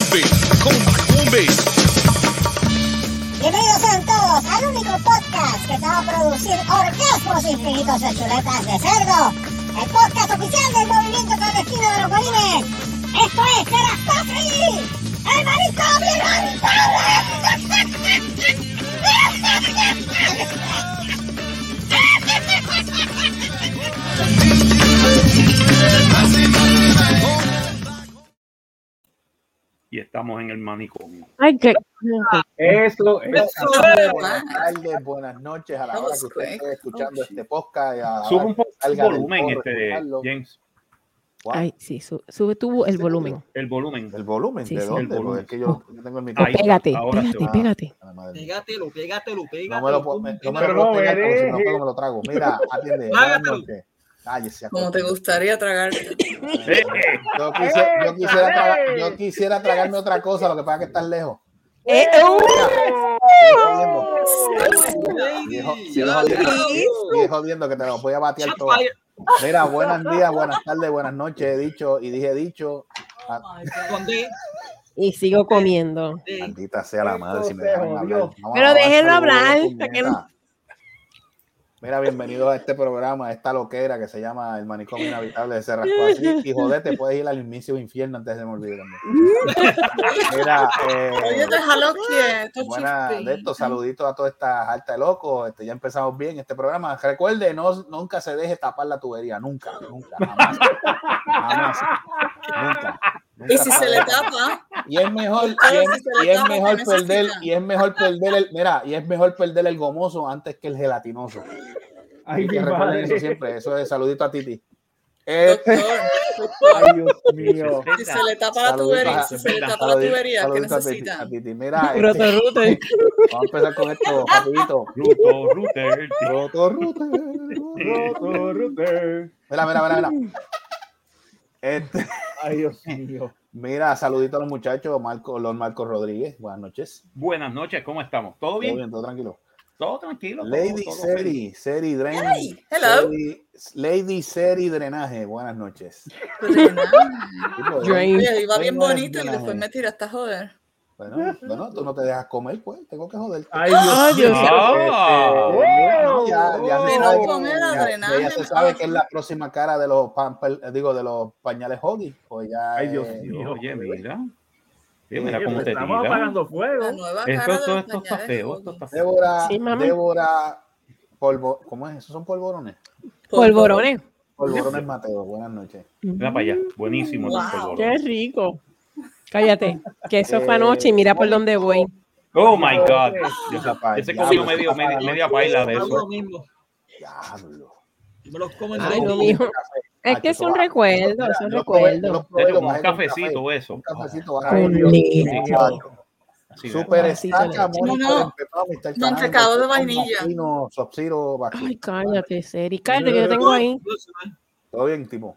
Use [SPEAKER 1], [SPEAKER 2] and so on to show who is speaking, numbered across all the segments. [SPEAKER 1] Cumbe, Cumba, Cumbe.
[SPEAKER 2] Bienvenidos sean todos al único podcast que te va a producir orgasmos infinitos de chuletas de cerdo. El podcast oficial del movimiento clandestino de los bolines. Esto es Terastofri, el marico
[SPEAKER 3] y estamos en el manicomio.
[SPEAKER 4] Ay, qué.
[SPEAKER 5] Eso es.
[SPEAKER 6] Eso
[SPEAKER 5] así.
[SPEAKER 6] es.
[SPEAKER 5] Buenas tardes, buenas noches a la hora que usted esté escuchando este podcast. y a la
[SPEAKER 3] Sube
[SPEAKER 5] hora
[SPEAKER 3] un
[SPEAKER 5] que
[SPEAKER 3] poco el
[SPEAKER 5] salga del corre,
[SPEAKER 3] volumen, este,
[SPEAKER 5] escucharlo.
[SPEAKER 3] James.
[SPEAKER 5] Guau,
[SPEAKER 4] Ay, sí, su- sube tú el volumen.
[SPEAKER 3] El volumen.
[SPEAKER 5] ¿El volumen?
[SPEAKER 4] Sí,
[SPEAKER 5] ¿De
[SPEAKER 4] sí.
[SPEAKER 5] dónde?
[SPEAKER 3] El volumen.
[SPEAKER 5] Porque es que yo, yo tengo el
[SPEAKER 3] Ahí.
[SPEAKER 5] micrófono.
[SPEAKER 4] Pégate,
[SPEAKER 3] ahora se
[SPEAKER 4] pégate,
[SPEAKER 5] va.
[SPEAKER 4] pégate.
[SPEAKER 5] Ay, Ah, madre mía.
[SPEAKER 6] Pégatelo, pégatelo, pégatelo.
[SPEAKER 5] No me lo puedo, me- no me lo
[SPEAKER 3] Pero
[SPEAKER 5] puedo
[SPEAKER 3] no
[SPEAKER 5] pegar porque si no,
[SPEAKER 3] eres.
[SPEAKER 5] luego me lo trago. Mira, atiende.
[SPEAKER 6] Trágatelo.
[SPEAKER 5] buenas noches. Cállese.
[SPEAKER 7] Como te gustaría tragar.
[SPEAKER 3] Eh,
[SPEAKER 5] Yo, quise- yo, quisiera
[SPEAKER 3] ¡Eh!
[SPEAKER 5] tragar- yo quisiera tragarme otra cosa, lo que pasa es que estás lejos.
[SPEAKER 4] Eh,
[SPEAKER 5] Viejo-
[SPEAKER 6] Lady,
[SPEAKER 5] viejo
[SPEAKER 6] dale,
[SPEAKER 5] viejo-
[SPEAKER 6] dale.
[SPEAKER 5] viejo viendo que te lo voy a batear
[SPEAKER 6] Shot
[SPEAKER 5] todo.
[SPEAKER 6] fire.
[SPEAKER 5] Mira, buenos días, buenas tardes, buenas noches, he dicho y dije dicho. Ah,
[SPEAKER 6] Oh Con D,
[SPEAKER 4] y sigo comiendo.
[SPEAKER 6] D.
[SPEAKER 5] Maldita sea la madre si me dejan hablar. Vamos
[SPEAKER 4] Pero
[SPEAKER 5] a
[SPEAKER 4] déjenlo
[SPEAKER 5] avanzar,
[SPEAKER 4] hablar,
[SPEAKER 5] puñeta.
[SPEAKER 4] que no-
[SPEAKER 5] Mira, bienvenidos a este programa, a esta loquera que se llama El Manicomio Inhabitable de Cerrasco. Así, y joder, te puedes ir al mismísimo infierno antes de morir también. Mira, eh,
[SPEAKER 7] Oye, déjalo quieto,
[SPEAKER 5] Buena
[SPEAKER 7] chispín.
[SPEAKER 5] de estos saluditos a toda esta alta de locos. Este, ya empezamos bien este programa. Recuerde, no, nunca se deje tapar la tubería, nunca, nunca, jamás. jamás, nunca. nunca
[SPEAKER 7] Y si se le
[SPEAKER 5] deje.
[SPEAKER 7] tapa,
[SPEAKER 5] Y es mejor, y
[SPEAKER 7] Claro,
[SPEAKER 5] es,
[SPEAKER 7] si se le
[SPEAKER 5] y es
[SPEAKER 7] tapa,
[SPEAKER 5] mejor
[SPEAKER 7] te
[SPEAKER 5] perder,
[SPEAKER 7] necesita.
[SPEAKER 5] y es mejor perder el, mira, y es mejor perder el gomoso antes que el gelatinoso. Hay
[SPEAKER 8] Ay, mi
[SPEAKER 5] que recordar
[SPEAKER 8] madre.
[SPEAKER 5] eso siempre. Eso es saludito a Titi. Este,
[SPEAKER 7] doctor,
[SPEAKER 8] Ay, Dios mío.
[SPEAKER 7] si se le tapa la
[SPEAKER 5] Saludos
[SPEAKER 7] tubería,
[SPEAKER 5] para-
[SPEAKER 7] si se le
[SPEAKER 3] verdad,
[SPEAKER 7] tapa la
[SPEAKER 5] saludito-
[SPEAKER 7] tubería, ¿qué
[SPEAKER 5] saludito a Titi,
[SPEAKER 7] necesita?
[SPEAKER 5] a Titi. Mira, este,
[SPEAKER 4] Rotorrute.
[SPEAKER 5] vamos a empezar con esto rapidito.
[SPEAKER 3] Ruto, Ruter, tío.
[SPEAKER 5] Roto, roto, roto.
[SPEAKER 8] Roto, Rupert.
[SPEAKER 5] Mira, mira, mira, mira. Este,
[SPEAKER 8] Ay, Dios mío.
[SPEAKER 5] mira, saludito a los muchachos, Marco, los Marcos Rodríguez. Buenas noches.
[SPEAKER 3] Buenas noches, ¿cómo estamos? ¿Todo
[SPEAKER 5] Todo
[SPEAKER 3] bien?
[SPEAKER 5] bien, todo tranquilo.
[SPEAKER 3] ¿Todo tranquilo? todo-
[SPEAKER 5] Lady
[SPEAKER 3] todo feliz.
[SPEAKER 5] Seri, Seri Dren.
[SPEAKER 7] Ay, hello.
[SPEAKER 5] Seri- Lady Seri Drenaje, buenas noches.
[SPEAKER 7] Pues
[SPEAKER 5] Tipo,
[SPEAKER 4] Drain.
[SPEAKER 7] Oye, iba
[SPEAKER 5] Ay,
[SPEAKER 7] bien
[SPEAKER 5] no eres
[SPEAKER 7] bonito y
[SPEAKER 5] buena
[SPEAKER 7] después
[SPEAKER 5] gente.
[SPEAKER 7] me tiraste a joder.
[SPEAKER 5] Bueno, bueno, tú no te dejas comer, pues, tengo que joder.
[SPEAKER 8] Ay, Dios, Este,
[SPEAKER 4] Ay, Dios.
[SPEAKER 3] Ah,
[SPEAKER 5] ya, ya se
[SPEAKER 7] Pero
[SPEAKER 5] sabe,
[SPEAKER 7] comer
[SPEAKER 5] ya-
[SPEAKER 7] adrenalina.
[SPEAKER 5] ya se sabe que es la próxima cara de los pampers, eh, digo, de los pañales Hoggy. Pues ya,
[SPEAKER 8] Ay, Dios
[SPEAKER 5] eh,
[SPEAKER 8] mío.
[SPEAKER 3] Oye, mira. Sí, mira
[SPEAKER 5] Eh,
[SPEAKER 3] cómo te
[SPEAKER 8] pues Estamos
[SPEAKER 3] tira.
[SPEAKER 8] apagando
[SPEAKER 7] La
[SPEAKER 8] fuego.
[SPEAKER 7] nueva
[SPEAKER 3] Esto,
[SPEAKER 7] cara de
[SPEAKER 3] esto,
[SPEAKER 7] los
[SPEAKER 3] esto está
[SPEAKER 7] pañales
[SPEAKER 3] feo, esto
[SPEAKER 7] Huggy.
[SPEAKER 3] está feo.
[SPEAKER 5] Débora,
[SPEAKER 4] Sí, mamá.
[SPEAKER 5] Débora, polvo, ¿cómo es? ¿Esos son polvorones?
[SPEAKER 4] Polvorones.
[SPEAKER 5] Polvorones Mateo, buenas noches.
[SPEAKER 3] Mira para allá, buenísimo.
[SPEAKER 7] Wow.
[SPEAKER 3] doctor Gordon.
[SPEAKER 4] Qué rico. Cállate, que eso fue
[SPEAKER 5] Eh,
[SPEAKER 4] anoche y mira por dónde voy.
[SPEAKER 3] Oh my God.
[SPEAKER 5] Esa pa-
[SPEAKER 3] Ese
[SPEAKER 5] diablo,
[SPEAKER 3] comió
[SPEAKER 5] esa
[SPEAKER 3] medio, medio-
[SPEAKER 5] pa-
[SPEAKER 3] media paila de
[SPEAKER 6] Hago
[SPEAKER 3] eso.
[SPEAKER 6] lo mismo.
[SPEAKER 5] Diablo.
[SPEAKER 6] Me los como en
[SPEAKER 4] Ay,
[SPEAKER 6] dos.
[SPEAKER 4] no, mijo. Es
[SPEAKER 5] Ah,
[SPEAKER 4] que es un
[SPEAKER 5] eso va.
[SPEAKER 4] recuerdo, es un recuerdo.
[SPEAKER 3] Pero con un cafecito, eso.
[SPEAKER 5] Un cafecito barato.
[SPEAKER 4] Con leche.
[SPEAKER 3] Sí,
[SPEAKER 5] Super
[SPEAKER 4] Vasito de
[SPEAKER 5] estaca,
[SPEAKER 4] leche.
[SPEAKER 5] Mónica,
[SPEAKER 7] No, no.
[SPEAKER 5] empezó, Mr. Canal,
[SPEAKER 7] Con cacao de
[SPEAKER 5] Mr.
[SPEAKER 7] vainilla.
[SPEAKER 5] Martino, Sub-Zero, Vasito.
[SPEAKER 4] Ay, cállate, Seri. Cállate, que yo tengo ahí.
[SPEAKER 5] Todo bien, Timo.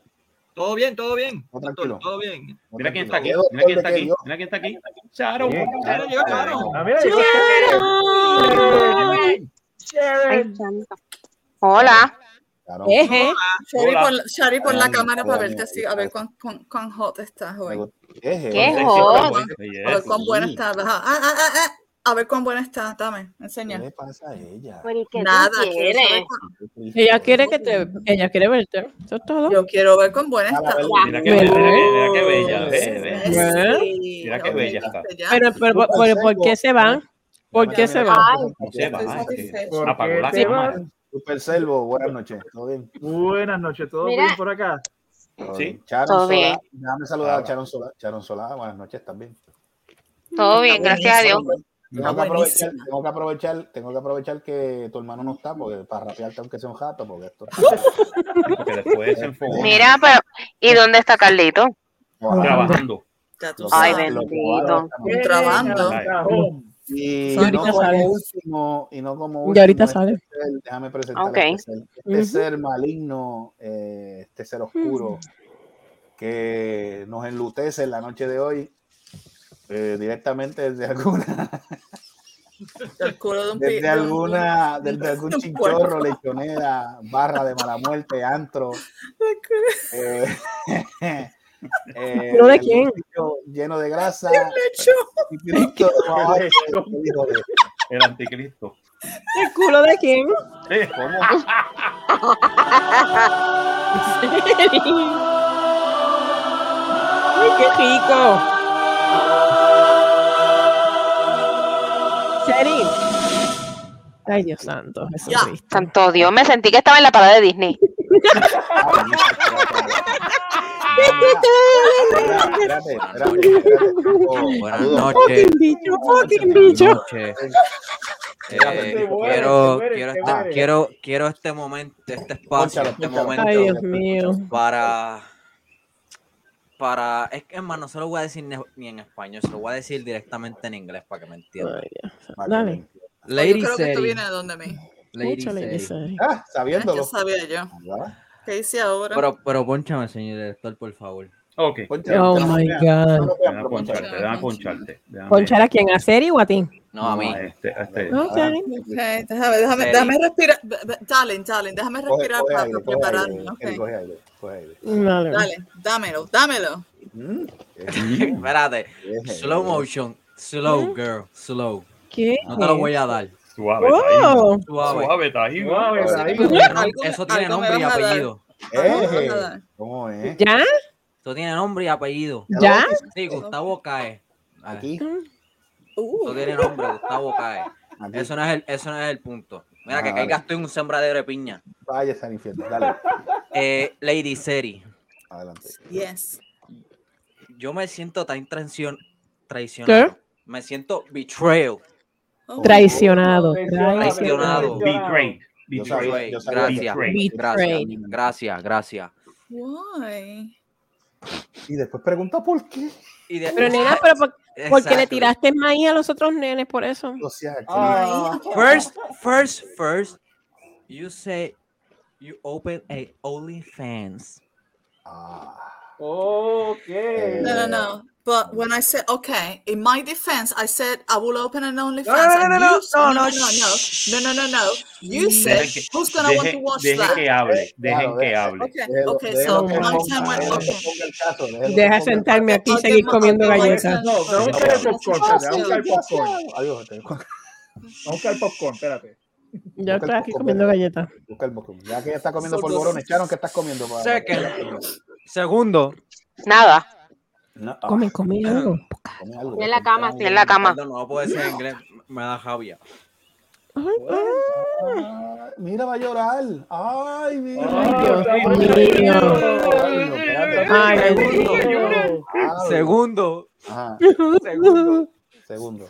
[SPEAKER 6] Todo bien, todo bien.
[SPEAKER 5] No, tranquilo.
[SPEAKER 6] Todo bien.
[SPEAKER 3] Mira quién está aquí,
[SPEAKER 5] Tranquilo.
[SPEAKER 3] mira quién está aquí,
[SPEAKER 5] Yo-
[SPEAKER 3] mira quién está aquí. Charo.
[SPEAKER 5] Bien,
[SPEAKER 6] Charo
[SPEAKER 5] claro.
[SPEAKER 6] llegó, Charo.
[SPEAKER 8] Ah, mira, llegó
[SPEAKER 4] Ay,
[SPEAKER 8] Sharon.
[SPEAKER 9] Hola.
[SPEAKER 5] Claro.
[SPEAKER 9] ¿Eh,
[SPEAKER 4] Eje.
[SPEAKER 7] Eh, Shari
[SPEAKER 3] Hola.
[SPEAKER 7] por, la- Shari por la
[SPEAKER 5] Ay,
[SPEAKER 7] cámara
[SPEAKER 5] hola,
[SPEAKER 7] para verte
[SPEAKER 5] mira,
[SPEAKER 7] así,
[SPEAKER 5] hola.
[SPEAKER 7] a ver cuán, cuán, cuán hot estás
[SPEAKER 5] Me
[SPEAKER 7] hoy.
[SPEAKER 5] gusta. Eje,
[SPEAKER 9] ¿Qué
[SPEAKER 5] eje,
[SPEAKER 9] hot?
[SPEAKER 5] eje,
[SPEAKER 7] A ver
[SPEAKER 3] Yes.
[SPEAKER 7] cuán buena estás. Ah, ah, ah, ah, ah. A ver cuán buena estás. Dame,
[SPEAKER 5] ¿Qué
[SPEAKER 7] enseña.
[SPEAKER 5] le pasa a ella?
[SPEAKER 9] Pero, ¿y qué tú
[SPEAKER 7] Nada, quiero
[SPEAKER 9] quieres?
[SPEAKER 7] saber cuán-
[SPEAKER 4] Ella quiere que te, ella quiere verte. Eso es todo.
[SPEAKER 7] yo quiero ver cuán buena
[SPEAKER 5] Ah, la
[SPEAKER 7] estás.
[SPEAKER 5] verdad.
[SPEAKER 3] Mira qué bella, mira qué- mira qué bella, ve, ve.
[SPEAKER 4] ¿Eh?
[SPEAKER 7] Sí.
[SPEAKER 3] Mira qué
[SPEAKER 7] Ok,
[SPEAKER 3] bella
[SPEAKER 7] listo,
[SPEAKER 3] está.
[SPEAKER 7] ya.
[SPEAKER 4] Pero, pero, pero, pero, ¿por qué se van? ¿Por qué se van?
[SPEAKER 9] Ay.
[SPEAKER 3] No se va,
[SPEAKER 7] Estoy
[SPEAKER 3] ah, sí.
[SPEAKER 7] satisfecha.
[SPEAKER 3] Apagó la
[SPEAKER 8] ¿Por qué te
[SPEAKER 3] cámara.
[SPEAKER 8] vas?
[SPEAKER 5] Super Selvo, buenas noches. ¿Todo bien?
[SPEAKER 8] Buenas noches, ¿todo
[SPEAKER 9] Mira.
[SPEAKER 8] bien por acá?
[SPEAKER 5] Todo
[SPEAKER 3] Sí.
[SPEAKER 5] bien. Charon
[SPEAKER 9] Todo
[SPEAKER 5] Solá,
[SPEAKER 9] bien.
[SPEAKER 5] Déjame saludar a
[SPEAKER 3] Ah.
[SPEAKER 5] Charon Solá. Charon Solá, buenas noches también.
[SPEAKER 9] Todo bien, gracias a Dios.
[SPEAKER 5] Tengo que,
[SPEAKER 7] Está
[SPEAKER 5] aprovechar,
[SPEAKER 7] buenísima.
[SPEAKER 5] tengo, que aprovechar, tengo que aprovechar que tu hermano no está porque, para rapearte aunque sea un jato, porque esto
[SPEAKER 3] Porque después se enfogó
[SPEAKER 9] Mira, pero ¿y dónde está Carlito?
[SPEAKER 3] trabajando.
[SPEAKER 7] Ya tú
[SPEAKER 9] Ay,
[SPEAKER 7] sabes.
[SPEAKER 9] bendito.
[SPEAKER 7] Contrabando.
[SPEAKER 8] Eh, cajón.
[SPEAKER 4] Ya
[SPEAKER 5] Y no
[SPEAKER 4] ahorita
[SPEAKER 5] como
[SPEAKER 4] sale.
[SPEAKER 5] último, y no como
[SPEAKER 4] Ya ahorita
[SPEAKER 5] último,
[SPEAKER 4] sale.
[SPEAKER 5] este ser- déjame presentar a
[SPEAKER 9] Ok.
[SPEAKER 5] este ser, este
[SPEAKER 4] Ujú.
[SPEAKER 5] ser maligno, eh, este ser oscuro
[SPEAKER 4] Mm.
[SPEAKER 5] que nos enlutece en la noche de hoy. eh, directamente desde alguna,
[SPEAKER 7] El culo de un pi-
[SPEAKER 5] desde
[SPEAKER 7] de un-
[SPEAKER 5] alguna, desde algún
[SPEAKER 7] un
[SPEAKER 5] chinchorro,
[SPEAKER 7] puerco.
[SPEAKER 5] lechonera, barra de mala muerte, antro,
[SPEAKER 7] El culo-
[SPEAKER 5] eh, Eh,
[SPEAKER 4] ¿No de quién?
[SPEAKER 5] Lleno de grasa.
[SPEAKER 7] Lechón.
[SPEAKER 5] y Cristo, guau, hijo de-
[SPEAKER 3] El anticristo.
[SPEAKER 4] ¿El culo de quién?
[SPEAKER 3] Eh, ¿Cómo?
[SPEAKER 4] ¡Ay, qué rico! Seri. Ay, Dios santo,
[SPEAKER 7] Ya.
[SPEAKER 4] Jesucristo.
[SPEAKER 9] Santo Dios, me sentí que estaba en la parada de Disney.
[SPEAKER 5] Espérate, espérate, espérate. Oh,
[SPEAKER 1] Buenas
[SPEAKER 5] saludos.
[SPEAKER 1] noches.
[SPEAKER 4] Fucking bicho, fucking
[SPEAKER 1] Buenas
[SPEAKER 4] bicho.
[SPEAKER 1] noches. Eh,
[SPEAKER 5] Espérate.
[SPEAKER 8] Te mueres, te
[SPEAKER 1] quiero,
[SPEAKER 8] mueres,
[SPEAKER 1] quiero,
[SPEAKER 8] te
[SPEAKER 1] esta-
[SPEAKER 8] mueres.
[SPEAKER 1] quiero, quiero este momento, este espacio,
[SPEAKER 5] Púnchalo,
[SPEAKER 1] este
[SPEAKER 5] púnchalo.
[SPEAKER 4] Ay,
[SPEAKER 1] momento
[SPEAKER 4] Dios mío.
[SPEAKER 1] para, para, es que hermano, no se lo voy a decir ni- ni en español, se lo voy a decir directamente en inglés para que me entiendan.
[SPEAKER 4] Ay, Dios.
[SPEAKER 5] Marco,
[SPEAKER 4] Dale.
[SPEAKER 7] Yo
[SPEAKER 1] Lady
[SPEAKER 7] creo que esto
[SPEAKER 1] Seri,
[SPEAKER 7] viene de donde mí.
[SPEAKER 1] Lady
[SPEAKER 4] Escúchale,
[SPEAKER 1] Seri.
[SPEAKER 4] Seri.
[SPEAKER 5] Ah,
[SPEAKER 7] Ya
[SPEAKER 5] sabiéndolo.
[SPEAKER 7] sabía yo.
[SPEAKER 5] ¿verdad?
[SPEAKER 7] ¿Qué hice ahora?
[SPEAKER 1] Pero, pero ponchame, señor director, por favor.
[SPEAKER 3] Ok.
[SPEAKER 5] Pónchalo,
[SPEAKER 4] Oh
[SPEAKER 5] te lo
[SPEAKER 4] my
[SPEAKER 5] vean, no
[SPEAKER 4] God.
[SPEAKER 5] lo vean,
[SPEAKER 3] Déjame
[SPEAKER 5] pero pónchalo.
[SPEAKER 3] poncharte, déjame poncharte. déjame-
[SPEAKER 4] ¿Ponchar a quién? ¿A Seri o a ti?
[SPEAKER 1] No, a mí.
[SPEAKER 3] a este, a este.
[SPEAKER 4] No, Seri.
[SPEAKER 7] Ok, Ah, déjame, déjame,
[SPEAKER 1] Seri.
[SPEAKER 7] déjame respirar. Be- be- Darling, darling, déjame
[SPEAKER 5] Coge,
[SPEAKER 7] respirar
[SPEAKER 5] coge
[SPEAKER 7] para,
[SPEAKER 5] aire, coge aire,
[SPEAKER 7] prepararme. ok.
[SPEAKER 5] Eric, coge aire, coge aire.
[SPEAKER 4] Dale.
[SPEAKER 7] Dale, dámelo, dámelo.
[SPEAKER 5] Mm,
[SPEAKER 1] Espérate,
[SPEAKER 5] bien,
[SPEAKER 1] slow
[SPEAKER 5] bien.
[SPEAKER 1] motion, slow girl, slow.
[SPEAKER 4] ¿Eh? ¿Qué?
[SPEAKER 1] No te lo voy a dar.
[SPEAKER 3] Suave, Taíno.
[SPEAKER 4] Oh,
[SPEAKER 1] Suave.
[SPEAKER 3] Suave, Taíno.
[SPEAKER 8] Suave,
[SPEAKER 5] Eso
[SPEAKER 8] ahí.
[SPEAKER 1] Eso tiene nom-
[SPEAKER 7] Algo-
[SPEAKER 1] Eso tiene
[SPEAKER 7] algo me
[SPEAKER 1] nombre y
[SPEAKER 7] vas a dar.
[SPEAKER 1] apellido.
[SPEAKER 5] Ey,
[SPEAKER 7] Ah, nada.
[SPEAKER 5] Eh, ¿Cómo es?
[SPEAKER 4] ¿Ya?
[SPEAKER 1] Eso tiene nombre y apellido.
[SPEAKER 4] ¿Ya?
[SPEAKER 1] Sí, Gustavo Cae. Eso
[SPEAKER 5] Aquí,
[SPEAKER 7] Uh,
[SPEAKER 1] tiene nombre, Gustavo Cae.
[SPEAKER 5] aquí.
[SPEAKER 1] Eso no es el, eso no es el punto. Mira,
[SPEAKER 5] Ah,
[SPEAKER 1] que
[SPEAKER 5] dale.
[SPEAKER 1] caigas tú en un sembradero de piña.
[SPEAKER 5] Vaya San Infierno, dale.
[SPEAKER 1] Eh, Lady Seri,
[SPEAKER 5] Adelante.
[SPEAKER 7] yes.
[SPEAKER 1] yo me siento tan traición, traicionado. Me siento betrayal.
[SPEAKER 7] Oh.
[SPEAKER 4] Traicionado.
[SPEAKER 1] Traicionado.
[SPEAKER 3] Be great. Be
[SPEAKER 5] Yo
[SPEAKER 3] great.
[SPEAKER 5] sabía, yo sabía
[SPEAKER 1] Gracias.
[SPEAKER 5] que-
[SPEAKER 3] Great.
[SPEAKER 1] Gracias,
[SPEAKER 4] Betrayed.
[SPEAKER 1] gracias, gracias.
[SPEAKER 7] Why?
[SPEAKER 5] Y después pregunta por qué.
[SPEAKER 1] Y de-
[SPEAKER 4] Pero nena, pero ¿por, por qué le
[SPEAKER 1] Exactly.
[SPEAKER 4] tiraste maíz a los otros nenes por eso?
[SPEAKER 5] O sea, que-
[SPEAKER 8] Ah,
[SPEAKER 1] First, first, first, you say you open a OnlyFans.
[SPEAKER 5] Ah,
[SPEAKER 8] ok.
[SPEAKER 7] No, no,
[SPEAKER 5] Eh.
[SPEAKER 7] no. But when I said, okay, in my defense, I said I will open an OnlyFans.
[SPEAKER 1] no,
[SPEAKER 7] and
[SPEAKER 1] no, no,
[SPEAKER 7] you s-
[SPEAKER 1] no,
[SPEAKER 7] no,
[SPEAKER 1] no,
[SPEAKER 7] no, no,
[SPEAKER 1] shh.
[SPEAKER 7] no, no, no, no. You said,
[SPEAKER 3] Dejen que-
[SPEAKER 7] who's gonna want to
[SPEAKER 3] Dejen
[SPEAKER 7] watch
[SPEAKER 3] dejen
[SPEAKER 7] that?
[SPEAKER 3] que hable. Dejen
[SPEAKER 5] Claro,
[SPEAKER 3] que
[SPEAKER 5] deja-
[SPEAKER 3] hable.
[SPEAKER 7] Okay,
[SPEAKER 5] déjalo-
[SPEAKER 7] okay.
[SPEAKER 5] déjalo
[SPEAKER 7] So
[SPEAKER 5] que
[SPEAKER 7] my
[SPEAKER 5] ponga-
[SPEAKER 7] time went
[SPEAKER 5] déjalo que
[SPEAKER 7] okay.
[SPEAKER 5] ponga el caso, déjalo que
[SPEAKER 4] Deja
[SPEAKER 5] ponga el
[SPEAKER 4] sentarme aquí y seguir comiendo galletas.
[SPEAKER 8] No, pero vamos a buscar el popcorn, espérate, vamos a buscar el popcorn. Vamos
[SPEAKER 5] caso. Adiós, te- busca
[SPEAKER 8] a buscar el popcorn, espérate.
[SPEAKER 4] Yo estoy aquí comiendo galletas.
[SPEAKER 5] el popcorn. Ya que ya estás comiendo
[SPEAKER 7] So
[SPEAKER 5] polvorones,
[SPEAKER 7] dos-
[SPEAKER 5] Charon, ¿qué estás comiendo? para-
[SPEAKER 1] Second. Segundo.
[SPEAKER 9] Nada.
[SPEAKER 5] No, ah,
[SPEAKER 4] Come, come algo.
[SPEAKER 5] come algo,
[SPEAKER 9] Estoy en la cama, estoy en la cama.
[SPEAKER 1] Perdón, no lo puedo decir en inglés, me da rabia.
[SPEAKER 5] Ah, Mira, va a llorar. Ay,
[SPEAKER 8] Ay,
[SPEAKER 5] mira.
[SPEAKER 4] Dios
[SPEAKER 5] Ay, no, espérate.
[SPEAKER 4] Ay, ay,
[SPEAKER 5] Ah,
[SPEAKER 1] Segundo,
[SPEAKER 6] Ah.
[SPEAKER 5] Ajá,
[SPEAKER 1] segundo,
[SPEAKER 5] segundo.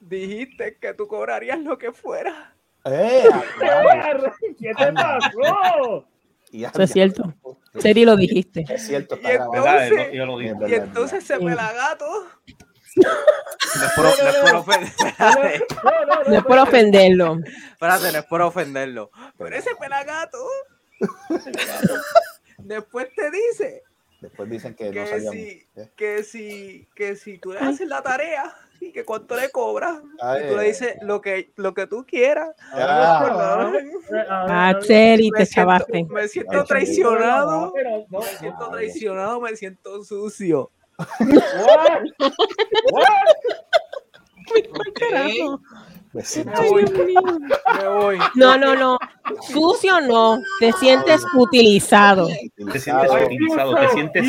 [SPEAKER 1] dijiste que tú cobrarías lo que fuera.
[SPEAKER 5] ¡Eh!
[SPEAKER 8] ¿Qué te pasó?
[SPEAKER 5] Y
[SPEAKER 4] Eso es
[SPEAKER 5] ya-
[SPEAKER 4] cierto. Seri lo dijiste.
[SPEAKER 5] Es cierto, está
[SPEAKER 1] Y
[SPEAKER 5] grabado.
[SPEAKER 3] ¿Verdad?
[SPEAKER 1] Entonces-
[SPEAKER 3] Yo lo dije.
[SPEAKER 5] Es verdad, es
[SPEAKER 1] se
[SPEAKER 4] me
[SPEAKER 1] la gato. No es por, no es por ofender-
[SPEAKER 8] No, no,
[SPEAKER 4] No es por ofenderlo.
[SPEAKER 1] espérate, no es por ofenderlo. Pero ese pelagato. Después te dice
[SPEAKER 5] verdad. Después dicen que no
[SPEAKER 1] que
[SPEAKER 5] sabíamos.
[SPEAKER 1] si,
[SPEAKER 5] ¿eh?
[SPEAKER 1] que si, que si tú le haces la tarea y que cuánto le cobras,
[SPEAKER 5] Ay,
[SPEAKER 1] y tú le dices lo que, lo que tú quieras.
[SPEAKER 5] ah,
[SPEAKER 4] Ah, Seri, te chavaste.
[SPEAKER 1] Me siento
[SPEAKER 5] Ay,
[SPEAKER 1] traicionado,
[SPEAKER 8] Pero, no,
[SPEAKER 1] me siento traicionado, me siento sucio.
[SPEAKER 4] Carajo.
[SPEAKER 5] besito.
[SPEAKER 1] Me voy, me voy.
[SPEAKER 4] No, no, no. Sucio no. Te sientes utilizado.
[SPEAKER 3] Te sientes
[SPEAKER 5] Ah,
[SPEAKER 3] utilizado, te sientes,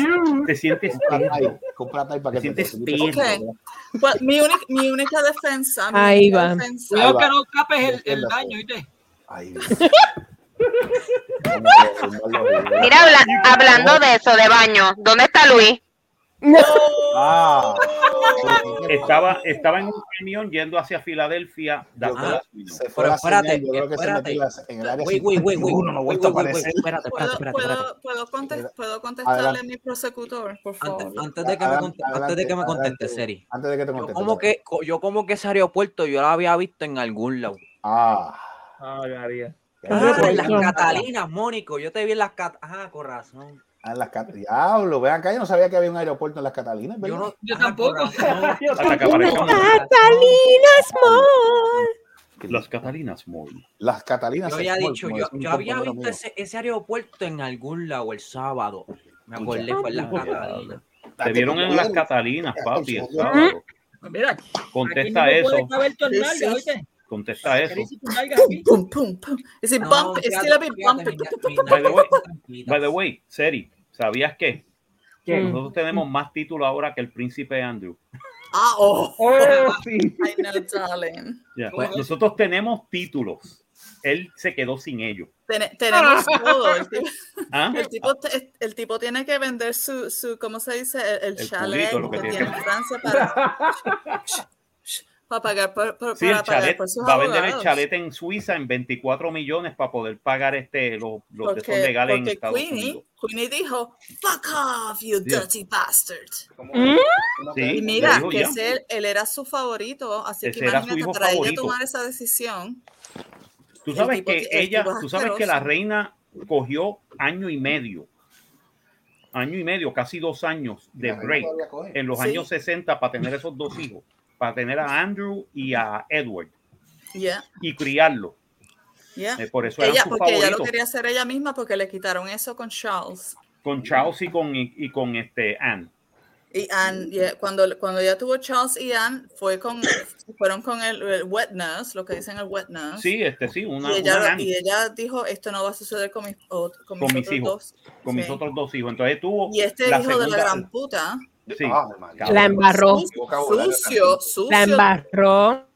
[SPEAKER 3] te sientes
[SPEAKER 5] compra Tide, compra Tide para que
[SPEAKER 3] Sientes
[SPEAKER 5] posibilite esa
[SPEAKER 7] pena.
[SPEAKER 5] cosa.
[SPEAKER 7] But mi, única, mi única defensa. Mi
[SPEAKER 4] Ahí
[SPEAKER 7] única
[SPEAKER 4] va.
[SPEAKER 7] defensa-
[SPEAKER 6] Cuidado
[SPEAKER 5] va.
[SPEAKER 6] que no escapes el, el
[SPEAKER 5] Defiéndase.
[SPEAKER 6] daño, ¿viste?
[SPEAKER 5] Ay, Dios. No, no, no, no.
[SPEAKER 9] Mira, habla- hablando de eso, de baño, ¿dónde está Luis?
[SPEAKER 5] Ah.
[SPEAKER 3] Estaba, estaba en un camión yendo hacia Filadelfia.
[SPEAKER 5] Yo creo
[SPEAKER 1] Ah.
[SPEAKER 5] que se fue
[SPEAKER 1] Pero
[SPEAKER 5] la
[SPEAKER 1] espérate,
[SPEAKER 5] señal, yo creo que se
[SPEAKER 1] espérate.
[SPEAKER 5] metió en la- en el área
[SPEAKER 1] Güey, güey, güey, güey.
[SPEAKER 5] 51, no ha vuelto a
[SPEAKER 1] Güey, güey, güey,
[SPEAKER 5] aparecer.
[SPEAKER 1] Espérate, espérate,
[SPEAKER 7] ¿Puedo,
[SPEAKER 1] espérate, espérate.
[SPEAKER 7] puedo, puedo, contes-
[SPEAKER 5] Mira,
[SPEAKER 7] puedo contestarle a
[SPEAKER 5] adelante.
[SPEAKER 7] mi prosecutor, por
[SPEAKER 1] Antes,
[SPEAKER 7] favor?
[SPEAKER 1] antes de que me,
[SPEAKER 5] Adelante,
[SPEAKER 1] conte- antes de que me
[SPEAKER 5] adelante,
[SPEAKER 1] conteste,
[SPEAKER 5] adelante.
[SPEAKER 1] Seri.
[SPEAKER 5] Antes de que te
[SPEAKER 1] Yo
[SPEAKER 5] conteste.
[SPEAKER 1] como que, co- yo como que ese aeropuerto yo lo había visto en algún lado.
[SPEAKER 5] Ah.
[SPEAKER 8] Ay, María.
[SPEAKER 1] Ah, en las
[SPEAKER 4] Aeropuerto.
[SPEAKER 1] Catalinas, Mónico. Yo te vi en las Catalinas. Ah, con razón.
[SPEAKER 5] Ah, en las Cat- Diablo, vean acá, yo no sabía que había un aeropuerto en las Catalinas,
[SPEAKER 1] Yo,
[SPEAKER 5] ¿verdad?
[SPEAKER 1] no,
[SPEAKER 6] Yo
[SPEAKER 1] ah,
[SPEAKER 6] tampoco.
[SPEAKER 1] con razón.
[SPEAKER 3] Hasta que aparezcan
[SPEAKER 4] Catalinas Mall.
[SPEAKER 3] las Catalinas Mall.
[SPEAKER 5] Las Catalinas.
[SPEAKER 1] Yo
[SPEAKER 5] es
[SPEAKER 1] había
[SPEAKER 5] como-
[SPEAKER 1] dicho,
[SPEAKER 5] como
[SPEAKER 1] yo,
[SPEAKER 5] es un
[SPEAKER 1] yo había
[SPEAKER 5] compañero
[SPEAKER 1] visto
[SPEAKER 5] mío.
[SPEAKER 1] ese, ese aeropuerto en algún lado el sábado. Me acordé, fue en las Catalinas.
[SPEAKER 3] Te vieron en las Catalinas, papi. el sábado.
[SPEAKER 6] Ah, Mira,
[SPEAKER 3] Contesta
[SPEAKER 6] aquí no
[SPEAKER 3] eso.
[SPEAKER 6] puede caber tus
[SPEAKER 7] Sí, sí.
[SPEAKER 6] nalgas, ¿oíste?
[SPEAKER 3] Contesta eso.
[SPEAKER 6] ¿Quieres ir tus nalgas
[SPEAKER 7] Boom,
[SPEAKER 6] aquí?
[SPEAKER 7] boom, boom, boom. Is it bump? It's still a bit bumpy.
[SPEAKER 3] By the way- By the way, Seri, ¿sabías qué?
[SPEAKER 8] ¿Qué?
[SPEAKER 4] Mm.
[SPEAKER 3] Nosotros tenemos más títulos ahora que el príncipe Andrew.
[SPEAKER 7] Ah, oh,
[SPEAKER 8] Oh, sí.
[SPEAKER 7] I know, darling. Uh,
[SPEAKER 3] Ya. pues,
[SPEAKER 6] Bueno.
[SPEAKER 1] Oh.
[SPEAKER 3] Nosotros tenemos títulos. Él se quedó sin ellos.
[SPEAKER 7] Tene- tenemos todo. El tipo,
[SPEAKER 3] ¿Ah?
[SPEAKER 7] el tipo te- el tipo tiene que vender su, su ¿cómo se dice? El, el
[SPEAKER 3] El
[SPEAKER 7] chalet
[SPEAKER 3] culito, lo que
[SPEAKER 7] que
[SPEAKER 3] tiene
[SPEAKER 7] tiene en Francia para, para pagar por, por-
[SPEAKER 3] Sí,
[SPEAKER 7] para
[SPEAKER 3] el
[SPEAKER 7] pagar
[SPEAKER 3] chalet.
[SPEAKER 7] por sus
[SPEAKER 3] Va a vender el
[SPEAKER 7] abogados.
[SPEAKER 3] chalet en Suiza en 24 millones para poder pagar este los, los de esos
[SPEAKER 7] Porque,
[SPEAKER 3] legales en
[SPEAKER 7] porque
[SPEAKER 3] Estados
[SPEAKER 7] Queenie,
[SPEAKER 3] Unidos.
[SPEAKER 7] Queenie dijo, fuck off, you
[SPEAKER 3] Yeah.
[SPEAKER 7] dirty bastard.
[SPEAKER 3] Sí,
[SPEAKER 7] Y
[SPEAKER 3] le
[SPEAKER 7] mira,
[SPEAKER 3] dijo
[SPEAKER 7] que
[SPEAKER 3] ya.
[SPEAKER 7] ese- él, era su favorito, así
[SPEAKER 3] Ese
[SPEAKER 7] que
[SPEAKER 3] era su
[SPEAKER 7] imagínate,
[SPEAKER 3] hijo
[SPEAKER 7] para ella
[SPEAKER 3] favorito.
[SPEAKER 7] tomar esa decisión,
[SPEAKER 3] Tú
[SPEAKER 7] ¿eh? el
[SPEAKER 3] sabes
[SPEAKER 7] tipo
[SPEAKER 3] que
[SPEAKER 7] que- el
[SPEAKER 3] ella,
[SPEAKER 7] tipo es
[SPEAKER 3] tú sabes que la
[SPEAKER 7] asqueroso.
[SPEAKER 3] reina cogió año y medio, año y medio, casi dos años de break en los
[SPEAKER 7] Sí.
[SPEAKER 3] años 60 para tener esos dos hijos, para tener a Andrew y a Edward
[SPEAKER 7] yeah,
[SPEAKER 3] y criarlo.
[SPEAKER 7] yeah.
[SPEAKER 3] Eh, Por eso eran
[SPEAKER 7] Ella,
[SPEAKER 3] sus
[SPEAKER 7] porque ella
[SPEAKER 3] favoritos.
[SPEAKER 7] lo quería hacer ella misma porque le quitaron eso con Charles.
[SPEAKER 3] Con Charles y con, y, y con este Anne.
[SPEAKER 7] Y
[SPEAKER 3] Mm.
[SPEAKER 7] Ann, yeah, cuando, cuando ya tuvo Charles y Ann, fue con, fueron con el, el wet nurse, lo que dicen el wet nurse.
[SPEAKER 3] Sí, este sí, una,
[SPEAKER 7] Ah, y, ella,
[SPEAKER 3] una Anne,
[SPEAKER 7] y ella dijo, esto no va a suceder con mis, ot- con mis
[SPEAKER 3] Con mis
[SPEAKER 7] otros
[SPEAKER 3] hijos.
[SPEAKER 7] dos.
[SPEAKER 3] con mis
[SPEAKER 7] sí.
[SPEAKER 3] otros dos hijos. Entonces tuvo
[SPEAKER 7] Y este
[SPEAKER 3] la
[SPEAKER 7] hijo de la
[SPEAKER 3] segunda-
[SPEAKER 7] gran puta,
[SPEAKER 3] sí,
[SPEAKER 4] La embarró.
[SPEAKER 7] sucio, sucio,
[SPEAKER 4] La embarró.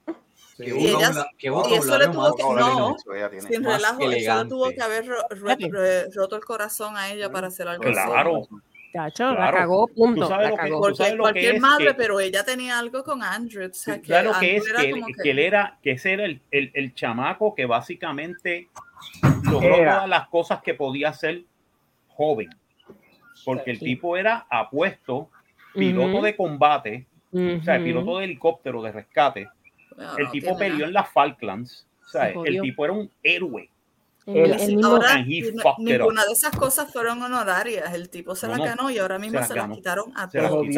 [SPEAKER 1] Qué
[SPEAKER 7] y ella-
[SPEAKER 1] vocabula- qué
[SPEAKER 7] y eso le
[SPEAKER 1] vocabulario
[SPEAKER 7] tuvo
[SPEAKER 1] más
[SPEAKER 7] que, no, sin
[SPEAKER 1] más
[SPEAKER 7] relajo, eso le tuvo
[SPEAKER 1] elegante.
[SPEAKER 7] que haber ro- ro-
[SPEAKER 4] Fíjate.
[SPEAKER 7] re- roto el corazón a ella para hacer algo así.
[SPEAKER 3] claro.
[SPEAKER 4] Chacho, la
[SPEAKER 3] Claro.
[SPEAKER 4] cagó,
[SPEAKER 3] Tú
[SPEAKER 4] punto.
[SPEAKER 3] sabes
[SPEAKER 4] La
[SPEAKER 3] lo que-
[SPEAKER 4] cagó.
[SPEAKER 3] tú sabes
[SPEAKER 7] Porque
[SPEAKER 3] lo
[SPEAKER 7] cualquier
[SPEAKER 3] que es
[SPEAKER 7] madre,
[SPEAKER 3] que-
[SPEAKER 7] pero ella tenía algo con Andrew. o sea, que
[SPEAKER 3] claro que
[SPEAKER 7] Andrew
[SPEAKER 3] es
[SPEAKER 7] era
[SPEAKER 3] que, él-
[SPEAKER 7] como
[SPEAKER 3] que él era, que ese era el, el- el chamaco que básicamente logró
[SPEAKER 8] Era.
[SPEAKER 3] todas las cosas que podía hacer joven. Porque el
[SPEAKER 4] Sí.
[SPEAKER 3] tipo era apuesto, piloto
[SPEAKER 4] Ujú.
[SPEAKER 3] de combate, o sea,
[SPEAKER 4] Ujú.
[SPEAKER 3] piloto de helicóptero de rescate.
[SPEAKER 7] No,
[SPEAKER 3] El
[SPEAKER 7] no
[SPEAKER 3] tipo
[SPEAKER 7] tiene
[SPEAKER 3] peleó
[SPEAKER 7] nada.
[SPEAKER 3] en las Falklands. o sea,
[SPEAKER 4] Se
[SPEAKER 3] el
[SPEAKER 4] jodió.
[SPEAKER 3] tipo era un héroe.
[SPEAKER 4] El-
[SPEAKER 8] Él-
[SPEAKER 4] el mismo-
[SPEAKER 7] Ahora,
[SPEAKER 3] And he
[SPEAKER 7] ni-
[SPEAKER 3] fucked it
[SPEAKER 7] ninguna de esas cosas fueron honorarias. El tipo se
[SPEAKER 3] No,
[SPEAKER 7] la
[SPEAKER 3] no.
[SPEAKER 7] ganó y ahora mismo
[SPEAKER 3] las
[SPEAKER 7] se la
[SPEAKER 3] ganó.
[SPEAKER 7] quitaron a
[SPEAKER 3] Se las
[SPEAKER 7] todos.
[SPEAKER 8] jodió.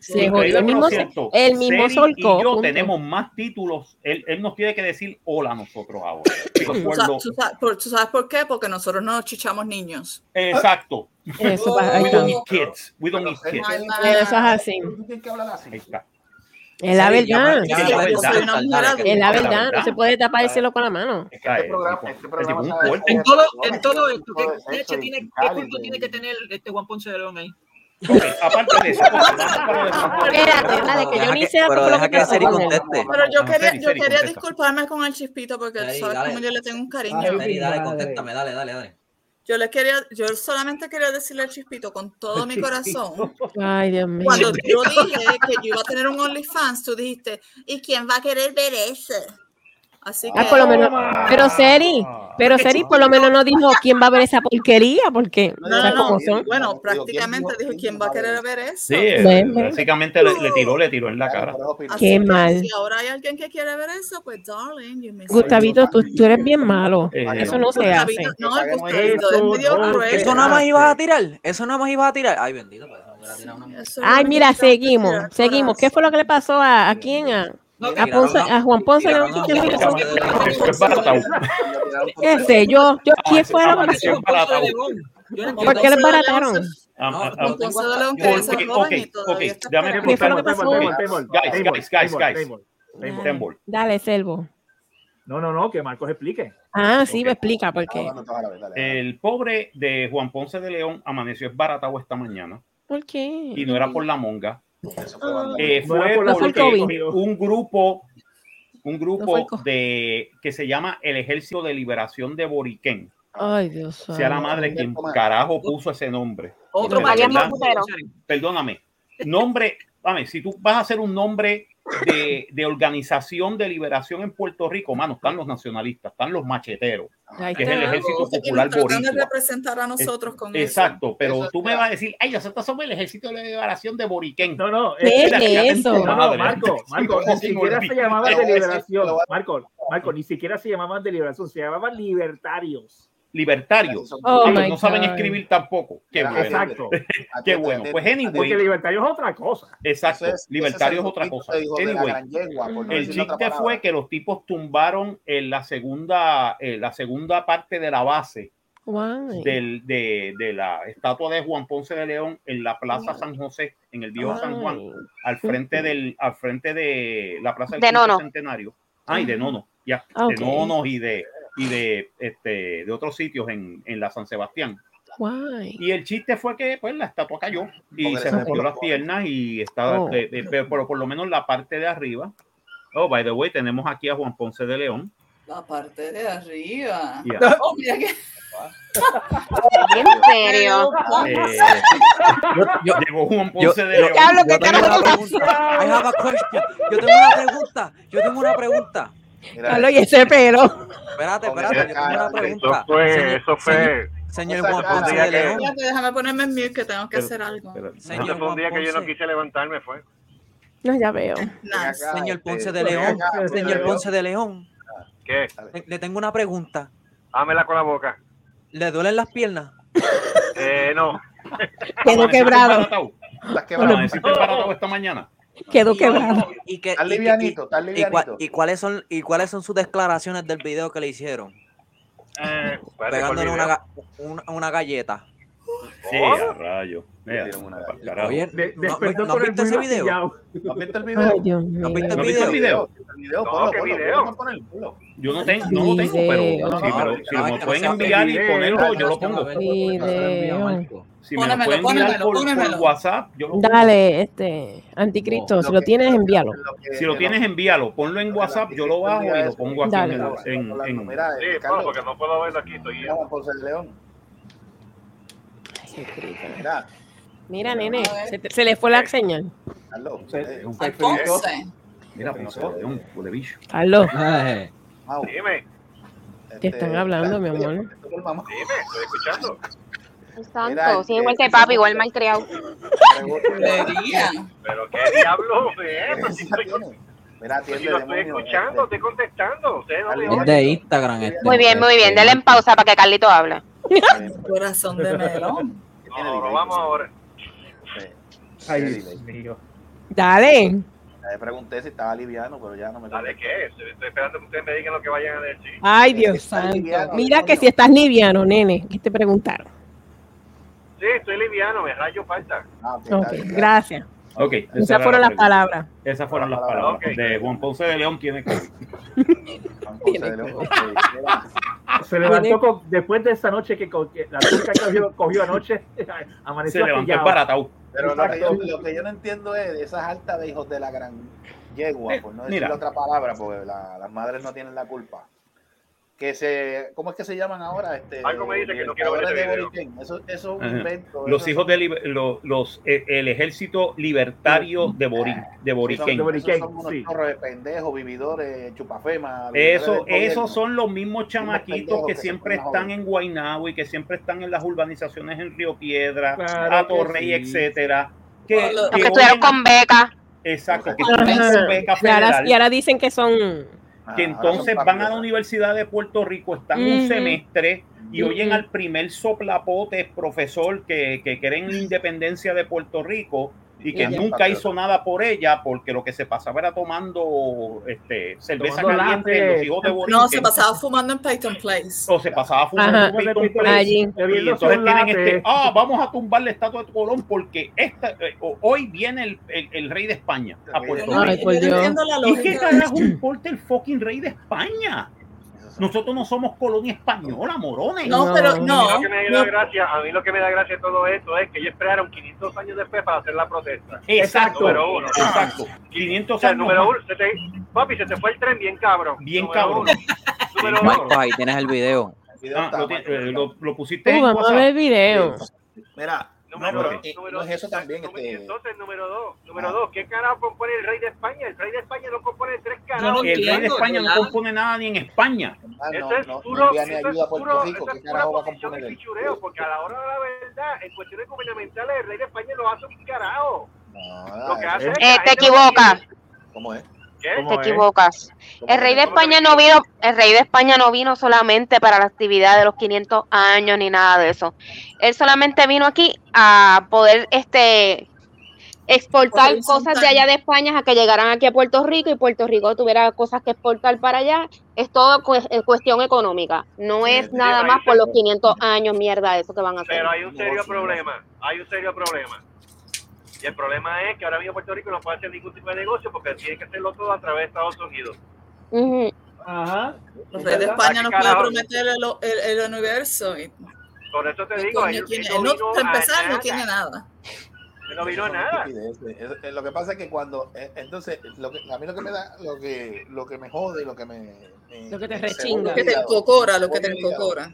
[SPEAKER 4] Se jodió.
[SPEAKER 3] Increíble,
[SPEAKER 4] El
[SPEAKER 3] pero
[SPEAKER 4] mismo se-
[SPEAKER 3] cierto.
[SPEAKER 4] el mismo
[SPEAKER 3] Seri y
[SPEAKER 4] solcó,
[SPEAKER 3] yo
[SPEAKER 4] punto.
[SPEAKER 3] tenemos más títulos. Él, él nos tiene que decir hola a nosotros ahora. Because
[SPEAKER 7] ¿Tú
[SPEAKER 3] we're
[SPEAKER 7] sa-
[SPEAKER 3] lo-
[SPEAKER 7] tú sa- por- ¿Tú sabes por qué? Porque nosotros no chichamos niños.
[SPEAKER 3] Exacto.
[SPEAKER 4] Eso, pa- ahí
[SPEAKER 3] We
[SPEAKER 4] está.
[SPEAKER 3] don't need kids. We don't need kids.
[SPEAKER 4] Eso es así.
[SPEAKER 3] Ahí está.
[SPEAKER 4] Es la
[SPEAKER 1] Sí, ya
[SPEAKER 4] verdad.
[SPEAKER 1] va- ya
[SPEAKER 7] Sí,
[SPEAKER 1] va
[SPEAKER 7] yo
[SPEAKER 1] verdad.
[SPEAKER 7] soy una mujer adulta.
[SPEAKER 4] Es la
[SPEAKER 3] la
[SPEAKER 4] verdad. No
[SPEAKER 3] verdad.
[SPEAKER 4] se puede tapar el cielo con la mano.
[SPEAKER 3] Está él,
[SPEAKER 5] programa-
[SPEAKER 3] tipo-
[SPEAKER 5] este
[SPEAKER 3] el
[SPEAKER 5] programa
[SPEAKER 3] tipo
[SPEAKER 5] sabe-
[SPEAKER 3] un fuerte.
[SPEAKER 6] En todo, en todo esto, ¿qué,
[SPEAKER 5] Todo
[SPEAKER 6] qué
[SPEAKER 5] eso,
[SPEAKER 6] tiene,
[SPEAKER 5] y
[SPEAKER 6] qué culpa
[SPEAKER 5] cálido,
[SPEAKER 6] tiene
[SPEAKER 5] y-
[SPEAKER 6] que tener este Juan Ponce de León ahí?
[SPEAKER 3] Ok, aparte de eso,
[SPEAKER 4] Espérate, dale, que yo ni sé
[SPEAKER 1] Pero
[SPEAKER 4] por lo
[SPEAKER 1] deja
[SPEAKER 4] que
[SPEAKER 1] que
[SPEAKER 4] pasó.
[SPEAKER 1] Siri
[SPEAKER 4] con él.
[SPEAKER 1] conteste.
[SPEAKER 7] Pero yo
[SPEAKER 3] Ajá,
[SPEAKER 7] quería,
[SPEAKER 3] Seri,
[SPEAKER 7] yo
[SPEAKER 3] Seri,
[SPEAKER 7] quería
[SPEAKER 3] contesta.
[SPEAKER 7] disculparme con el chispito porque tú
[SPEAKER 1] Dale,
[SPEAKER 7] sabes
[SPEAKER 1] dale.
[SPEAKER 7] cómo yo le tengo un cariño.
[SPEAKER 8] Ay,
[SPEAKER 1] Siri, dale,
[SPEAKER 8] madre.
[SPEAKER 1] contéstame, dale, dale, dale.
[SPEAKER 7] Yo le quería, yo solamente quería decirle al chispito con todo mi corazón.
[SPEAKER 4] Ay, Dios mío.
[SPEAKER 7] Cuando yo dije que yo iba a tener un OnlyFans, tú dijiste, ¿y quién va a querer ver eso? Así que
[SPEAKER 4] Ah, por lo menos. Pero Seri, pero Seri por lo menos no dijo quién va a ver esa porquería, porque
[SPEAKER 5] No,
[SPEAKER 7] No,
[SPEAKER 4] ¿sabes
[SPEAKER 7] no,
[SPEAKER 4] cómo
[SPEAKER 7] no.
[SPEAKER 4] son?
[SPEAKER 7] Bueno,
[SPEAKER 5] Digo,
[SPEAKER 7] prácticamente
[SPEAKER 5] ¿quién-
[SPEAKER 7] dijo, ¿quién va a querer ver eso?
[SPEAKER 3] Sí, eh,
[SPEAKER 4] Ven, ven.
[SPEAKER 3] básicamente le, le tiró, le tiró en la cara.
[SPEAKER 7] Así
[SPEAKER 4] Qué
[SPEAKER 7] que
[SPEAKER 4] mal.
[SPEAKER 7] Si ahora hay alguien que quiere ver eso, pues darling, you miss
[SPEAKER 4] Gustavito, tú, tú eres bien malo.
[SPEAKER 3] Eh,
[SPEAKER 4] Eso no se hace.
[SPEAKER 7] Gustavito- No, el
[SPEAKER 5] Eso
[SPEAKER 7] Gustavito es medio
[SPEAKER 8] no,
[SPEAKER 7] cruel.
[SPEAKER 1] Eso nada más ibas a tirar. Eso nada más ibas a tirar. Ay, bendito. pues, no hubiera tirado una mujer.
[SPEAKER 7] Eso es
[SPEAKER 4] Ay,
[SPEAKER 7] lo
[SPEAKER 4] mira,
[SPEAKER 7] que tengo que
[SPEAKER 4] seguimos,
[SPEAKER 7] tirar
[SPEAKER 4] seguimos. ¿Qué
[SPEAKER 7] corazón.
[SPEAKER 4] fue lo que le pasó a, a quién? A,
[SPEAKER 6] No,
[SPEAKER 4] a Ponce, a Juan Ponce.
[SPEAKER 1] Tiraron
[SPEAKER 4] ¿no?
[SPEAKER 1] a
[SPEAKER 4] ¿Quién
[SPEAKER 1] Juan
[SPEAKER 4] le-
[SPEAKER 1] Ponce de León.
[SPEAKER 3] Esto es baratao.
[SPEAKER 4] ¿Qué sé yo? yo ¿Quién fue lo que
[SPEAKER 3] amaneció
[SPEAKER 6] Juan Ponce de
[SPEAKER 3] embarazado.
[SPEAKER 6] León. Yo no
[SPEAKER 4] ¿Por qué
[SPEAKER 6] entiendo.
[SPEAKER 4] le barataron?
[SPEAKER 3] Ah,
[SPEAKER 1] No,
[SPEAKER 3] ah,
[SPEAKER 1] no,
[SPEAKER 3] ah,
[SPEAKER 1] no.
[SPEAKER 7] Entonces de León que
[SPEAKER 3] Porque-
[SPEAKER 7] eres joven y
[SPEAKER 3] ok,
[SPEAKER 7] todavía
[SPEAKER 3] ok,
[SPEAKER 7] está
[SPEAKER 3] déjame
[SPEAKER 7] esperando.
[SPEAKER 4] ¿Qué fue lo que
[SPEAKER 8] Table,
[SPEAKER 4] pasó?
[SPEAKER 8] table, table,
[SPEAKER 3] Guys,
[SPEAKER 8] table,
[SPEAKER 3] guys, guys,
[SPEAKER 8] table,
[SPEAKER 3] guys.
[SPEAKER 8] table.
[SPEAKER 3] Tembol.
[SPEAKER 4] Dale, Selvo.
[SPEAKER 8] No, no, no, que Marcos explique.
[SPEAKER 4] Ah, sí,
[SPEAKER 3] Ok.
[SPEAKER 4] me explica por qué.
[SPEAKER 3] El pobre de Juan Ponce de León amaneció esbaratado esta mañana
[SPEAKER 4] ¿Por
[SPEAKER 3] y
[SPEAKER 4] qué?
[SPEAKER 3] no era por la monga.
[SPEAKER 5] Eh,
[SPEAKER 3] Eh,
[SPEAKER 8] No
[SPEAKER 3] fue
[SPEAKER 8] era por la
[SPEAKER 3] porque
[SPEAKER 8] COVID.
[SPEAKER 3] un grupo, un
[SPEAKER 4] No fue el
[SPEAKER 3] grupo
[SPEAKER 4] co-
[SPEAKER 3] de que se llama el Ejército de Liberación de Boriquén.
[SPEAKER 4] Ay, Dios
[SPEAKER 3] Sea la
[SPEAKER 4] santo.
[SPEAKER 3] madre quien carajo puso ese nombre.
[SPEAKER 6] Otro
[SPEAKER 3] Porque
[SPEAKER 6] macho.
[SPEAKER 3] la verdad-
[SPEAKER 6] Otro macho.
[SPEAKER 3] perdóname, nombre, dame, si tú vas a hacer un nombre de, de organización de liberación en Puerto Rico, mano, están los nacionalistas, están los macheteros.
[SPEAKER 4] Ahí
[SPEAKER 3] que es el
[SPEAKER 4] está.
[SPEAKER 3] ejército
[SPEAKER 7] Y nos
[SPEAKER 3] popular
[SPEAKER 7] tratan de
[SPEAKER 3] boricua.
[SPEAKER 7] representar a nosotros con eso.
[SPEAKER 3] Exacto, pero
[SPEAKER 5] Eso
[SPEAKER 3] tú me
[SPEAKER 5] está.
[SPEAKER 3] vas a decir, ay, nosotros somos el ejército de liberación de Boriquén.
[SPEAKER 8] No, no.
[SPEAKER 4] ¿Qué
[SPEAKER 8] eh,
[SPEAKER 4] es eso?
[SPEAKER 8] No, no,
[SPEAKER 3] Madre.
[SPEAKER 8] Marco, Marco, ni
[SPEAKER 3] Sin
[SPEAKER 8] siquiera
[SPEAKER 3] olvidar.
[SPEAKER 8] se llamaba
[SPEAKER 5] Te voy
[SPEAKER 8] de
[SPEAKER 5] a decir,
[SPEAKER 8] liberación.
[SPEAKER 5] te lo voy
[SPEAKER 8] Marco, Marco, ni siquiera se llamaban de liberación, se llamaban libertarios.
[SPEAKER 3] Libertarios.
[SPEAKER 4] Oh,
[SPEAKER 3] Ellos
[SPEAKER 4] my
[SPEAKER 3] no saben
[SPEAKER 4] God.
[SPEAKER 3] escribir tampoco. Qué
[SPEAKER 5] Era-
[SPEAKER 3] bueno,
[SPEAKER 5] Exacto.
[SPEAKER 3] qué bueno. Pues
[SPEAKER 8] Porque
[SPEAKER 3] anyway,
[SPEAKER 8] libertario es otra cosa.
[SPEAKER 3] exacto, libertario es otra cosa. Anyway, El chiste fue que los tipos tumbaron en la segunda, en la segunda parte de la base
[SPEAKER 4] Guay.
[SPEAKER 3] del- de, de la estatua de Juan Ponce de León en la Plaza San José, en el viejo San Juan,
[SPEAKER 4] Ay.
[SPEAKER 3] al frente del, al frente de la Plaza del
[SPEAKER 9] De
[SPEAKER 3] Quinto
[SPEAKER 9] Nono.
[SPEAKER 3] Centenario. Ay, de Nono, ya,
[SPEAKER 4] Ah, ok.
[SPEAKER 3] de Nono y de y de este de otros sitios en, en la San Sebastián.
[SPEAKER 4] Guay.
[SPEAKER 3] Y el chiste fue que pues la estatua cayó y
[SPEAKER 5] Porque
[SPEAKER 3] se
[SPEAKER 5] le
[SPEAKER 3] rompió
[SPEAKER 5] salió.
[SPEAKER 3] las piernas y estaba,
[SPEAKER 4] Oh.
[SPEAKER 3] eh, eh, pero, pero por lo menos la parte de arriba. Oh, by the way, tenemos aquí a Juan Ponce de León.
[SPEAKER 7] La parte de arriba.
[SPEAKER 3] Ya.
[SPEAKER 7] Oh, mira que.
[SPEAKER 9] ¿En serio?
[SPEAKER 3] Eh, llegó Juan Ponce de
[SPEAKER 1] yo-
[SPEAKER 3] León.
[SPEAKER 9] Diablo, ¿qué
[SPEAKER 1] Yo tengo
[SPEAKER 9] carajo
[SPEAKER 1] una
[SPEAKER 9] tú estás
[SPEAKER 1] pregunta. I have a question. Yo tengo una pregunta. Yo tengo una pregunta.
[SPEAKER 5] Mira,
[SPEAKER 10] eh,
[SPEAKER 4] Carlos, y ese pelo.
[SPEAKER 1] Espérate,
[SPEAKER 5] Con
[SPEAKER 1] espérate.
[SPEAKER 5] esa
[SPEAKER 1] Yo tengo
[SPEAKER 5] cara,
[SPEAKER 1] una pregunta.
[SPEAKER 10] Eso fue,
[SPEAKER 1] Señor-
[SPEAKER 10] eso fue.
[SPEAKER 1] Señor
[SPEAKER 5] Esa
[SPEAKER 1] Juan
[SPEAKER 5] cara,
[SPEAKER 1] Ponce
[SPEAKER 10] diga
[SPEAKER 1] Eh, de
[SPEAKER 10] que-
[SPEAKER 1] León.
[SPEAKER 7] Espérate, déjame ponerme en mute que tengo que
[SPEAKER 3] Pero-
[SPEAKER 7] hacer algo.
[SPEAKER 3] Pero-
[SPEAKER 1] Señor
[SPEAKER 10] Ese fue un día
[SPEAKER 1] Juan
[SPEAKER 10] que yo no
[SPEAKER 1] Ponce.
[SPEAKER 10] quise levantarme, fue.
[SPEAKER 4] No, ya veo.
[SPEAKER 5] ven
[SPEAKER 7] Nice.
[SPEAKER 5] acá,
[SPEAKER 1] Señor
[SPEAKER 5] este,
[SPEAKER 1] Ponce de
[SPEAKER 5] ven
[SPEAKER 1] León,
[SPEAKER 5] acá, Ponce de
[SPEAKER 1] Señor
[SPEAKER 5] León.
[SPEAKER 1] Ponce de León,
[SPEAKER 10] ¿Qué?
[SPEAKER 1] le, le tengo una pregunta.
[SPEAKER 10] Ámela con la boca.
[SPEAKER 1] ¿Le duelen las piernas?
[SPEAKER 10] Eh, no.
[SPEAKER 4] Quedó
[SPEAKER 3] ¿Amaneciste
[SPEAKER 4] quebrado.
[SPEAKER 3] embaratado?
[SPEAKER 5] Estás quebrado.
[SPEAKER 3] ¿Amaneciste embaratado esta mañana?
[SPEAKER 4] Quedó quebrado.
[SPEAKER 1] ¿Y, qué-
[SPEAKER 5] Estás
[SPEAKER 1] y-
[SPEAKER 5] livianito,
[SPEAKER 1] y-
[SPEAKER 5] estás
[SPEAKER 1] y- y cua-
[SPEAKER 5] livianito.
[SPEAKER 1] y cuáles son y cuáles son sus declaraciones del video que le hicieron?
[SPEAKER 10] Eh, espérate por el
[SPEAKER 1] Pegándole una,
[SPEAKER 10] video.
[SPEAKER 1] ga- una, una galleta.
[SPEAKER 3] Sí, a rayo. Mira,
[SPEAKER 5] Oh. Dieron una-
[SPEAKER 3] pa'l carajo.
[SPEAKER 1] Oye,
[SPEAKER 8] De-
[SPEAKER 1] ¿no-
[SPEAKER 8] despertó
[SPEAKER 1] ¿no,
[SPEAKER 8] con
[SPEAKER 1] has
[SPEAKER 8] el
[SPEAKER 1] visto ese
[SPEAKER 8] mismo
[SPEAKER 1] video?
[SPEAKER 8] pillado.
[SPEAKER 5] ¿Has visto el
[SPEAKER 4] Ay,
[SPEAKER 5] video?
[SPEAKER 4] Dios mío.
[SPEAKER 1] ¿No has visto
[SPEAKER 3] ¿No
[SPEAKER 1] el
[SPEAKER 3] viste el
[SPEAKER 1] video?
[SPEAKER 3] video?
[SPEAKER 5] El video,
[SPEAKER 10] No,
[SPEAKER 5] ponlo,
[SPEAKER 10] ¿qué
[SPEAKER 5] ponlo,
[SPEAKER 10] video?
[SPEAKER 5] ponlo, ponlo, ponlo.
[SPEAKER 3] Yo no, tengo, no lo tengo,
[SPEAKER 4] Video.
[SPEAKER 3] pero si me lo, si me lo pueden enviar y ponerlo, yo lo pongo.
[SPEAKER 4] Video.
[SPEAKER 3] Si me lo pueden
[SPEAKER 7] Pónemelo,
[SPEAKER 3] enviar
[SPEAKER 7] pónemelo,
[SPEAKER 3] por, por
[SPEAKER 7] pónemelo.
[SPEAKER 3] WhatsApp, yo lo pongo.
[SPEAKER 4] Dale, este, anticristo, si
[SPEAKER 5] Lo
[SPEAKER 4] lo
[SPEAKER 5] que-
[SPEAKER 4] tienes, envíalo.
[SPEAKER 5] que-
[SPEAKER 3] Si lo tienes, envíalo. Ponlo en WhatsApp, yo lo bajo y lo pongo aquí en
[SPEAKER 4] Dale.
[SPEAKER 3] el- en, en-
[SPEAKER 5] Mira,
[SPEAKER 10] Sí,
[SPEAKER 5] eh,
[SPEAKER 10] bueno,
[SPEAKER 5] Carlos,
[SPEAKER 10] porque no puedo verlo aquí. Estoy
[SPEAKER 5] mira, Juan Ponce de León.
[SPEAKER 4] Ay, Jesucristo.
[SPEAKER 5] Mira,
[SPEAKER 4] Mira, nene, se, te- se le fue la señal.
[SPEAKER 5] Carlos. eh,
[SPEAKER 7] Al Ponce.
[SPEAKER 3] Mira, Ponce de León, huele bicho.
[SPEAKER 4] Carlos,
[SPEAKER 5] Mau,
[SPEAKER 10] Dime,
[SPEAKER 5] este,
[SPEAKER 4] están hablando, mi
[SPEAKER 5] Carlos,
[SPEAKER 4] amor.
[SPEAKER 5] esto por mamá.
[SPEAKER 10] dime, estoy escuchando.
[SPEAKER 9] Santo, sí, igual que papi, igual mal criado.
[SPEAKER 7] Debería.
[SPEAKER 10] Pero qué diablo es eso. Si estoy-
[SPEAKER 5] Mira, atiende
[SPEAKER 10] si lo estoy
[SPEAKER 5] demonio,
[SPEAKER 10] escuchando,
[SPEAKER 5] este,
[SPEAKER 10] estoy contestando. Ustedes no me
[SPEAKER 5] Dale.
[SPEAKER 10] oyen.
[SPEAKER 1] Es de Instagram este.
[SPEAKER 9] Muy bien, muy bien. Dele en pausa para que Carlito hable.
[SPEAKER 5] eh,
[SPEAKER 7] Corazón de melón.
[SPEAKER 5] que
[SPEAKER 10] No,
[SPEAKER 5] tiene
[SPEAKER 10] no,
[SPEAKER 5] delay,
[SPEAKER 10] vamos
[SPEAKER 5] ¿no?
[SPEAKER 10] ahora.
[SPEAKER 5] Eh,
[SPEAKER 8] Ay,
[SPEAKER 5] Dale,
[SPEAKER 8] Dios
[SPEAKER 5] dale.
[SPEAKER 8] mío.
[SPEAKER 4] Dale.
[SPEAKER 5] Le pregunté si estaba liviano, pero ya no me
[SPEAKER 10] Dale, ¿qué? Estoy estoy esperando que ustedes me digan lo que vayan a decir.
[SPEAKER 4] Ay,
[SPEAKER 5] Eh,
[SPEAKER 4] Dios
[SPEAKER 5] estás
[SPEAKER 4] santo.
[SPEAKER 5] liviano,
[SPEAKER 4] Mira que
[SPEAKER 5] coño.
[SPEAKER 4] si estás liviano, nene, que te preguntaron.
[SPEAKER 10] Sí, estoy liviano, me rayo falta.
[SPEAKER 5] Ah, ok,
[SPEAKER 4] Ok,
[SPEAKER 5] está bien,
[SPEAKER 4] gracias.
[SPEAKER 3] Ok,
[SPEAKER 4] Esas fueron las palabras.
[SPEAKER 3] Esas fueron las palabras. De Juan Ponce de León tiene que.
[SPEAKER 5] Juan Ponce de León, ok, mira,
[SPEAKER 6] Ah,
[SPEAKER 8] Se levantó con- después de esa noche que, co- que la turca cogió, cogió anoche.
[SPEAKER 3] Se
[SPEAKER 8] Amaneció
[SPEAKER 3] levantó
[SPEAKER 8] pillado.
[SPEAKER 3] embaratado.
[SPEAKER 5] Pero lo que, yo,
[SPEAKER 8] Exacto.
[SPEAKER 5] lo que yo no entiendo es esas altas de hijos de la gran yegua, por no decir
[SPEAKER 3] Eh, Mira.
[SPEAKER 5] otra palabra, porque la- las madres no tienen la culpa. Que se, ¿Cómo es que se llaman ahora? Este,
[SPEAKER 10] Algo me dice que no quiero ver
[SPEAKER 5] libertadores
[SPEAKER 10] ese
[SPEAKER 5] de Boriquén. Eso, eso es un
[SPEAKER 3] Ajá.
[SPEAKER 5] invento.
[SPEAKER 3] Los
[SPEAKER 5] eso-
[SPEAKER 3] hijos de liber- lo- los, eh, el ejército libertario de, Bori, de
[SPEAKER 5] esos son-
[SPEAKER 3] Boriquén.
[SPEAKER 5] esos son unos
[SPEAKER 8] sí.
[SPEAKER 5] chorros de pendejos, vividores, chupafemas.
[SPEAKER 3] Eso,
[SPEAKER 5] vividores del
[SPEAKER 3] esos
[SPEAKER 5] gobierno.
[SPEAKER 3] son los mismos chamaquitos
[SPEAKER 5] pendejos
[SPEAKER 3] que
[SPEAKER 5] que se
[SPEAKER 3] siempre
[SPEAKER 5] ponen a
[SPEAKER 3] están
[SPEAKER 5] joder.
[SPEAKER 3] en Guaynabo y que siempre están en las urbanizaciones en Río Piedra,
[SPEAKER 8] Claro
[SPEAKER 3] a
[SPEAKER 8] que
[SPEAKER 3] Torrey,
[SPEAKER 8] sí.
[SPEAKER 3] etcétera. Que,
[SPEAKER 7] Hola.
[SPEAKER 9] Los que
[SPEAKER 3] que
[SPEAKER 9] estuvieron
[SPEAKER 3] oyen-
[SPEAKER 9] con beca.
[SPEAKER 3] Exacto, que
[SPEAKER 5] Ajá.
[SPEAKER 3] estuvieron con beca
[SPEAKER 4] Y ahora,
[SPEAKER 3] federal,
[SPEAKER 4] y ahora dicen que son.
[SPEAKER 5] Ah,
[SPEAKER 3] que
[SPEAKER 5] ahora
[SPEAKER 3] entonces
[SPEAKER 5] son
[SPEAKER 3] van a la
[SPEAKER 5] patriotas.
[SPEAKER 3] Universidad de Puerto Rico, están un
[SPEAKER 4] Ujú.
[SPEAKER 3] semestre y
[SPEAKER 4] Ujú.
[SPEAKER 3] oyen al primer soplapote profesor que, que creen la independencia de Puerto Rico y que
[SPEAKER 5] Y ya.
[SPEAKER 3] nunca hizo nada por ella porque lo que se pasaba era tomando este, cerveza
[SPEAKER 8] Tomando
[SPEAKER 3] caliente en
[SPEAKER 8] latte.
[SPEAKER 3] los hijos de Borinquen,
[SPEAKER 7] No, se pasaba fumando en Peyton Place.
[SPEAKER 3] o se pasaba
[SPEAKER 4] Ajá.
[SPEAKER 3] fumando un Peyton Place,
[SPEAKER 4] Allí.
[SPEAKER 3] y
[SPEAKER 8] Bebiendo
[SPEAKER 3] entonces
[SPEAKER 8] su
[SPEAKER 3] tienen
[SPEAKER 8] latte.
[SPEAKER 3] este, ah, vamos a tumbar la estatua de Colón porque esta, eh, o- hoy viene el, el- el rey de España a
[SPEAKER 7] Yo
[SPEAKER 3] Puerto
[SPEAKER 7] no,
[SPEAKER 4] Ay,
[SPEAKER 3] Rico.
[SPEAKER 7] yo
[SPEAKER 4] por
[SPEAKER 7] no
[SPEAKER 4] Dios.
[SPEAKER 7] entiendo la
[SPEAKER 3] ¿Y qué
[SPEAKER 7] lógica.
[SPEAKER 3] carajo importa el fucking rey de España?
[SPEAKER 5] Esos son-
[SPEAKER 3] Nosotros no somos colonia española, morones.
[SPEAKER 7] No,
[SPEAKER 4] No.
[SPEAKER 7] pero
[SPEAKER 10] A
[SPEAKER 7] no.
[SPEAKER 10] mí lo que me da
[SPEAKER 7] no.
[SPEAKER 10] gracia, a mí lo que me da gracia de todo esto es que ellos esperaron 500 años después para hacer la protesta.
[SPEAKER 3] Exacto.
[SPEAKER 10] Número uno.
[SPEAKER 3] Exacto. 500
[SPEAKER 10] O sea,
[SPEAKER 3] años
[SPEAKER 10] número
[SPEAKER 3] más.
[SPEAKER 10] uno, se te, papi, se te fue el tren bien cabrón.
[SPEAKER 3] Bien
[SPEAKER 10] Número
[SPEAKER 3] cabrón.
[SPEAKER 10] uno. Número
[SPEAKER 3] Mike
[SPEAKER 10] dos,
[SPEAKER 1] Ahí tienes el video.
[SPEAKER 5] el video
[SPEAKER 3] Ah,
[SPEAKER 5] está
[SPEAKER 3] lo, ti-
[SPEAKER 5] mal
[SPEAKER 3] eh, lo- lo pusiste
[SPEAKER 4] Uh,
[SPEAKER 3] en
[SPEAKER 4] vamos a
[SPEAKER 3] WhatsApp.
[SPEAKER 4] ver el video.
[SPEAKER 5] Mira, no,
[SPEAKER 10] número
[SPEAKER 5] pero,
[SPEAKER 10] dos,
[SPEAKER 5] eh,
[SPEAKER 10] número
[SPEAKER 5] no es eso
[SPEAKER 10] dos.
[SPEAKER 5] también.
[SPEAKER 10] Número-
[SPEAKER 5] este,
[SPEAKER 10] Entonces, número dos, número
[SPEAKER 5] Ah.
[SPEAKER 10] dos, ¿qué carajo compone el rey de España? El rey de España no compone tres carajos.
[SPEAKER 6] no
[SPEAKER 3] El rey de
[SPEAKER 6] entiendo,
[SPEAKER 3] España
[SPEAKER 6] yo
[SPEAKER 3] no
[SPEAKER 6] nada.
[SPEAKER 3] compone nada ni en España.
[SPEAKER 5] hermano,
[SPEAKER 10] Eso
[SPEAKER 5] Ah, no,
[SPEAKER 10] es
[SPEAKER 5] no,
[SPEAKER 10] puro,
[SPEAKER 5] no envía ni
[SPEAKER 10] eso es
[SPEAKER 5] ayuda a Puerto
[SPEAKER 10] puro-
[SPEAKER 5] Rico.
[SPEAKER 10] eso
[SPEAKER 5] ¿Qué
[SPEAKER 10] es pura
[SPEAKER 5] carajo va a
[SPEAKER 10] posición
[SPEAKER 5] componer
[SPEAKER 10] de
[SPEAKER 5] él?
[SPEAKER 10] fichureo, porque a la hora de la verdad, en cuestiones gubernamentales, el rey de España no hace un carajo.
[SPEAKER 5] No,
[SPEAKER 10] Lo que hace es que
[SPEAKER 9] Eh,
[SPEAKER 10] la
[SPEAKER 9] te
[SPEAKER 10] gente lo
[SPEAKER 9] equivocas.
[SPEAKER 10] quiere.
[SPEAKER 5] ¿Cómo es?
[SPEAKER 10] ¿Qué?
[SPEAKER 9] Te
[SPEAKER 8] ¿Cómo es?
[SPEAKER 9] equivocas.
[SPEAKER 5] ¿Cómo
[SPEAKER 9] El rey de
[SPEAKER 5] es?
[SPEAKER 9] España no vino, el rey de España no vino solamente para la actividad de los 500 años ni nada de eso. Él solamente vino aquí a poder este exportar
[SPEAKER 7] Porque ellos son
[SPEAKER 9] cosas de
[SPEAKER 7] tan-
[SPEAKER 9] allá de España a que llegaran aquí a Puerto Rico y Puerto Rico tuviera cosas que exportar para allá, es todo cu- eh, cuestión económica. No es
[SPEAKER 10] sí,
[SPEAKER 9] nada
[SPEAKER 10] ahí
[SPEAKER 9] más por
[SPEAKER 10] se-
[SPEAKER 9] los 500 años, mierda, eso que van a hacer.
[SPEAKER 10] Pero hay un serio problema, hay un serio problema. Y el problema es que ahora mismo Puerto Rico no puede hacer ningún tipo de negocio porque tiene que hacerlo todo a través de Estados Unidos.
[SPEAKER 9] Ujú.
[SPEAKER 8] Ajá.
[SPEAKER 7] Los reyes de
[SPEAKER 10] ¿Verdad?
[SPEAKER 7] España
[SPEAKER 10] Ah,
[SPEAKER 7] nos
[SPEAKER 10] qué
[SPEAKER 7] puede
[SPEAKER 10] carajo.
[SPEAKER 7] prometer el, el- el universo. Y,
[SPEAKER 10] Por eso te
[SPEAKER 7] y
[SPEAKER 10] digo,
[SPEAKER 7] coño,
[SPEAKER 10] él,
[SPEAKER 7] tiene-
[SPEAKER 10] él
[SPEAKER 7] él
[SPEAKER 10] no
[SPEAKER 7] no-
[SPEAKER 10] vino
[SPEAKER 7] para
[SPEAKER 10] a
[SPEAKER 7] empezar, no
[SPEAKER 10] nada.
[SPEAKER 7] tiene nada.
[SPEAKER 10] Él no vino a
[SPEAKER 5] Son
[SPEAKER 10] nada.
[SPEAKER 5] estupideces. eh. Es- es- lo que pasa es que cuando eh, entonces lo que, a mí lo que me da lo que lo que me jode lo que me, me-
[SPEAKER 4] Lo que te
[SPEAKER 5] me
[SPEAKER 4] rechinga.
[SPEAKER 5] cebolla
[SPEAKER 7] Que
[SPEAKER 5] el
[SPEAKER 7] te
[SPEAKER 5] hígado.
[SPEAKER 7] encocora, lo que te
[SPEAKER 5] Cebolla el hígado.
[SPEAKER 7] encocora.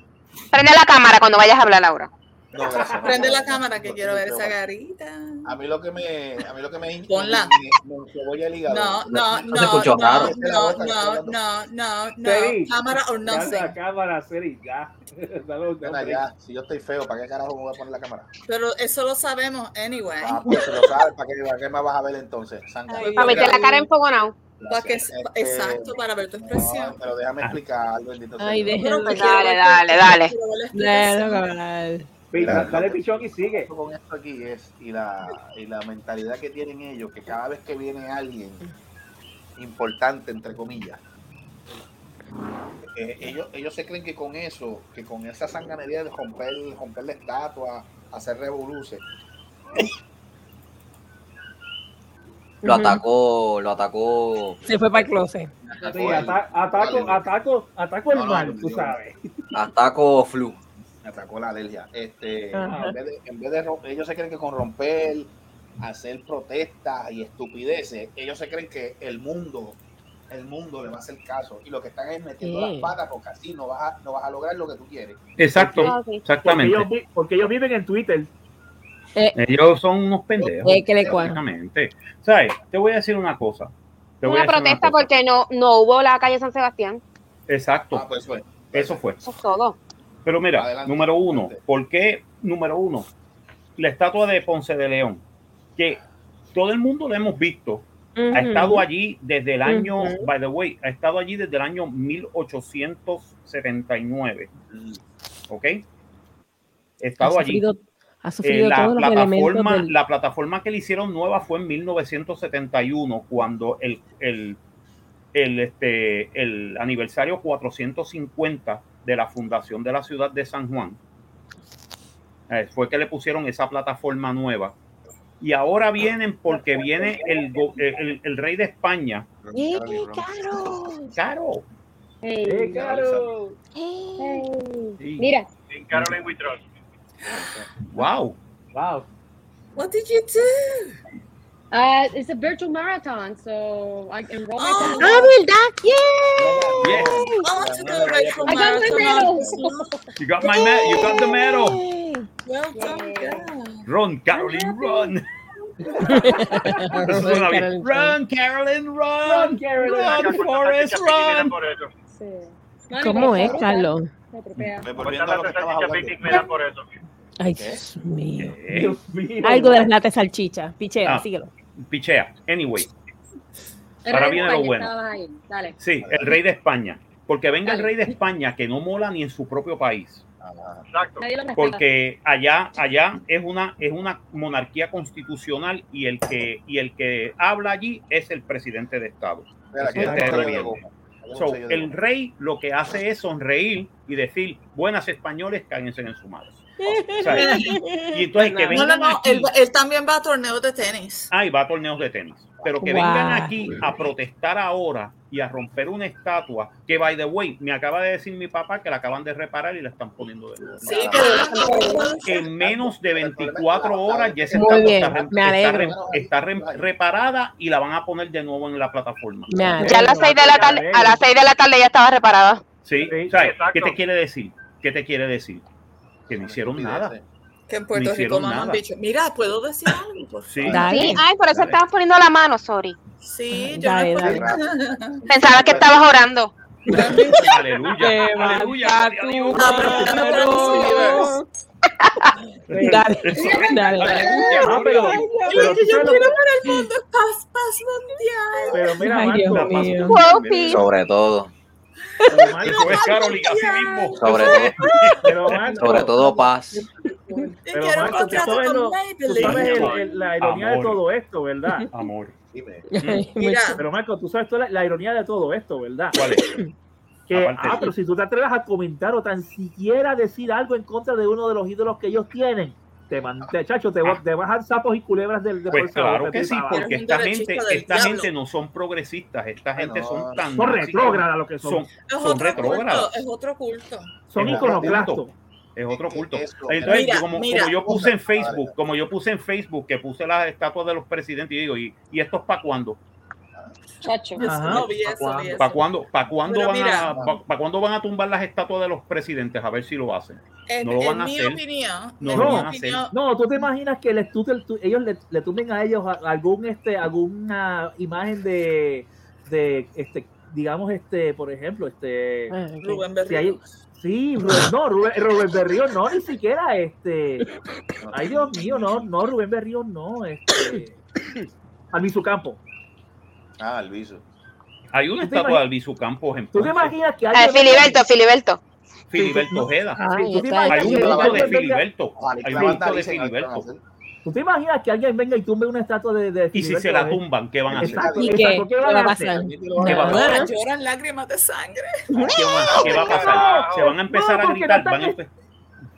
[SPEAKER 9] Prende la cámara cuando vayas a hablar, Laura.
[SPEAKER 5] No, gracias, no,
[SPEAKER 7] Prende
[SPEAKER 5] no,
[SPEAKER 7] la
[SPEAKER 5] no,
[SPEAKER 7] cámara que
[SPEAKER 5] no,
[SPEAKER 7] quiero
[SPEAKER 5] no,
[SPEAKER 7] ver
[SPEAKER 5] no,
[SPEAKER 7] esa
[SPEAKER 5] no.
[SPEAKER 7] garita.
[SPEAKER 5] A mí lo que me a mí lo que me
[SPEAKER 7] Ponla.
[SPEAKER 5] me- me cebolla el hígado.
[SPEAKER 7] No,
[SPEAKER 5] No
[SPEAKER 7] no, no,
[SPEAKER 5] se
[SPEAKER 7] no,
[SPEAKER 5] escuchó, claro.
[SPEAKER 7] no, no, no, no, no,
[SPEAKER 8] Seri,
[SPEAKER 7] cámara o no
[SPEAKER 8] Cámara, cámara, Seri, ya. Dame un
[SPEAKER 5] Mira, ya, si yo estoy feo, ¿para qué carajo me voy a poner la cámara?
[SPEAKER 7] Pero eso lo sabemos anyway.
[SPEAKER 5] Ah, pues si lo sabes, ¿para qué, para qué me vas a ver entonces? Sanga?
[SPEAKER 7] Ay,
[SPEAKER 9] Para meter la cara en fogonado.
[SPEAKER 7] Pa' que-
[SPEAKER 5] Gracias.
[SPEAKER 7] pa-
[SPEAKER 5] Este,
[SPEAKER 7] exacto, para ver tu
[SPEAKER 5] No,
[SPEAKER 7] expresión.
[SPEAKER 5] pero
[SPEAKER 8] Ah.
[SPEAKER 5] déjame explicar, bendito sea
[SPEAKER 4] Ay, déjame.
[SPEAKER 5] Dios.
[SPEAKER 7] Pero te
[SPEAKER 9] Dale,
[SPEAKER 7] quiero ver tu-
[SPEAKER 9] dale, dale.
[SPEAKER 7] quiero ver la explicación.
[SPEAKER 4] Claro, cabral.
[SPEAKER 5] Mira,
[SPEAKER 8] Dale pichón y sigue.
[SPEAKER 5] esto con esto aquí es y la, y la mentalidad que tienen ellos, que cada vez que viene alguien importante, entre comillas, eh, ellos, ellos se creen que con eso, que con esa sanganería de romper, romper la estatua, hacer revoluciones,
[SPEAKER 4] Lo
[SPEAKER 1] atacó, lo atacó.
[SPEAKER 4] Se fue para el closet.
[SPEAKER 8] Sí, ata- ataco, ataco, ataco
[SPEAKER 5] No,
[SPEAKER 8] el
[SPEAKER 5] no,
[SPEAKER 8] mal,
[SPEAKER 5] no,
[SPEAKER 8] tú
[SPEAKER 5] no.
[SPEAKER 8] sabes.
[SPEAKER 1] Ataco flu.
[SPEAKER 5] me atacó la alergia. Este,
[SPEAKER 8] Ajá.
[SPEAKER 4] Ah,
[SPEAKER 5] en vez de, en vez de rom- ellos se creen que con romper, hacer protestas y estupideces, ellos se creen que el mundo, el mundo le va a hacer caso. Y lo que están es metiendo
[SPEAKER 4] Sí.
[SPEAKER 5] las patas porque así no vas a, no vas a lograr lo que tú quieres.
[SPEAKER 3] Exacto,
[SPEAKER 8] Porque ellos,
[SPEAKER 3] exactamente.
[SPEAKER 8] vi- porque ellos viven en Twitter.
[SPEAKER 3] Ellos son unos pendejos.
[SPEAKER 4] Eh, que le cuaja.
[SPEAKER 3] Exactamente. ¿Sabes? Te voy a decir una cosa. Te voy
[SPEAKER 9] Una
[SPEAKER 3] a decir
[SPEAKER 9] protesta
[SPEAKER 3] cosa.
[SPEAKER 9] porque no, no hubo la calle San Sebastián.
[SPEAKER 5] Ah,
[SPEAKER 3] Exacto,
[SPEAKER 5] pues fue.
[SPEAKER 3] eso fue.
[SPEAKER 9] Eso es todo.
[SPEAKER 3] Pero mira,
[SPEAKER 5] Adelante.
[SPEAKER 3] número uno,
[SPEAKER 5] Adelante.
[SPEAKER 3] ¿por qué? Número uno, la estatua de Ponce de León, que todo el mundo la hemos visto, ha estado allí desde el año,
[SPEAKER 4] Ujú.
[SPEAKER 3] by the way, ha estado allí desde el año 1879,
[SPEAKER 5] Mm.
[SPEAKER 3] ¿ok? Ha
[SPEAKER 4] Ha
[SPEAKER 3] estado allí.
[SPEAKER 4] sufrido, ha
[SPEAKER 3] Eh,
[SPEAKER 4] sufrido
[SPEAKER 3] la,
[SPEAKER 4] todos los elementos
[SPEAKER 3] plataforma,
[SPEAKER 4] del...
[SPEAKER 3] la plataforma que le hicieron nueva fue en 1971, cuando el, el, el, este, el aniversario 450 de la fundación de la ciudad de San Juan. Eh, fue que le pusieron esa plataforma nueva. Y ahora vienen porque viene el, go- el- el- el rey de España.
[SPEAKER 6] Eh,
[SPEAKER 9] ¡Qué
[SPEAKER 3] Claro.
[SPEAKER 8] Eh, claro.
[SPEAKER 3] Sí.
[SPEAKER 9] Mira,
[SPEAKER 10] Sin Caroline Wittrol.
[SPEAKER 3] Wow.
[SPEAKER 8] Wow.
[SPEAKER 7] What did you do?
[SPEAKER 11] Uh, it's a virtual marathon, so I enroll
[SPEAKER 7] Oh,
[SPEAKER 11] myself.
[SPEAKER 4] ¡Ah, verdad! ¡Yeah!
[SPEAKER 3] Yes.
[SPEAKER 7] I want to go right from
[SPEAKER 11] I got my medal.
[SPEAKER 7] pues,
[SPEAKER 3] You got my medal. You got the medal.
[SPEAKER 7] Well done,
[SPEAKER 11] Yeah.
[SPEAKER 7] girl.
[SPEAKER 3] Run, Caroline, run. Eso
[SPEAKER 4] Run,
[SPEAKER 3] suena bien.
[SPEAKER 4] Caroline,
[SPEAKER 3] Run, Caroline,
[SPEAKER 8] Run,
[SPEAKER 3] run.
[SPEAKER 8] Karen.
[SPEAKER 3] Run, Forrest, run.
[SPEAKER 10] por eso.
[SPEAKER 11] Sí.
[SPEAKER 4] ¿Cómo es, Carlos?
[SPEAKER 11] Me atropella.
[SPEAKER 5] Me volviendo
[SPEAKER 10] Corta la
[SPEAKER 5] a lo que
[SPEAKER 10] salchicha
[SPEAKER 5] estabas hablando.
[SPEAKER 10] Picnic me da por eso.
[SPEAKER 4] Ay, Dios mío.
[SPEAKER 3] Eh,
[SPEAKER 8] Dios mío.
[SPEAKER 4] Algo de las latas de salchicha. Pichera,
[SPEAKER 3] Ah.
[SPEAKER 4] síguelo.
[SPEAKER 3] Pichea. Anyway,
[SPEAKER 11] Era
[SPEAKER 3] Ahora
[SPEAKER 11] de
[SPEAKER 3] viene lo
[SPEAKER 11] España,
[SPEAKER 3] bueno.
[SPEAKER 11] estabas ahí. Dale.
[SPEAKER 3] sí, el rey de España. Porque venga el rey de España que no mola ni en su propio país.
[SPEAKER 5] Ah,
[SPEAKER 10] Exacto.
[SPEAKER 11] Nadie lo respeta.
[SPEAKER 3] Porque allá, allá es una, es una monarquía constitucional y el que, y el que habla allí es el presidente de Estado.
[SPEAKER 5] espera, que
[SPEAKER 3] Sí,
[SPEAKER 5] hay un
[SPEAKER 3] te
[SPEAKER 5] sello de
[SPEAKER 3] reviento.
[SPEAKER 5] goma. Hay un
[SPEAKER 3] So,
[SPEAKER 5] sello de
[SPEAKER 3] el
[SPEAKER 5] goma.
[SPEAKER 3] rey lo que hace es sonreír y decir, buenas españoles, cáguense en su madre. O sea, y entonces que
[SPEAKER 7] No, no,
[SPEAKER 3] vengan
[SPEAKER 7] no.
[SPEAKER 3] aquí-
[SPEAKER 7] Él, él también va a torneos de tenis.
[SPEAKER 3] Ah, y va a torneos de tenis. Pero que
[SPEAKER 4] Wow.
[SPEAKER 3] vengan aquí a protestar ahora y a romper una estatua que, by the way, me acaba de decir mi papá que la acaban de reparar y la están poniendo de nuevo.
[SPEAKER 7] Sí,
[SPEAKER 5] Ah.
[SPEAKER 7] que
[SPEAKER 3] En menos de 24 horas ya esa
[SPEAKER 4] Muy
[SPEAKER 3] estatua
[SPEAKER 4] bien,
[SPEAKER 3] está,
[SPEAKER 4] me
[SPEAKER 3] re- está
[SPEAKER 4] alegro.
[SPEAKER 3] re- está re- reparada y la van a poner de nuevo en la plataforma.
[SPEAKER 4] Me alegro.
[SPEAKER 9] ya a las seis de la tarde, a las seis de la tarde ya estaba reparada.
[SPEAKER 3] ¿Sí?
[SPEAKER 8] Sí,
[SPEAKER 3] O sea,
[SPEAKER 10] exacto.
[SPEAKER 3] ¿Qué te quiere decir? ¿Qué te quiere decir? Que no hicieron nada.
[SPEAKER 7] que en
[SPEAKER 3] No
[SPEAKER 7] Puerto Rico
[SPEAKER 3] hicieron
[SPEAKER 7] maman
[SPEAKER 3] nada.
[SPEAKER 7] bicho. Mira, ¿puedo decir algo? Por
[SPEAKER 3] Sí.
[SPEAKER 7] favor?
[SPEAKER 4] Dale.
[SPEAKER 9] Sí, ay, por eso
[SPEAKER 5] Dale.
[SPEAKER 9] estabas poniendo la mano, sorry.
[SPEAKER 7] Sí,
[SPEAKER 4] Ay,
[SPEAKER 7] yo
[SPEAKER 4] dale,
[SPEAKER 7] no
[SPEAKER 4] dale.
[SPEAKER 9] Pensaba que estabas orando.
[SPEAKER 3] Aleluya. Aleluya. gloria a Dios.
[SPEAKER 4] Dale, dale.
[SPEAKER 8] Ah, pero, pero, tú
[SPEAKER 7] yo
[SPEAKER 8] sabes
[SPEAKER 7] quiero
[SPEAKER 8] lo que-
[SPEAKER 7] para el mundo paz, paz mundial.
[SPEAKER 8] pero mira,
[SPEAKER 4] Ay,
[SPEAKER 8] Marco,
[SPEAKER 4] Dios
[SPEAKER 8] la paz-
[SPEAKER 4] mío.
[SPEAKER 9] Popi.
[SPEAKER 1] Sobre todo,
[SPEAKER 8] pero Marco,
[SPEAKER 5] Oh,
[SPEAKER 3] Eso es Carolina, así mismo.
[SPEAKER 1] sobre todo,
[SPEAKER 8] pero Marco,
[SPEAKER 1] sobre todo paz.
[SPEAKER 8] Pero
[SPEAKER 7] quiero un
[SPEAKER 8] Marco, tú
[SPEAKER 7] contrato
[SPEAKER 8] sabes,
[SPEAKER 7] con
[SPEAKER 8] lo- tú
[SPEAKER 7] Maybelline.
[SPEAKER 8] sabes el- el- la ironía de
[SPEAKER 3] Amor.
[SPEAKER 8] todo esto, ¿verdad?
[SPEAKER 3] Amor.
[SPEAKER 7] Mira.
[SPEAKER 8] Pero Marco, tú sabes toda la, la ironía de todo esto, ¿verdad?
[SPEAKER 3] ¿Cuál es?
[SPEAKER 8] Que,
[SPEAKER 3] Aparte
[SPEAKER 8] ah,
[SPEAKER 3] de-
[SPEAKER 8] pero si tú te atreves a comentar o tan siquiera decir algo en contra de uno de los ídolos que ellos tienen, te, man, te- chacho, te, va- te bajan sapos y culebras del de
[SPEAKER 3] Ah. Pues
[SPEAKER 8] por esa
[SPEAKER 3] claro
[SPEAKER 8] boca,
[SPEAKER 3] que
[SPEAKER 8] tú
[SPEAKER 3] sí,
[SPEAKER 8] sabes.
[SPEAKER 3] porque esta gente, esta gente no son progresistas, esta gente son tan
[SPEAKER 8] Son
[SPEAKER 3] nazis.
[SPEAKER 8] retrógradas lo que son.
[SPEAKER 3] Son,
[SPEAKER 7] Es
[SPEAKER 3] son
[SPEAKER 7] otro culto,
[SPEAKER 3] retrógradas.
[SPEAKER 7] es otro culto.
[SPEAKER 8] Son
[SPEAKER 3] Es otro
[SPEAKER 8] iconoclastos.
[SPEAKER 3] culto. Es otro culto. Entonces,
[SPEAKER 7] Mira,
[SPEAKER 3] yo como,
[SPEAKER 7] mira.
[SPEAKER 3] como yo puse en Facebook, como yo puse en Facebook que puse las estatuas de los presidentes, y digo, ¿y, y esto es para cuándo?
[SPEAKER 11] Chacho.
[SPEAKER 8] Ajá.
[SPEAKER 7] No vi eso, vi eso.
[SPEAKER 3] ¿Para cuándo, pa' cuándo
[SPEAKER 7] Pero
[SPEAKER 3] van
[SPEAKER 7] mira.
[SPEAKER 3] a pa- pa' cuándo van a tumbar las estatuas de los presidentes? A ver si lo hacen.
[SPEAKER 7] En,
[SPEAKER 3] No lo van
[SPEAKER 7] en
[SPEAKER 3] a
[SPEAKER 7] mi
[SPEAKER 3] hacer.
[SPEAKER 7] opinión,
[SPEAKER 3] No
[SPEAKER 7] en
[SPEAKER 3] lo
[SPEAKER 7] mi
[SPEAKER 3] van a hacer.
[SPEAKER 7] opinión,
[SPEAKER 8] No, tú te imaginas que les, tú te- tú- ellos le, le tumben a ellos a- algún este alguna imagen de, de este digamos este por ejemplo este
[SPEAKER 7] Rubén
[SPEAKER 8] si
[SPEAKER 7] Berrío.
[SPEAKER 8] hay- sí Rubén, no Rubén, Rubén Berrío no ni siquiera este ay Dios mío no no Rubén Berrío no este Albizu Campo
[SPEAKER 5] Ah, Luis.
[SPEAKER 3] Hay una
[SPEAKER 8] ¿Tú te
[SPEAKER 3] estatua
[SPEAKER 8] imagi-
[SPEAKER 3] de Albizu Campos en
[SPEAKER 8] tú te
[SPEAKER 3] Ponce.
[SPEAKER 8] imaginas que
[SPEAKER 9] Ah,
[SPEAKER 8] alguien
[SPEAKER 9] Filiberto, Filiberto.
[SPEAKER 3] Filiberto Ojeda.
[SPEAKER 8] Sí, tú te
[SPEAKER 4] Ay,
[SPEAKER 3] Hay un
[SPEAKER 8] imaginas-
[SPEAKER 3] gusto de
[SPEAKER 8] Alguien venga-
[SPEAKER 3] Filiberto.
[SPEAKER 5] Ojalá que
[SPEAKER 3] Hay
[SPEAKER 5] la
[SPEAKER 3] un gusto
[SPEAKER 5] banda
[SPEAKER 3] de
[SPEAKER 5] dice que van a
[SPEAKER 3] Filiberto.
[SPEAKER 5] hacer.
[SPEAKER 8] tú te imaginas que alguien venga y tumbe una estatua de, de
[SPEAKER 3] Y si
[SPEAKER 8] Filiberto ¿eh?
[SPEAKER 3] se la
[SPEAKER 8] Rey?
[SPEAKER 3] tumban, ¿qué van a hacer?
[SPEAKER 8] exacto,
[SPEAKER 4] ¿Y qué?
[SPEAKER 8] exacto, ¿qué van
[SPEAKER 4] ¿Qué va
[SPEAKER 8] a
[SPEAKER 4] a
[SPEAKER 8] hacer?
[SPEAKER 4] pasar?
[SPEAKER 3] ¿Qué va a
[SPEAKER 4] Nada.
[SPEAKER 3] pasar?
[SPEAKER 7] lloran lágrimas de sangre.
[SPEAKER 3] ¿Qué va, qué va a pasar? Se van a empezar
[SPEAKER 8] No,
[SPEAKER 3] a
[SPEAKER 8] porque
[SPEAKER 3] gritar.
[SPEAKER 8] no
[SPEAKER 3] Van a
[SPEAKER 8] están-
[SPEAKER 3] empe-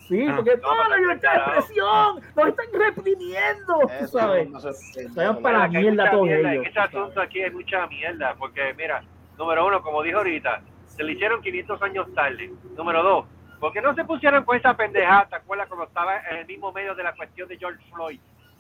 [SPEAKER 8] Sí,
[SPEAKER 3] Ah.
[SPEAKER 8] porque toda la libertad de
[SPEAKER 10] claro.
[SPEAKER 8] expresión nos están reprimiendo, tú
[SPEAKER 5] Eso,
[SPEAKER 8] sabes.
[SPEAKER 5] no sé.
[SPEAKER 8] Vayan para la
[SPEAKER 10] Mira, que hay
[SPEAKER 8] mierda
[SPEAKER 10] mucha
[SPEAKER 8] todos
[SPEAKER 10] mierda,
[SPEAKER 8] ellos.
[SPEAKER 10] En este asunto aquí hay mucha mierda, porque mira, número uno, como dijo ahorita, se le hicieron 500 años tarde. Número dos, porque no se pusieron con esa pendejada, ¿te acuerdas cuando estaba en el mismo medio de la cuestión de George Floyd?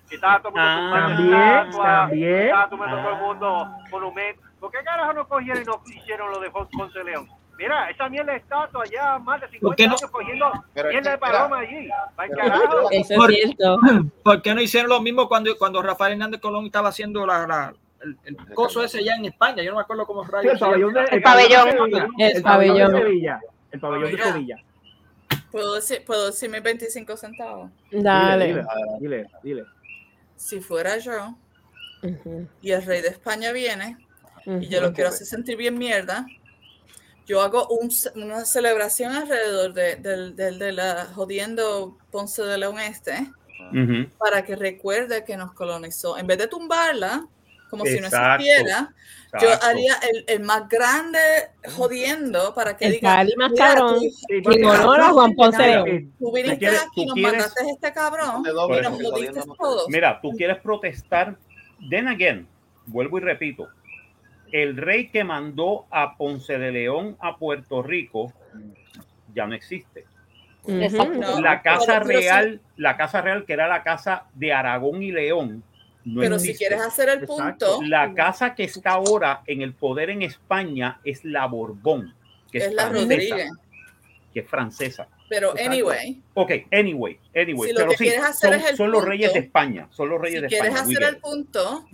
[SPEAKER 10] Que estaba todo el mundo
[SPEAKER 3] Ah,
[SPEAKER 10] tumbando
[SPEAKER 8] también,
[SPEAKER 10] estatuas,
[SPEAKER 8] también.
[SPEAKER 10] estaba tumbando todo el
[SPEAKER 3] Ah.
[SPEAKER 10] mundo monumentos. ¿Por qué carajo no cogieron y no hicieron lo de Fon- Ponce de León? Mira, esa mierda de estatua ya más de 50
[SPEAKER 6] qué no?
[SPEAKER 10] años cogiendo
[SPEAKER 5] Pero es
[SPEAKER 10] mierda
[SPEAKER 5] que,
[SPEAKER 10] de paloma allí. Va el
[SPEAKER 5] pero-
[SPEAKER 10] carajo.
[SPEAKER 4] Eso es
[SPEAKER 6] Por-
[SPEAKER 4] cierto.
[SPEAKER 6] ¿Por qué no hicieron lo mismo cuando, cuando Rafael Hernández Colón estaba haciendo la, la- el, el coso ese ya en España? Yo no me acuerdo cómo
[SPEAKER 8] Sí,
[SPEAKER 6] rayos.
[SPEAKER 8] el pabellón de-
[SPEAKER 6] se llama.
[SPEAKER 9] El pabellón.
[SPEAKER 8] El,
[SPEAKER 4] El
[SPEAKER 8] pabellón de
[SPEAKER 4] pabellón.
[SPEAKER 8] Sevilla. El pabellón de
[SPEAKER 7] Mira.
[SPEAKER 8] Sevilla.
[SPEAKER 7] ¿Puedo decir, ¿Puedo decir mis 25 centavos?
[SPEAKER 8] Dile,
[SPEAKER 4] Dale.
[SPEAKER 8] dile, dile.
[SPEAKER 7] Si fuera yo
[SPEAKER 4] Ujú,
[SPEAKER 7] y el rey de España viene y
[SPEAKER 4] ujú.
[SPEAKER 7] yo lo quiero
[SPEAKER 3] pues.
[SPEAKER 7] hacer sentir bien mierda, yo hago un ce- una celebración alrededor de, del- del- de la jodiendo Ponce de León Este
[SPEAKER 3] Ujú.
[SPEAKER 7] para que recuerde que nos colonizó. En vez de tumbarla, como si no
[SPEAKER 3] Exacto,
[SPEAKER 7] existiera, yo
[SPEAKER 3] Exacto.
[SPEAKER 7] haría el, el más grande jodiendo para que
[SPEAKER 4] El
[SPEAKER 7] diga,
[SPEAKER 4] tal más
[SPEAKER 7] "Mira,
[SPEAKER 4] cabrón".
[SPEAKER 7] tú-
[SPEAKER 8] Sí,
[SPEAKER 4] En honor a Juan Ponce de León.
[SPEAKER 8] Sí,
[SPEAKER 7] Tú
[SPEAKER 3] Tú
[SPEAKER 7] viniste
[SPEAKER 3] quieres-
[SPEAKER 7] aquí,
[SPEAKER 3] tú
[SPEAKER 7] nos
[SPEAKER 3] quieres-
[SPEAKER 7] mandaste a este cabrón
[SPEAKER 5] De
[SPEAKER 7] y
[SPEAKER 5] doble,
[SPEAKER 3] Por
[SPEAKER 7] nos
[SPEAKER 5] porque
[SPEAKER 7] jodiste
[SPEAKER 5] jodiendo no-
[SPEAKER 7] todos.
[SPEAKER 3] Mira, tú quieres protestar. Then again, vuelvo y repito. El rey que mandó a Ponce de León a Puerto Rico ya no existe.
[SPEAKER 4] Ujú.
[SPEAKER 7] No,
[SPEAKER 3] La casa
[SPEAKER 7] pero- pero si-
[SPEAKER 3] real, la casa real que era la casa de Aragón y León, no
[SPEAKER 7] pero si
[SPEAKER 3] existe.
[SPEAKER 7] quieres hacer el
[SPEAKER 8] Exacto.
[SPEAKER 7] punto,
[SPEAKER 3] La casa que está ahora en el poder en España es la Borbón, que es,
[SPEAKER 7] es la
[SPEAKER 3] francesa,
[SPEAKER 7] Rodríguez.
[SPEAKER 3] que es francesa.
[SPEAKER 7] Pero
[SPEAKER 3] Exacto.
[SPEAKER 7] anyway,
[SPEAKER 3] Ok, anyway, anyway,
[SPEAKER 7] Si lo
[SPEAKER 3] pero
[SPEAKER 7] que
[SPEAKER 3] sí,
[SPEAKER 7] quieres hacer
[SPEAKER 3] son,
[SPEAKER 7] es el
[SPEAKER 3] son los
[SPEAKER 7] punto,
[SPEAKER 3] reyes de España, son los
[SPEAKER 7] si
[SPEAKER 3] reyes de
[SPEAKER 7] quieres
[SPEAKER 3] España. we
[SPEAKER 7] hacer
[SPEAKER 3] get
[SPEAKER 7] el
[SPEAKER 3] it.
[SPEAKER 7] punto,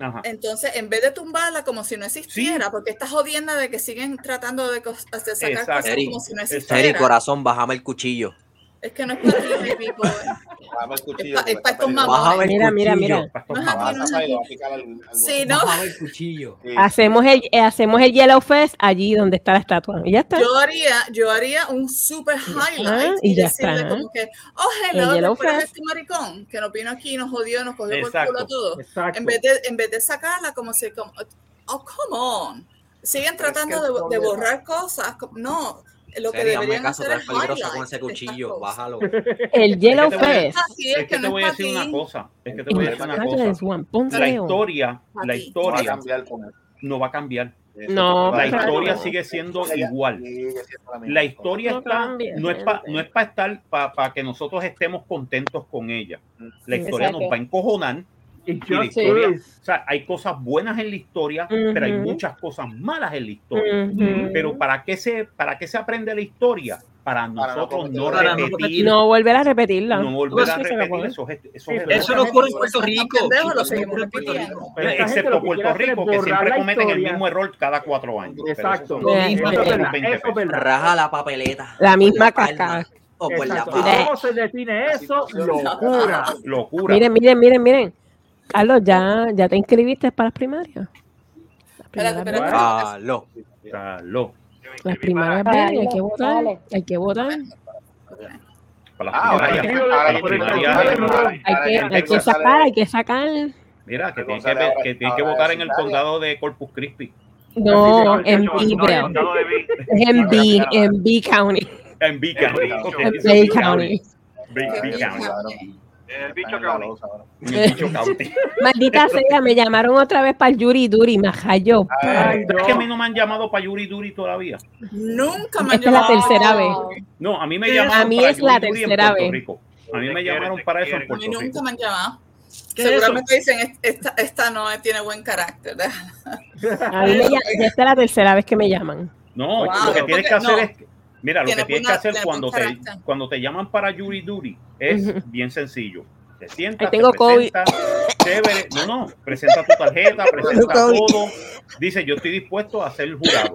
[SPEAKER 3] Ajá.
[SPEAKER 7] entonces en vez de tumbarla como si no existiera, porque estás jodiendo de que siguen tratando de, cos- de sacar
[SPEAKER 3] Exacto.
[SPEAKER 7] cosas
[SPEAKER 1] Eri,
[SPEAKER 7] como si no
[SPEAKER 3] exacto.
[SPEAKER 1] Seri,
[SPEAKER 7] existiera.
[SPEAKER 1] corazón, bájame el cuchillo.
[SPEAKER 7] Es que no es para ti, baby boy.
[SPEAKER 5] Dame el
[SPEAKER 7] Es
[SPEAKER 5] cuchillo,
[SPEAKER 7] pa-
[SPEAKER 5] porque
[SPEAKER 7] es
[SPEAKER 5] está
[SPEAKER 7] pa' estos
[SPEAKER 5] peligroso.
[SPEAKER 7] mamones.
[SPEAKER 1] Bájame el
[SPEAKER 4] Mira, mira,
[SPEAKER 1] cuchillo.
[SPEAKER 4] mira.
[SPEAKER 3] Pastor
[SPEAKER 7] No es
[SPEAKER 3] Mamá.
[SPEAKER 7] aquí, no es
[SPEAKER 5] Pásame y
[SPEAKER 7] aquí.
[SPEAKER 5] le va a picar al- al-
[SPEAKER 7] Si no,
[SPEAKER 1] Bájame el cuchillo.
[SPEAKER 5] Sí.
[SPEAKER 4] Hacemos el, eh, hacemos el Yellow Fest allí donde está la estatua. Y ya está.
[SPEAKER 7] yo haría, yo haría un super highlight
[SPEAKER 4] y ya
[SPEAKER 7] decirle
[SPEAKER 4] está.
[SPEAKER 7] como que, oh
[SPEAKER 4] El
[SPEAKER 7] hello,
[SPEAKER 4] Yellow
[SPEAKER 7] ¿recuerdas a
[SPEAKER 4] Fest.
[SPEAKER 7] este maricón que nos vino aquí, nos jodió, nos cogió por culo
[SPEAKER 3] Exacto.
[SPEAKER 7] a todos.
[SPEAKER 8] Exacto.
[SPEAKER 7] en vez de, en vez de sacarla como si, como, oh, come on. Siguen
[SPEAKER 5] Pero es
[SPEAKER 7] tratando
[SPEAKER 5] que el
[SPEAKER 7] de- de,
[SPEAKER 5] problema-
[SPEAKER 7] borrar cosas. co- No, lo que
[SPEAKER 1] Seri, hazme
[SPEAKER 7] deberían
[SPEAKER 1] caso, tú
[SPEAKER 7] hacer
[SPEAKER 1] eres
[SPEAKER 7] es
[SPEAKER 1] peligroso con
[SPEAKER 7] highlights
[SPEAKER 1] ese
[SPEAKER 7] de
[SPEAKER 1] cuchillo.
[SPEAKER 7] estas cosas.
[SPEAKER 1] Bájalo.
[SPEAKER 4] El Yellow
[SPEAKER 3] Es que te voy a-
[SPEAKER 4] Fest.
[SPEAKER 7] Así es,
[SPEAKER 3] Es que te
[SPEAKER 7] no
[SPEAKER 3] voy
[SPEAKER 7] es
[SPEAKER 3] a
[SPEAKER 7] para
[SPEAKER 3] decir una
[SPEAKER 7] ti.
[SPEAKER 3] cosa, es que te
[SPEAKER 4] en
[SPEAKER 3] voy a
[SPEAKER 4] la
[SPEAKER 3] decir una
[SPEAKER 4] estatua
[SPEAKER 3] cosa.
[SPEAKER 4] de Juan Ponce
[SPEAKER 3] La
[SPEAKER 4] León.
[SPEAKER 3] historia, la
[SPEAKER 7] Aquí.
[SPEAKER 5] No va a
[SPEAKER 3] historia
[SPEAKER 5] cambiar con él.
[SPEAKER 3] no va a cambiar.
[SPEAKER 5] Eso
[SPEAKER 4] No,
[SPEAKER 5] va a
[SPEAKER 3] La
[SPEAKER 4] Claro.
[SPEAKER 5] cambiar.
[SPEAKER 3] historia sigue siendo
[SPEAKER 5] Ella-
[SPEAKER 3] igual.
[SPEAKER 5] sigue siendo la misma
[SPEAKER 3] La
[SPEAKER 5] cosa.
[SPEAKER 3] historia
[SPEAKER 4] No
[SPEAKER 3] está,
[SPEAKER 4] cambia,
[SPEAKER 3] no es para
[SPEAKER 4] gente.
[SPEAKER 3] no es pa estar para que nosotros estemos contentos con ella. La historia
[SPEAKER 4] Exacto.
[SPEAKER 3] nos va a encojonar.
[SPEAKER 8] It
[SPEAKER 3] y la
[SPEAKER 8] just
[SPEAKER 3] historia-
[SPEAKER 8] is.
[SPEAKER 3] O sea, hay cosas buenas en la historia, pero hay
[SPEAKER 4] Ujú.
[SPEAKER 3] muchas cosas malas en la historia.
[SPEAKER 4] Ujú.
[SPEAKER 3] Pero ¿para qué se, para qué se aprende la historia? Para nosotros no,
[SPEAKER 5] cometer-
[SPEAKER 6] Para no
[SPEAKER 3] repetir,
[SPEAKER 6] cometer-
[SPEAKER 3] no,
[SPEAKER 4] No volver a repetirla.
[SPEAKER 3] volver a
[SPEAKER 4] Eso se la
[SPEAKER 3] repetir
[SPEAKER 4] puede.
[SPEAKER 3] esos, esos
[SPEAKER 8] pero-
[SPEAKER 3] errores.
[SPEAKER 6] Eso no ocurre en Puerto
[SPEAKER 7] Están
[SPEAKER 6] Rico.
[SPEAKER 7] pendejos,
[SPEAKER 6] Eso no ocurre
[SPEAKER 7] lo
[SPEAKER 6] en
[SPEAKER 7] seguimos
[SPEAKER 6] Puerto
[SPEAKER 7] repitiendo.
[SPEAKER 6] Rico.
[SPEAKER 8] Pero esta gente
[SPEAKER 3] Excepto
[SPEAKER 8] lo que quiere
[SPEAKER 3] Puerto
[SPEAKER 8] hacer es
[SPEAKER 3] Rico, que
[SPEAKER 8] borrar
[SPEAKER 3] siempre
[SPEAKER 8] la
[SPEAKER 3] cometen el
[SPEAKER 8] historia.
[SPEAKER 3] mismo error cada cuatro años. Pero
[SPEAKER 8] Exacto.
[SPEAKER 3] eso no-
[SPEAKER 4] Eh,
[SPEAKER 8] Eso
[SPEAKER 3] eso
[SPEAKER 8] es
[SPEAKER 3] son
[SPEAKER 8] verdad.
[SPEAKER 3] 20
[SPEAKER 8] Eso es
[SPEAKER 3] pesos.
[SPEAKER 8] verdad.
[SPEAKER 1] Raja la papeleta.
[SPEAKER 4] La
[SPEAKER 1] Con
[SPEAKER 4] misma
[SPEAKER 1] palma
[SPEAKER 4] caca.
[SPEAKER 1] O por la
[SPEAKER 8] Exacto.
[SPEAKER 1] pava.
[SPEAKER 8] ¿Y ¿Cómo se define eso? Locura.
[SPEAKER 3] Locura.
[SPEAKER 4] Miren, miren, miren, miren. Carlos, ya, ya te inscribiste para las primarias. Las primarias,
[SPEAKER 7] espérate.
[SPEAKER 4] breves-
[SPEAKER 1] Palo.
[SPEAKER 3] Caló.
[SPEAKER 10] Yo me
[SPEAKER 4] las
[SPEAKER 10] inscribí para-
[SPEAKER 4] primarias breves,
[SPEAKER 11] Dale,
[SPEAKER 4] hay que votar.
[SPEAKER 11] dale.
[SPEAKER 4] Hay que votar.
[SPEAKER 3] Para las
[SPEAKER 5] Ah, ahora
[SPEAKER 3] primarias.
[SPEAKER 5] hay que-
[SPEAKER 3] Para las
[SPEAKER 5] ahora hay que-
[SPEAKER 3] primarias
[SPEAKER 5] ahora hay
[SPEAKER 3] en-
[SPEAKER 5] que-
[SPEAKER 4] Hay que, hay que sacar, hay que sacar.
[SPEAKER 3] Mira, que tienen que,
[SPEAKER 5] González ahora-
[SPEAKER 3] que, tienen que
[SPEAKER 5] ahora
[SPEAKER 3] votar
[SPEAKER 5] es
[SPEAKER 3] en el
[SPEAKER 5] Italia.
[SPEAKER 3] condado de Corpus Christi.
[SPEAKER 4] No, en B, Bell. Es en B, en B County.
[SPEAKER 3] En B County.
[SPEAKER 4] En Bay County.
[SPEAKER 3] B- B County. En el bicho County.
[SPEAKER 4] Maldita sea, me llamaron otra vez para el Yuri Duri, majayo.
[SPEAKER 3] Ay, ¿Es que a mí no me han llamado para Yuri Duri todavía?
[SPEAKER 7] Nunca
[SPEAKER 4] me han Esta es la llamado. tercera vez.
[SPEAKER 3] No, a mí me
[SPEAKER 4] A
[SPEAKER 3] llamaron
[SPEAKER 4] mí
[SPEAKER 3] para
[SPEAKER 4] es la
[SPEAKER 3] Yuri Duri en
[SPEAKER 4] tercera
[SPEAKER 3] Puerto
[SPEAKER 4] vez.
[SPEAKER 3] Rico. A mí me llamaron para eso en Puerto
[SPEAKER 7] Nunca
[SPEAKER 3] Rico.
[SPEAKER 7] me han llamado.
[SPEAKER 3] es eso?
[SPEAKER 7] Seguramente dicen, "Est- esta, esta no tiene buen carácter. déjala".
[SPEAKER 4] A mí me ll- ya esta es la tercera vez que me llaman.
[SPEAKER 3] No,
[SPEAKER 7] Wow.
[SPEAKER 3] lo que tienes que
[SPEAKER 7] No.
[SPEAKER 3] hacer es. Mira, lo que tienes
[SPEAKER 7] Tiene
[SPEAKER 3] que
[SPEAKER 7] buena-
[SPEAKER 3] hacer
[SPEAKER 7] tiene
[SPEAKER 3] cuando
[SPEAKER 7] buen
[SPEAKER 3] te,
[SPEAKER 7] carácter.
[SPEAKER 3] cuando te llaman para Yuri Duri es bien sencillo. Te sientas,
[SPEAKER 4] Ay, tengo
[SPEAKER 3] te
[SPEAKER 4] COVID.
[SPEAKER 3] presentas, chévere. No, no, presenta tu tarjeta, presenta
[SPEAKER 4] Tengo COVID.
[SPEAKER 3] todo. Dice, yo estoy dispuesto a ser jurado.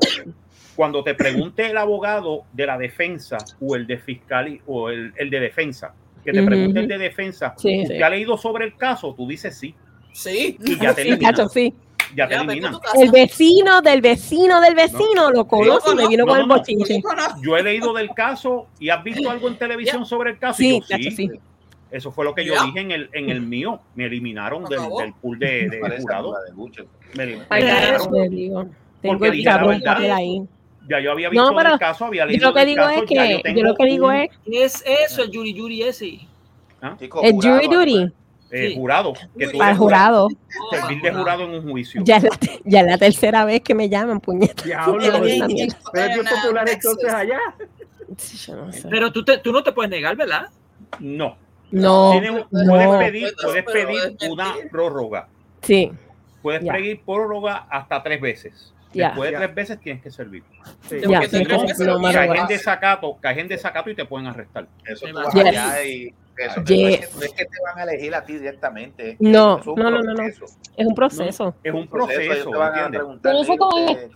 [SPEAKER 3] Cuando te pregunte el abogado de la defensa o el de fiscal y- o el, el de defensa, que te
[SPEAKER 4] Ujú.
[SPEAKER 3] pregunte el de defensa,
[SPEAKER 4] Sí,
[SPEAKER 3] ¿usted
[SPEAKER 4] sí.
[SPEAKER 3] ha leído sobre el caso? Tú dices sí.
[SPEAKER 7] Sí. pues,
[SPEAKER 3] Y ya te
[SPEAKER 4] Sí,
[SPEAKER 3] eliminan.
[SPEAKER 4] cacho, sí.
[SPEAKER 3] Ya te eliminan.
[SPEAKER 4] El vecino del vecino del vecino lo conoce y me vino
[SPEAKER 3] No,
[SPEAKER 4] con el
[SPEAKER 3] no, no.
[SPEAKER 4] bochinche.
[SPEAKER 3] Yo he leído del caso y has visto algo en televisión sobre el caso.
[SPEAKER 4] Sí,
[SPEAKER 3] Y yo,
[SPEAKER 4] cacho, sí.
[SPEAKER 3] Eso fue lo que yo dije en el, en el mío. Me eliminaron del,
[SPEAKER 5] acabó.
[SPEAKER 3] del pool de, de
[SPEAKER 5] Parece
[SPEAKER 3] jurado.
[SPEAKER 5] la
[SPEAKER 3] Me eliminaron.
[SPEAKER 4] Ay, carajo, te digo. Tengo
[SPEAKER 3] Porque
[SPEAKER 4] el
[SPEAKER 3] dije la
[SPEAKER 4] cabrón
[SPEAKER 3] verdad.
[SPEAKER 4] papel ahí.
[SPEAKER 3] Ya yo había visto
[SPEAKER 4] No, pero
[SPEAKER 3] el caso, había
[SPEAKER 4] yo
[SPEAKER 3] leído
[SPEAKER 4] lo que
[SPEAKER 3] del
[SPEAKER 4] digo
[SPEAKER 3] caso,
[SPEAKER 4] es
[SPEAKER 3] ya
[SPEAKER 4] que-
[SPEAKER 3] yo,
[SPEAKER 4] yo
[SPEAKER 3] tengo
[SPEAKER 4] lo que digo
[SPEAKER 3] un-
[SPEAKER 4] es-
[SPEAKER 6] ¿Qué es eso, el Yuri Yuri ese?
[SPEAKER 3] ¿Ah?
[SPEAKER 4] El jury duty
[SPEAKER 3] Eh, jurado. Que tú
[SPEAKER 4] para el
[SPEAKER 3] eres
[SPEAKER 4] jurado.
[SPEAKER 3] Servir de jurado en un juicio.
[SPEAKER 4] Ya es la, te- ya es la tercera vez que me llaman, puñeta.
[SPEAKER 6] Diablo,
[SPEAKER 4] Esta
[SPEAKER 6] sí.
[SPEAKER 4] mierda.
[SPEAKER 6] Pero es bien popular entonces allá. Pero tú, te, tú no te puedes negar, ¿verdad?
[SPEAKER 3] No.
[SPEAKER 4] No,
[SPEAKER 3] Tienes-
[SPEAKER 4] no.
[SPEAKER 3] Puedes pedir, puedes pedir una prórroga.
[SPEAKER 4] Sí.
[SPEAKER 3] Puedes
[SPEAKER 4] Ya.
[SPEAKER 3] pedir prórroga hasta tres veces.
[SPEAKER 4] Ya.
[SPEAKER 3] Después de
[SPEAKER 4] Ya.
[SPEAKER 3] tres veces tienes que servir.
[SPEAKER 4] Ya,
[SPEAKER 3] Porque
[SPEAKER 4] sí,
[SPEAKER 3] si
[SPEAKER 4] no, no
[SPEAKER 3] no,
[SPEAKER 4] me lo
[SPEAKER 3] caes en
[SPEAKER 4] hagas.
[SPEAKER 3] desacato, caes en desacato y te pueden arrestar.
[SPEAKER 5] Eso tú
[SPEAKER 3] va.
[SPEAKER 5] vas
[SPEAKER 4] Yes.
[SPEAKER 5] allá y eso no
[SPEAKER 4] Yes.
[SPEAKER 5] es que- no es que te van a elegir a ti directamente.
[SPEAKER 4] No,
[SPEAKER 5] Es un
[SPEAKER 4] no, no, no, no.
[SPEAKER 5] proceso.
[SPEAKER 4] Es un proceso.
[SPEAKER 3] Es un
[SPEAKER 5] ellos
[SPEAKER 3] proceso,
[SPEAKER 5] te van a
[SPEAKER 3] ¿entiendes?
[SPEAKER 5] preguntar,
[SPEAKER 4] Pero eso como-
[SPEAKER 5] dice,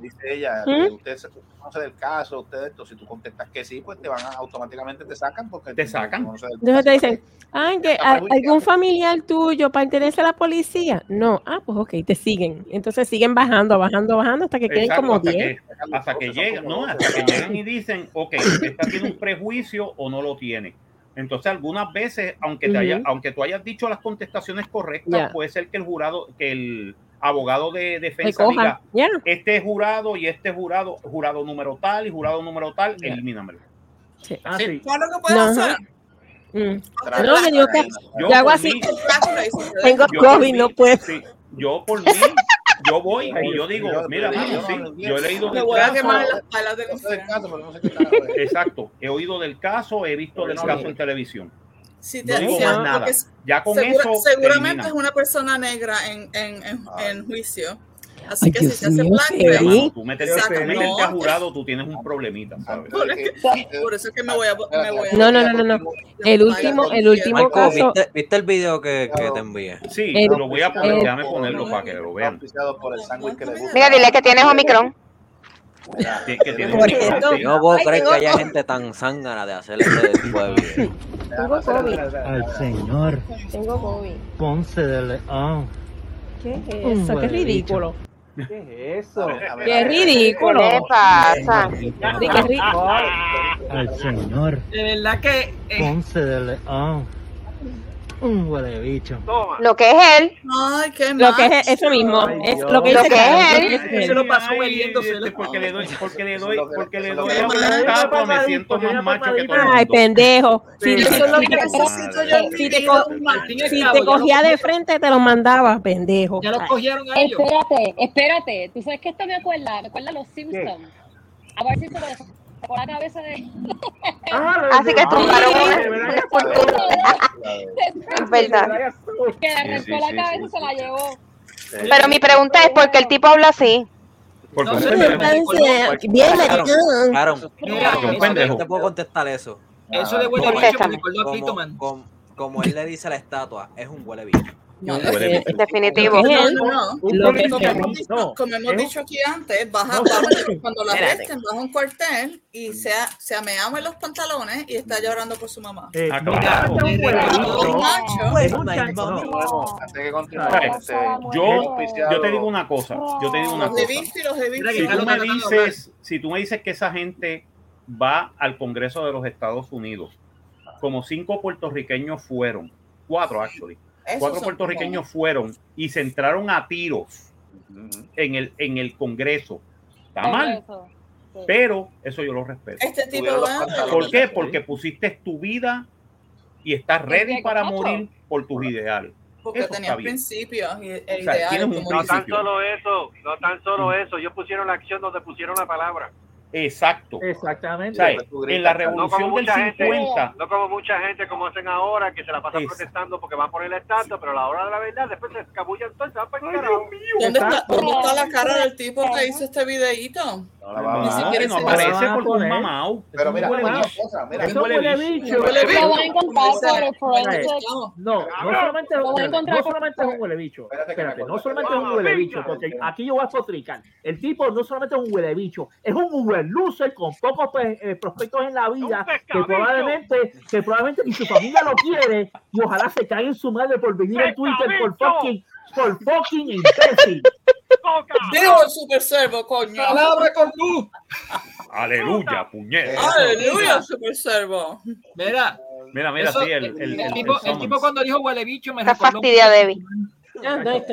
[SPEAKER 5] dice ella,
[SPEAKER 4] ¿Mm?
[SPEAKER 5] usted se- conoce del caso, usted esto, si tú contestas que sí, pues te van a, automáticamente te sacan porque
[SPEAKER 3] Te sacan.
[SPEAKER 5] conoce del
[SPEAKER 4] Entonces te
[SPEAKER 5] caso.
[SPEAKER 4] dicen, ay, que a- algún familiar tuyo pertenece a la policía. No, ah, pues ok, te siguen. Entonces siguen bajando, bajando, bajando hasta que queden
[SPEAKER 3] Exacto,
[SPEAKER 4] como
[SPEAKER 3] hasta
[SPEAKER 4] 10.
[SPEAKER 3] que- hasta que llegan, no, hasta que llegan y dicen, ok, esta tiene un prejuicio o no lo tiene. Entonces, algunas veces, aunque te haya-
[SPEAKER 10] Ujú.
[SPEAKER 3] aunque tú hayas dicho las contestaciones correctas,
[SPEAKER 10] Ya.
[SPEAKER 3] puede ser que el jurado, que el abogado de defensa
[SPEAKER 10] coja,
[SPEAKER 3] diga,
[SPEAKER 4] ya.
[SPEAKER 3] este jurado y este jurado, jurado número tal y jurado número tal, elimínamelo.
[SPEAKER 8] Ah, sí.
[SPEAKER 7] Claro que
[SPEAKER 4] No,
[SPEAKER 7] puedes hacer.
[SPEAKER 4] ajá. Mm. No, que digo que
[SPEAKER 3] Yo
[SPEAKER 4] yo hago
[SPEAKER 3] por
[SPEAKER 4] así.
[SPEAKER 3] mí-
[SPEAKER 4] Tengo
[SPEAKER 3] Yo por
[SPEAKER 4] COVID,
[SPEAKER 3] mí-
[SPEAKER 4] no puedo.
[SPEAKER 3] sí, yo por mí, yo voy y yo digo, mira, mano, sí, yo he leído
[SPEAKER 7] Me
[SPEAKER 3] del
[SPEAKER 7] voy a quemar
[SPEAKER 3] caso,
[SPEAKER 7] las palas del
[SPEAKER 5] caso, pero no sé qué
[SPEAKER 3] exacto, he oído del caso, he visto del caso en televisión.
[SPEAKER 7] Si
[SPEAKER 3] No digo más nada. Ya con
[SPEAKER 7] segura-
[SPEAKER 3] eso
[SPEAKER 7] Seguramente
[SPEAKER 3] termina.
[SPEAKER 7] es una persona negra en, en, en, en juicio. Así
[SPEAKER 4] Ay,
[SPEAKER 7] que
[SPEAKER 4] Dios
[SPEAKER 7] si te hace
[SPEAKER 4] mío,
[SPEAKER 7] blanca,
[SPEAKER 4] Seri.
[SPEAKER 3] Mano, tú metes,
[SPEAKER 7] Exacto,
[SPEAKER 3] tú metes
[SPEAKER 7] no.
[SPEAKER 3] a jurado, tú tienes un problemita, ¿sabes?
[SPEAKER 7] por, por eso es que me voy a. Me voy a
[SPEAKER 4] No, no, no, no, no. El último, el último
[SPEAKER 1] Michael,
[SPEAKER 4] caso.
[SPEAKER 1] ¿viste, viste el video que, que te envié?
[SPEAKER 3] Sí,
[SPEAKER 4] El-
[SPEAKER 3] lo voy a poner,
[SPEAKER 4] el-
[SPEAKER 3] déjame ponerlo para que lo vean.
[SPEAKER 5] por el sándwich que le gusta.
[SPEAKER 9] Mira, dile que tienes Omicron.
[SPEAKER 3] Que- que tiene-
[SPEAKER 9] Por
[SPEAKER 3] sí.
[SPEAKER 9] eso.
[SPEAKER 1] No puedo
[SPEAKER 9] Ay,
[SPEAKER 1] creer
[SPEAKER 9] tengo-
[SPEAKER 1] que haya gente tan zángana de hacer este tipo de video.
[SPEAKER 4] Tengo COVID.
[SPEAKER 12] Al señor
[SPEAKER 4] Tengo COVID.
[SPEAKER 12] Ponce de León.
[SPEAKER 4] ¿Qué es
[SPEAKER 12] Un
[SPEAKER 4] eso? Qué
[SPEAKER 12] huele bicho.
[SPEAKER 4] ridículo.
[SPEAKER 8] ¿Qué es eso?
[SPEAKER 4] Oh, Qué ridículo.
[SPEAKER 6] ¿Qué le
[SPEAKER 4] pasa?
[SPEAKER 12] Al señor
[SPEAKER 6] De verdad que. eh,
[SPEAKER 12] Ponce de León. Un huele bicho.
[SPEAKER 9] Lo que es él.
[SPEAKER 7] Ay, qué
[SPEAKER 4] Lo que es eso mismo. es lo que
[SPEAKER 9] Lo
[SPEAKER 4] dice
[SPEAKER 9] que
[SPEAKER 4] Carlos,
[SPEAKER 9] es
[SPEAKER 4] lo
[SPEAKER 9] él.
[SPEAKER 4] que es
[SPEAKER 6] Se
[SPEAKER 4] él.
[SPEAKER 6] lo pasó oliéndose.
[SPEAKER 3] Porque le doy, porque le doy, porque le doy
[SPEAKER 6] que-
[SPEAKER 3] a un capo, me siento más macho que todo el
[SPEAKER 4] Ay,
[SPEAKER 3] mundo.
[SPEAKER 4] pendejo. Si,
[SPEAKER 3] Sí,
[SPEAKER 4] si
[SPEAKER 3] eso es lo
[SPEAKER 4] te-
[SPEAKER 3] que-
[SPEAKER 4] si- si te, co- si te cogía de frente, te lo mandaba, pendejo. Ay.
[SPEAKER 11] Espérate, espérate. ¿Tú sabes que esto me acuerda? Me acuerda a los Simpsons. A ver si se lo por la cabeza de...
[SPEAKER 9] Así que tumbaron una, una escultura. Es verdad.
[SPEAKER 11] Que le
[SPEAKER 9] Sí,
[SPEAKER 11] arrancó
[SPEAKER 9] sí,
[SPEAKER 11] la
[SPEAKER 9] sí,
[SPEAKER 11] cabeza
[SPEAKER 9] sí,
[SPEAKER 11] y se la llevó.
[SPEAKER 9] Pero mi pregunta es por qué el tipo habla así.
[SPEAKER 3] Porque
[SPEAKER 1] No
[SPEAKER 3] un
[SPEAKER 1] sé,
[SPEAKER 3] pendejo.
[SPEAKER 1] entonces,
[SPEAKER 9] bien,
[SPEAKER 1] pues. Claro,
[SPEAKER 9] maricón.
[SPEAKER 1] claro.
[SPEAKER 3] Mira,
[SPEAKER 1] Yo
[SPEAKER 3] un pendejo.
[SPEAKER 1] no te puedo contestar eso.
[SPEAKER 6] Eso de huele
[SPEAKER 1] Como-
[SPEAKER 6] bicho me recordó a
[SPEAKER 1] como-
[SPEAKER 6] Pitoman.
[SPEAKER 1] como- Como él le dice a la estatua, es un huele bicho.
[SPEAKER 7] No,
[SPEAKER 9] huele bicho. Definitivo.
[SPEAKER 7] No, no, no.
[SPEAKER 1] Un
[SPEAKER 7] Como
[SPEAKER 1] político
[SPEAKER 7] hemos dicho-
[SPEAKER 1] no.
[SPEAKER 7] Como hemos
[SPEAKER 1] Es un-
[SPEAKER 7] dicho aquí antes, baja,
[SPEAKER 1] No.
[SPEAKER 7] baja- cuando la
[SPEAKER 1] Espérate.
[SPEAKER 7] arresten, baja un cuartel y se, ha- se ameama en los pantalones y está llorando por su mamá.
[SPEAKER 8] Eh,
[SPEAKER 3] Ah, claro.
[SPEAKER 7] Un macho.
[SPEAKER 1] Es
[SPEAKER 5] Antes que continuemos, este,
[SPEAKER 3] Yo,
[SPEAKER 5] auspiciado-
[SPEAKER 3] yo te digo una cosa, yo te digo una
[SPEAKER 7] Los he
[SPEAKER 3] cosa.
[SPEAKER 7] visto y los he visto.
[SPEAKER 3] Si tú me dices, si tú me dices que esa gente va al Congreso de los Estados Unidos como cinco puertorriqueños fueron, cuatro actually,
[SPEAKER 10] Esos
[SPEAKER 3] cuatro
[SPEAKER 10] son
[SPEAKER 3] puertorriqueños fueron y se entraron a tiros en el, en el Congreso. Está mal, pero eso yo lo respeto.
[SPEAKER 7] Este tipo
[SPEAKER 3] Tuvieron los
[SPEAKER 7] va-
[SPEAKER 3] pantalones. ¿Por qué? Porque pusiste tu vida y estás ready para morir por tus ideales.
[SPEAKER 7] Porque
[SPEAKER 3] Eso
[SPEAKER 7] tenía
[SPEAKER 3] está bien.
[SPEAKER 7] principios y e
[SPEAKER 3] O sea,
[SPEAKER 7] ideales,
[SPEAKER 3] tienes un
[SPEAKER 7] como
[SPEAKER 10] No
[SPEAKER 7] dice.
[SPEAKER 10] tan solo eso, no tan solo eso. Ellos pusieron la acción donde pusieron la palabra.
[SPEAKER 3] Exacto.
[SPEAKER 8] Exactamente.
[SPEAKER 3] ¿Sabes? En la
[SPEAKER 10] pues, No como
[SPEAKER 3] revolución del
[SPEAKER 10] mucha gente,
[SPEAKER 3] 50,
[SPEAKER 10] no como mucha gente como hacen ahora que se la pasan protestando porque van por el estatua, pero a la hora de la verdad después se escabullan todos, se van para el carajo.
[SPEAKER 7] ¿Dónde está, ¿Dónde está la cara del tipo que hizo este videíto?
[SPEAKER 5] la va a
[SPEAKER 7] Ni
[SPEAKER 5] bajar.
[SPEAKER 7] siquiera
[SPEAKER 5] No,
[SPEAKER 7] se-
[SPEAKER 5] no aparece
[SPEAKER 7] se-
[SPEAKER 5] porque
[SPEAKER 7] poner.
[SPEAKER 5] es un
[SPEAKER 3] mamao.
[SPEAKER 5] Pero mira,
[SPEAKER 8] huele
[SPEAKER 5] una
[SPEAKER 8] bicho.
[SPEAKER 5] cosa, mira,
[SPEAKER 8] Eso huele bicho.
[SPEAKER 11] Lo van a encontrar por el forense.
[SPEAKER 8] No, no solamente,
[SPEAKER 11] Lo voy a encontrar
[SPEAKER 8] no solamente es un huele bicho. Espérate, no solamente es un huele bicho, porque aquí yo voy a potricar. El tipo no solamente es un huele bicho, es un Uber loser con pocos pues, eh, prospectos en la vida, que probablemente, que probablemente ni su familia lo quiere, y ojalá se caiga en su madre por venir en Twitter por fucking, por fucking imbécil.
[SPEAKER 7] Digo el super servo, coño.
[SPEAKER 6] Palabra con luz.
[SPEAKER 3] aleluya, puñet.
[SPEAKER 7] Aleluya, super servo.
[SPEAKER 6] Mira,
[SPEAKER 3] Mira, Ah, mira,
[SPEAKER 6] eso-
[SPEAKER 3] sí, el, el, el- el
[SPEAKER 6] tipo, el
[SPEAKER 3] summons.
[SPEAKER 6] tipo cuando dijo huele bicho me
[SPEAKER 9] Está
[SPEAKER 6] recordó
[SPEAKER 9] fastidia, Debbie.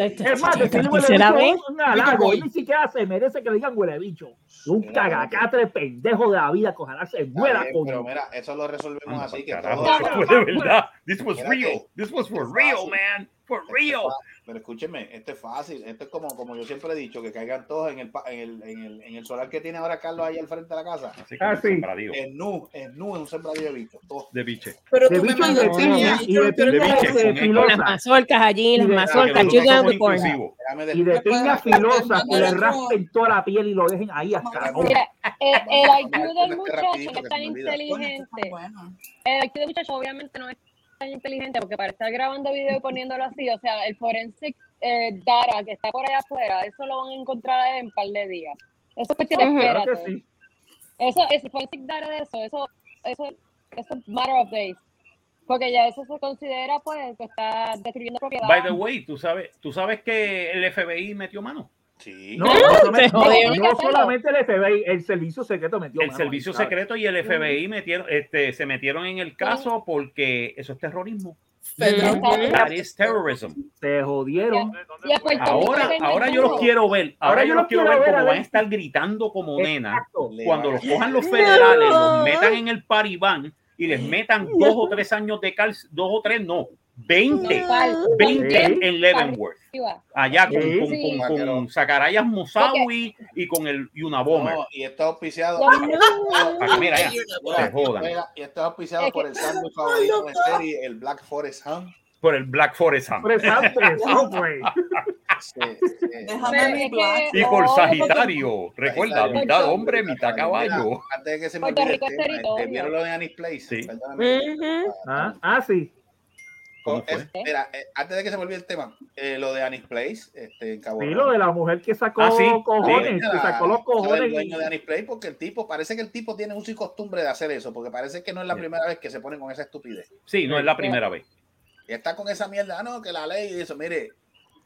[SPEAKER 4] este,
[SPEAKER 8] Es más, decirle huele
[SPEAKER 4] ¿Será
[SPEAKER 8] bicho
[SPEAKER 4] bien?
[SPEAKER 8] es un halago. Él ni siquiera se merece que le digan huele bicho. Un cagacatre pendejo de la vida, que ojalá se muera
[SPEAKER 5] bien,
[SPEAKER 8] con
[SPEAKER 5] pero mira, eso lo resolvemos así. Que
[SPEAKER 3] Carajo,
[SPEAKER 5] todos-
[SPEAKER 3] eso fue de verdad. This was
[SPEAKER 5] Mira
[SPEAKER 3] real.
[SPEAKER 5] que-
[SPEAKER 3] This was for
[SPEAKER 5] Esto es
[SPEAKER 3] real,
[SPEAKER 5] fácil.
[SPEAKER 3] man. For
[SPEAKER 5] Esto es
[SPEAKER 3] real.
[SPEAKER 5] fa- Pero escúcheme, esto es fácil. Esto es como, como yo siempre he dicho, que caigan todos en el, pa- en el, en el, en el solar que tiene ahora Carlos ahí al frente de la casa.
[SPEAKER 3] Así como Ah, sí. sembradío.
[SPEAKER 5] Es nu, es nu, es un sembradío de bichos. todos.
[SPEAKER 3] De biche.
[SPEAKER 7] Pero
[SPEAKER 5] De
[SPEAKER 7] tú me
[SPEAKER 5] bicho
[SPEAKER 7] mandas
[SPEAKER 5] no, no,
[SPEAKER 7] a
[SPEAKER 5] y de-
[SPEAKER 7] pero
[SPEAKER 5] de
[SPEAKER 7] ¿cómo
[SPEAKER 5] bicho,
[SPEAKER 7] fue?
[SPEAKER 5] con el-
[SPEAKER 4] Las mazorcas allí, las
[SPEAKER 8] Y de-
[SPEAKER 4] mazorcas,
[SPEAKER 8] Para que
[SPEAKER 4] children
[SPEAKER 8] nosotros
[SPEAKER 4] of the
[SPEAKER 8] somos
[SPEAKER 4] corn.
[SPEAKER 8] inclusivos.
[SPEAKER 5] Déjame
[SPEAKER 8] y de pingas filosas que le
[SPEAKER 11] Pero-
[SPEAKER 8] raspen toda la piel y lo dejen ahí hasta la
[SPEAKER 11] Mira,
[SPEAKER 5] eh,
[SPEAKER 11] el, el IQ
[SPEAKER 5] Vamos,
[SPEAKER 11] del
[SPEAKER 5] vamos,
[SPEAKER 11] muchacho
[SPEAKER 5] rapidito,
[SPEAKER 11] no
[SPEAKER 5] que
[SPEAKER 11] es
[SPEAKER 5] se
[SPEAKER 11] tan
[SPEAKER 5] me olvida.
[SPEAKER 11] inteligente. El IQ del muchacho obviamente no es tan inteligente porque para estar grabando video y poniéndolo así, o sea, el forensic eh, data que está por allá afuera, eso lo van a encontrar en un par de días. Eso es cuestión de
[SPEAKER 8] Ujú. Claro
[SPEAKER 11] espérate.
[SPEAKER 8] que sí.
[SPEAKER 11] Eso es forensic data de eso, eso, eso, eso es matter of days. Porque ya eso se considera pues que está describiendo propiedad.
[SPEAKER 3] By the way, ¿tú sabes, ¿tú sabes que el FBI metió mano?
[SPEAKER 5] Sí.
[SPEAKER 8] No, no solamente, no solamente el FBI, el servicio secreto metió.
[SPEAKER 3] El
[SPEAKER 8] mano,
[SPEAKER 3] servicio
[SPEAKER 8] ¿sabes?
[SPEAKER 3] secreto y el FBI metieron, este, se metieron en el caso porque eso es terrorismo.
[SPEAKER 8] Federal.
[SPEAKER 3] That is terrorism.
[SPEAKER 8] Te jodieron.
[SPEAKER 3] Ahora, ahora yo los quiero ver. Ahora, yo los quiero ver
[SPEAKER 8] a
[SPEAKER 3] cómo
[SPEAKER 8] ver.
[SPEAKER 3] van a estar gritando como nena
[SPEAKER 5] Le
[SPEAKER 3] cuando
[SPEAKER 5] van
[SPEAKER 3] los
[SPEAKER 5] a-
[SPEAKER 3] cojan los
[SPEAKER 5] No.
[SPEAKER 3] federales, los metan en el paribán y les metan dos o tres años de cárcel, dos o tres, no, 20,
[SPEAKER 11] No, pal-
[SPEAKER 3] 20
[SPEAKER 11] pal-
[SPEAKER 3] en Leavenworth.
[SPEAKER 11] Arriba.
[SPEAKER 3] Allá con,
[SPEAKER 5] Sí.
[SPEAKER 3] con,
[SPEAKER 5] Sí.
[SPEAKER 3] con, con Zacarías Moussaoui y con el Una Bomber.
[SPEAKER 5] No, y este está auspiciado. Ah,
[SPEAKER 3] Para que mira, ya,
[SPEAKER 5] Mira,
[SPEAKER 3] se jodan.
[SPEAKER 5] mira, Y está auspiciado por el sándwich favorito de serie, el Black Forest Ham.
[SPEAKER 3] Por el Black Forest Ham.
[SPEAKER 11] Pero es que-
[SPEAKER 3] Y por
[SPEAKER 11] no,
[SPEAKER 3] Sagitario, recuerda,
[SPEAKER 5] Sagitario.
[SPEAKER 3] mitad hombre, mitad caballo.
[SPEAKER 5] Mira, Antes de que se me
[SPEAKER 11] Puerto
[SPEAKER 5] olvide, el
[SPEAKER 11] Rico es
[SPEAKER 5] tema, este,
[SPEAKER 11] territorio.
[SPEAKER 5] vieron lo de Annie's Place. Perdóname.
[SPEAKER 4] Ujú.
[SPEAKER 8] Ah, ah, sí.
[SPEAKER 5] Co- es- mira, eh, antes de que se me olvide el tema, eh, lo de Annie's Place, este, en Cabo
[SPEAKER 8] Sí,
[SPEAKER 5] Rojo.
[SPEAKER 8] lo de la mujer que sacó
[SPEAKER 5] Ah, sí.
[SPEAKER 8] cojones,
[SPEAKER 5] Sí.
[SPEAKER 8] que sacó los
[SPEAKER 5] El
[SPEAKER 8] cojones.
[SPEAKER 5] dueño de
[SPEAKER 8] y-
[SPEAKER 5] Anis Play, porque el tipo, parece que el tipo tiene uso y costumbre de hacer eso, porque parece que no es la primera vez que se pone con esa estupidez.
[SPEAKER 3] Sí, no es la primera vez.
[SPEAKER 5] Y está con esa mierda, ah, no, que la ley y eso, mire,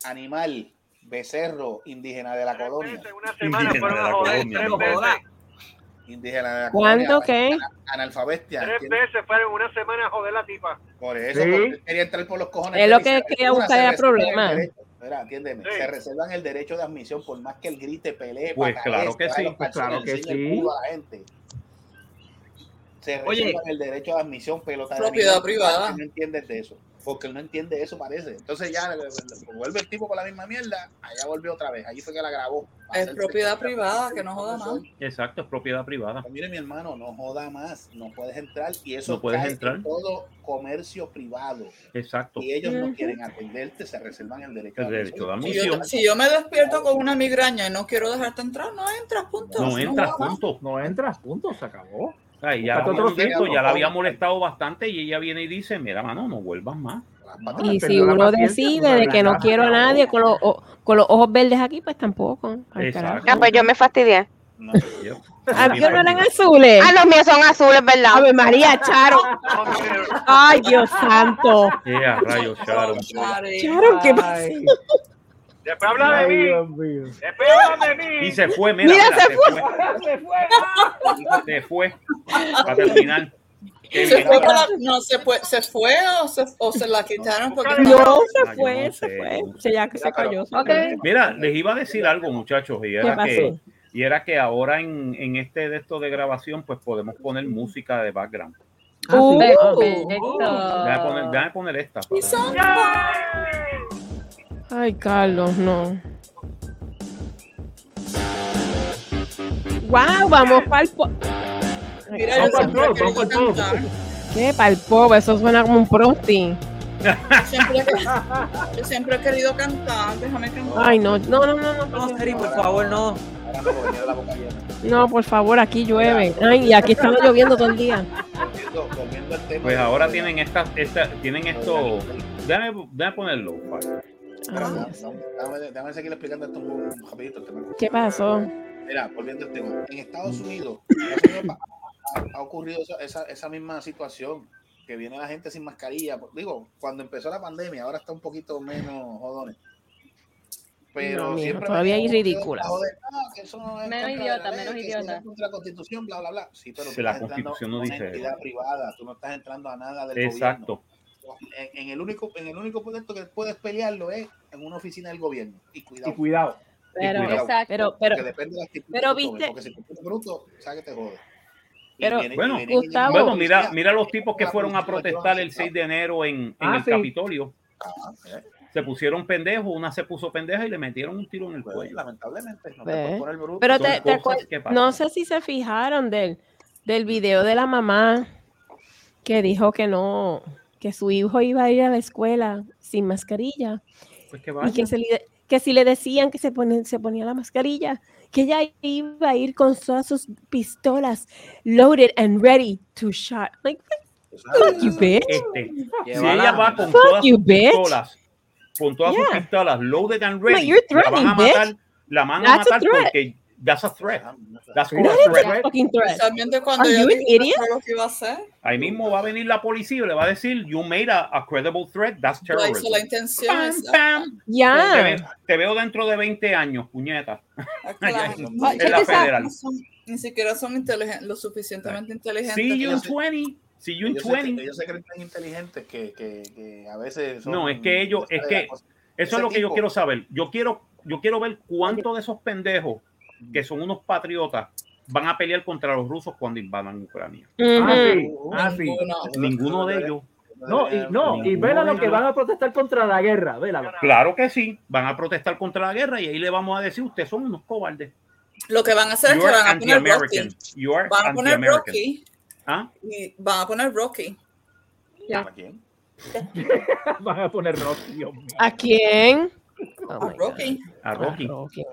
[SPEAKER 5] animal, becerro, indígena de la colonia.
[SPEAKER 10] semana
[SPEAKER 5] Indígena
[SPEAKER 10] fueron
[SPEAKER 5] de
[SPEAKER 10] a
[SPEAKER 5] la
[SPEAKER 10] joder
[SPEAKER 5] colonia,
[SPEAKER 10] tres
[SPEAKER 5] no
[SPEAKER 10] veces.
[SPEAKER 5] jodas. Indígena de la
[SPEAKER 4] ¿Cuándo
[SPEAKER 5] colonia.
[SPEAKER 4] qué?
[SPEAKER 5] Analfabestia.
[SPEAKER 10] Tres
[SPEAKER 5] tiene-
[SPEAKER 10] veces fueron una semana a joder la tipa.
[SPEAKER 5] Por eso
[SPEAKER 10] Sí.
[SPEAKER 5] porque él quería entrar por los cojones.
[SPEAKER 4] Es lo
[SPEAKER 5] Él dice,
[SPEAKER 4] que
[SPEAKER 5] "La
[SPEAKER 4] quería
[SPEAKER 5] cultura
[SPEAKER 4] buscar
[SPEAKER 5] se
[SPEAKER 4] era
[SPEAKER 5] reserva el
[SPEAKER 4] problema".
[SPEAKER 5] derecho". Mira, atiéndeme, se reservan el derecho de admisión por más que él grite, pelee,
[SPEAKER 3] Pues claro que
[SPEAKER 5] se haga
[SPEAKER 3] sí,
[SPEAKER 5] los calzones,
[SPEAKER 3] claro que
[SPEAKER 5] enseñe el
[SPEAKER 3] sí.
[SPEAKER 5] culo a la gente. Se
[SPEAKER 6] Oye.
[SPEAKER 5] reservan el derecho de admisión, pelota de
[SPEAKER 7] Propiedad
[SPEAKER 5] animal,
[SPEAKER 7] privada.
[SPEAKER 5] porque No entiendes de eso, porque él no entiende eso, parece. Entonces ya le- le- le- vuelve el tipo con la misma mierda, allá volvió otra vez, allí fue que la grabó.
[SPEAKER 7] Es propiedad privada, que no joda más.
[SPEAKER 3] Exacto, es propiedad privada.
[SPEAKER 5] Ah, Mire, mi hermano, no joda más, no puedes entrar y eso
[SPEAKER 3] No puedes
[SPEAKER 5] cae en
[SPEAKER 3] entrar.
[SPEAKER 5] todo comercio privado.
[SPEAKER 3] Exacto.
[SPEAKER 5] Y ellos no
[SPEAKER 7] Ujú.
[SPEAKER 5] quieren atenderte, se reservan el derecho.
[SPEAKER 3] El
[SPEAKER 5] a
[SPEAKER 3] derecho de
[SPEAKER 5] admisión.
[SPEAKER 7] Si yo, si yo me despierto con una migraña y no quiero dejarte entrar, no entras, punto.
[SPEAKER 3] No entras
[SPEAKER 7] jodas más.
[SPEAKER 3] juntos.
[SPEAKER 8] No entras juntos, se acabó.
[SPEAKER 3] Ay, Ah, ya,
[SPEAKER 8] Busca otro
[SPEAKER 3] la-
[SPEAKER 8] sitio,
[SPEAKER 3] ya la había
[SPEAKER 8] ¿no?
[SPEAKER 3] molestado bastante y ella viene y dice, mira, mano, no vuelvas más.
[SPEAKER 4] Y si uno decide de que no quiero a nadie con los, o- con los ojos verdes aquí, pues tampoco. Al carajo.
[SPEAKER 9] Ah, pues yo me fastidié.
[SPEAKER 4] Ah, pero no eran azules.
[SPEAKER 9] Ah, los míos son azules, ¿verdad?
[SPEAKER 4] Ave María, Charo. Ay, Dios santo.
[SPEAKER 3] Yeah, rayos, Sharon.
[SPEAKER 4] Charo, ¿qué pasa?
[SPEAKER 10] Después habla de mí. Después habla de mí. Ah,
[SPEAKER 3] Y se fue, mira,
[SPEAKER 4] Mira,
[SPEAKER 3] mira,
[SPEAKER 4] se
[SPEAKER 3] se, fue. Se fue. Para terminar.
[SPEAKER 7] Se fue con la- no, se fue, se fue o se, o se la quitaron porque
[SPEAKER 4] No, se
[SPEAKER 3] Ah, yo
[SPEAKER 4] fue,
[SPEAKER 3] no
[SPEAKER 4] se
[SPEAKER 3] sé.
[SPEAKER 4] fue. Se ya que se cayó. se cayó.
[SPEAKER 3] Mira, les iba a decir algo, muchachos, y era
[SPEAKER 4] pasó?
[SPEAKER 3] que y era que ahora en, en este de esto de grabación, pues podemos poner música de background.
[SPEAKER 4] Uh,
[SPEAKER 6] Uh.
[SPEAKER 3] Déjame poner, déjame poner esta. para-
[SPEAKER 4] Ay, Carlos, no. Wow, vamos para el pop.
[SPEAKER 7] Mira, yo siempre he querido cantar.
[SPEAKER 4] ¿Qué? Para el pop, eso suena como un prosti.
[SPEAKER 7] Yo siempre, he querido- yo siempre he querido cantar, déjame cantar.
[SPEAKER 4] Ay, no, no, no, no, no.
[SPEAKER 1] No, Seri, por favor, no.
[SPEAKER 4] No, por favor, aquí llueve. Ay, y aquí estaba lloviendo todo el día.
[SPEAKER 3] Pues ahora tienen estas, esta, tienen esto. Déjame, déjame ponerlo. para-
[SPEAKER 5] Dame, dame seguir explicando esto un rapidito. el tema.
[SPEAKER 4] Ah. ¿Qué pasó?
[SPEAKER 5] Mira, volviendo al tema. En
[SPEAKER 3] Mm.
[SPEAKER 5] Estados Unidos no sé, ha- ha ocurrido esa, esa- esa misma situación, que viene la gente sin mascarilla. Digo, cuando empezó la pandemia, ahora está un poquito menos jodones. Pero
[SPEAKER 4] No, mijo,
[SPEAKER 5] siempre
[SPEAKER 4] todavía hay
[SPEAKER 5] hay
[SPEAKER 4] ridículas.
[SPEAKER 11] Menos idiota, menos idiota.
[SPEAKER 5] Contra la constitución, bla, bla, bla. Sí, pero
[SPEAKER 3] Si
[SPEAKER 5] tú
[SPEAKER 3] la
[SPEAKER 5] estás entrando
[SPEAKER 3] Constitución no
[SPEAKER 5] a una
[SPEAKER 3] dice
[SPEAKER 5] entidad
[SPEAKER 3] eso.
[SPEAKER 5] privada, tú no estás entrando a nada del gobierno.
[SPEAKER 3] Exacto.
[SPEAKER 5] En, en el único, en el único proyecto que puedes pelearlo es en una oficina del gobierno. Y cuidado.
[SPEAKER 8] Y cuidado.
[SPEAKER 4] Pero,
[SPEAKER 5] cuidado,
[SPEAKER 4] exacto. pero, pero,
[SPEAKER 5] porque depende de la actitud
[SPEAKER 4] pero
[SPEAKER 5] que tú tomes,
[SPEAKER 4] viste-
[SPEAKER 5] porque si tú eres bruto, sabes que te jode. Y
[SPEAKER 4] Pero-
[SPEAKER 5] viene- y
[SPEAKER 3] Bueno,
[SPEAKER 5] viene- y viene la
[SPEAKER 3] bueno,
[SPEAKER 5] policía.
[SPEAKER 3] mira, mira los tipos que fueron a protestar el 6 de enero en, en
[SPEAKER 8] Ah,
[SPEAKER 3] el
[SPEAKER 8] sí.
[SPEAKER 3] Capitolio.
[SPEAKER 5] Ah, eh,
[SPEAKER 3] Se pusieron pendejos, una se puso pendeja y le metieron un tiro en el
[SPEAKER 5] pues,
[SPEAKER 3] cuello.
[SPEAKER 5] lamentablemente, no te
[SPEAKER 4] Ve.
[SPEAKER 5] puedes poner bruto.
[SPEAKER 4] Pues, pero
[SPEAKER 3] Son
[SPEAKER 4] te, te
[SPEAKER 3] cosas
[SPEAKER 4] acuer-
[SPEAKER 3] que pasan.
[SPEAKER 4] no sé si se fijaron del, del video de la mamá que dijo que no, que su hijo iba a ir a la escuela sin mascarilla
[SPEAKER 3] Pues
[SPEAKER 4] y que,
[SPEAKER 3] que vaya.
[SPEAKER 4] se le- que si le decían que se, pone- se ponía la mascarilla, que ella iba a ir con todas sus pistolas loaded and ready to shot. Like, fuck you, bitch.
[SPEAKER 3] Este, si
[SPEAKER 1] Lleva
[SPEAKER 3] ella
[SPEAKER 1] la-
[SPEAKER 3] va con
[SPEAKER 4] Fuck
[SPEAKER 3] todas
[SPEAKER 4] you,
[SPEAKER 3] sus
[SPEAKER 4] bitch.
[SPEAKER 3] pistolas, con todas sus
[SPEAKER 4] Yeah.
[SPEAKER 3] pistolas loaded and ready,
[SPEAKER 4] you're
[SPEAKER 3] la van a
[SPEAKER 4] threatening, bitch.
[SPEAKER 3] matar, la van a
[SPEAKER 4] That's a
[SPEAKER 3] matar
[SPEAKER 4] threat.
[SPEAKER 3] porque that's a threat.
[SPEAKER 5] Ah,
[SPEAKER 3] That's
[SPEAKER 4] That
[SPEAKER 3] called a
[SPEAKER 4] is a
[SPEAKER 3] threat.
[SPEAKER 4] fucking threat.
[SPEAKER 7] Especialmente cuando
[SPEAKER 4] Are
[SPEAKER 7] yo
[SPEAKER 4] you an
[SPEAKER 7] dije que
[SPEAKER 4] idiot?
[SPEAKER 7] fue lo que iba a hacer.
[SPEAKER 3] Ahí mismo va a venir la policía y le va a decir, you made a, a credible threat, that's
[SPEAKER 7] Yo hice
[SPEAKER 3] terrorism.
[SPEAKER 7] la intención.
[SPEAKER 3] Pam,
[SPEAKER 7] esa.
[SPEAKER 3] pam. Te,
[SPEAKER 4] Yeah.
[SPEAKER 3] ve- te veo dentro de 20 años, puñeta.
[SPEAKER 7] Es que la-
[SPEAKER 3] En
[SPEAKER 7] no,
[SPEAKER 3] la
[SPEAKER 7] Ah, es que
[SPEAKER 3] federal.
[SPEAKER 7] no son- Ni siquiera son inteligen- lo suficientemente inteligentes.
[SPEAKER 3] See you
[SPEAKER 7] que-
[SPEAKER 3] in 20. See you in
[SPEAKER 5] Ellos se, creen-
[SPEAKER 3] 20.
[SPEAKER 5] ellos se creen tan inteligentes que, que, que a veces. son-
[SPEAKER 3] No, es que ellos, es
[SPEAKER 5] sabe
[SPEAKER 3] que
[SPEAKER 5] la cosa.
[SPEAKER 3] eso es
[SPEAKER 5] Ese
[SPEAKER 3] lo que yo
[SPEAKER 5] tipo-
[SPEAKER 3] quiero saber. Yo quiero, yo quiero ver cuántos de esos pendejos que son unos patriotas van a pelear contra los rusos cuando invadan Ucrania.
[SPEAKER 8] Ah,
[SPEAKER 4] Ujú.
[SPEAKER 8] sí, ah, sí.
[SPEAKER 7] Ninguno.
[SPEAKER 3] Ninguno de ellos.
[SPEAKER 8] No, y, no, y vela lo que van a protestar contra la guerra, vélalo.
[SPEAKER 3] Claro que sí, van a protestar contra la guerra y ahí le vamos a decir, ustedes son unos cobardes.
[SPEAKER 7] Lo que van a hacer es
[SPEAKER 3] You
[SPEAKER 7] que
[SPEAKER 3] are
[SPEAKER 7] van a poner
[SPEAKER 3] anti-American.
[SPEAKER 7] Rocky.
[SPEAKER 3] You are
[SPEAKER 7] Van a poner
[SPEAKER 3] anti-American.
[SPEAKER 7] Rocky.
[SPEAKER 3] ¿Ah?
[SPEAKER 7] Y van a poner Rocky.
[SPEAKER 5] ¿A quién?
[SPEAKER 8] Van a poner rock, Dios mío.
[SPEAKER 4] ¿A quién? Oh my God.
[SPEAKER 7] Rocky.
[SPEAKER 3] A Rocky.
[SPEAKER 4] A Rocky.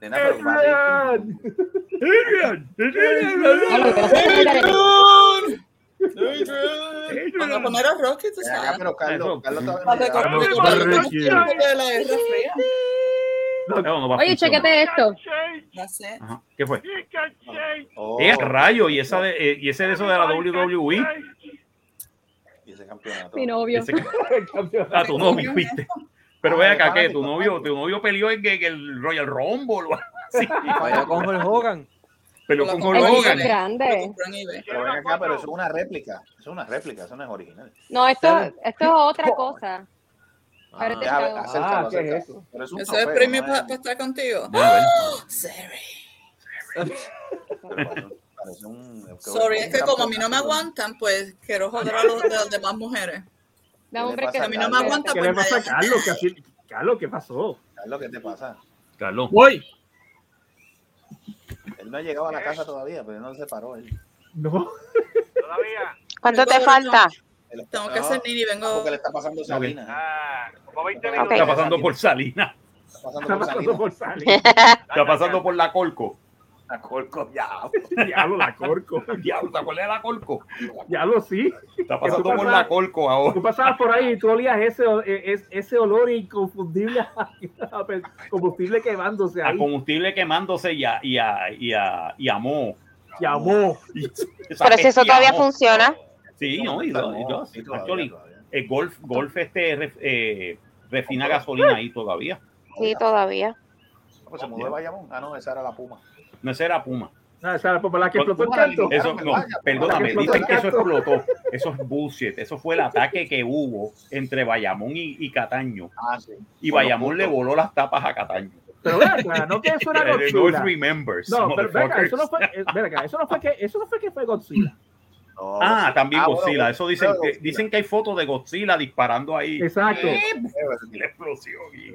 [SPEAKER 5] Nena, pero va a-
[SPEAKER 3] Adrian, Adrian,
[SPEAKER 7] Van a
[SPEAKER 3] Adrian.
[SPEAKER 7] poner a Rocky, tú
[SPEAKER 5] Ven acá,
[SPEAKER 7] sabes.
[SPEAKER 5] pero Carlos, Carlos todavía no
[SPEAKER 7] Para
[SPEAKER 5] llega.
[SPEAKER 7] recordar-
[SPEAKER 8] Rocky.
[SPEAKER 7] recordar los
[SPEAKER 8] Rocky.
[SPEAKER 7] tiempos de la Guerra Fría.
[SPEAKER 3] No, no va a
[SPEAKER 11] Oye,
[SPEAKER 3] funcionar.
[SPEAKER 11] chequete esto.
[SPEAKER 7] That's it.
[SPEAKER 3] Ajá, ¿Qué fue?
[SPEAKER 7] Ah,
[SPEAKER 5] Oh,
[SPEAKER 3] ¡Eh, rayo! Y, esa de- eh, y ese de eso de la WWE.
[SPEAKER 5] y ese campeonato.
[SPEAKER 11] Mi novio.
[SPEAKER 3] Ese- Ah, tu novio, viste. Pero ve acá que tu novio, tu novio peleó en, en el Royal Rumble. o algo así.
[SPEAKER 1] Vaya con Hulk Hogan.
[SPEAKER 3] Peleó con
[SPEAKER 7] Lo
[SPEAKER 3] Hulk
[SPEAKER 11] Eso es
[SPEAKER 3] Hogan.
[SPEAKER 7] Lo
[SPEAKER 11] grande.
[SPEAKER 7] compré en eBay.
[SPEAKER 5] Pero ven acá, pero eso es una réplica. Eso es una réplica, eso no es original.
[SPEAKER 11] No, esto, esto es otra cosa. Parece
[SPEAKER 5] Deja ver,
[SPEAKER 11] que-
[SPEAKER 5] acércalo,
[SPEAKER 8] Ah, ¿qué es
[SPEAKER 5] acércalo. Pero es un
[SPEAKER 7] Eso es
[SPEAKER 5] trofeo,
[SPEAKER 7] premio
[SPEAKER 5] no
[SPEAKER 7] para estar contigo. ¡Oh!
[SPEAKER 3] Vamos a ver.
[SPEAKER 7] Sorry.
[SPEAKER 5] Pero parece- parece un-
[SPEAKER 7] Sorry, es que como a mí no me aguantan, pues quiero joder a los- de las demás mujeres.
[SPEAKER 11] Da un break que
[SPEAKER 5] A
[SPEAKER 7] mí no me aguanta.
[SPEAKER 8] ¿Qué le pasa a Carlos? ¿Qué, así- Carlos, ¿qué pasó?
[SPEAKER 5] Carlos, ¿qué te pasa?
[SPEAKER 3] Carlos.
[SPEAKER 6] Voy.
[SPEAKER 5] Él no ha llegado a la casa todavía, pero no se paró él.
[SPEAKER 8] No.
[SPEAKER 10] Todavía.
[SPEAKER 9] ¿Cuánto te falta?
[SPEAKER 5] Él-
[SPEAKER 7] Tengo que
[SPEAKER 5] no,
[SPEAKER 7] hacer nini, vengo.
[SPEAKER 5] Porque le está pasando Salina.
[SPEAKER 10] Ah, como 20
[SPEAKER 9] Ok.
[SPEAKER 10] minutos.
[SPEAKER 3] Está pasando por Salina.
[SPEAKER 5] Está pasando
[SPEAKER 8] Está
[SPEAKER 5] por
[SPEAKER 8] pasando
[SPEAKER 5] Salina.
[SPEAKER 8] por salir.
[SPEAKER 3] Está pasando por la Colco.
[SPEAKER 5] A Corco, ya.
[SPEAKER 8] Diablo, la corco.
[SPEAKER 3] Diablo, ¿te acuerdas de la Colco?
[SPEAKER 8] Diablo, sí.
[SPEAKER 3] Está
[SPEAKER 8] Que tú
[SPEAKER 3] pasando por
[SPEAKER 8] pasabas-
[SPEAKER 3] la Colco
[SPEAKER 8] Tú
[SPEAKER 3] ahora.
[SPEAKER 8] pasabas por ahí y tú olías ese, eh, es- ese olor inconfundible a, a pe- combustible quemándose
[SPEAKER 3] A
[SPEAKER 8] ahí.
[SPEAKER 3] combustible quemándose y a, y a, y a, y a moho.
[SPEAKER 8] Llamó.
[SPEAKER 3] Esa
[SPEAKER 9] Pero si eso
[SPEAKER 3] peste
[SPEAKER 9] todavía
[SPEAKER 3] a moho.
[SPEAKER 9] funciona.
[SPEAKER 3] Sí, no, y dos. y dos.
[SPEAKER 5] Sí, todavía,
[SPEAKER 3] Actually,
[SPEAKER 5] todavía.
[SPEAKER 3] el golf, golf este ref- eh, refina gasolina ahí todavía.
[SPEAKER 9] Sí, todavía.
[SPEAKER 5] Pues se mudó de Bayamón. Ah, no, esa era la Puma.
[SPEAKER 3] No, ese era Puma.
[SPEAKER 8] Ah, o sea, la popular que explotó el canto.
[SPEAKER 3] Eso, no, perdóname,
[SPEAKER 8] Explotó el
[SPEAKER 3] dicen que eso
[SPEAKER 8] canto.
[SPEAKER 3] explotó. Eso es bullshit. Eso fue el ataque que hubo entre Bayamón y, y Cataño.
[SPEAKER 5] Ah,
[SPEAKER 3] Y
[SPEAKER 8] Con los
[SPEAKER 3] Bayamón le voló las tapas a Cataño.
[SPEAKER 8] Pero vean, no que eso era
[SPEAKER 3] The Ghost
[SPEAKER 8] Godzilla.
[SPEAKER 3] remembers.
[SPEAKER 8] No, pero venga,
[SPEAKER 3] motherfuckers.
[SPEAKER 8] eso no fue, eh, ven acá, eso no fue que, eso no fue que fue Godzilla.
[SPEAKER 3] Ah, también
[SPEAKER 8] Ah, bueno,
[SPEAKER 3] Godzilla. eso dicen,
[SPEAKER 8] claro,
[SPEAKER 3] que, dicen que hay fotos de Godzilla disparando ahí.
[SPEAKER 8] Exacto.
[SPEAKER 3] Y La explosión. y-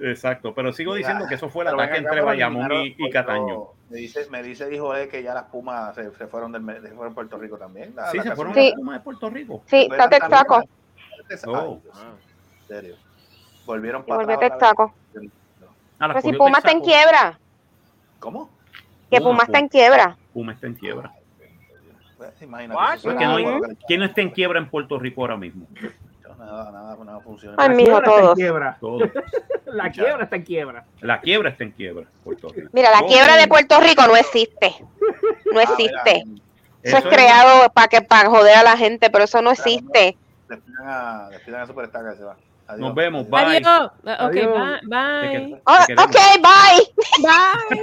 [SPEAKER 3] Exacto. Pero sigo diciendo que eso fue el
[SPEAKER 5] Pero
[SPEAKER 3] ataque
[SPEAKER 5] venga,
[SPEAKER 3] entre
[SPEAKER 5] pero
[SPEAKER 3] Bayamón y, y
[SPEAKER 5] eliminaron-
[SPEAKER 3] Cataño.
[SPEAKER 5] Me dice, me dice el hijo de que ya las Pumas se, se fueron del, se fueron a Puerto Rico también.
[SPEAKER 3] Sí, se fueron
[SPEAKER 9] Sí.
[SPEAKER 3] las Pumas de Puerto Rico. Oh.
[SPEAKER 9] Sí, está Texaco.
[SPEAKER 5] Ah, En serio. Volvieron
[SPEAKER 9] Y
[SPEAKER 5] para
[SPEAKER 9] volvió
[SPEAKER 5] atrás otra
[SPEAKER 9] Texaco.
[SPEAKER 5] vez.
[SPEAKER 3] Ah,
[SPEAKER 9] Pero si Puma está en quiebra,
[SPEAKER 5] ¿Cómo?
[SPEAKER 9] que
[SPEAKER 3] Puma,
[SPEAKER 9] Puma está en
[SPEAKER 3] Puma.
[SPEAKER 9] quiebra.
[SPEAKER 3] Puma está en quiebra.
[SPEAKER 5] Pues, imagínate. eso
[SPEAKER 3] Porque
[SPEAKER 5] era
[SPEAKER 3] no hay-
[SPEAKER 5] algo
[SPEAKER 3] ¿Quién no está en quiebra en Puerto Rico ahora mismo?
[SPEAKER 5] que- Nada, nada, nada funciona.
[SPEAKER 9] Ay, mijo,
[SPEAKER 8] quiebra está en
[SPEAKER 9] todos.
[SPEAKER 8] quiebra.
[SPEAKER 3] Todo.
[SPEAKER 8] La quiebra está en quiebra.
[SPEAKER 3] La quiebra está en quiebra. Puerto Rico.
[SPEAKER 9] Mira, la
[SPEAKER 3] Todo.
[SPEAKER 9] quiebra de Puerto Rico no existe. No
[SPEAKER 5] Ah, mira,
[SPEAKER 9] existe. Eso es
[SPEAKER 3] Eso es-
[SPEAKER 9] creado para que para joder a la gente, pero eso no existe.
[SPEAKER 5] Despidan a, despidan a Superstar que se va. Adiós.
[SPEAKER 3] Nos vemos. Bye.
[SPEAKER 4] Adiós. Ah, Ok, bye.
[SPEAKER 3] Adiós. Te
[SPEAKER 4] Bye.
[SPEAKER 3] que-
[SPEAKER 9] Oh,
[SPEAKER 3] te
[SPEAKER 9] ok,
[SPEAKER 3] queremos.
[SPEAKER 9] bye.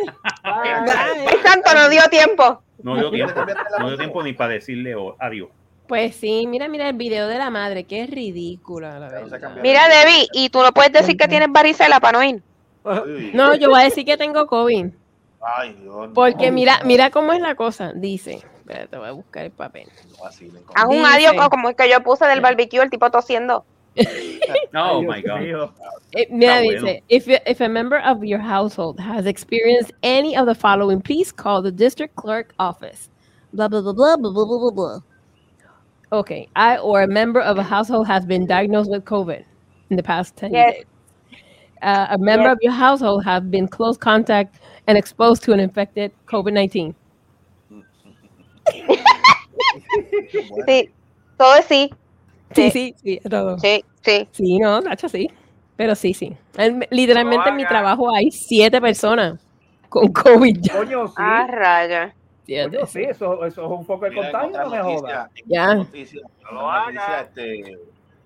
[SPEAKER 4] Bye. Bye.
[SPEAKER 9] El santo nos dio tiempo.
[SPEAKER 3] No dio tiempo. No dio tiempo ni para decirle o- adiós.
[SPEAKER 4] Pues sí, mira, mira el video de la madre, que es ridícula, la verdad.
[SPEAKER 9] Mira, Debbie, y tú no puedes decir que tienes varicela para no ir.
[SPEAKER 5] Uy.
[SPEAKER 4] No, yo voy a decir que tengo COVID.
[SPEAKER 5] Ay, Dios.
[SPEAKER 3] Oh.
[SPEAKER 4] Porque mira, mira cómo es la cosa. Dice, espérate, te voy a buscar el papel.
[SPEAKER 9] Haz un
[SPEAKER 4] Dice-
[SPEAKER 9] adiós o como el que yo puse del barbecue, el tipo tosiendo.
[SPEAKER 3] Oh
[SPEAKER 8] Ay,
[SPEAKER 3] my
[SPEAKER 8] Dios
[SPEAKER 3] God.
[SPEAKER 8] mío.
[SPEAKER 4] Eh, mira,
[SPEAKER 3] Está
[SPEAKER 4] dice,
[SPEAKER 3] bueno.
[SPEAKER 4] if, you- if a member of your household has experienced any of the following, please call the district clerk office. Blah, blah, blah, blah, blah, blah, blah, blah, blah. Okay, I or a member of a household has been diagnosed with COVID in the past 10
[SPEAKER 9] Yes.
[SPEAKER 4] days. Uh, a member
[SPEAKER 9] Yes.
[SPEAKER 4] of your household have been close contact and exposed to an infected COVID-19.
[SPEAKER 9] Sí, todo es sí.
[SPEAKER 4] Sí, sí, sí, a todo.
[SPEAKER 9] Sí, sí.
[SPEAKER 4] Sí, no, Nacho, sí. Pero sí, sí. En- literalmente en mi trabajo hay siete personas con COVID ya.
[SPEAKER 8] Coño, sí.
[SPEAKER 9] Ah, raya.
[SPEAKER 4] Siete,
[SPEAKER 8] Coño, sí, eso, eso es un foco de
[SPEAKER 5] Mira, en
[SPEAKER 8] contagio,
[SPEAKER 5] otra
[SPEAKER 8] no me
[SPEAKER 5] noticia,
[SPEAKER 8] jodas.
[SPEAKER 5] en
[SPEAKER 4] Ya.
[SPEAKER 5] otra noticia, en otra noticia, este,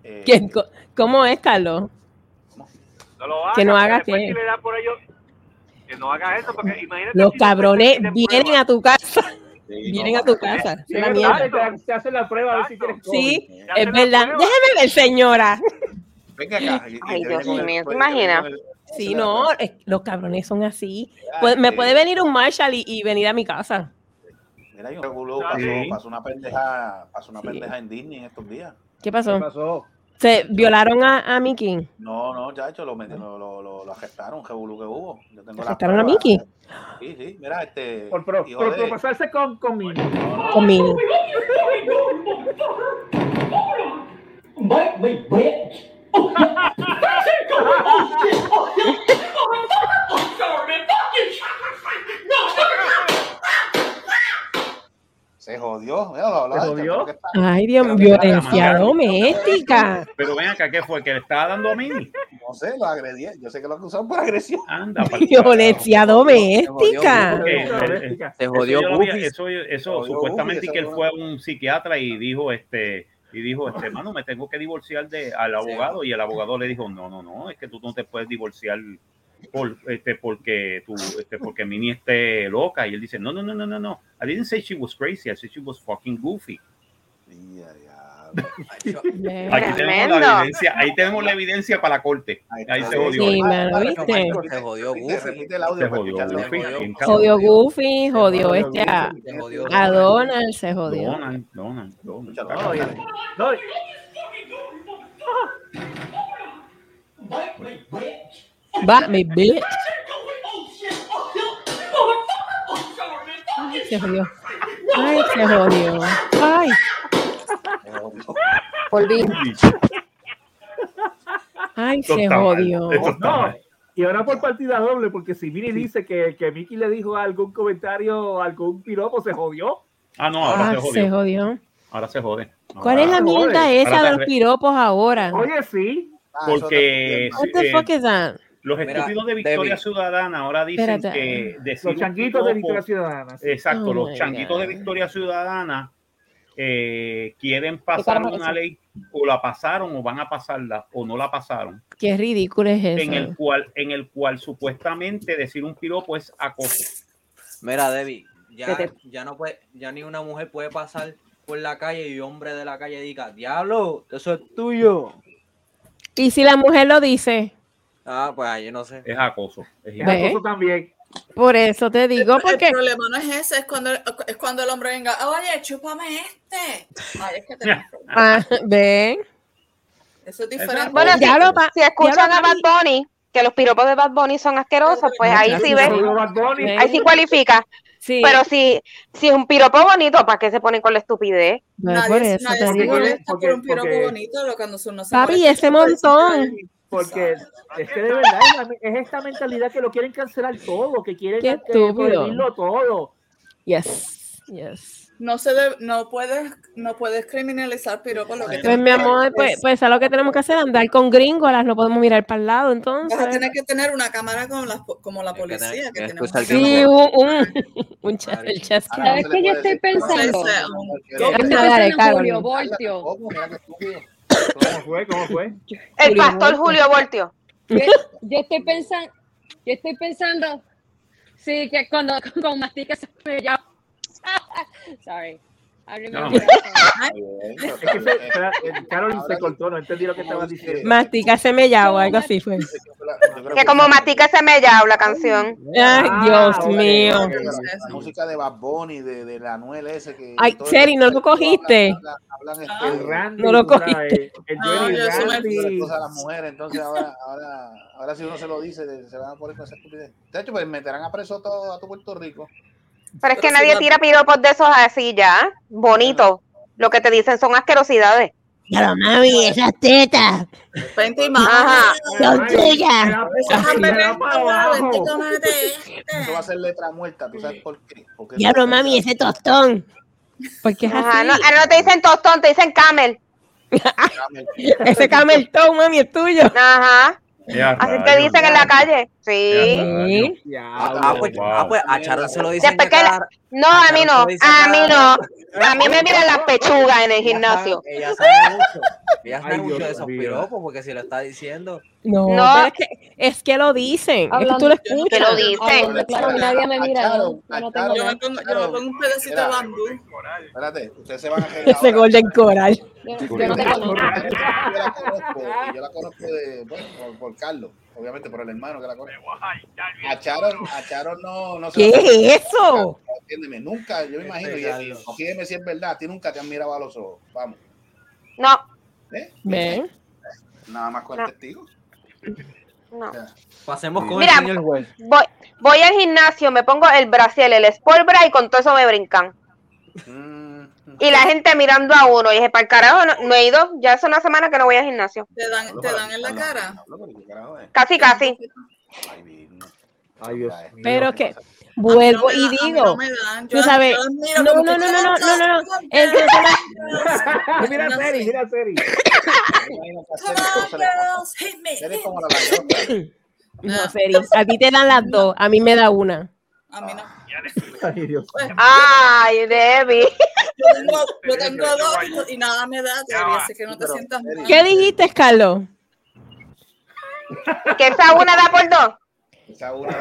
[SPEAKER 5] eh,
[SPEAKER 4] ¿Quién co- ¿Cómo es, Carlos?
[SPEAKER 10] No lo hagas.
[SPEAKER 4] Que no
[SPEAKER 10] porque
[SPEAKER 4] haga
[SPEAKER 10] después
[SPEAKER 4] qué.
[SPEAKER 10] si le da por ellos, que no hagas eso, porque imagínate.
[SPEAKER 4] Los
[SPEAKER 10] si después
[SPEAKER 4] cabrones
[SPEAKER 10] te piden
[SPEAKER 4] vienen
[SPEAKER 10] prueba.
[SPEAKER 4] a tu casa.
[SPEAKER 5] sí,
[SPEAKER 4] Vienen
[SPEAKER 5] no,
[SPEAKER 4] a tu
[SPEAKER 5] para-
[SPEAKER 4] casa.
[SPEAKER 8] Sí,
[SPEAKER 4] Es una
[SPEAKER 8] es
[SPEAKER 4] mierda.
[SPEAKER 8] verdad, te, te hacen la prueba a ver si tienes COVID.
[SPEAKER 4] Sí,
[SPEAKER 10] Ya te la
[SPEAKER 4] es verdad.
[SPEAKER 10] prueba.
[SPEAKER 4] Déjeme ver, señora.
[SPEAKER 5] Venga acá. y- y
[SPEAKER 9] Ay,
[SPEAKER 5] te
[SPEAKER 9] Dios
[SPEAKER 5] viene con
[SPEAKER 9] mío, ¿te
[SPEAKER 5] con
[SPEAKER 9] imaginas?
[SPEAKER 5] con el-
[SPEAKER 4] Sí,
[SPEAKER 5] con
[SPEAKER 4] no,
[SPEAKER 5] el-
[SPEAKER 4] es- los cabrones son así.
[SPEAKER 5] Ay,
[SPEAKER 4] Pu- me
[SPEAKER 5] sí.
[SPEAKER 4] puede venir un Marshall y, y venir a mi casa.
[SPEAKER 5] Mira, hay un regulo,
[SPEAKER 10] Sí.
[SPEAKER 5] pasó, pasó una pendeja, pasó una
[SPEAKER 4] Sí.
[SPEAKER 5] pendeja en Disney en estos días.
[SPEAKER 4] ¿Qué
[SPEAKER 8] ¿Qué
[SPEAKER 4] pasó?
[SPEAKER 8] pasó?
[SPEAKER 4] Se violaron a, a Mickey.
[SPEAKER 5] No, no, ya hecho, lo, meti- lo, lo, lo, lo arrestaron, regulo que hubo. Yo tengo la
[SPEAKER 4] ¿Arrestaron a
[SPEAKER 5] prueba.
[SPEAKER 4] Mickey?
[SPEAKER 5] Sí, sí, mira, este.
[SPEAKER 8] Por, pro-
[SPEAKER 5] hijo
[SPEAKER 8] por
[SPEAKER 5] de-
[SPEAKER 8] propasarse con, conmigo.
[SPEAKER 4] Con Minnie.
[SPEAKER 5] Se jodió, mira, lo hablaba
[SPEAKER 8] ¿Se
[SPEAKER 5] antes,
[SPEAKER 8] jodió?
[SPEAKER 5] creo que está-
[SPEAKER 4] Ay,
[SPEAKER 5] Pero
[SPEAKER 4] Dios,
[SPEAKER 5] mira,
[SPEAKER 4] violencia
[SPEAKER 3] la madre.
[SPEAKER 4] doméstica.
[SPEAKER 3] Pero ven acá, ¿qué fue? ¿Que le estaba dando a mí?
[SPEAKER 5] No sé, lo agredí. Yo sé que lo acusaron por agresión.
[SPEAKER 3] Anda, pa'l
[SPEAKER 4] Violencia
[SPEAKER 1] jodió,
[SPEAKER 4] doméstica.
[SPEAKER 1] jodió.
[SPEAKER 3] Eh, eh,
[SPEAKER 8] Doméstica.
[SPEAKER 1] Se
[SPEAKER 3] Eso
[SPEAKER 1] jodió
[SPEAKER 3] yo lo vi,
[SPEAKER 1] Bufis.
[SPEAKER 3] Eso, eso
[SPEAKER 5] Jodió
[SPEAKER 3] supuestamente
[SPEAKER 5] Bufis,
[SPEAKER 3] que él
[SPEAKER 5] esa
[SPEAKER 3] fue a un psiquiatra y dijo este y dijo este mano me tengo que divorciar de al abogado y el abogado le dijo no no no es que tú no te puedes divorciar por este porque tú este porque Minnie esté loca y él dice no no no no no no I didn't say she was crazy I said she was fucking goofy
[SPEAKER 5] Y ya, ya.
[SPEAKER 4] Yeah.
[SPEAKER 3] aquí tenemos la
[SPEAKER 9] Tremendo.
[SPEAKER 3] evidencia ahí tenemos la evidencia para la corte ahí se jodió
[SPEAKER 4] Sí,
[SPEAKER 3] ahí.
[SPEAKER 4] mano, ¿viste?
[SPEAKER 1] Se jodió
[SPEAKER 5] Repite,
[SPEAKER 1] Goofy.
[SPEAKER 5] repite el audio pues.
[SPEAKER 3] se
[SPEAKER 5] para escucharlo.
[SPEAKER 3] jodió
[SPEAKER 1] Goofy,
[SPEAKER 5] Se
[SPEAKER 1] en casa.
[SPEAKER 4] Jodió Goofy, jodió este a,
[SPEAKER 1] Se jodió
[SPEAKER 4] a Donald, se jodió.
[SPEAKER 3] Donald Donald Donald
[SPEAKER 5] Escúchalo.
[SPEAKER 8] No, oye, no,
[SPEAKER 4] Bat me, bitch. Ay, se jodió. Ay, se jodió. Ay,
[SPEAKER 5] jodió.
[SPEAKER 9] Volví.
[SPEAKER 4] ay,
[SPEAKER 3] Esto
[SPEAKER 4] se
[SPEAKER 3] está mal,
[SPEAKER 4] jodió.
[SPEAKER 3] esto está
[SPEAKER 8] No.
[SPEAKER 3] mal.
[SPEAKER 8] Y ahora por partida doble, porque si Mini dice que, que Mickey le dijo algún comentario, algún piropo, se jodió.
[SPEAKER 3] ah no
[SPEAKER 4] Ah,
[SPEAKER 3] ahora se
[SPEAKER 4] se
[SPEAKER 3] jodió
[SPEAKER 4] jodió.
[SPEAKER 3] ahora se jode
[SPEAKER 4] ¿Cuál es la
[SPEAKER 8] Ahora,
[SPEAKER 4] mierda
[SPEAKER 8] ahora
[SPEAKER 4] esa de
[SPEAKER 3] te
[SPEAKER 4] los
[SPEAKER 3] re-
[SPEAKER 4] piropos ahora? What
[SPEAKER 8] Oye, sí.
[SPEAKER 5] Ah, eso
[SPEAKER 3] porque
[SPEAKER 5] está bien,
[SPEAKER 4] the
[SPEAKER 3] eh,
[SPEAKER 4] fuck is that?
[SPEAKER 3] los
[SPEAKER 1] Mira,
[SPEAKER 3] estúpidos de Victoria
[SPEAKER 1] Debbie.
[SPEAKER 3] Ciudadana ahora dicen
[SPEAKER 4] Espérate.
[SPEAKER 3] que
[SPEAKER 8] Los
[SPEAKER 3] decir un
[SPEAKER 8] changuitos de
[SPEAKER 3] piropo-
[SPEAKER 8] Victoria Ciudadana. sí.
[SPEAKER 3] exacto
[SPEAKER 4] Oh
[SPEAKER 3] los
[SPEAKER 4] my
[SPEAKER 3] changuitos
[SPEAKER 4] God.
[SPEAKER 3] de Victoria Ciudadana eh, quieren pasar una ley o la pasaron o van a pasarla o no la pasaron
[SPEAKER 4] Qué ridículo es eso.
[SPEAKER 3] en el cual en el cual supuestamente decir un piropo es acoso
[SPEAKER 1] Mira, Debbie, ya,
[SPEAKER 3] Que te-
[SPEAKER 1] ya no puede, ya ni una mujer puede pasar por la calle y hombre de la calle diga, diablo, eso es tuyo.
[SPEAKER 4] Y si la mujer lo dice,
[SPEAKER 1] Ah, pues ahí no sé.
[SPEAKER 3] Es acoso. Es
[SPEAKER 4] Ve. acoso
[SPEAKER 8] también.
[SPEAKER 4] por eso te digo, porque
[SPEAKER 7] El problema no es ese, es cuando, es cuando el hombre venga, oye, chúpame este. Ay, es que te-
[SPEAKER 4] Ah, ven.
[SPEAKER 7] eso es diferente.
[SPEAKER 9] Bueno, si,
[SPEAKER 7] Ya lo-
[SPEAKER 9] si escuchan
[SPEAKER 7] ya
[SPEAKER 9] a
[SPEAKER 7] lo-
[SPEAKER 9] Bad Bunny, que los piropos de Bad Bunny son asquerosos, pues ahí sí ves, ahí sí cualifica. Pero si, si es un piropo bonito, ¿para qué se ponen con la estupidez?
[SPEAKER 4] No, Nadie- por eso nadie te se digo. molesta
[SPEAKER 7] por un piropo
[SPEAKER 8] porque-
[SPEAKER 7] bonito, lo cuando son no se
[SPEAKER 4] papi,
[SPEAKER 7] molesta.
[SPEAKER 4] ese montón.
[SPEAKER 8] Porque es que de verdad es, la- es esta mentalidad que lo quieren cancelar todo, que quieren
[SPEAKER 4] Qué
[SPEAKER 8] eh,
[SPEAKER 4] estúpido.
[SPEAKER 8] prohibirlo todo.
[SPEAKER 4] Yes, yes.
[SPEAKER 7] No se debe- no puedes, no puedes criminalizar piropo lo que
[SPEAKER 4] Pues mi amor, pues, pues a lo que tenemos que hacer, andar con gringolas, no podemos mirar para el lado, entonces.
[SPEAKER 7] Vas a tener que tener una cámara como la, como la policía que tenemos.
[SPEAKER 5] Pues,
[SPEAKER 4] Sí, un, un, un cha- el
[SPEAKER 5] Ah,
[SPEAKER 4] chasquido.
[SPEAKER 11] ¿Sabes qué yo estoy
[SPEAKER 5] Pues,
[SPEAKER 11] pensando?
[SPEAKER 7] Entonces,
[SPEAKER 11] Yo
[SPEAKER 4] Dame
[SPEAKER 11] estoy
[SPEAKER 4] la
[SPEAKER 11] pensando
[SPEAKER 4] de
[SPEAKER 11] en
[SPEAKER 4] Carol.
[SPEAKER 11] Julio Voltio.
[SPEAKER 8] ¿Cómo fue? ¿Cómo fue?
[SPEAKER 9] El pastor Julio Voltio.
[SPEAKER 11] Yo, yo estoy pensando, yo estoy pensando, sí, que cuando con mastica se me llama. Sorry. Abre mi
[SPEAKER 8] No,
[SPEAKER 11] micrófono.
[SPEAKER 8] Es que se, espera, eh, Carol se cortó, no entendí lo que estaba diciendo.
[SPEAKER 4] Mastica semella o algo así fue.
[SPEAKER 9] Que como Matica se me llama la canción.
[SPEAKER 4] Ay,
[SPEAKER 3] Ah,
[SPEAKER 4] Dios
[SPEAKER 9] ok,
[SPEAKER 4] mío.
[SPEAKER 9] ok.
[SPEAKER 5] La música de Bad Bunny, de, de la Anuel ese que.
[SPEAKER 4] Ay,
[SPEAKER 5] todo
[SPEAKER 4] Sherry,
[SPEAKER 5] el-
[SPEAKER 4] ¿no lo cogiste?
[SPEAKER 5] hablan
[SPEAKER 4] Ah.
[SPEAKER 5] este-
[SPEAKER 4] No lo cogiste.
[SPEAKER 5] El
[SPEAKER 4] No,
[SPEAKER 9] Ah,
[SPEAKER 5] Johnny
[SPEAKER 4] yo soy
[SPEAKER 5] Randy,
[SPEAKER 4] Martín.
[SPEAKER 5] cosas a las mujeres, entonces ahora, ahora, ahora si uno se lo dice, de- se van a poner con esa estupidez. De hecho, pues meterán a preso a todo, a todo Puerto Rico.
[SPEAKER 9] Pero es que nadie tira piropos de esos así ya. Bonito. Lo que te dicen son asquerosidades.
[SPEAKER 2] Ya lo mami, esas tetas.
[SPEAKER 7] Vente y
[SPEAKER 9] Ajá.
[SPEAKER 2] Son tuyas.
[SPEAKER 7] este
[SPEAKER 5] Eso va a ser letra muerta, ¿tú sabes por qué? Porque
[SPEAKER 2] Ya lo mami, ese tostón.
[SPEAKER 4] Porque es
[SPEAKER 9] Ajá,
[SPEAKER 4] así.
[SPEAKER 9] no, ah, no te dicen tostón, te dicen camel.
[SPEAKER 4] Ese camel toe, mami, es tuyo.
[SPEAKER 9] Ajá. Así te dicen en la calle.
[SPEAKER 7] ¿eh?
[SPEAKER 9] Sí.
[SPEAKER 4] Sí.
[SPEAKER 1] Ah, pues, ah, pues a Charon se lo dicen
[SPEAKER 9] Después
[SPEAKER 1] de
[SPEAKER 9] que la-
[SPEAKER 1] cada-
[SPEAKER 9] No, a mí no,
[SPEAKER 1] Claro, te dicen
[SPEAKER 9] a mí
[SPEAKER 1] cada-
[SPEAKER 9] no. eh, A mí me miran las pechugas en el gimnasio.
[SPEAKER 1] Ella sabe mucho. Ella sabe
[SPEAKER 9] Ay,
[SPEAKER 1] mucho
[SPEAKER 9] Dios
[SPEAKER 1] de esos
[SPEAKER 9] mío.
[SPEAKER 1] piropos porque si lo está diciendo.
[SPEAKER 4] No,
[SPEAKER 1] No.
[SPEAKER 4] pero es que, es que lo dicen. es que tú lo escuchas.
[SPEAKER 11] nadie me mira,
[SPEAKER 7] yo no tengo Yo me pongo- yo me pongo un pedacito de bambú.
[SPEAKER 5] Espérate, ustedes se van a reír
[SPEAKER 4] Ese
[SPEAKER 5] ahora.
[SPEAKER 4] Golden Coral.
[SPEAKER 5] Yo la conozco, y yo la conozco de- bueno, por, por Carlos, obviamente por el hermano que la conoce. A Charon, a Charon no, no se
[SPEAKER 4] ¿Qué
[SPEAKER 5] la-
[SPEAKER 4] es eso?
[SPEAKER 5] Entiéndeme, nunca, yo me imagino, y, y sígueme si es verdad, a ti nunca te han mirado a los ojos. Vamos,
[SPEAKER 9] No,
[SPEAKER 4] Ven.
[SPEAKER 5] nada más con el
[SPEAKER 9] No.
[SPEAKER 5] testigo.
[SPEAKER 9] no.
[SPEAKER 1] Pasemos con
[SPEAKER 9] Mira,
[SPEAKER 1] el señor juez.
[SPEAKER 9] Voy, voy al gimnasio, me pongo el brasil, el sport bra y con todo eso me brincan. Y la gente mirando a uno. Y dije, para el carajo, no, no he ido. Ya hace una semana que no voy al gimnasio.
[SPEAKER 7] Te dan, te dan en la cara.
[SPEAKER 9] Casi, casi.
[SPEAKER 8] Ay, Dios mío.
[SPEAKER 4] Pero que vuelvo y digo, tú sabes, no, no, no, no, no, no, no, no, entonces la-
[SPEAKER 8] Mira a Seri, mira a Seri.
[SPEAKER 1] pues,
[SPEAKER 4] no, Seri, a ti te dan las dos, a mí me da una.
[SPEAKER 7] A mí no.
[SPEAKER 8] Ay, Dios.
[SPEAKER 7] Pues,
[SPEAKER 9] Ay, Debbie.
[SPEAKER 7] Yo tengo, yo tengo dos y nada me da, Debbie, así que no te sientas mal.
[SPEAKER 4] ¿Qué dijiste, Carlos?
[SPEAKER 9] Que esa una da por dos.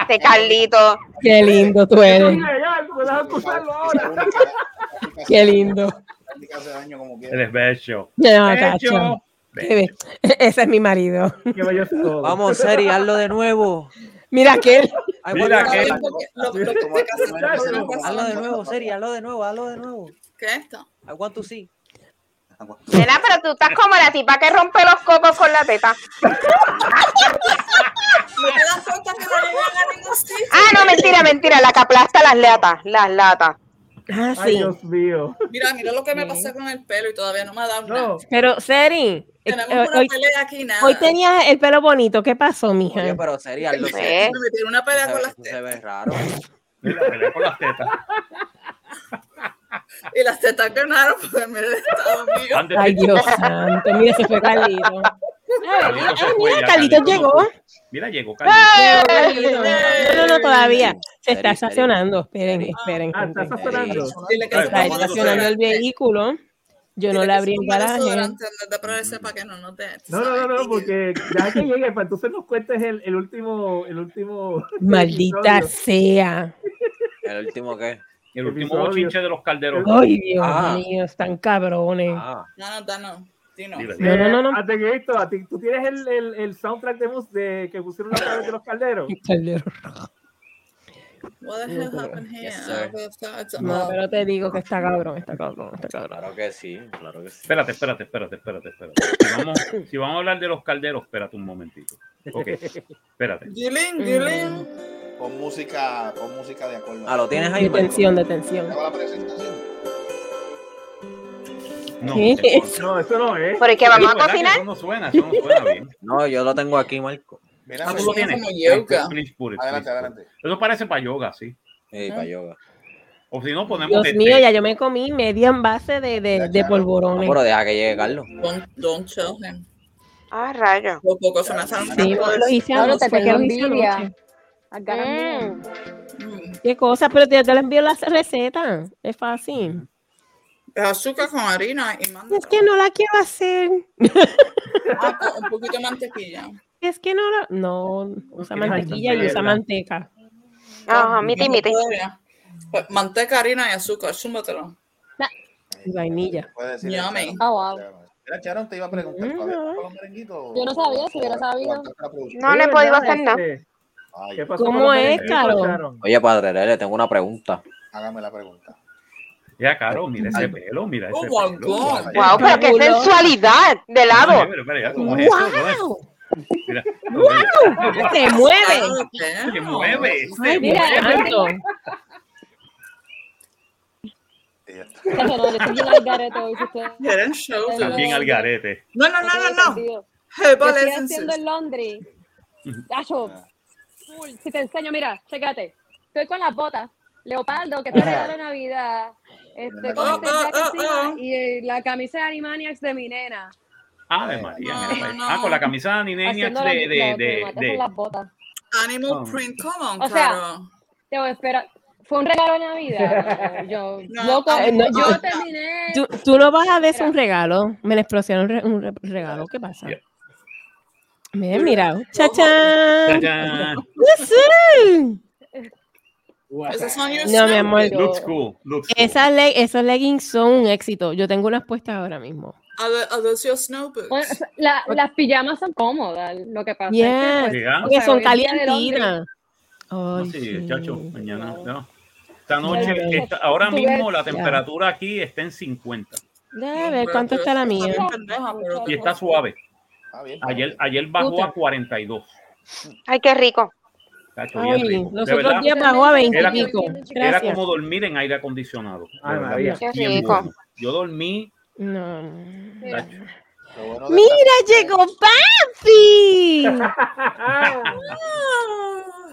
[SPEAKER 9] Este Carlito.
[SPEAKER 4] Qué lindo tú eres, qué lindo.
[SPEAKER 3] El esbecho.
[SPEAKER 4] Ya, cacho. Qué be- Ese es mi marido.
[SPEAKER 1] Vamos, Seri, hazlo de nuevo.
[SPEAKER 4] Mira aquel.
[SPEAKER 1] Mira que-
[SPEAKER 7] Hazlo
[SPEAKER 1] de nuevo, Seri, hazlo de nuevo, hazlo de nuevo.
[SPEAKER 7] ¿Qué es esto?
[SPEAKER 1] I want to see.
[SPEAKER 9] Nena, pero tú estás como la tipa que rompe los cocos con la teta. Ah,
[SPEAKER 7] No te das cuenta que no le van a ningún sitio.
[SPEAKER 9] Ah, no, mentira, mentira. La que aplasta las latas. Las latas.
[SPEAKER 4] Ah,
[SPEAKER 8] Ay, Dios mío.
[SPEAKER 7] Mira, mira lo que me pasó con el pelo y todavía no me ha dado nada.
[SPEAKER 4] Pero, Seri, eh,
[SPEAKER 7] Tenemos
[SPEAKER 4] eh,
[SPEAKER 7] una
[SPEAKER 4] hoy,
[SPEAKER 7] pelea aquí, nada.
[SPEAKER 4] hoy tenías el pelo bonito, ¿qué pasó, mija?
[SPEAKER 1] Oye, pero Seri, hazlo
[SPEAKER 9] Pues,
[SPEAKER 7] Me
[SPEAKER 1] de nuevo.
[SPEAKER 7] metieron una pelea con las
[SPEAKER 1] Eso se ve raro.
[SPEAKER 7] y las pues, tetas ganaron porque me he estado mío.
[SPEAKER 4] Ay, Dios santo, mira, se fue Carlito. Ay,
[SPEAKER 3] Carlitos se
[SPEAKER 4] ay,
[SPEAKER 3] fue
[SPEAKER 4] mira,
[SPEAKER 3] ya,
[SPEAKER 4] Carlitos llegó.
[SPEAKER 3] Mira, llegó
[SPEAKER 4] ¡Eh!
[SPEAKER 3] Carlitos.
[SPEAKER 4] No, no, no, todavía. Se está estacionando. Esperen, esperen.
[SPEAKER 8] está estacionando.
[SPEAKER 7] Dile que se
[SPEAKER 4] Está
[SPEAKER 7] ponga
[SPEAKER 4] estacionando el vehículo. Yo no le abrí el garaje.
[SPEAKER 7] desodorante antes de ponerse para que no note.
[SPEAKER 8] No, no, no, no, porque ya que llegue, para entonces nos cuentes el, el último, el último.
[SPEAKER 4] Maldita
[SPEAKER 8] episodio.
[SPEAKER 4] sea.
[SPEAKER 1] El último que.
[SPEAKER 3] El último bochinche de los calderos.
[SPEAKER 4] Ay, Dios
[SPEAKER 3] Ah.
[SPEAKER 4] mío, están cabrones.
[SPEAKER 7] No, no, no. Dino.
[SPEAKER 4] No, no, no, no.
[SPEAKER 8] Eh, Antes que esto, a ti- tú tienes el, el, el soundtrack de, mus- de que pusieron la otra vez de los calderos.
[SPEAKER 4] Caldero.
[SPEAKER 7] What the hell happened here?
[SPEAKER 1] Yes, sir.
[SPEAKER 7] Oh, it's- it's-
[SPEAKER 4] No,
[SPEAKER 7] oh.
[SPEAKER 4] pero te digo que está cabrón, está cabrón, está cabrón.
[SPEAKER 1] Claro que sí, claro que sí.
[SPEAKER 3] Espérate, espérate, espérate, espérate, espérate. Si vamos, si vamos a hablar de los calderos, espérate un momentito. Ok, espérate.
[SPEAKER 11] Mm.
[SPEAKER 7] Gilín, Gilín.
[SPEAKER 5] Con música, con música de acuerdo.
[SPEAKER 1] Ah, lo tienes ahí,
[SPEAKER 4] Detención, detención.
[SPEAKER 5] Hago la presentación.
[SPEAKER 3] No,
[SPEAKER 4] ¿Qué
[SPEAKER 1] te-
[SPEAKER 4] es eso?
[SPEAKER 8] No, eso no es.
[SPEAKER 9] Pero es que vamos a
[SPEAKER 3] ¿Verdad que
[SPEAKER 9] cocinar.
[SPEAKER 3] Eso no suena, eso no suena bien.
[SPEAKER 1] No, yo lo tengo aquí, Marco.
[SPEAKER 5] Mira,
[SPEAKER 7] Ah,
[SPEAKER 5] pues,
[SPEAKER 7] tú lo tienes. Como yoga.
[SPEAKER 3] Please put it,
[SPEAKER 5] Adelante,
[SPEAKER 3] please put it.
[SPEAKER 5] adelante.
[SPEAKER 3] Eso parece para yoga, sí.
[SPEAKER 1] Ey, para yoga.
[SPEAKER 3] O si no, ponemos.
[SPEAKER 4] Dios
[SPEAKER 3] este-
[SPEAKER 4] mío, ya yo me comí media envase de, de, de
[SPEAKER 1] No,
[SPEAKER 4] polvorones.
[SPEAKER 1] pero deja que llegue Eh, Carlos.
[SPEAKER 7] Don't, don't tell him.
[SPEAKER 9] Ah, rayo.
[SPEAKER 7] Los pocos se me hacen
[SPEAKER 4] Sí, no,
[SPEAKER 7] Pues,
[SPEAKER 4] lo hice
[SPEAKER 11] Pablo,
[SPEAKER 4] anoche,
[SPEAKER 11] te
[SPEAKER 4] fue que
[SPEAKER 11] tengo
[SPEAKER 4] lo hice
[SPEAKER 11] envidia.
[SPEAKER 4] anoche.
[SPEAKER 11] Las ganas mías.
[SPEAKER 9] Mm.
[SPEAKER 7] Mm.
[SPEAKER 4] Qué cosa, pero te, te la envío las recetas. Es fácil.
[SPEAKER 7] Mm.
[SPEAKER 4] Ah, pues
[SPEAKER 7] Azúcar con harina y manda
[SPEAKER 4] Es que no la quiero hacer.
[SPEAKER 7] Ah, con un poquito de mantequilla.
[SPEAKER 4] Es que no la. No, usa
[SPEAKER 8] tienes
[SPEAKER 4] mantequilla y
[SPEAKER 8] mantequilla.
[SPEAKER 4] usa manteca.
[SPEAKER 9] Ajá, miti, miti.
[SPEAKER 7] Todavía. Pues, Manteca, harina y azúcar, súmatelo.
[SPEAKER 4] Y vainilla.
[SPEAKER 5] Puedes decir.
[SPEAKER 7] Yummy.
[SPEAKER 11] Ah, wow. Mm,
[SPEAKER 5] Mira, Charon te iba a preguntar. ¿para los merenguitos?
[SPEAKER 11] Yo no sabía, si hubiera sabido.
[SPEAKER 5] ¿Cuánto está la producción?
[SPEAKER 9] No le he
[SPEAKER 8] Oye,
[SPEAKER 9] podido
[SPEAKER 8] ¿verdad?
[SPEAKER 9] hacer nada.
[SPEAKER 8] Este,
[SPEAKER 5] Ay,
[SPEAKER 8] ¿qué pasó con
[SPEAKER 4] ¿Cómo
[SPEAKER 8] los
[SPEAKER 4] es,
[SPEAKER 8] merenguitos,
[SPEAKER 4] Caro?
[SPEAKER 8] Sharon?
[SPEAKER 1] Oye, padre, le tengo una pregunta.
[SPEAKER 5] hágame la pregunta.
[SPEAKER 3] Ya, caro, mira ese pelo, mira ese
[SPEAKER 7] Oh,
[SPEAKER 3] pelo.
[SPEAKER 7] my God.
[SPEAKER 9] Wow, pero qué
[SPEAKER 4] Fabuloso.
[SPEAKER 9] sensualidad de
[SPEAKER 3] Oye,
[SPEAKER 9] lado.
[SPEAKER 3] pero, pero, ya, ¿cómo es eso? ¿Cómo es?
[SPEAKER 4] ¡Wow!
[SPEAKER 3] Mira,
[SPEAKER 4] ¡Se mueve!
[SPEAKER 7] Ah, damn.
[SPEAKER 3] se mueve.
[SPEAKER 4] ¡Ay,
[SPEAKER 3] se
[SPEAKER 4] mira,
[SPEAKER 3] mueve.
[SPEAKER 4] alto!
[SPEAKER 5] Y ya está.
[SPEAKER 11] Eso no, yo estoy bien al garete hoy, si ustedes-
[SPEAKER 7] Quieren show.
[SPEAKER 11] Está
[SPEAKER 7] ¿sabes?
[SPEAKER 3] Estás bien al garete.
[SPEAKER 7] No, no, no,
[SPEAKER 11] tiene
[SPEAKER 7] no, no.
[SPEAKER 11] sentido.
[SPEAKER 7] Hey,
[SPEAKER 11] Yo
[SPEAKER 7] vale,
[SPEAKER 11] estoy
[SPEAKER 7] es
[SPEAKER 11] haciendo el laundry. Tacho,
[SPEAKER 3] Ah.
[SPEAKER 11] full. si te enseño, mira, chécate. Estoy con las botas. Leopardo, que te regalo de Navidad. Este, con
[SPEAKER 5] Oh,
[SPEAKER 11] este
[SPEAKER 7] oh,
[SPEAKER 11] jack
[SPEAKER 7] oh,
[SPEAKER 11] encima
[SPEAKER 7] oh.
[SPEAKER 11] y eh, la camisa de Animaniacs de mi nena.
[SPEAKER 3] Ave María, mira,
[SPEAKER 7] No,
[SPEAKER 3] para allá.
[SPEAKER 7] no.
[SPEAKER 3] Ah, con la camisa de Nineniax
[SPEAKER 11] Haciendo
[SPEAKER 3] de,
[SPEAKER 11] la-
[SPEAKER 3] de,
[SPEAKER 11] la-
[SPEAKER 3] de,
[SPEAKER 11] me mataste
[SPEAKER 3] de-
[SPEAKER 11] las botas.
[SPEAKER 7] Animal
[SPEAKER 3] Oh.
[SPEAKER 7] print, come on,
[SPEAKER 11] O sea,
[SPEAKER 7] claro.
[SPEAKER 11] Te voy a esperar. Fue un regalo de Navidad. Yo,
[SPEAKER 7] No,
[SPEAKER 11] loco,
[SPEAKER 7] ah,
[SPEAKER 4] no,
[SPEAKER 11] yo
[SPEAKER 4] yo-
[SPEAKER 11] terminé.
[SPEAKER 4] Tú, tú no vas a ver un regalo. Me le explosionaron un, re- un regalo. ¿Qué pasa?
[SPEAKER 3] Ya.
[SPEAKER 4] Miren, mira.
[SPEAKER 3] Ya,
[SPEAKER 4] ¡Chachán!
[SPEAKER 3] ya.
[SPEAKER 7] Esas son your
[SPEAKER 4] No, mi amor.
[SPEAKER 7] sneakers.
[SPEAKER 3] Looks cool. Looks cool.
[SPEAKER 4] Esas le- esos leggings son un éxito. Yo tengo unas puestas ahora mismo.
[SPEAKER 7] Are the- are those your snow boots?
[SPEAKER 11] Bueno, o sea, la- las pijamas son cómodas. Lo que pasa es que,
[SPEAKER 4] Yes.
[SPEAKER 11] pues,
[SPEAKER 3] Ya.
[SPEAKER 11] o
[SPEAKER 4] Porque
[SPEAKER 11] sea,
[SPEAKER 4] son
[SPEAKER 11] hoy es día de Londres.
[SPEAKER 4] calentinas.
[SPEAKER 3] No,
[SPEAKER 4] Ay,
[SPEAKER 3] sí,
[SPEAKER 4] sí.
[SPEAKER 3] chacho, mañana. no. Esta
[SPEAKER 11] Ya,
[SPEAKER 3] noche,
[SPEAKER 11] ya.
[SPEAKER 3] esta- ahora
[SPEAKER 11] Tú
[SPEAKER 3] mismo
[SPEAKER 11] ves,
[SPEAKER 3] la
[SPEAKER 11] ya.
[SPEAKER 3] temperatura aquí está en 50
[SPEAKER 4] Déjame ver cuánto está la mía.
[SPEAKER 7] bien pendeja, pero-
[SPEAKER 3] y está suave.
[SPEAKER 5] Ah, bien.
[SPEAKER 3] Ayer, ayer bajó
[SPEAKER 4] Puta.
[SPEAKER 3] a 42.
[SPEAKER 9] Ay, qué rico.
[SPEAKER 3] Chacho, bien
[SPEAKER 4] Ay,
[SPEAKER 3] rico.
[SPEAKER 4] los
[SPEAKER 3] De
[SPEAKER 4] otros
[SPEAKER 3] verdad,
[SPEAKER 4] días bajó a 20
[SPEAKER 3] Era-
[SPEAKER 4] y pico.
[SPEAKER 3] era
[SPEAKER 4] Gracias.
[SPEAKER 3] como dormir en aire acondicionado. De
[SPEAKER 8] Ay,
[SPEAKER 3] verdad,
[SPEAKER 8] María.
[SPEAKER 9] Qué
[SPEAKER 3] bien
[SPEAKER 9] rico.
[SPEAKER 3] bueno. Yo dormí.
[SPEAKER 4] No.
[SPEAKER 11] Mira,
[SPEAKER 5] Lo bueno de
[SPEAKER 4] ¡Mira, llegó papi!
[SPEAKER 7] Ah.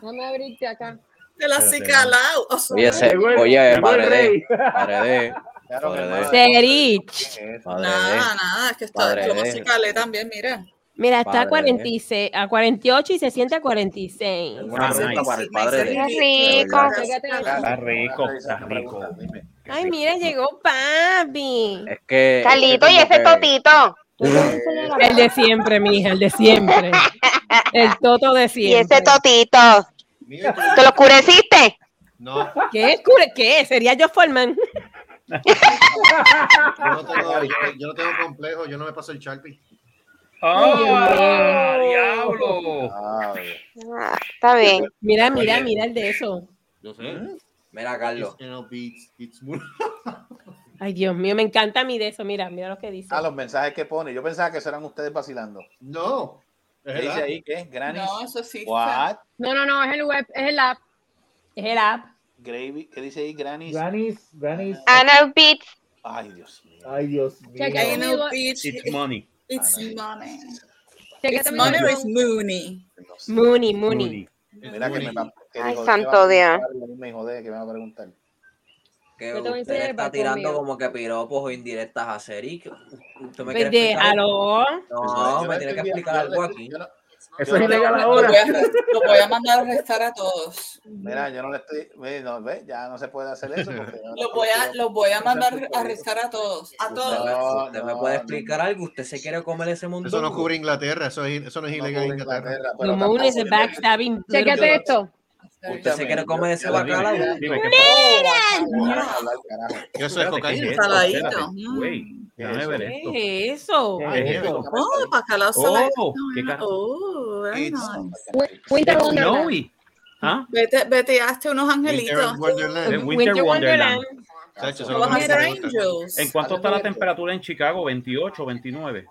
[SPEAKER 11] déjame abrirte acá.
[SPEAKER 7] De la
[SPEAKER 3] Espérate,
[SPEAKER 7] cicalao. O sea,
[SPEAKER 1] Oye, ese-
[SPEAKER 8] Llegó el-
[SPEAKER 1] oye,
[SPEAKER 8] llegó el
[SPEAKER 1] padre
[SPEAKER 8] rey.
[SPEAKER 1] de. Padre de.
[SPEAKER 5] Claro,
[SPEAKER 1] Padre
[SPEAKER 5] hermano.
[SPEAKER 1] de.
[SPEAKER 4] Serich.
[SPEAKER 1] Padre de.
[SPEAKER 7] Nada, nada, es que está,
[SPEAKER 1] Padre
[SPEAKER 7] lo
[SPEAKER 1] de-
[SPEAKER 7] musicalé también, mira.
[SPEAKER 4] Mira, está a,
[SPEAKER 1] Padre. ¿eh?
[SPEAKER 4] 46, a 48 y se siente a 46.
[SPEAKER 8] Ah,
[SPEAKER 1] Una pregunta para el padre de.
[SPEAKER 9] Qué rico.
[SPEAKER 3] Está rico,
[SPEAKER 5] Ahora realiza
[SPEAKER 3] está
[SPEAKER 5] una
[SPEAKER 3] rico.
[SPEAKER 5] pregunta, dime.
[SPEAKER 4] Ay, mira, llegó papi.
[SPEAKER 1] Es que.
[SPEAKER 9] Carlito y
[SPEAKER 1] es que
[SPEAKER 9] ese
[SPEAKER 1] como que-
[SPEAKER 9] totito.
[SPEAKER 11] Yo te voy a enseñar la-
[SPEAKER 4] El de siempre, mija, el de siempre. El toto de
[SPEAKER 9] Y
[SPEAKER 4] siempre.
[SPEAKER 9] ese totito.
[SPEAKER 5] Mira, tú-
[SPEAKER 9] ¿Te lo oscureciste?
[SPEAKER 5] No,
[SPEAKER 4] ¿Qué es? cure- ¿Qué es? Sería yo Forman.
[SPEAKER 9] Ah,
[SPEAKER 5] yo no tengo, yo- yo no tengo complejo, yo no me paso el Sharpie.
[SPEAKER 3] ¡Ah, diablo!
[SPEAKER 5] Ah, bien.
[SPEAKER 9] Ah, está bien.
[SPEAKER 4] Mira, mira, mira el de eso.
[SPEAKER 5] Yo sé.
[SPEAKER 1] Mira, Carlos.
[SPEAKER 4] Ay, Dios mío, me encanta mi de eso. Mira, mira lo que dice.
[SPEAKER 5] Ah, los mensajes que pone. Yo pensaba que eso eran ustedes vacilando.
[SPEAKER 13] No.
[SPEAKER 5] ¿Qué dice ahí? ¿Qué? Granny.
[SPEAKER 7] No, eso sí. está.
[SPEAKER 5] What?
[SPEAKER 11] No, no, no, es el web, es el app.
[SPEAKER 4] Es el app.
[SPEAKER 5] Gravy. ¿Qué dice ahí? Granny.
[SPEAKER 8] Granis, Granis.
[SPEAKER 9] Ana Beats.
[SPEAKER 5] Ay, Dios mío.
[SPEAKER 8] Ay, Dios mío.
[SPEAKER 11] Checa,
[SPEAKER 7] Ain't no
[SPEAKER 11] Amigo-
[SPEAKER 7] beach,
[SPEAKER 3] It's money.
[SPEAKER 7] it's money.
[SPEAKER 11] Checa
[SPEAKER 7] It's
[SPEAKER 11] también
[SPEAKER 7] money or
[SPEAKER 11] la-
[SPEAKER 7] it's moony.
[SPEAKER 5] No sé.
[SPEAKER 4] Mooney, Mooney.
[SPEAKER 5] Mira que me va- que
[SPEAKER 9] Ay,
[SPEAKER 5] dijo,
[SPEAKER 9] santo
[SPEAKER 5] ¿qué va a
[SPEAKER 9] Dios.
[SPEAKER 5] preguntar? Y me dijo, "Joder, que me va a preguntar.
[SPEAKER 1] que
[SPEAKER 11] Yo te voy a
[SPEAKER 1] usted le
[SPEAKER 11] enseñar
[SPEAKER 1] está
[SPEAKER 11] para
[SPEAKER 1] tirando
[SPEAKER 11] conmigo.
[SPEAKER 1] como que piropos o indirectas a Seri. que ¿Usted
[SPEAKER 11] Pues
[SPEAKER 1] me quiere explicar algo?
[SPEAKER 4] Déjalo.
[SPEAKER 1] No, me tiene que explicar algo aquí.
[SPEAKER 5] Eso es ilegal
[SPEAKER 7] Lo
[SPEAKER 5] ahora.
[SPEAKER 7] voy a- Lo voy a mandar a arrestar a todos.
[SPEAKER 5] Mira, yo no le estoy. ve, no, ve, ya no se puede hacer eso. Porque yo no-
[SPEAKER 7] Los voy a, los voy a mandar a arrestar a todos. A todos.
[SPEAKER 1] Usted- usted me puede explicar algo. Usted se quiere comer ese mundo.
[SPEAKER 13] Eso no cubre Inglaterra, eso, es- eso no es ilegal en Inglaterra. Eh,
[SPEAKER 4] The moon is a backstabbing.
[SPEAKER 11] Chequete esto.
[SPEAKER 1] Usted se quiere comer ese bacalao.
[SPEAKER 13] Eso es cocaína.
[SPEAKER 7] Saladito.
[SPEAKER 4] ¿Qué es eso?
[SPEAKER 13] ¿Qué es eso?
[SPEAKER 7] Oh, bacalao
[SPEAKER 6] Oh,
[SPEAKER 7] saladito.
[SPEAKER 6] qué car-
[SPEAKER 7] Oh, very nice.
[SPEAKER 11] Winter
[SPEAKER 6] It's
[SPEAKER 11] Wonderland.
[SPEAKER 6] snowy. ¿Ah?
[SPEAKER 7] Vete, vete, hazte unos angelitos.
[SPEAKER 13] Winter Wonderland.
[SPEAKER 6] Winter Winter Wonderland.
[SPEAKER 13] Chacho, eso lo
[SPEAKER 7] Los
[SPEAKER 13] conozco.
[SPEAKER 7] Hunger Angels.
[SPEAKER 3] ¿En cuánto está la temperatura en Chicago? 28, 29.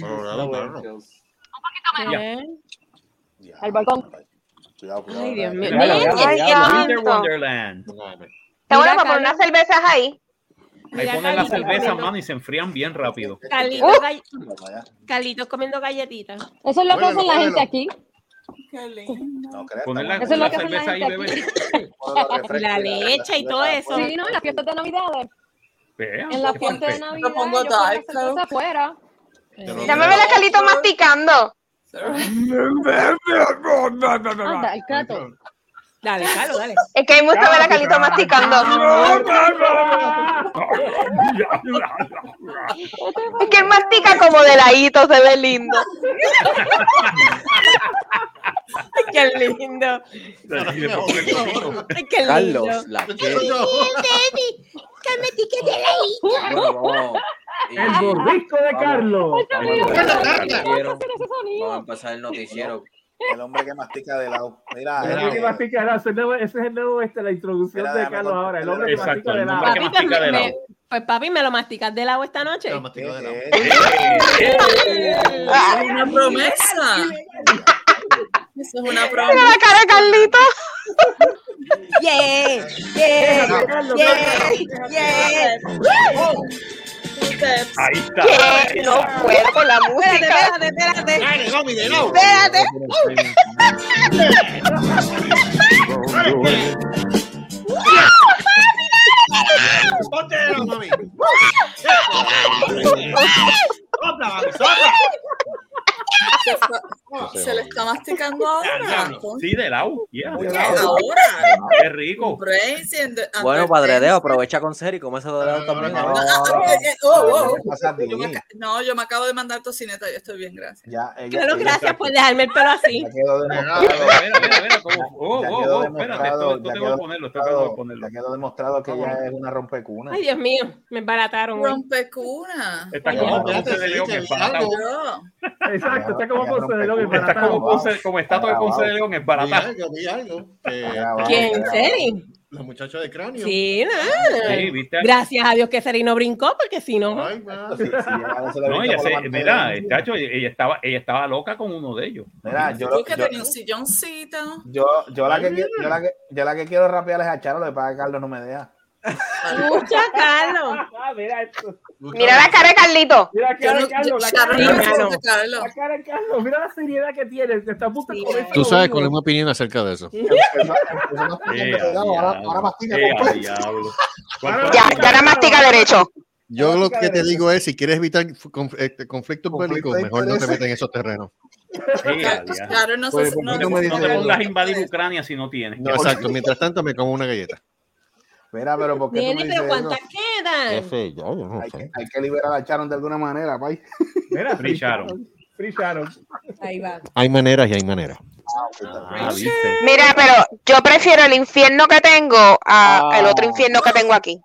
[SPEAKER 13] Colorado, claro.
[SPEAKER 11] Al balcón.
[SPEAKER 5] Cuidado, cuidado.
[SPEAKER 11] Ay, Dios
[SPEAKER 5] ¿verdad?
[SPEAKER 11] mío.
[SPEAKER 3] Míralo,
[SPEAKER 11] Mira,
[SPEAKER 3] míralo,
[SPEAKER 11] ay,
[SPEAKER 3] míralo. Winter
[SPEAKER 9] santo.
[SPEAKER 3] Wonderland.
[SPEAKER 9] Te voy a
[SPEAKER 4] Mira,
[SPEAKER 9] poner
[SPEAKER 4] Carlos.
[SPEAKER 9] unas cervezas ahí.
[SPEAKER 3] Ahí
[SPEAKER 4] Mira,
[SPEAKER 3] ponen la
[SPEAKER 4] Carlitos
[SPEAKER 3] cerveza,
[SPEAKER 4] comiendo-
[SPEAKER 3] mano, y se enfrían bien rápido.
[SPEAKER 4] Carlitos gall- Carlitos comiendo galletitas.
[SPEAKER 11] Oh. Eso es lo que
[SPEAKER 3] Huélelo,
[SPEAKER 11] hacen la gente
[SPEAKER 3] huélelo.
[SPEAKER 11] aquí.
[SPEAKER 5] No creas,
[SPEAKER 3] Poner la,
[SPEAKER 11] Eso
[SPEAKER 5] tampoco.
[SPEAKER 11] es lo
[SPEAKER 3] la
[SPEAKER 11] que hacen la
[SPEAKER 3] cerveza ahí,
[SPEAKER 11] gente
[SPEAKER 3] bebé.
[SPEAKER 5] refresco
[SPEAKER 4] La
[SPEAKER 5] y la-
[SPEAKER 4] leche y todo eso.
[SPEAKER 11] Sí, no, en las fiestas de Navidad.
[SPEAKER 3] Vea,
[SPEAKER 11] En las
[SPEAKER 3] qué
[SPEAKER 11] fiestas de
[SPEAKER 3] fuerte.
[SPEAKER 11] Navidad.
[SPEAKER 7] Lo pongo
[SPEAKER 11] yo pongo la
[SPEAKER 7] diet
[SPEAKER 11] cerveza
[SPEAKER 7] coke.
[SPEAKER 11] afuera.
[SPEAKER 9] Dame ver a Carlito masticando.
[SPEAKER 11] Anda, el cato.
[SPEAKER 4] Dale, Carlos, dale.
[SPEAKER 9] Es que hay mucho ver a Carlito masticando. Es que él mastica como de ladito, se ve lindo.
[SPEAKER 4] Qué lindo. Ay, Qué lindo.
[SPEAKER 1] Carlos, la que. Bueno,
[SPEAKER 4] Bueno,
[SPEAKER 1] vamos.
[SPEAKER 8] El borrisco de
[SPEAKER 1] Vamos.
[SPEAKER 8] Carlos.
[SPEAKER 1] Vamos a empezar
[SPEAKER 11] sonido.
[SPEAKER 1] el noticiero. Vamos a empezar el noticiero.
[SPEAKER 5] El hombre que mastica de lado. Mira,
[SPEAKER 8] El hombre que
[SPEAKER 5] mira,
[SPEAKER 8] mastica de lado, ese es el nuevo- ese es el nuevo, este, la introducción
[SPEAKER 5] Mira,
[SPEAKER 8] de
[SPEAKER 5] déjame
[SPEAKER 8] Carlos ahora. El hombre que
[SPEAKER 3] Exacto,
[SPEAKER 8] mastica
[SPEAKER 3] el
[SPEAKER 8] de lado.
[SPEAKER 3] hombre que
[SPEAKER 4] Papi,
[SPEAKER 3] mastica
[SPEAKER 4] pues,
[SPEAKER 3] de
[SPEAKER 4] me-
[SPEAKER 3] lado.
[SPEAKER 4] pues papi, ¿me lo masticas del agua esta noche?
[SPEAKER 13] Lo mastico de lado.
[SPEAKER 7] Es una promesa. Eso es una
[SPEAKER 9] Mira
[SPEAKER 7] promesa.
[SPEAKER 9] la cara de Carlito.
[SPEAKER 4] Yeah, yeah, yeah, yeah.
[SPEAKER 7] Steps.
[SPEAKER 3] Ahí está.
[SPEAKER 9] Que no puedo con la música.
[SPEAKER 4] Espérate, espérate, espérate.
[SPEAKER 13] Dale, Gomi, de nuevo.
[SPEAKER 9] Espérate.
[SPEAKER 13] Ponte de nuevo, mami. Sopla, mami, sopla.
[SPEAKER 7] Se, está- se le está masticando ahora.
[SPEAKER 3] Sí, de lado. yeah.
[SPEAKER 7] Oye, ahora. ¿eh?
[SPEAKER 3] Qué rico.
[SPEAKER 7] Brains in the-
[SPEAKER 1] Bueno, padre Deo, aprovecha con Seri, come ese dorado también.
[SPEAKER 7] No,
[SPEAKER 1] Vamos.
[SPEAKER 7] ah, ah, eh, eh, oh, oh.
[SPEAKER 5] ¿qué pasa a ti?
[SPEAKER 7] Yo me aca- No, yo me acabo de mandar tocineta, yo estoy bien, gracias.
[SPEAKER 5] Ya, ella-
[SPEAKER 4] Carlos,
[SPEAKER 5] ella
[SPEAKER 4] gracias por dejarme el pelo así.
[SPEAKER 5] ya quedó demostrado.
[SPEAKER 3] Mira, mira, mira, cómo- Oh,
[SPEAKER 5] Ya
[SPEAKER 3] oh,
[SPEAKER 5] quedó
[SPEAKER 3] oh, espérate, esto,
[SPEAKER 5] demostrado,
[SPEAKER 3] esto
[SPEAKER 5] ya
[SPEAKER 3] tengo que
[SPEAKER 5] quedó
[SPEAKER 3] ponerlo, esto tengo que
[SPEAKER 5] demostrado,
[SPEAKER 3] ponerlo.
[SPEAKER 5] ya queddo demostrado que ella es una rompecuna.
[SPEAKER 4] Ay, Dios mío, me barataron.
[SPEAKER 7] Rompecuna.
[SPEAKER 3] Está
[SPEAKER 4] Oye,
[SPEAKER 3] como
[SPEAKER 13] espérate,
[SPEAKER 3] Ponce de León
[SPEAKER 13] sí,
[SPEAKER 3] en
[SPEAKER 13] que
[SPEAKER 3] barata.
[SPEAKER 13] algo.
[SPEAKER 7] Yo.
[SPEAKER 8] Exacto, está como Ponce de León en
[SPEAKER 3] Está
[SPEAKER 8] Maratón.
[SPEAKER 3] como Ponce, como estatua de Ponce de León en
[SPEAKER 13] Vi
[SPEAKER 3] barata.
[SPEAKER 13] algo, vi algo. Eh,
[SPEAKER 5] Grabado,
[SPEAKER 4] ¿Quién?
[SPEAKER 5] grabado.
[SPEAKER 4] ¿Seri?
[SPEAKER 13] Los muchachos de cráneo.
[SPEAKER 4] Sí,
[SPEAKER 3] Sí,
[SPEAKER 4] no.
[SPEAKER 3] viste.
[SPEAKER 4] Gracias a Dios que Seri no brincó, porque si no.
[SPEAKER 13] Ay, va.
[SPEAKER 5] Sí, sí, ya se lo
[SPEAKER 3] No,
[SPEAKER 5] vi
[SPEAKER 3] ella
[SPEAKER 5] como lo
[SPEAKER 3] se,
[SPEAKER 5] mandé.
[SPEAKER 3] mira, el chacho, ella estaba, ella estaba loca con uno de ellos.
[SPEAKER 5] Mira, yo,
[SPEAKER 7] Yo
[SPEAKER 5] lo-
[SPEAKER 7] que
[SPEAKER 5] yo,
[SPEAKER 7] tenía un silloncito.
[SPEAKER 5] yo, yo la que quiero- yo la que yo la que quiero rapear es a Charo, lo que pasa es que Carlos no me deja.
[SPEAKER 4] Escucha, Carlos.
[SPEAKER 8] Ah, mira esto.
[SPEAKER 9] Mira la cara de Carlito.
[SPEAKER 8] Mira,
[SPEAKER 7] Yo
[SPEAKER 8] Carlos,
[SPEAKER 7] no- yo-
[SPEAKER 8] Carlos, la cara
[SPEAKER 7] Sharon
[SPEAKER 8] de
[SPEAKER 7] no me
[SPEAKER 8] Carlos.
[SPEAKER 7] suelta, Carlos.
[SPEAKER 8] La cara de Carlos, mira la seriedad que tiene. Te está a punto de
[SPEAKER 4] Sí.
[SPEAKER 8] comerse
[SPEAKER 13] Tú
[SPEAKER 8] los
[SPEAKER 13] sabes cuál es mi
[SPEAKER 8] hongos.
[SPEAKER 13] opinión acerca de eso.
[SPEAKER 5] Empezó- empezó más
[SPEAKER 3] Eh,
[SPEAKER 5] pidiendo de lado, ahora, ahora mastica
[SPEAKER 3] eh,
[SPEAKER 5] completo.
[SPEAKER 3] diablo.
[SPEAKER 9] Ya, ya ahora mastica derecho.
[SPEAKER 13] Yo lo
[SPEAKER 8] Práctica
[SPEAKER 13] que te
[SPEAKER 8] derecha.
[SPEAKER 13] digo es, si quieres evitar conf- este, conflictos
[SPEAKER 5] Conflicto
[SPEAKER 13] bélicos,
[SPEAKER 5] de
[SPEAKER 13] mejor no te
[SPEAKER 5] intereses.
[SPEAKER 13] metas en esos terrenos.
[SPEAKER 3] Eh,
[SPEAKER 7] Claro,
[SPEAKER 3] diablo.
[SPEAKER 7] claro, no
[SPEAKER 5] Pues,
[SPEAKER 7] sé.
[SPEAKER 5] ¿por
[SPEAKER 7] No,
[SPEAKER 5] qué
[SPEAKER 7] no
[SPEAKER 5] me
[SPEAKER 7] sé
[SPEAKER 5] dices
[SPEAKER 3] No
[SPEAKER 7] qué
[SPEAKER 3] te
[SPEAKER 5] eso?
[SPEAKER 3] pongas a
[SPEAKER 7] es.
[SPEAKER 3] invadir Ucrania si no tienes.
[SPEAKER 13] No, exacto. Mientras tanto, me como una galleta.
[SPEAKER 5] Mira, pero ¿por qué tú me
[SPEAKER 4] Nene,
[SPEAKER 5] dices
[SPEAKER 4] pero
[SPEAKER 5] eso?
[SPEAKER 4] ¿cuántas quedan?
[SPEAKER 13] sé, yo, yo no
[SPEAKER 5] Hay que, hay que liberar a Charon de alguna manera, pay.
[SPEAKER 8] Mira,
[SPEAKER 3] Free Sharon.
[SPEAKER 8] Free Sharon.
[SPEAKER 4] Ahí va.
[SPEAKER 13] Hay maneras y hay maneras.
[SPEAKER 3] Ah, viste.
[SPEAKER 9] Mira, pero yo prefiero el infierno que tengo a el
[SPEAKER 3] Ah.
[SPEAKER 9] otro infierno que tengo aquí.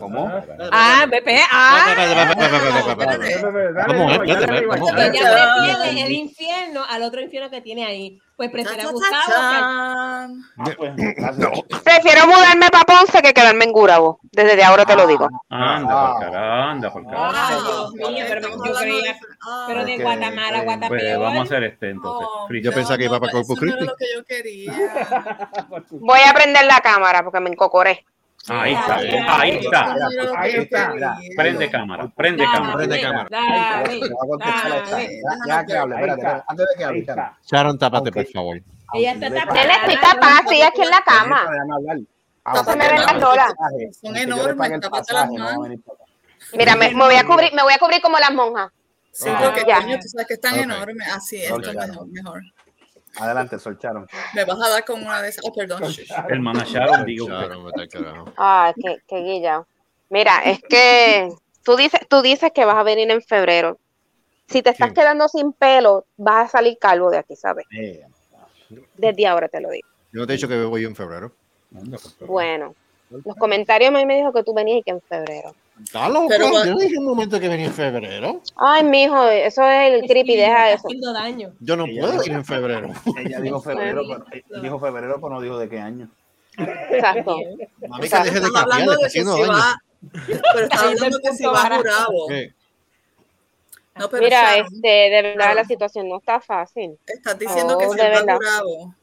[SPEAKER 5] ¿Cómo?
[SPEAKER 4] Ah, Pepe, ah.
[SPEAKER 13] Vamos, espérate, vamos,
[SPEAKER 4] Porque
[SPEAKER 13] espérate.
[SPEAKER 4] ella prefiere el infierno al otro infierno que tiene ahí. Pues prefiere buscar otra-
[SPEAKER 7] Cha-cha-cha-chan.
[SPEAKER 5] Ah, pues, gracias.
[SPEAKER 9] Prefiero mudarme para Ponce que quedarme en Gurabo. Desde ahora te lo digo.
[SPEAKER 3] Ah. Anda, por cara, anda, por cara.
[SPEAKER 4] Ay,
[SPEAKER 7] Ah,
[SPEAKER 4] Dios mío, pero
[SPEAKER 7] estamos
[SPEAKER 4] yo
[SPEAKER 7] hablando
[SPEAKER 4] creía-
[SPEAKER 7] de- Ah,
[SPEAKER 4] Pero de
[SPEAKER 5] Ok,
[SPEAKER 4] Guatemala,
[SPEAKER 5] eh,
[SPEAKER 3] Pues
[SPEAKER 4] Guatapeor.
[SPEAKER 3] vamos a hacer este entonces.
[SPEAKER 7] Oh, no,
[SPEAKER 3] Free
[SPEAKER 13] Yo
[SPEAKER 3] Sharon.
[SPEAKER 13] pensaba que iba para
[SPEAKER 7] eso
[SPEAKER 13] Corpus
[SPEAKER 7] no era
[SPEAKER 13] Christi.
[SPEAKER 7] lo que yo quería.
[SPEAKER 9] Voy a prender la cámara porque me encocoré.
[SPEAKER 3] Ahí está, eh, ahí está.
[SPEAKER 7] Eso no era lo que
[SPEAKER 8] Ahí
[SPEAKER 7] yo
[SPEAKER 8] está.
[SPEAKER 7] quería.
[SPEAKER 3] Prende cámara, prende
[SPEAKER 4] Dale,
[SPEAKER 3] cámara.
[SPEAKER 13] prende cámara.
[SPEAKER 4] dale,
[SPEAKER 5] Te voy a contestar
[SPEAKER 4] dale.
[SPEAKER 5] esta. Ya- ya que hable,
[SPEAKER 8] Ahí
[SPEAKER 5] espérate,
[SPEAKER 8] está.
[SPEAKER 5] antes de que
[SPEAKER 8] Ahí
[SPEAKER 5] hable, Charon.
[SPEAKER 8] está.
[SPEAKER 13] Sharon, tápate,
[SPEAKER 5] Ok.
[SPEAKER 13] por favor.
[SPEAKER 4] Ella está
[SPEAKER 5] Nene,
[SPEAKER 4] tapada.
[SPEAKER 9] Nene, estoy tapada, estoy aquí en la
[SPEAKER 5] Déjame
[SPEAKER 9] cama.
[SPEAKER 5] hablar.
[SPEAKER 9] No se me ven las lolas.
[SPEAKER 7] Son enormes, tapate las manos.
[SPEAKER 9] Mira, me, me voy a cubrir, me voy a cubrir como las monjas.
[SPEAKER 7] Sí, porque
[SPEAKER 9] Ya.
[SPEAKER 7] coño, tú sabes que están
[SPEAKER 9] Ok.
[SPEAKER 7] enormes. Así,
[SPEAKER 9] Ok,
[SPEAKER 7] esto es
[SPEAKER 9] claro.
[SPEAKER 7] mejor, mejor.
[SPEAKER 5] Adelante, solcharon.
[SPEAKER 7] Me vas a dar con una de esas. Oh, perdón.
[SPEAKER 3] Hermana Sharon, digo.
[SPEAKER 9] Ah, qué, qué guilla. Mira, es que tú dices, tú dices que vas a venir en febrero. Si te estás quedando sin pelo, vas a salir calvo de aquí, ¿sabes?
[SPEAKER 13] Eh,
[SPEAKER 9] Desde ahora te lo digo.
[SPEAKER 13] Yo no te he dicho que bebo yo en febrero.
[SPEAKER 9] Bueno, pues, los comentarios a mí me dijo que tú venías y que en febrero.
[SPEAKER 13] Está loco.
[SPEAKER 9] Pero va-
[SPEAKER 13] yo no dije un momento que venía en febrero.
[SPEAKER 9] Ay, mijo, eso es el creepy, deja eso.
[SPEAKER 13] Yo no
[SPEAKER 5] Ella
[SPEAKER 13] puedo
[SPEAKER 5] dijo-
[SPEAKER 13] ir en febrero.
[SPEAKER 5] Ella dijo febrero, pero, dijo febrero, pero no dijo de qué año.
[SPEAKER 9] Exacto.
[SPEAKER 13] Mami, que deje de
[SPEAKER 7] Estaba
[SPEAKER 13] cambiar,
[SPEAKER 7] hablando
[SPEAKER 13] le está
[SPEAKER 7] de que
[SPEAKER 13] haciendo
[SPEAKER 7] si
[SPEAKER 13] daño.
[SPEAKER 7] va- Pero está hablando que si va jurado.
[SPEAKER 13] Eh,
[SPEAKER 7] No, pero
[SPEAKER 9] Mira,
[SPEAKER 7] Sharon,
[SPEAKER 9] este, de verdad la situación no está fácil.
[SPEAKER 7] estás diciendo
[SPEAKER 9] Oh,
[SPEAKER 7] que si
[SPEAKER 9] de
[SPEAKER 7] va
[SPEAKER 9] verdad.
[SPEAKER 7] jurado.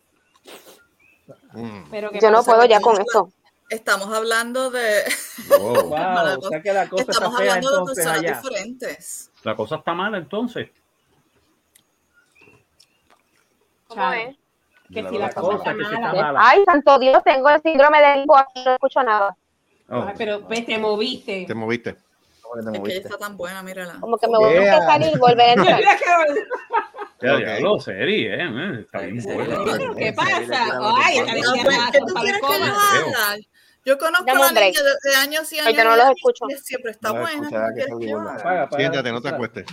[SPEAKER 9] Pero
[SPEAKER 7] ¿qué
[SPEAKER 9] Yo no
[SPEAKER 7] pasa?
[SPEAKER 9] puedo ya
[SPEAKER 7] Entonces,
[SPEAKER 9] con esto.
[SPEAKER 7] Estamos hablando de.
[SPEAKER 3] Wow.
[SPEAKER 8] o
[SPEAKER 7] Mala cosa.
[SPEAKER 8] sea que la cosa está
[SPEAKER 7] Estamos
[SPEAKER 8] fea,
[SPEAKER 7] hablando de
[SPEAKER 8] entonces,
[SPEAKER 7] personas
[SPEAKER 8] allá.
[SPEAKER 7] diferentes.
[SPEAKER 3] La cosa está mala entonces.
[SPEAKER 9] Que
[SPEAKER 8] si la cosa que si está mala.
[SPEAKER 9] Ay, santo Dios, tengo el síndrome de hipo, no escucho nada.
[SPEAKER 13] oh,
[SPEAKER 9] pero pues te moviste.
[SPEAKER 13] te moviste.
[SPEAKER 7] Es que ella está tan buena, mírala.
[SPEAKER 9] Como que me voy a
[SPEAKER 13] Yeah.
[SPEAKER 9] salir y volver a entrar.
[SPEAKER 3] Ya, ya lo serie, eh, eh, está bien buena.
[SPEAKER 7] ¿Qué
[SPEAKER 9] pasa? Ay, está bien, ya,
[SPEAKER 7] ¿Qué tú quieres que yo haga? Yo conozco a
[SPEAKER 9] Dame
[SPEAKER 7] la
[SPEAKER 9] un
[SPEAKER 7] niña
[SPEAKER 9] break.
[SPEAKER 7] de, de años y años.
[SPEAKER 9] Ahorita no
[SPEAKER 7] y
[SPEAKER 9] los
[SPEAKER 7] años,
[SPEAKER 9] escucho.
[SPEAKER 7] y Siempre está
[SPEAKER 5] No la
[SPEAKER 7] buena.
[SPEAKER 5] escuchará, que
[SPEAKER 7] ¿qué
[SPEAKER 5] está
[SPEAKER 7] quieres que
[SPEAKER 5] gorda.
[SPEAKER 7] haga?
[SPEAKER 5] Paga, paga.
[SPEAKER 13] Siéntate, no te acuestes.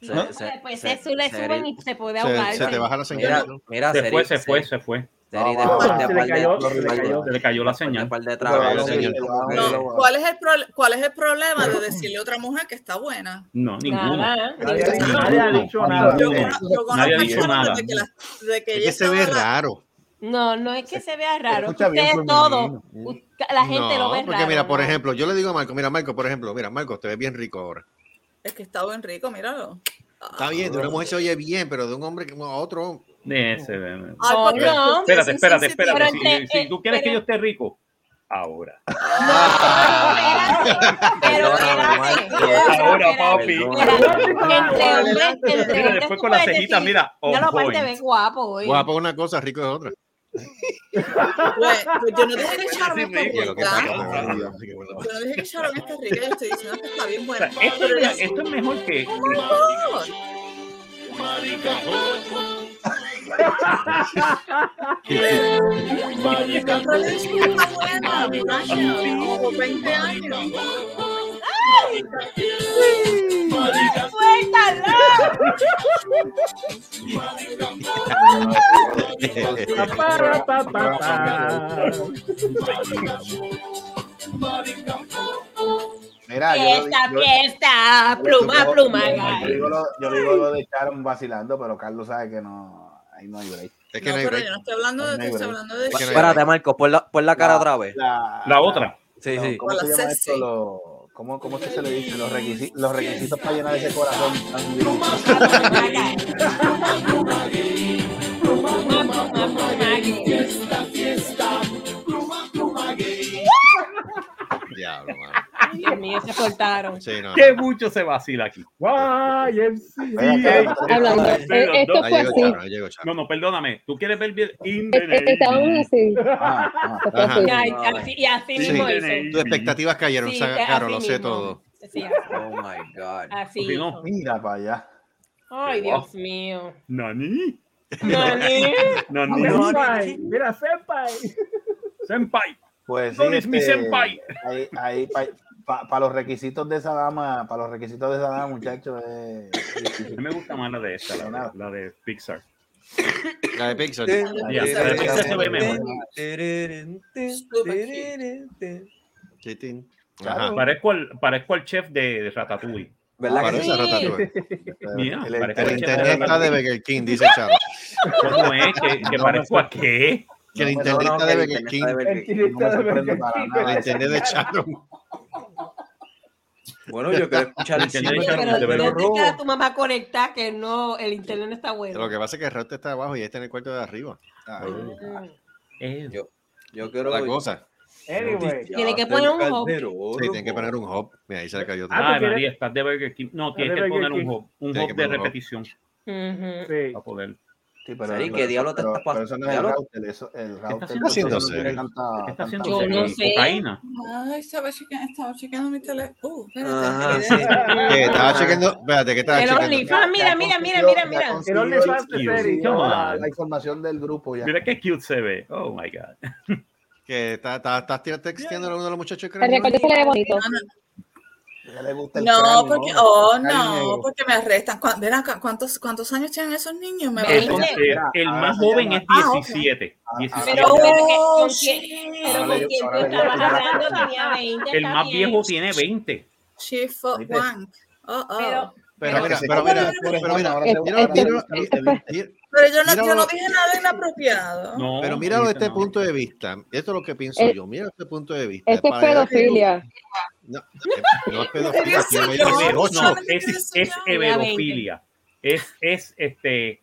[SPEAKER 1] Se- se-
[SPEAKER 4] Pues
[SPEAKER 1] se-
[SPEAKER 4] eso le
[SPEAKER 1] Seri-
[SPEAKER 4] suben y se puede
[SPEAKER 13] se-
[SPEAKER 4] ahogar.
[SPEAKER 13] se te baja la señal.
[SPEAKER 1] Mira, mira,
[SPEAKER 3] Se fue,
[SPEAKER 1] Seri-
[SPEAKER 3] se fue,
[SPEAKER 1] Seri-
[SPEAKER 3] se fue. Ah,
[SPEAKER 1] Seri, después de
[SPEAKER 3] se le
[SPEAKER 1] par de-
[SPEAKER 3] cayó,
[SPEAKER 1] después
[SPEAKER 3] se le
[SPEAKER 1] de-
[SPEAKER 3] cayó. Se le cayó la señal.
[SPEAKER 1] después de
[SPEAKER 3] Se le cayó la
[SPEAKER 1] tragos,
[SPEAKER 3] señal.
[SPEAKER 1] como que-
[SPEAKER 7] No, ¿cuál es, el pro- ¿Cuál es el problema de decirle a otra mujer que está buena?
[SPEAKER 3] No, ninguno.
[SPEAKER 7] Nada.
[SPEAKER 3] Nadie ha dicho-
[SPEAKER 7] Ninguno.
[SPEAKER 3] nadie ha dicho nada.
[SPEAKER 7] Yo conozco- yo conozco
[SPEAKER 3] Nadie ha dicho
[SPEAKER 7] personas
[SPEAKER 3] nada.
[SPEAKER 7] desde que las- desde que
[SPEAKER 13] Es
[SPEAKER 7] ella
[SPEAKER 13] que se ve
[SPEAKER 7] estaba-
[SPEAKER 13] raro.
[SPEAKER 4] No, no es que se vea raro.
[SPEAKER 13] escucha bien
[SPEAKER 4] Ustedes
[SPEAKER 13] femenino.
[SPEAKER 4] todos, usted- la gente
[SPEAKER 13] No,
[SPEAKER 4] lo ve
[SPEAKER 13] porque
[SPEAKER 4] raro.
[SPEAKER 13] mira, por
[SPEAKER 4] ¿no?
[SPEAKER 13] ejemplo, yo le digo a Marco, mira, Marco, por ejemplo, mira, Marco, te ves bien rico ahora.
[SPEAKER 7] Es que está buen rico, míralo.
[SPEAKER 13] Está bien, de una mujer se oye bien, pero de un hombre como a otro.
[SPEAKER 3] Eh, se ve-
[SPEAKER 7] Ay, por
[SPEAKER 13] Espérate,
[SPEAKER 7] Dios,
[SPEAKER 3] Espérate,
[SPEAKER 7] es
[SPEAKER 3] espérate,
[SPEAKER 7] insensitivo.
[SPEAKER 3] espérate. Si-
[SPEAKER 7] Pero
[SPEAKER 3] Si,
[SPEAKER 7] entre-
[SPEAKER 3] tú quieres que
[SPEAKER 7] pero-
[SPEAKER 3] yo esté Este rico, ahora. Ahora, papi.
[SPEAKER 4] Entre hombres, entre
[SPEAKER 13] Mira,
[SPEAKER 4] hombres
[SPEAKER 13] después
[SPEAKER 4] tú
[SPEAKER 13] con la
[SPEAKER 4] puedes
[SPEAKER 13] cejita,
[SPEAKER 4] decir,
[SPEAKER 13] mira, on
[SPEAKER 4] Ya lo aparte
[SPEAKER 13] point.
[SPEAKER 4] ves guapo hoy.
[SPEAKER 13] Guapo es una cosa, rico es otra.
[SPEAKER 7] Pues, pues yo no dije que Sharon
[SPEAKER 13] Sí,
[SPEAKER 7] está
[SPEAKER 13] que lo que
[SPEAKER 7] rica.
[SPEAKER 13] pasa, Dios,
[SPEAKER 7] Yo no dije que Sharon está rica. Yo estoy diciendo que está bien buena.
[SPEAKER 3] Esto,
[SPEAKER 7] Pero
[SPEAKER 3] es-
[SPEAKER 7] es-
[SPEAKER 3] esto es mejor que.
[SPEAKER 7] ¡Oh, my God! Siempre le dije que está buena, Brian, como 20 años.
[SPEAKER 5] Mira, yo, lo di-
[SPEAKER 4] Fiesta,
[SPEAKER 5] yo-
[SPEAKER 4] fiesta, pluma,
[SPEAKER 5] yo-
[SPEAKER 4] pluma.
[SPEAKER 5] yo-
[SPEAKER 4] guy.
[SPEAKER 5] Yo digo, lo, yo digo lo de Sharon vacilando, pero Carlos sabe que no, ahí no hay break.
[SPEAKER 13] Es
[SPEAKER 7] que No, no hay pero break. yo no estoy hablando de- estoy hablando de- Es que no hay
[SPEAKER 1] Espérate, Marco, pon la, pon Pues la cara otra vez.
[SPEAKER 5] La,
[SPEAKER 3] otra.
[SPEAKER 1] Sí, sí.
[SPEAKER 5] ¿Cómo se llama esto? Lo- ¿cómo, ¿Cómo es que se le dice? Los requisitos, los requisitos para llenar ese corazón. tan lindo.
[SPEAKER 13] Diablo, mano.
[SPEAKER 14] Ay, Dios mío, se cortaron.
[SPEAKER 13] Sí, no.
[SPEAKER 3] Qué mucho se vacila
[SPEAKER 14] Eh,
[SPEAKER 3] aquí.
[SPEAKER 14] Hablando. Eh, esto fue
[SPEAKER 3] Ahí llegó
[SPEAKER 14] así.
[SPEAKER 3] Charo, ahí llegó Charo. No, no, perdóname. ¿Tú quieres ver bien? In the
[SPEAKER 14] Es- estábamos
[SPEAKER 3] Navy.
[SPEAKER 14] así.
[SPEAKER 13] Mm. Ah, Ajá.
[SPEAKER 4] Y ahí- así- y así
[SPEAKER 13] Sí,
[SPEAKER 4] mismo hizo.
[SPEAKER 13] tus expectativas cayeron,
[SPEAKER 4] Sí,
[SPEAKER 13] Saga-
[SPEAKER 4] así
[SPEAKER 13] Caro, lo sé
[SPEAKER 4] mismo.
[SPEAKER 13] todo.
[SPEAKER 4] Sí,
[SPEAKER 1] Oh my God.
[SPEAKER 4] Así Porque no, hizo.
[SPEAKER 5] mira para allá.
[SPEAKER 4] Ay,
[SPEAKER 13] Oh.
[SPEAKER 4] Dios mío.
[SPEAKER 3] Nani.
[SPEAKER 4] Nani.
[SPEAKER 3] Nani.
[SPEAKER 8] Senpai, Mira, senpai.
[SPEAKER 3] Senpai.
[SPEAKER 5] Pues
[SPEAKER 8] No eres mi senpai.
[SPEAKER 5] Ahí, para los requisitos de esa dama, para los requisitos de esa dama, muchachos, es
[SPEAKER 3] A mí me gusta más la de esta, la, de- la de Pixar.
[SPEAKER 13] La de Pixar.
[SPEAKER 3] Ya, la de Pixar se ve mejor.
[SPEAKER 7] Pues
[SPEAKER 13] Chitín.
[SPEAKER 3] Ajá. Parezco al, parezco al chef de Ratatouille.
[SPEAKER 13] ¿Verdad que sí? Parece a Ratatouille.
[SPEAKER 3] Mira,
[SPEAKER 13] El, el
[SPEAKER 3] parezco al chef
[SPEAKER 13] internet está de
[SPEAKER 3] Ratatouille.
[SPEAKER 13] Burger King, dice Charo.
[SPEAKER 3] ¿Cómo es? E, ¿Que, que
[SPEAKER 13] No,
[SPEAKER 3] parezco a qué?
[SPEAKER 13] Que el internet está de Burger King. El internet de Charo.
[SPEAKER 1] Bueno, yo quiero escuchar el
[SPEAKER 13] Entendí,
[SPEAKER 1] chisme,
[SPEAKER 13] Sharon,
[SPEAKER 1] pero
[SPEAKER 13] de
[SPEAKER 1] pero
[SPEAKER 13] verdad.
[SPEAKER 1] Ro-
[SPEAKER 13] Robo.
[SPEAKER 4] Está tu mamá conectada que no, el internet no está bueno.
[SPEAKER 13] Lo que pasa es que el rato está abajo y está en el cuarto de arriba.
[SPEAKER 4] Mm.
[SPEAKER 1] Yo, yo quiero.
[SPEAKER 13] La cosa.
[SPEAKER 8] Anyway.
[SPEAKER 4] Tiene
[SPEAKER 5] este
[SPEAKER 4] que poner un hop.
[SPEAKER 13] Sí, tienen que poner un hop. Mira, ahí se le cayó.
[SPEAKER 3] Ah, María, estás de Burger King. No,
[SPEAKER 13] de
[SPEAKER 3] tienes que
[SPEAKER 13] Burger
[SPEAKER 3] poner un
[SPEAKER 13] King.
[SPEAKER 3] hop, un
[SPEAKER 13] Tienes
[SPEAKER 3] hop
[SPEAKER 13] que
[SPEAKER 3] de
[SPEAKER 13] poner un hop.
[SPEAKER 3] repetición.
[SPEAKER 4] Ujú.
[SPEAKER 3] Para poder.
[SPEAKER 5] Sí, pero,
[SPEAKER 1] Sari, ¿qué
[SPEAKER 5] pero-
[SPEAKER 1] diablo te
[SPEAKER 5] pero-
[SPEAKER 1] está pas-
[SPEAKER 5] pero eso no es
[SPEAKER 1] diablo?
[SPEAKER 5] el router, eso, el router.
[SPEAKER 1] haciendo
[SPEAKER 5] no
[SPEAKER 1] Siri?
[SPEAKER 5] tiene
[SPEAKER 1] ¿Qué
[SPEAKER 5] tanta-
[SPEAKER 1] está haciendo
[SPEAKER 5] tanta-
[SPEAKER 1] Siri? Yo no sé. Cocaína.
[SPEAKER 7] Ay, estaba chequeando, estaba chequeando mi teléfono. Uh, espérate.
[SPEAKER 13] Ajá, sí. ¿Qué? Estaba chequeando. Espérate, ¿qué estaba
[SPEAKER 7] El
[SPEAKER 13] chequeando?
[SPEAKER 7] OnlyFans,
[SPEAKER 5] mira,
[SPEAKER 4] mira, mira,
[SPEAKER 7] mira,
[SPEAKER 4] mira.
[SPEAKER 5] El OnlyFans de Siri, ya la- la información del grupo ya.
[SPEAKER 13] Mira qué cute se ve. Oh my God. Que está, está, estás tirando- texteando a uno de los muchachos que
[SPEAKER 11] El recorte se le ve bonito.
[SPEAKER 5] Ya le gusta el
[SPEAKER 7] No,
[SPEAKER 5] cráneo,
[SPEAKER 7] porque, oh no,
[SPEAKER 5] Cráneo.
[SPEAKER 7] porque me arrestan. Cu- ven acá, ¿cuántos, ¿cuántos años tienen esos niños? Me
[SPEAKER 3] El,
[SPEAKER 7] van a-
[SPEAKER 3] el- eh, el más joven es
[SPEAKER 7] Ah, ok.
[SPEAKER 3] 17. 17.
[SPEAKER 7] Pero bueno,
[SPEAKER 4] ¿Con
[SPEAKER 7] Oh, sí.
[SPEAKER 4] quién, pero
[SPEAKER 3] Ahora
[SPEAKER 4] con
[SPEAKER 3] le-
[SPEAKER 4] quién tú
[SPEAKER 3] ahora le-
[SPEAKER 4] estabas hablando? Tenía 20.
[SPEAKER 3] El
[SPEAKER 4] está
[SPEAKER 3] más
[SPEAKER 4] bien.
[SPEAKER 3] viejo tiene 20.
[SPEAKER 7] She fuck
[SPEAKER 3] Pero-
[SPEAKER 7] one. Oh, oh.
[SPEAKER 4] Pero-
[SPEAKER 13] Pero mira,
[SPEAKER 3] se
[SPEAKER 13] pero
[SPEAKER 3] come
[SPEAKER 13] mira,
[SPEAKER 7] la
[SPEAKER 13] pero
[SPEAKER 7] pobre
[SPEAKER 13] mira,
[SPEAKER 7] mamá.
[SPEAKER 13] mira, mira,
[SPEAKER 7] Este-
[SPEAKER 13] mira, mira, mira,
[SPEAKER 7] Pero yo no, yo
[SPEAKER 13] Míralo.
[SPEAKER 7] no dije nada inapropiado.
[SPEAKER 13] pero míralo desde
[SPEAKER 7] ahorita
[SPEAKER 13] este punto de vista. Esto es lo que pienso
[SPEAKER 7] Eh,
[SPEAKER 13] yo. Mira este punto de vista.
[SPEAKER 11] Esto es
[SPEAKER 13] Para-
[SPEAKER 11] pedofilia.
[SPEAKER 13] No, no es pedofilia.
[SPEAKER 3] Es
[SPEAKER 13] tiene
[SPEAKER 3] no,
[SPEAKER 13] 18.
[SPEAKER 3] no, es, es heberofilia. Es, es este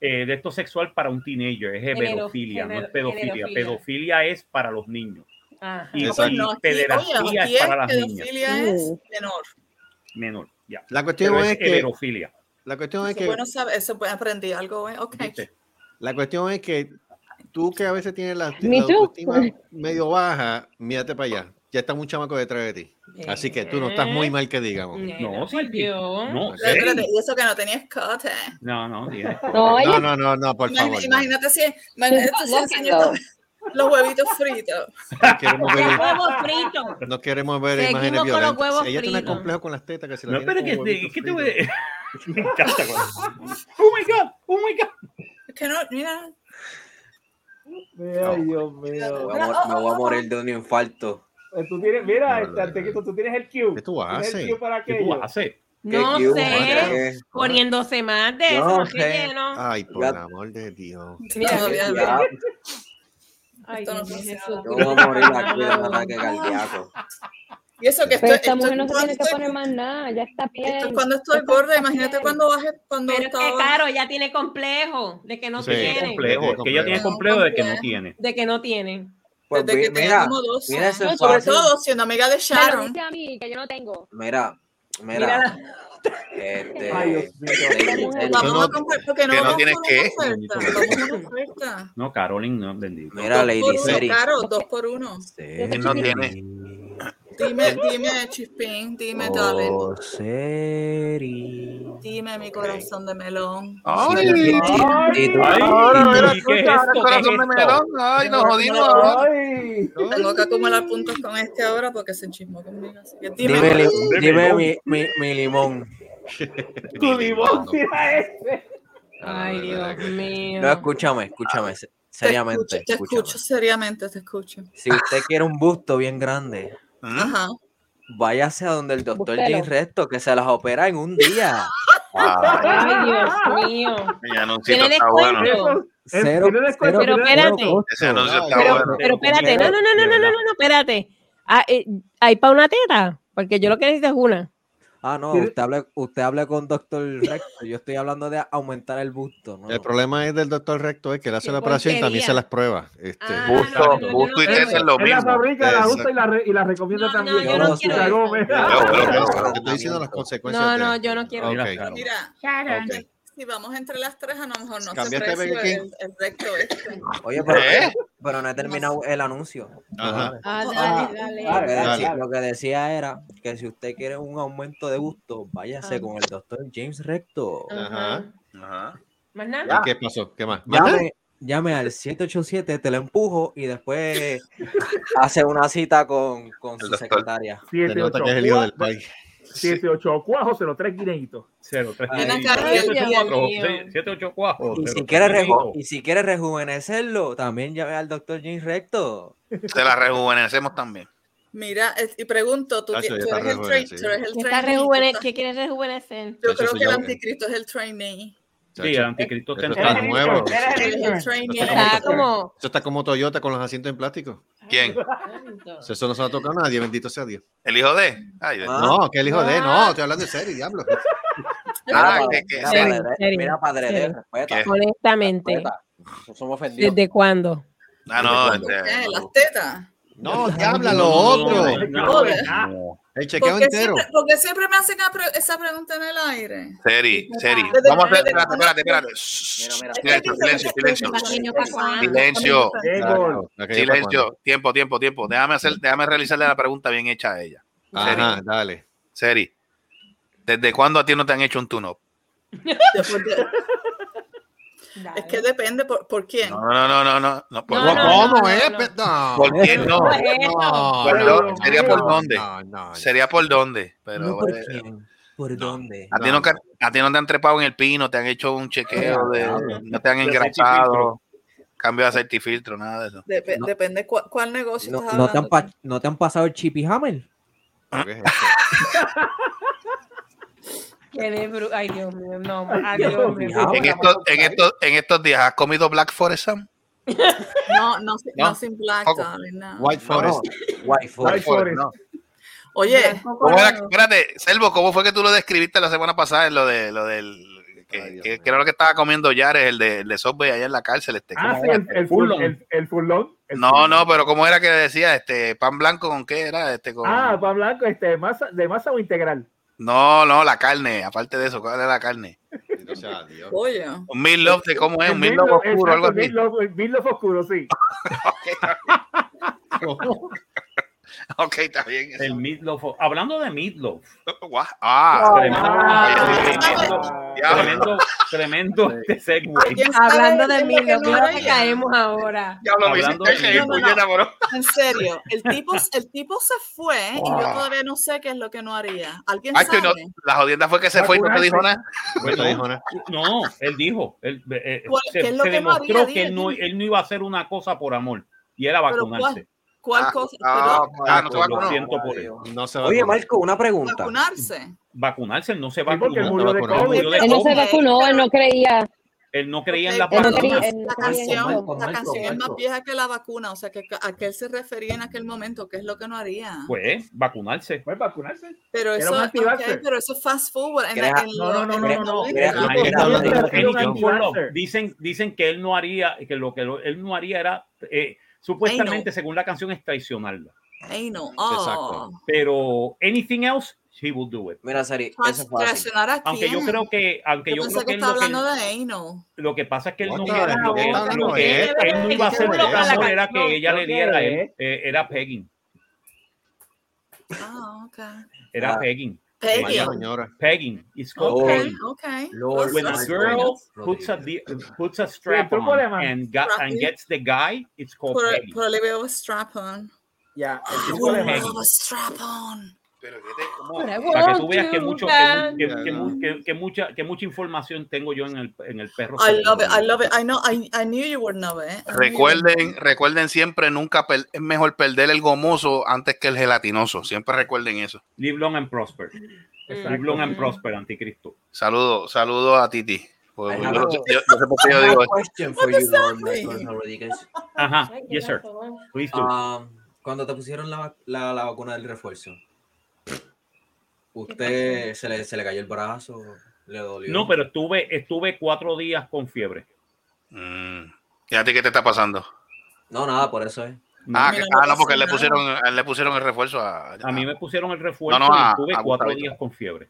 [SPEAKER 3] eh, de esto sexual para un teenager. Es
[SPEAKER 4] Hebero-
[SPEAKER 3] heberofilia, no es
[SPEAKER 4] heber-
[SPEAKER 3] pedofilia.
[SPEAKER 4] heberofilia.
[SPEAKER 3] Pedofilia es para los niños.
[SPEAKER 4] Ajá.
[SPEAKER 3] Y,
[SPEAKER 13] Exacto.
[SPEAKER 3] y
[SPEAKER 13] No, aquí,
[SPEAKER 7] oye,
[SPEAKER 3] pederastía
[SPEAKER 7] aquí
[SPEAKER 3] es para
[SPEAKER 7] es
[SPEAKER 3] las niñas.
[SPEAKER 7] pedofilia es
[SPEAKER 4] Uh.
[SPEAKER 7] menor.
[SPEAKER 3] Menor. ya.
[SPEAKER 13] La cuestión
[SPEAKER 3] Pero
[SPEAKER 13] es que-
[SPEAKER 3] heberofilia.
[SPEAKER 13] La cuestión es
[SPEAKER 7] Eso,
[SPEAKER 13] que
[SPEAKER 7] bueno, sabe- eso pues, aprendí algo, ¿eh? Ok.
[SPEAKER 13] La cuestión es que tú que a veces tienes la,
[SPEAKER 7] Me
[SPEAKER 13] la
[SPEAKER 7] too.
[SPEAKER 13] autoestima medio baja, mírate para allá. Ya está un chamaco detrás de ti. Así que tú no estás
[SPEAKER 7] Eh,
[SPEAKER 13] muy mal que digamos.
[SPEAKER 3] No, sí. No, ¿eh?
[SPEAKER 7] Pero espérate, y eso que no tenías escote.
[SPEAKER 13] no, no, tiene-
[SPEAKER 7] No,
[SPEAKER 13] no,
[SPEAKER 7] ella-
[SPEAKER 13] no, no, no, por
[SPEAKER 7] Imagina-
[SPEAKER 13] favor. no.
[SPEAKER 7] imagínate si imagínate
[SPEAKER 11] No,
[SPEAKER 7] si
[SPEAKER 11] no,
[SPEAKER 7] enseñó
[SPEAKER 11] no.
[SPEAKER 7] los huevitos fritos.
[SPEAKER 13] No queremos ver,
[SPEAKER 4] Huevos fritos.
[SPEAKER 13] no queremos ver
[SPEAKER 4] Seguimos
[SPEAKER 13] imágenes
[SPEAKER 4] con los
[SPEAKER 13] violentas.
[SPEAKER 4] huevos
[SPEAKER 13] Ella tiene
[SPEAKER 4] fritos.
[SPEAKER 13] complejo con las tetas que se
[SPEAKER 3] No,
[SPEAKER 13] las tiene
[SPEAKER 3] pero
[SPEAKER 13] como
[SPEAKER 3] que,
[SPEAKER 13] huevitos
[SPEAKER 3] que te voy
[SPEAKER 13] fritos.
[SPEAKER 3] Me encanta cuando- Oh my God, oh my God.
[SPEAKER 7] Es que no, mira.
[SPEAKER 8] Ay, Dios mío.
[SPEAKER 13] oh,
[SPEAKER 1] voy a mor- me voy a morir de un infarto.
[SPEAKER 8] Eh, Tú tienes, mira, este, Antequito, tú tienes el cue. ¿Qué
[SPEAKER 13] tú
[SPEAKER 8] ¿Tienes
[SPEAKER 13] haces?
[SPEAKER 8] el cue para
[SPEAKER 13] ¿Qué
[SPEAKER 1] tú
[SPEAKER 8] aquello?
[SPEAKER 3] haces?
[SPEAKER 4] No
[SPEAKER 1] ¿Qué hubo?
[SPEAKER 4] sé.
[SPEAKER 1] ¿Qué?
[SPEAKER 4] Poniéndose más de eso.
[SPEAKER 1] No
[SPEAKER 4] no sé
[SPEAKER 1] sé.
[SPEAKER 4] qué, ¿no?
[SPEAKER 13] Ay, por el amor de Dios.
[SPEAKER 4] Mira.
[SPEAKER 1] Ya, ya.
[SPEAKER 4] Ay, Dios mío, Jesús.
[SPEAKER 1] Yo voy a morir aquí de un ataque cardíaco.
[SPEAKER 7] Y eso
[SPEAKER 11] Pero
[SPEAKER 7] que estoy,
[SPEAKER 11] esta
[SPEAKER 7] estoy-
[SPEAKER 11] mujer no se
[SPEAKER 7] cuando
[SPEAKER 11] tiene que
[SPEAKER 7] estoy-
[SPEAKER 11] poner más nada, ya está bien.
[SPEAKER 7] estoy- cuando estoy gorda, imagínate cuando baje, cuando
[SPEAKER 4] Pero es que,
[SPEAKER 7] estaba-
[SPEAKER 4] claro, ya tiene complejo de que no
[SPEAKER 3] Sí,
[SPEAKER 4] tiene.
[SPEAKER 3] complejo. Es que ella tiene complejo de que no tiene.
[SPEAKER 4] De que no tiene.
[SPEAKER 1] Pues
[SPEAKER 7] desde que
[SPEAKER 1] vi-
[SPEAKER 7] tenía
[SPEAKER 1] mira,
[SPEAKER 7] como 12
[SPEAKER 1] mira eso
[SPEAKER 7] años,
[SPEAKER 1] es
[SPEAKER 7] sobre
[SPEAKER 1] fácil.
[SPEAKER 7] todo siendo amiga
[SPEAKER 11] Me
[SPEAKER 7] de
[SPEAKER 11] lo
[SPEAKER 7] Sharon.
[SPEAKER 11] dice a mí, que yo no tengo.
[SPEAKER 1] Mira, mira.
[SPEAKER 11] Mira.
[SPEAKER 1] Este,
[SPEAKER 11] Ay, Dios
[SPEAKER 1] ladies and
[SPEAKER 7] Vamos
[SPEAKER 1] gentlemen,
[SPEAKER 7] a comprar porque no
[SPEAKER 3] que no
[SPEAKER 7] vamos
[SPEAKER 3] tienes
[SPEAKER 7] por
[SPEAKER 3] qué.
[SPEAKER 7] una oferta. Vamos por una oferta.
[SPEAKER 3] No, Carolyn, no, bendito.
[SPEAKER 1] Mira, Lady
[SPEAKER 7] Por uno,
[SPEAKER 1] Seri.
[SPEAKER 7] Caro, dos por uno.
[SPEAKER 5] Eh,
[SPEAKER 1] No tiene.
[SPEAKER 7] Dime, dime, Chispín, dime, darling.
[SPEAKER 1] Oh, Seri.
[SPEAKER 7] Dime, mi corazón de melón.
[SPEAKER 1] Ay, Sí, sí, sí. ay,
[SPEAKER 7] ahora, mira,
[SPEAKER 3] ¿Y qué es esto? ¿Qué es esto?
[SPEAKER 7] Ay,
[SPEAKER 5] nos jodimos
[SPEAKER 7] ahora.
[SPEAKER 8] Ay.
[SPEAKER 7] Tengo que acumular puntos con este ahora porque se enchismó conmigo. Así que dime,
[SPEAKER 1] Dime, li- dime mi, mi, mi limón.
[SPEAKER 8] Tu limón, mira ese.
[SPEAKER 4] Ay, Dios mío.
[SPEAKER 1] No, escúchame, escúchame. se- Seriamente,
[SPEAKER 7] te
[SPEAKER 1] escúchame. ¿Mm?
[SPEAKER 7] escucho seriamente, te escucho.
[SPEAKER 1] Si usted quiere un busto bien grande,
[SPEAKER 14] ¿Ah?
[SPEAKER 7] Ajá.
[SPEAKER 1] váyase a donde el doctor
[SPEAKER 7] Búsquelo.
[SPEAKER 1] Jim Resto, que se las opera en un día.
[SPEAKER 4] Ay, Dios mío.
[SPEAKER 14] Ese anuncito
[SPEAKER 4] Tiene
[SPEAKER 14] está
[SPEAKER 4] descuento.
[SPEAKER 14] bueno.
[SPEAKER 1] Cero, cero,
[SPEAKER 4] Pero
[SPEAKER 1] cero
[SPEAKER 4] espérate.
[SPEAKER 1] costo.
[SPEAKER 14] Ese anuncio está
[SPEAKER 4] Pero,
[SPEAKER 14] bueno.
[SPEAKER 4] pero espérate, no, no, no, no, no, no, no, no, espérate. Ah, eh, ¿Hay para una teta? Porque yo lo que necesito es una.
[SPEAKER 1] Ah, no,
[SPEAKER 4] ¿Tiene-
[SPEAKER 1] usted habla, usted habla con doctor Recto. Yo estoy hablando de aumentar el busto. ¿no?
[SPEAKER 13] El problema es del doctor recto es que él hace la operación y también
[SPEAKER 1] porquería.
[SPEAKER 13] se las prueba. Este,
[SPEAKER 4] Ah,
[SPEAKER 14] Busto, busto y teta es lo
[SPEAKER 8] Él la
[SPEAKER 14] mismo.
[SPEAKER 8] fabrica, la
[SPEAKER 13] Exacto.
[SPEAKER 8] usa y la, re- y la recomienda también.
[SPEAKER 13] yo no
[SPEAKER 8] Como
[SPEAKER 13] quiero
[SPEAKER 8] Sara
[SPEAKER 13] eso.
[SPEAKER 8] Gómez.
[SPEAKER 13] Te estoy diciendo las consecuencias.
[SPEAKER 4] No,
[SPEAKER 13] de-
[SPEAKER 4] no, yo no quiero.
[SPEAKER 13] Ok.
[SPEAKER 7] Mira,
[SPEAKER 13] Sharon. Ok.
[SPEAKER 7] si vamos entre las tres, a lo mejor no se
[SPEAKER 1] Cambiaste a
[SPEAKER 7] precio
[SPEAKER 1] Burger King.
[SPEAKER 7] el, el recto este.
[SPEAKER 1] Oye, pero,
[SPEAKER 13] ¿Eh?
[SPEAKER 1] pero no he terminado el anuncio.
[SPEAKER 13] Ajá.
[SPEAKER 7] Ah, dale, dale.
[SPEAKER 1] Lo que,
[SPEAKER 13] Dale.
[SPEAKER 1] decí- lo que decía era que si usted quiere un aumento de gusto, váyase con el doctor James Recto.
[SPEAKER 13] Ajá.
[SPEAKER 4] ¿Más
[SPEAKER 13] ¿Y
[SPEAKER 4] nada?
[SPEAKER 13] ¿Qué pasó? ¿Qué más? ¿Más nada?
[SPEAKER 1] Llame, llame al 787, te lo empujo y después hace una cita con, con su secretaria.
[SPEAKER 8] Siete, Se nota ocho, que es el lío del
[SPEAKER 13] país.
[SPEAKER 8] 18 cuajos, 03 guineitos.
[SPEAKER 3] 03
[SPEAKER 1] Ven
[SPEAKER 8] guineitos.
[SPEAKER 1] acá, Ay, Dios
[SPEAKER 3] 784,
[SPEAKER 1] mío.
[SPEAKER 3] 784.
[SPEAKER 1] Y si,
[SPEAKER 3] Pero-
[SPEAKER 1] quiere reju- y si quiere rejuvenecerlo, también llame al doctor James Recto.
[SPEAKER 14] Se la rejuvenecemos también.
[SPEAKER 7] Mira, es- y pregunto, tú,
[SPEAKER 14] Tacho,
[SPEAKER 7] ti-
[SPEAKER 14] ya
[SPEAKER 7] tú
[SPEAKER 14] está
[SPEAKER 7] eres el train,
[SPEAKER 14] rejuvenecido.
[SPEAKER 7] tú eres el
[SPEAKER 4] ¿Qué, está
[SPEAKER 7] trainee, tú
[SPEAKER 4] rejuvene-
[SPEAKER 7] estás-
[SPEAKER 4] ¿Qué quieres rejuvenecer?
[SPEAKER 7] Yo
[SPEAKER 14] Tacho,
[SPEAKER 7] creo
[SPEAKER 14] eso
[SPEAKER 7] que el
[SPEAKER 14] ya-
[SPEAKER 7] anticristo es el trainee.
[SPEAKER 13] Sí,
[SPEAKER 3] el anticristo
[SPEAKER 13] Eso
[SPEAKER 3] está
[SPEAKER 13] está nuevo.
[SPEAKER 7] Él es el trainee.
[SPEAKER 4] Está como-
[SPEAKER 13] Eso está como Toyota con los asientos en plástico.
[SPEAKER 14] ¿Quién?
[SPEAKER 13] Eso no se lo ha tocado a nadie, bendito sea Dios.
[SPEAKER 14] ¿El hijo de? Ay, Dios.
[SPEAKER 5] Ah,
[SPEAKER 13] No, que el hijo de, no, estoy hablando en serio, diablo.
[SPEAKER 14] Ah,
[SPEAKER 13] Ah,
[SPEAKER 14] que- que-
[SPEAKER 13] mira,
[SPEAKER 14] serio,
[SPEAKER 13] padre,
[SPEAKER 14] serio,
[SPEAKER 13] mira, padre,
[SPEAKER 14] serio.
[SPEAKER 13] de- respeta.
[SPEAKER 14] ¿Qué?
[SPEAKER 4] Honestamente.
[SPEAKER 1] No somos ofendidos.
[SPEAKER 4] ¿Desde cuándo?
[SPEAKER 14] Ah, no,
[SPEAKER 7] Eh,
[SPEAKER 14] este-
[SPEAKER 7] Las tetas.
[SPEAKER 13] No, diabla, lo otro.
[SPEAKER 14] no, no, no. El chequeo
[SPEAKER 7] Porque
[SPEAKER 14] entero.
[SPEAKER 7] siempre, porque siempre me hacen a pre- esa pregunta en el aire.
[SPEAKER 5] Seri, Seri. Vamos a hacer. Espérate, espérate, espérate. Silencio, silencio, silencio. Silencio.
[SPEAKER 14] Claro, aquello para
[SPEAKER 5] Silencio. Tiempo, tiempo, tiempo. Déjame hacer, déjame realizarle la pregunta bien hecha a ella.
[SPEAKER 14] Ajá, dale.
[SPEAKER 5] Seri. ¿Desde cuándo a ti no te han hecho un tune-up?
[SPEAKER 7] Después de- es que depende por, por quién.
[SPEAKER 5] No, no, no, no, no. no, por-
[SPEAKER 7] No, no, ¿Cómo, no,
[SPEAKER 14] eh?
[SPEAKER 5] ¿Por quién no?
[SPEAKER 7] No, no,
[SPEAKER 5] ¿Por
[SPEAKER 14] no,
[SPEAKER 5] dónde?
[SPEAKER 14] no,
[SPEAKER 5] ¿Sería por
[SPEAKER 14] no,
[SPEAKER 5] dónde?
[SPEAKER 14] no, no.
[SPEAKER 5] Sería por dónde. Pero,
[SPEAKER 1] No, ¿por
[SPEAKER 5] eh,
[SPEAKER 1] quién? ¿Por dónde?
[SPEAKER 5] a, ti no, a ti no te han trepado en el pino, te han hecho un chequeo, de-
[SPEAKER 1] Claro.
[SPEAKER 5] no te han
[SPEAKER 1] De
[SPEAKER 5] engrasado,
[SPEAKER 1] filtro.
[SPEAKER 5] cambio de aceite y filtro, nada de eso.
[SPEAKER 7] Dep-
[SPEAKER 1] No.
[SPEAKER 7] Depende cuál, cuál negocio
[SPEAKER 1] No,
[SPEAKER 7] estás
[SPEAKER 1] no te han
[SPEAKER 7] hablando.
[SPEAKER 1] pa- no te han pasado el Chippy Hammer?
[SPEAKER 4] Qué de bru- Ay, Dios mío, no. Adiós, me voy.
[SPEAKER 5] En estos, en, estos, en estos días, ¿has comido Black Forest, Sam?
[SPEAKER 7] No, no, sin- no
[SPEAKER 5] No,
[SPEAKER 7] sin black,
[SPEAKER 5] tampoco.
[SPEAKER 7] darling, no.
[SPEAKER 5] White Forest.
[SPEAKER 1] White
[SPEAKER 5] Forest. no.
[SPEAKER 7] Oye,
[SPEAKER 5] ¿Cómo era- espérate, Selvo, ¿cómo fue que tú lo describiste la semana pasada en lo, de, lo del... Que, que- que era lo que estaba comiendo Yares, el de, el de Subway allá en la cárcel. Este,
[SPEAKER 8] Ah,
[SPEAKER 5] ¿cómo
[SPEAKER 8] sí,
[SPEAKER 5] era?
[SPEAKER 8] el, el, full- el, el furlong. el
[SPEAKER 5] No,
[SPEAKER 8] furlong.
[SPEAKER 5] no, pero ¿cómo era que decía? este ¿Pan blanco con qué era? este con...
[SPEAKER 8] Ah, pan blanco, este, de masa, de masa o integral.
[SPEAKER 5] No, no, la carne, aparte de eso, ¿cuál era la carne?
[SPEAKER 7] Oye.
[SPEAKER 5] Un meat loaf de cómo es, un meat loaf
[SPEAKER 8] Meatloaf,
[SPEAKER 5] oscuro, algo
[SPEAKER 8] exacto,
[SPEAKER 5] así.
[SPEAKER 8] meatloaf- el meatloaf oscuro, sí.
[SPEAKER 5] Ok, está bien.
[SPEAKER 3] El meatloaf. Hablando de meatloaf.
[SPEAKER 5] Ah,
[SPEAKER 3] tremendo.
[SPEAKER 5] Diablo.
[SPEAKER 3] tremendo, tremendo este segue.
[SPEAKER 4] Hablando de mí,
[SPEAKER 7] que
[SPEAKER 4] lo
[SPEAKER 7] no
[SPEAKER 4] peor que
[SPEAKER 7] era.
[SPEAKER 4] caemos ahora.
[SPEAKER 3] Hablando de
[SPEAKER 7] No, no,
[SPEAKER 3] meatloaf.
[SPEAKER 7] no. En serio, el tipo, el tipo se fue y yo todavía no sé qué es lo que no haría. ¿Alguien
[SPEAKER 5] Hacho, y
[SPEAKER 7] sabe?
[SPEAKER 5] no- la jodienda fue que se fue y no te dijo nada.
[SPEAKER 3] Bueno, No, él dijo. Él, eh, eh,
[SPEAKER 7] ¿Cuál-
[SPEAKER 3] se
[SPEAKER 7] qué es lo
[SPEAKER 3] se
[SPEAKER 7] que no haría?
[SPEAKER 3] demostró que
[SPEAKER 7] Dime,
[SPEAKER 3] él no,
[SPEAKER 7] dime.
[SPEAKER 3] él no iba a hacer una cosa por amor y era
[SPEAKER 7] Pero
[SPEAKER 3] vacunarse.
[SPEAKER 7] ¿Cuál cosa?
[SPEAKER 5] ah,
[SPEAKER 7] Pero,
[SPEAKER 5] ah, no se
[SPEAKER 3] Pues
[SPEAKER 5] vacunó.
[SPEAKER 3] Lo siento por él.
[SPEAKER 14] No se
[SPEAKER 1] Oye, Marco, una pregunta.
[SPEAKER 7] vacunarse.
[SPEAKER 3] Vacunarse, él no se
[SPEAKER 8] porque
[SPEAKER 3] vacunó.
[SPEAKER 8] él murió de
[SPEAKER 3] Él murió de
[SPEAKER 11] Él no se
[SPEAKER 3] COVID.
[SPEAKER 11] vacunó, él no creía.
[SPEAKER 3] Él no creía en la
[SPEAKER 11] Él no
[SPEAKER 3] palabra.
[SPEAKER 11] creía- él no
[SPEAKER 7] La
[SPEAKER 11] creía en
[SPEAKER 7] canción,
[SPEAKER 11] eso.
[SPEAKER 7] la canción es más vieja que la vacuna, o sea que ca- a qué él se refería en aquel momento, qué es lo que no haría.
[SPEAKER 3] Pues, vacunarse.
[SPEAKER 8] Pues vacunarse.
[SPEAKER 7] Pero
[SPEAKER 8] Era
[SPEAKER 7] eso,
[SPEAKER 8] un activarse.
[SPEAKER 7] ok, pero eso es fast forward. en la-
[SPEAKER 1] Era-
[SPEAKER 7] en
[SPEAKER 8] No,
[SPEAKER 7] lo-
[SPEAKER 8] no, no,
[SPEAKER 7] en
[SPEAKER 8] no,
[SPEAKER 7] la
[SPEAKER 8] no, no.
[SPEAKER 7] novela.
[SPEAKER 1] Era-
[SPEAKER 3] Ahí
[SPEAKER 1] era-
[SPEAKER 3] está
[SPEAKER 1] era-
[SPEAKER 3] hablando
[SPEAKER 1] era-
[SPEAKER 3] de
[SPEAKER 1] era-
[SPEAKER 3] Felipe
[SPEAKER 1] era-
[SPEAKER 3] Fulop. Dicen, dicen que él no haría, que lo que lo- él no haría era, eh, supuestamente, según la canción, es traicionarla.
[SPEAKER 7] Ay, no. Oh.
[SPEAKER 3] Pero anything else, he will do it.
[SPEAKER 1] Mira, Sari,
[SPEAKER 7] Tras-
[SPEAKER 1] eso es fácil.
[SPEAKER 7] Traicionar a
[SPEAKER 3] Aunque yo
[SPEAKER 7] quién?
[SPEAKER 3] creo que, aunque
[SPEAKER 7] Yo
[SPEAKER 3] yo,
[SPEAKER 7] pensé
[SPEAKER 3] creo
[SPEAKER 7] que
[SPEAKER 3] que, él
[SPEAKER 7] está
[SPEAKER 3] lo, que
[SPEAKER 7] hablando de anal.
[SPEAKER 3] él- lo que pasa es que él no,
[SPEAKER 14] Otra vez,
[SPEAKER 3] lo que él,
[SPEAKER 14] otra vez,
[SPEAKER 3] lo que él-
[SPEAKER 14] otra vez.
[SPEAKER 3] él no iba a hacer lo que amor era que ella le
[SPEAKER 8] Otra
[SPEAKER 3] diera a
[SPEAKER 8] vez.
[SPEAKER 3] él, eh, era pegging,
[SPEAKER 7] Ah, ok.
[SPEAKER 3] era
[SPEAKER 14] Ah.
[SPEAKER 3] pegging,
[SPEAKER 7] Pegging.
[SPEAKER 14] Vaya señora.
[SPEAKER 3] Pegging, it's called
[SPEAKER 7] Ok,
[SPEAKER 3] pegging.
[SPEAKER 7] ok.
[SPEAKER 14] Lord,
[SPEAKER 3] when
[SPEAKER 14] my
[SPEAKER 3] a
[SPEAKER 7] That's- that's
[SPEAKER 3] girl
[SPEAKER 7] nice.
[SPEAKER 3] puts a di- puts a
[SPEAKER 8] El
[SPEAKER 3] strap
[SPEAKER 8] truco
[SPEAKER 3] on
[SPEAKER 8] alemán.
[SPEAKER 3] and got, and gets the guy, it's called
[SPEAKER 7] Por,
[SPEAKER 3] pegging.
[SPEAKER 7] por le veo strap on.
[SPEAKER 8] Ya, el
[SPEAKER 7] I
[SPEAKER 8] tipo
[SPEAKER 7] will
[SPEAKER 8] alemán.
[SPEAKER 7] have a strap on.
[SPEAKER 5] Pero que te, ¿cómo?
[SPEAKER 4] Pero
[SPEAKER 3] Para que tú veas que
[SPEAKER 4] want
[SPEAKER 3] mucho
[SPEAKER 4] to
[SPEAKER 3] que, mu- que-
[SPEAKER 4] dance.
[SPEAKER 3] que mu- que- que mucha que mucha información tengo yo en el en el perro.
[SPEAKER 7] I love it. I love it. I know. I, I knew you would know it. I knew you would know
[SPEAKER 5] Recuerden, recuerden siempre, nunca per- es mejor perder el gomoso antes que el gelatinoso. Siempre recuerden eso.
[SPEAKER 3] Live long and prosper. Live long and prosper, anticristo.
[SPEAKER 5] Saludo, saludo a Titi. Pues,
[SPEAKER 1] I
[SPEAKER 5] yo,
[SPEAKER 1] have a-
[SPEAKER 5] yo- yo sé por qué yo
[SPEAKER 1] I have
[SPEAKER 5] digo
[SPEAKER 1] a
[SPEAKER 5] esto.
[SPEAKER 1] question for you, Lord Michael Rodríguez.
[SPEAKER 3] Ajá. Yes sir. Please do.
[SPEAKER 1] Um, cuando te pusieron la, vac- la- la vacuna del refuerzo, ¿usted se le, se le cayó el brazo? ¿Le dolió?
[SPEAKER 3] No, pero estuve estuve cuatro días con fiebre.
[SPEAKER 7] pues.
[SPEAKER 5] Mm. ¿Y a ti qué te está pasando?
[SPEAKER 1] No, nada, por eso es.
[SPEAKER 5] Ah,
[SPEAKER 7] mira,
[SPEAKER 5] que-
[SPEAKER 7] no
[SPEAKER 5] ah, no,
[SPEAKER 7] pasa
[SPEAKER 5] porque le
[SPEAKER 7] nada.
[SPEAKER 5] pusieron, a él le pusieron el refuerzo a,
[SPEAKER 3] A mí me pusieron el refuerzo
[SPEAKER 5] No, ah, no, a-
[SPEAKER 3] y estuve
[SPEAKER 5] a
[SPEAKER 3] cuatro
[SPEAKER 5] Gustavito.
[SPEAKER 3] días con fiebre.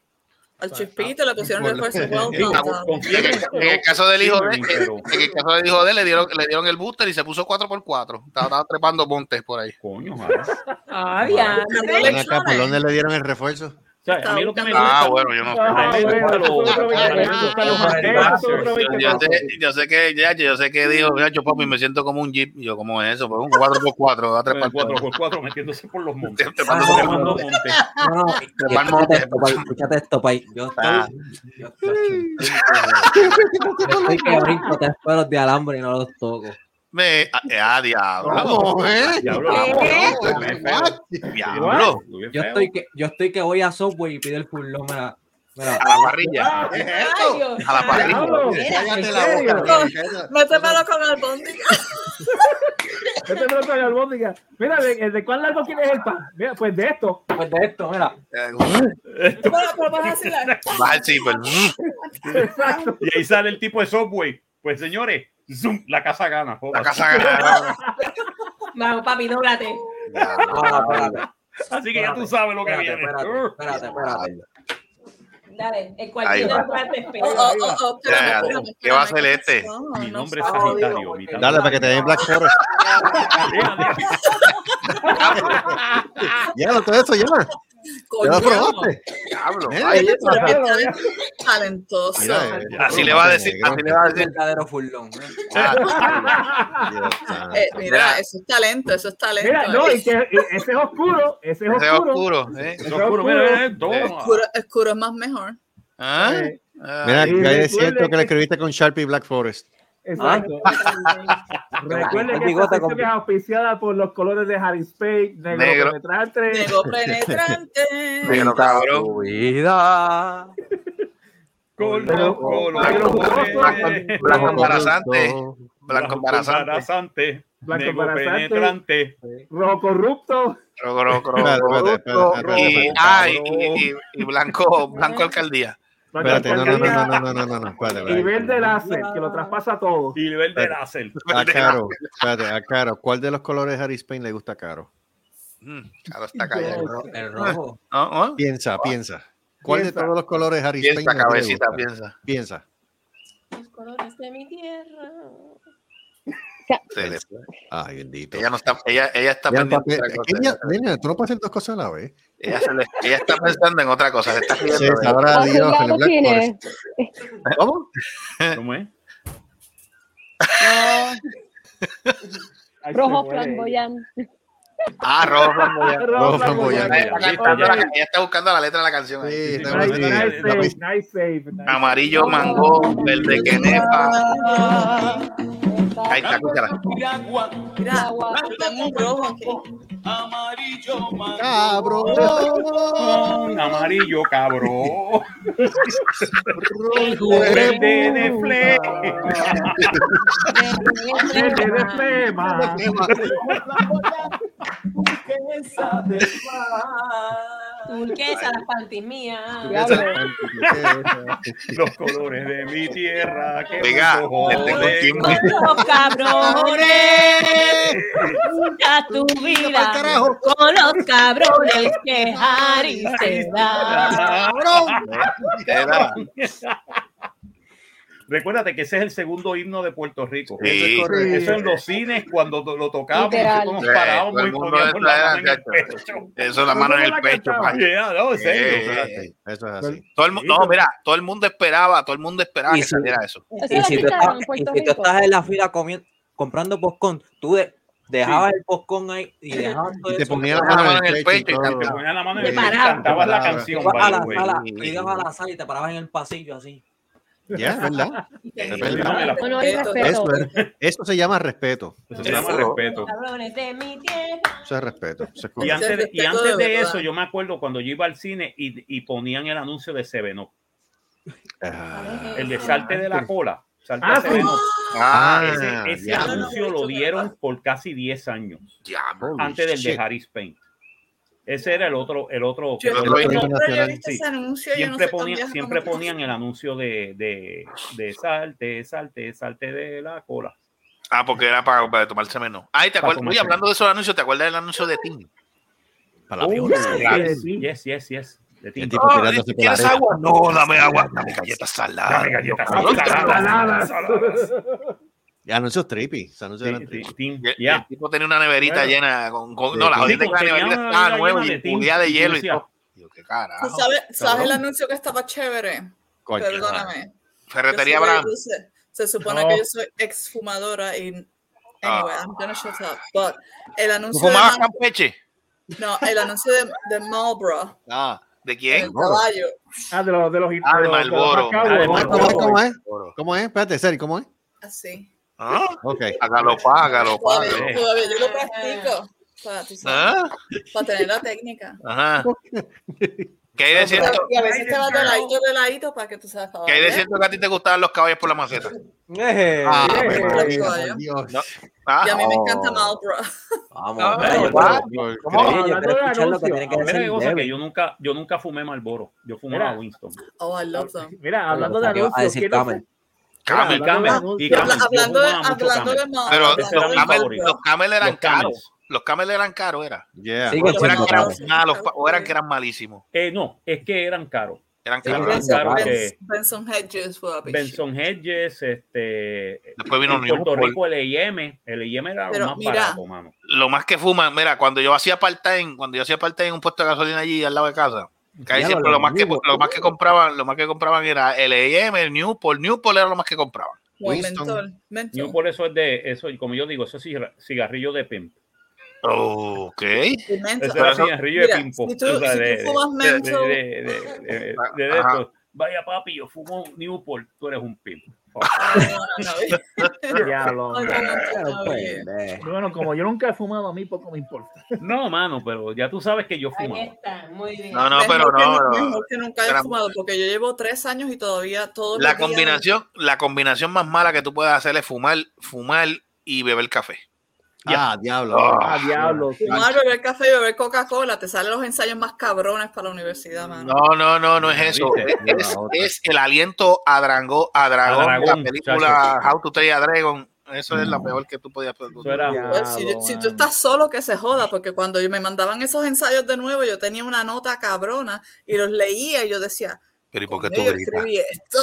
[SPEAKER 7] Al chispito le pusieron refuerzo. Well
[SPEAKER 3] Digo,
[SPEAKER 7] done, darling.
[SPEAKER 3] con fiebre,
[SPEAKER 5] En el caso del hijo de,
[SPEAKER 3] pero-
[SPEAKER 5] en el caso del hijo de él, le dieron, le dieron el booster y se puso 4x4. Estaba, estaba trepando montes por ahí.
[SPEAKER 3] Coño, ojalá.
[SPEAKER 4] Ah, bien.
[SPEAKER 14] Ven acá, ¿por dónde le dieron el refuerzo?
[SPEAKER 3] O sea, a mí lo que me
[SPEAKER 5] Ah,
[SPEAKER 3] gusta- Ah,
[SPEAKER 5] bueno, yo no
[SPEAKER 3] a mí me
[SPEAKER 8] bueno,
[SPEAKER 3] gusta lo-
[SPEAKER 8] eso es otro
[SPEAKER 3] a mí me
[SPEAKER 8] video, eso
[SPEAKER 3] gustan
[SPEAKER 8] es
[SPEAKER 3] los
[SPEAKER 8] otro video, eso es otro
[SPEAKER 3] anti-vaxxers.
[SPEAKER 8] video.
[SPEAKER 5] Yo, yo sé, yo sé que ya, yo sé que dijo, yo papi, me siento como un jeep. Y Yo, ¿cómo es eso? Pues un 4x4, a
[SPEAKER 3] Bueno,
[SPEAKER 5] trepar
[SPEAKER 3] cuatro
[SPEAKER 5] montes.
[SPEAKER 3] por cuatro metiéndose por los montes.
[SPEAKER 5] Trepando
[SPEAKER 3] Por
[SPEAKER 5] montes.
[SPEAKER 3] los montes.
[SPEAKER 1] Ah.
[SPEAKER 8] Ah,
[SPEAKER 1] No, no, y- y
[SPEAKER 5] Palmo-
[SPEAKER 1] escúchate esto, pay, escúchate esto, pay. Yo estoy,
[SPEAKER 5] Ah.
[SPEAKER 1] yo, yo estoy, yo estoy que brinco tres pelos de alambre y no los toco.
[SPEAKER 5] Me, ah, ah, diablo.
[SPEAKER 14] Vamos, ¿eh?
[SPEAKER 3] Diablo, la-
[SPEAKER 5] Diablo.
[SPEAKER 1] Yo estoy que, yo estoy que voy a software y pido el full loan, mira, mira.
[SPEAKER 5] A la
[SPEAKER 8] Ah,
[SPEAKER 7] Ah,
[SPEAKER 5] parrilla.
[SPEAKER 14] ¿Qué es esto?
[SPEAKER 5] A la parrilla.
[SPEAKER 14] Cállate la boca. cállate.
[SPEAKER 7] Métemelo con el bondi.
[SPEAKER 8] Yo te pregunto en albóndiga. Mira, ¿de, eh, de cuán largo quieres el pan? Mira, pues de esto.
[SPEAKER 1] Pues de esto, mira.
[SPEAKER 5] Eh,
[SPEAKER 7] Bueno, pero vas a hacer la-
[SPEAKER 5] Baja el zipper.
[SPEAKER 8] Exacto.
[SPEAKER 3] Y ahí sale el tipo de Subway. Pues señores, zoom, la casa gana. joda.
[SPEAKER 5] La casa ganada.
[SPEAKER 4] Vamos, papi, dóblate.
[SPEAKER 1] No, no, espérate.
[SPEAKER 3] Así que ya tú sabes lo que
[SPEAKER 1] Espérate,
[SPEAKER 3] viene.
[SPEAKER 1] espérate, espérate, espérate.
[SPEAKER 4] Dale, el
[SPEAKER 5] Ahí
[SPEAKER 4] cualquier
[SPEAKER 5] va.
[SPEAKER 4] parte espera.
[SPEAKER 7] Oh, oh, oh,
[SPEAKER 5] Ya, ¿Qué va a hacer este?
[SPEAKER 3] Mi nombre es Sagitario. mi
[SPEAKER 13] Dale para que te den Black Forest.
[SPEAKER 3] Ah.
[SPEAKER 13] ya, todo eso ya. Ya lo probaste.
[SPEAKER 7] Diablo.
[SPEAKER 13] Mira,
[SPEAKER 7] Ay,
[SPEAKER 13] ¿qué
[SPEAKER 7] ese
[SPEAKER 13] pasa?
[SPEAKER 7] tipo es talentoso.
[SPEAKER 13] Mira, eh,
[SPEAKER 5] Así le va a decir, así le va a decir.
[SPEAKER 1] Verdadero furlón.
[SPEAKER 7] Eh, mira, eso es talento, eso es talento.
[SPEAKER 8] Mira, no,
[SPEAKER 7] eh.
[SPEAKER 8] y que y- ese es oscuro. Ese es
[SPEAKER 5] Ese es
[SPEAKER 8] oscuro.
[SPEAKER 5] oscuro. ¿eh?
[SPEAKER 8] Ese es oscuro, mira, eh,
[SPEAKER 5] toma.
[SPEAKER 7] Oscuro, oscuro es más mejor.
[SPEAKER 5] Ah,
[SPEAKER 13] Mira,
[SPEAKER 5] ah.
[SPEAKER 13] que es cierto que le escribiste con Sharpie Black Forest.
[SPEAKER 8] Exacto.
[SPEAKER 1] Ah,
[SPEAKER 8] Recuerden que esta
[SPEAKER 13] Bigote
[SPEAKER 8] sección
[SPEAKER 13] con-
[SPEAKER 8] es auspiciada por los colores de Harry Spade, negro,
[SPEAKER 13] Negro.
[SPEAKER 8] penetrante.
[SPEAKER 7] Negro penetrante.
[SPEAKER 5] Negro cabrón.
[SPEAKER 1] Vida.
[SPEAKER 3] Color, color,
[SPEAKER 5] Blanco,
[SPEAKER 8] Este,
[SPEAKER 3] colores.
[SPEAKER 5] blanco embarazante. Eh, Blanco embarazante.
[SPEAKER 3] embarazante.
[SPEAKER 8] Blanco
[SPEAKER 3] Negro
[SPEAKER 8] embarazante.
[SPEAKER 3] penetrante.
[SPEAKER 8] Rojo corrupto.
[SPEAKER 5] Rojo, rojo, rojo.
[SPEAKER 13] Espérate, espérate, espérate, espérate,
[SPEAKER 5] Y,
[SPEAKER 13] espérate.
[SPEAKER 5] ah, y, y- y- y blanco, blanco alcaldía.
[SPEAKER 13] Espérate, no, no, no, no, no, no, no, no. Espérate,
[SPEAKER 8] Y
[SPEAKER 13] espérate.
[SPEAKER 8] verde láser, que lo traspasa todo.
[SPEAKER 3] Y verde láser.
[SPEAKER 13] A Caro, espérate, a Caro. ¿Cuál de los colores Harry Spain le gusta a Caro?
[SPEAKER 5] Mm, Claro, está callado.
[SPEAKER 1] El rojo.
[SPEAKER 5] Ah, ah.
[SPEAKER 13] Piensa, piensa. ¿Cuál de
[SPEAKER 5] Piensa.
[SPEAKER 13] todos los colores Harry
[SPEAKER 5] Piensa,
[SPEAKER 13] Spain a ti le
[SPEAKER 5] cabecita,
[SPEAKER 13] gusta?
[SPEAKER 5] piensa.
[SPEAKER 13] Piensa.
[SPEAKER 4] Los colores de mi tierra.
[SPEAKER 5] Se le-
[SPEAKER 13] Ay, bendito.
[SPEAKER 5] Ella no está, ella, ella está
[SPEAKER 13] Ya,
[SPEAKER 5] pendiente
[SPEAKER 13] papi,
[SPEAKER 5] de otra cosa.
[SPEAKER 13] ella- nena, tú no puedes hacer dos cosas a la vez.
[SPEAKER 5] Ella, se le- ella está pensando en otra cosa. Se está riendo
[SPEAKER 13] Sí,
[SPEAKER 5] de- ¿Eh?
[SPEAKER 13] sabrá Dios, el Black Forest. ¿Cómo?
[SPEAKER 3] ¿Cómo es?
[SPEAKER 14] Rojo
[SPEAKER 8] muere ella.
[SPEAKER 14] flamboyán.
[SPEAKER 5] Ah, rojo flamboyante.
[SPEAKER 8] Rojo
[SPEAKER 5] Ella
[SPEAKER 8] flamboyante.
[SPEAKER 5] está cantando la- ella está buscando la letra de la canción. ahí.
[SPEAKER 13] Sí, estamos
[SPEAKER 8] Nice,
[SPEAKER 13] aquí.
[SPEAKER 8] nice
[SPEAKER 13] La
[SPEAKER 8] save,
[SPEAKER 13] pista.
[SPEAKER 8] nice save. nice.
[SPEAKER 5] Amarillo mango, verde quenepa. Ahí está, escúchala.
[SPEAKER 7] Mira, tengo un rojo aquí.
[SPEAKER 13] Cabrón.
[SPEAKER 3] Un amarillo, cabrón. Verde de flema.
[SPEAKER 8] Verde de flema.
[SPEAKER 4] Turquesa, las panties mías.
[SPEAKER 3] Los colores de mi tierra. que
[SPEAKER 5] Oiga,
[SPEAKER 3] los ojos
[SPEAKER 5] le tengo
[SPEAKER 3] de-
[SPEAKER 5] timbre.
[SPEAKER 4] Los cabrones, ya tu vida con los cabrones que Harry se da.
[SPEAKER 5] Era-
[SPEAKER 3] Recuérdate que ese es el segundo himno de Puerto Rico.
[SPEAKER 5] Sí.
[SPEAKER 3] Eso, es correcto.
[SPEAKER 5] Sí.
[SPEAKER 3] Eso en los cines, cuando to- lo tocábamos,
[SPEAKER 14] Literal.
[SPEAKER 3] nosotros nos
[SPEAKER 5] Sí,
[SPEAKER 3] parábamos
[SPEAKER 5] todo
[SPEAKER 3] y
[SPEAKER 5] el mundo
[SPEAKER 3] poníamos la
[SPEAKER 5] era
[SPEAKER 3] mano en el
[SPEAKER 5] gacho.
[SPEAKER 3] pecho.
[SPEAKER 5] Eso, la mano en el pecho. pa.
[SPEAKER 3] Yeah, no, en serio.
[SPEAKER 5] Eh, eh, eh.
[SPEAKER 13] Eso es así.
[SPEAKER 5] Todo el mu- no, mira, todo el mundo esperaba, todo el mundo esperaba
[SPEAKER 1] Y
[SPEAKER 5] que
[SPEAKER 1] sí.
[SPEAKER 5] saliera eso.
[SPEAKER 14] Eso
[SPEAKER 1] Y
[SPEAKER 14] lo
[SPEAKER 1] si, tú
[SPEAKER 14] quitaron
[SPEAKER 1] estás,
[SPEAKER 14] en
[SPEAKER 1] y
[SPEAKER 14] Puerto
[SPEAKER 1] si tú
[SPEAKER 14] Rico.
[SPEAKER 1] estás en la fila comiendo, comprando poscon, tú de- dejabas el poscon ahí y dejabas todo
[SPEAKER 13] Y te
[SPEAKER 1] eso.
[SPEAKER 13] ponía
[SPEAKER 5] la
[SPEAKER 13] la
[SPEAKER 5] mano
[SPEAKER 13] mano
[SPEAKER 5] en el pecho y
[SPEAKER 13] todo.
[SPEAKER 3] Te ponían la mano en el
[SPEAKER 4] Me
[SPEAKER 3] pecho y
[SPEAKER 4] paraba.
[SPEAKER 3] cantabas la
[SPEAKER 13] Paraba.
[SPEAKER 3] canción.
[SPEAKER 1] Ibas a
[SPEAKER 3] by the
[SPEAKER 1] la
[SPEAKER 3] way.
[SPEAKER 1] sala, tú ibas a la sala y te parabas en el pasillo así.
[SPEAKER 13] Ya, ¿verdad? Es verdad.
[SPEAKER 3] Dímela.
[SPEAKER 14] Honor y respeto.
[SPEAKER 13] Eso, es- eso se llama respeto.
[SPEAKER 3] Eso se llama respeto.
[SPEAKER 4] Cabrones de mi tierra.
[SPEAKER 13] Eso es respeto. Eso es
[SPEAKER 3] Y
[SPEAKER 13] correcto.
[SPEAKER 3] antes, de, y
[SPEAKER 7] Respeto
[SPEAKER 3] antes
[SPEAKER 7] de
[SPEAKER 3] de
[SPEAKER 7] verdad.
[SPEAKER 3] eso, yo me acuerdo cuando yo iba al cine y, y ponían el anuncio de Seveno,
[SPEAKER 13] Ah,
[SPEAKER 3] el de salte de la cola. Salte
[SPEAKER 8] Ah,
[SPEAKER 3] a Seveno.
[SPEAKER 13] ah,
[SPEAKER 3] Ese, ese
[SPEAKER 13] ya.
[SPEAKER 3] anuncio lo dieron por casi 10 años
[SPEAKER 5] Diablo.
[SPEAKER 13] Holy
[SPEAKER 3] antes del
[SPEAKER 13] shit.
[SPEAKER 3] de Harris Paint. Ese era el otro, el otro.
[SPEAKER 7] Yo,
[SPEAKER 3] el otro
[SPEAKER 7] no
[SPEAKER 13] himno
[SPEAKER 7] yo
[SPEAKER 13] nacional,
[SPEAKER 7] he visto
[SPEAKER 3] sí.
[SPEAKER 7] ese anuncio, yo no
[SPEAKER 3] siempre
[SPEAKER 7] sé tan
[SPEAKER 3] ponían,
[SPEAKER 7] viejo
[SPEAKER 3] siempre
[SPEAKER 7] como-
[SPEAKER 3] ponían el anuncio de, de, de salte, salte, salte de la cola.
[SPEAKER 5] Ah, porque era para, para tomarse menos. Ay, te
[SPEAKER 3] Para
[SPEAKER 5] acuerdas. Oye,
[SPEAKER 3] tomarse
[SPEAKER 5] hablando de esos anuncios, ¿te acuerdas del anuncio de Tim?
[SPEAKER 13] Para la
[SPEAKER 3] Oh,
[SPEAKER 13] peor.
[SPEAKER 3] yes, yes, yes, yes. De ti.
[SPEAKER 13] El tipo
[SPEAKER 5] Ah,
[SPEAKER 13] tirándose por la
[SPEAKER 5] ¿Quieres
[SPEAKER 13] arena.
[SPEAKER 5] agua? No, dame agua. Dame galletas saladas.
[SPEAKER 3] Dame galletas
[SPEAKER 5] Cabrón,
[SPEAKER 3] saladas.
[SPEAKER 13] Ya, Anuncios trippy. esos anuncios
[SPEAKER 3] Sí,
[SPEAKER 13] eran
[SPEAKER 3] sí,
[SPEAKER 13] trippy.
[SPEAKER 3] Tim,
[SPEAKER 5] Y el- y El
[SPEAKER 3] ya.
[SPEAKER 5] tipo tenía una neverita
[SPEAKER 3] Bueno.
[SPEAKER 5] llena con, con-
[SPEAKER 13] Sí,
[SPEAKER 5] no, la
[SPEAKER 13] sí,
[SPEAKER 5] jodienda
[SPEAKER 3] sí,
[SPEAKER 5] que la
[SPEAKER 3] tenía
[SPEAKER 5] neverita
[SPEAKER 3] una
[SPEAKER 5] estaba
[SPEAKER 3] nevera
[SPEAKER 5] nueva
[SPEAKER 3] llena
[SPEAKER 5] y
[SPEAKER 3] de Tim,
[SPEAKER 5] cubría de
[SPEAKER 3] y
[SPEAKER 5] hielo y
[SPEAKER 3] decía,
[SPEAKER 5] todo. Digo, qué
[SPEAKER 7] ¿Tú
[SPEAKER 5] carajo.
[SPEAKER 7] sabes, sabes el
[SPEAKER 13] cabrón.
[SPEAKER 7] anuncio que estaba chévere?
[SPEAKER 13] Coño.
[SPEAKER 7] Perdóname. Yo
[SPEAKER 5] Ferretería
[SPEAKER 7] soy-
[SPEAKER 5] Abraham.
[SPEAKER 7] yo sé- se supone
[SPEAKER 3] No.
[SPEAKER 7] que yo soy exfumadora y. Anyway,
[SPEAKER 5] Ah.
[SPEAKER 7] I'm gonna shut up. But el
[SPEAKER 5] ¿Tú
[SPEAKER 7] anuncio. de
[SPEAKER 5] fumabas
[SPEAKER 7] Mal-
[SPEAKER 5] campeche?
[SPEAKER 7] no, el anuncio de, de Marlboro,
[SPEAKER 5] Ah, ¿de
[SPEAKER 7] el
[SPEAKER 5] quién?
[SPEAKER 7] caballo.
[SPEAKER 8] Ah, de los de los de
[SPEAKER 5] Ah, de
[SPEAKER 8] los- de los
[SPEAKER 5] Marlboro.
[SPEAKER 8] Macabro,
[SPEAKER 5] Ah, de
[SPEAKER 8] ¿no?
[SPEAKER 13] ¿Cómo es?
[SPEAKER 5] Marlboro.
[SPEAKER 13] ¿Cómo es? ¿Cómo es? Espérate, Seri, ¿cómo es?
[SPEAKER 7] Así.
[SPEAKER 5] Ah,
[SPEAKER 13] Ok.
[SPEAKER 5] hágalo pa, hágalo pa.
[SPEAKER 7] Todavía,
[SPEAKER 3] eh.
[SPEAKER 7] todavía yo lo practico. Para, tú sabes,
[SPEAKER 5] Ah,
[SPEAKER 7] para tener la técnica.
[SPEAKER 5] Ajá. ¿Qué hay de cierto?
[SPEAKER 7] Y a veces te vas de ladito, de ladito, para que tú sabes. para
[SPEAKER 5] ¿Qué hay de
[SPEAKER 7] dónde.
[SPEAKER 5] cierto que a ti te gustaban los caballos por la maceta?
[SPEAKER 1] Eh,
[SPEAKER 13] Ah,
[SPEAKER 8] eh,
[SPEAKER 13] Ave
[SPEAKER 8] eh,
[SPEAKER 13] María,
[SPEAKER 7] eh,
[SPEAKER 13] por Dios.
[SPEAKER 5] No. Ah,
[SPEAKER 7] Y a mí me
[SPEAKER 13] Oh.
[SPEAKER 7] encanta Marlboro.
[SPEAKER 1] Vamos,
[SPEAKER 5] Ah,
[SPEAKER 1] hombre, yo
[SPEAKER 5] ¿verdad?
[SPEAKER 1] quiero-
[SPEAKER 13] Por-
[SPEAKER 1] yo quiero- yo
[SPEAKER 8] Hablando
[SPEAKER 1] quiero
[SPEAKER 8] de
[SPEAKER 1] escuchar lo que
[SPEAKER 8] anuncios,
[SPEAKER 1] tiene que
[SPEAKER 3] Ah, mira
[SPEAKER 1] decir
[SPEAKER 3] qué cosa que
[SPEAKER 1] Devin.
[SPEAKER 3] yo nunca, yo nunca fumé Marlboro. Yo fumaba
[SPEAKER 8] Mira.
[SPEAKER 3] Windston.
[SPEAKER 7] Oh, I love them.
[SPEAKER 8] Mira, hablando de
[SPEAKER 1] Pensaba que iba a
[SPEAKER 8] anuncios,
[SPEAKER 1] decir
[SPEAKER 8] ¿quién no
[SPEAKER 1] Camel.
[SPEAKER 8] fu-
[SPEAKER 5] Camel,
[SPEAKER 8] Mira,
[SPEAKER 3] Camel.
[SPEAKER 8] hablando de
[SPEAKER 3] Y
[SPEAKER 7] Pero
[SPEAKER 8] anuncios,
[SPEAKER 3] Camel.
[SPEAKER 7] habla-
[SPEAKER 3] Yo
[SPEAKER 7] hablando de,
[SPEAKER 3] fumaba mucho
[SPEAKER 7] hablando de
[SPEAKER 3] Camel.
[SPEAKER 7] Marlboro,
[SPEAKER 5] Pero
[SPEAKER 3] Ese era mi
[SPEAKER 5] Camel-
[SPEAKER 3] favorito.
[SPEAKER 5] los camel eran
[SPEAKER 3] Los Camels.
[SPEAKER 5] caros. Los camels eran caros, era.
[SPEAKER 13] Yeah.
[SPEAKER 5] O
[SPEAKER 13] Siguen
[SPEAKER 5] eran
[SPEAKER 13] siendo
[SPEAKER 5] que eran
[SPEAKER 13] caros.
[SPEAKER 5] malos, pa- o eran que eran malísimos.
[SPEAKER 3] Eh, no, es que eran caros.
[SPEAKER 5] Eran
[SPEAKER 3] caros.
[SPEAKER 5] caros.
[SPEAKER 3] Eran caros, eh,
[SPEAKER 7] Benson, Benson Hedges fue a pichar.
[SPEAKER 3] Benson Hedges, este.
[SPEAKER 5] Después vino
[SPEAKER 3] en
[SPEAKER 5] Newport.
[SPEAKER 3] Puerto Rico, el EIM. El EIM era
[SPEAKER 7] Pero
[SPEAKER 3] lo más
[SPEAKER 7] mira.
[SPEAKER 3] barato, mano.
[SPEAKER 5] Lo más que fuman, mira, cuando yo hacía part-time, cuando yo hacía part-time en un puesto de gasolina allí al lado de casa, casi
[SPEAKER 3] Ya lo
[SPEAKER 5] siempre lo más, que,
[SPEAKER 3] digo.
[SPEAKER 5] lo más que compraban, lo más que compraban era el EM, el Newport, Newport era lo más que compraban.
[SPEAKER 7] Como mentol, mentol.
[SPEAKER 3] Newport, eso es de. eso Como yo digo, eso es cigarr- cigarrillo de pimp.
[SPEAKER 5] Ok.
[SPEAKER 7] Y mentol.
[SPEAKER 3] Ese era cigarrillo de
[SPEAKER 7] Mira,
[SPEAKER 3] pimpo.
[SPEAKER 7] si tú-
[SPEAKER 3] o sea,
[SPEAKER 7] si tú
[SPEAKER 3] de- de-
[SPEAKER 7] fumas
[SPEAKER 3] de-
[SPEAKER 7] mentol-
[SPEAKER 3] de- de- de- de- de
[SPEAKER 5] Ajá.
[SPEAKER 3] esto. Vaya papi, yo fumo Newport, tú eres un pimpo.
[SPEAKER 8] Diablo.
[SPEAKER 3] Ay,
[SPEAKER 8] Claro, pues. Bueno, como yo nunca he fumado, a mí poco me importa.
[SPEAKER 3] No, mano, pero ya tú sabes que yo fumo.
[SPEAKER 14] está, muy bien.
[SPEAKER 5] No, no,
[SPEAKER 7] Mejor
[SPEAKER 5] pero
[SPEAKER 7] que
[SPEAKER 5] no, no.
[SPEAKER 7] Mejor que nunca haya
[SPEAKER 5] Era-
[SPEAKER 7] fumado, porque yo llevo tres años y todavía todo.
[SPEAKER 5] La combinación, la combinación más mala que tú puedes hacer es fumar, fumar y beber café.
[SPEAKER 13] Ah, diablo.
[SPEAKER 5] Ah,
[SPEAKER 8] diablo.
[SPEAKER 7] Fumar, beber café y beber Coca-Cola, te salen los ensayos más cabrones para la universidad, mano.
[SPEAKER 5] No, no, no, no es eso. Es, es- es el aliento a, Drango, a Dragón,
[SPEAKER 3] A Dragón,
[SPEAKER 5] la película How to Tell a Dragon. Eso es la peor que tú podías
[SPEAKER 7] Pues, si, yo- si tú estás solo, que se joda, porque cuando yo- me mandaban esos ensayos de nuevo, yo tenía una nota cabrona y los leía y yo decía,
[SPEAKER 5] Pero ¿y por qué
[SPEAKER 7] "Coño,
[SPEAKER 5] tú
[SPEAKER 7] yo
[SPEAKER 5] gritas?
[SPEAKER 7] escribí esto.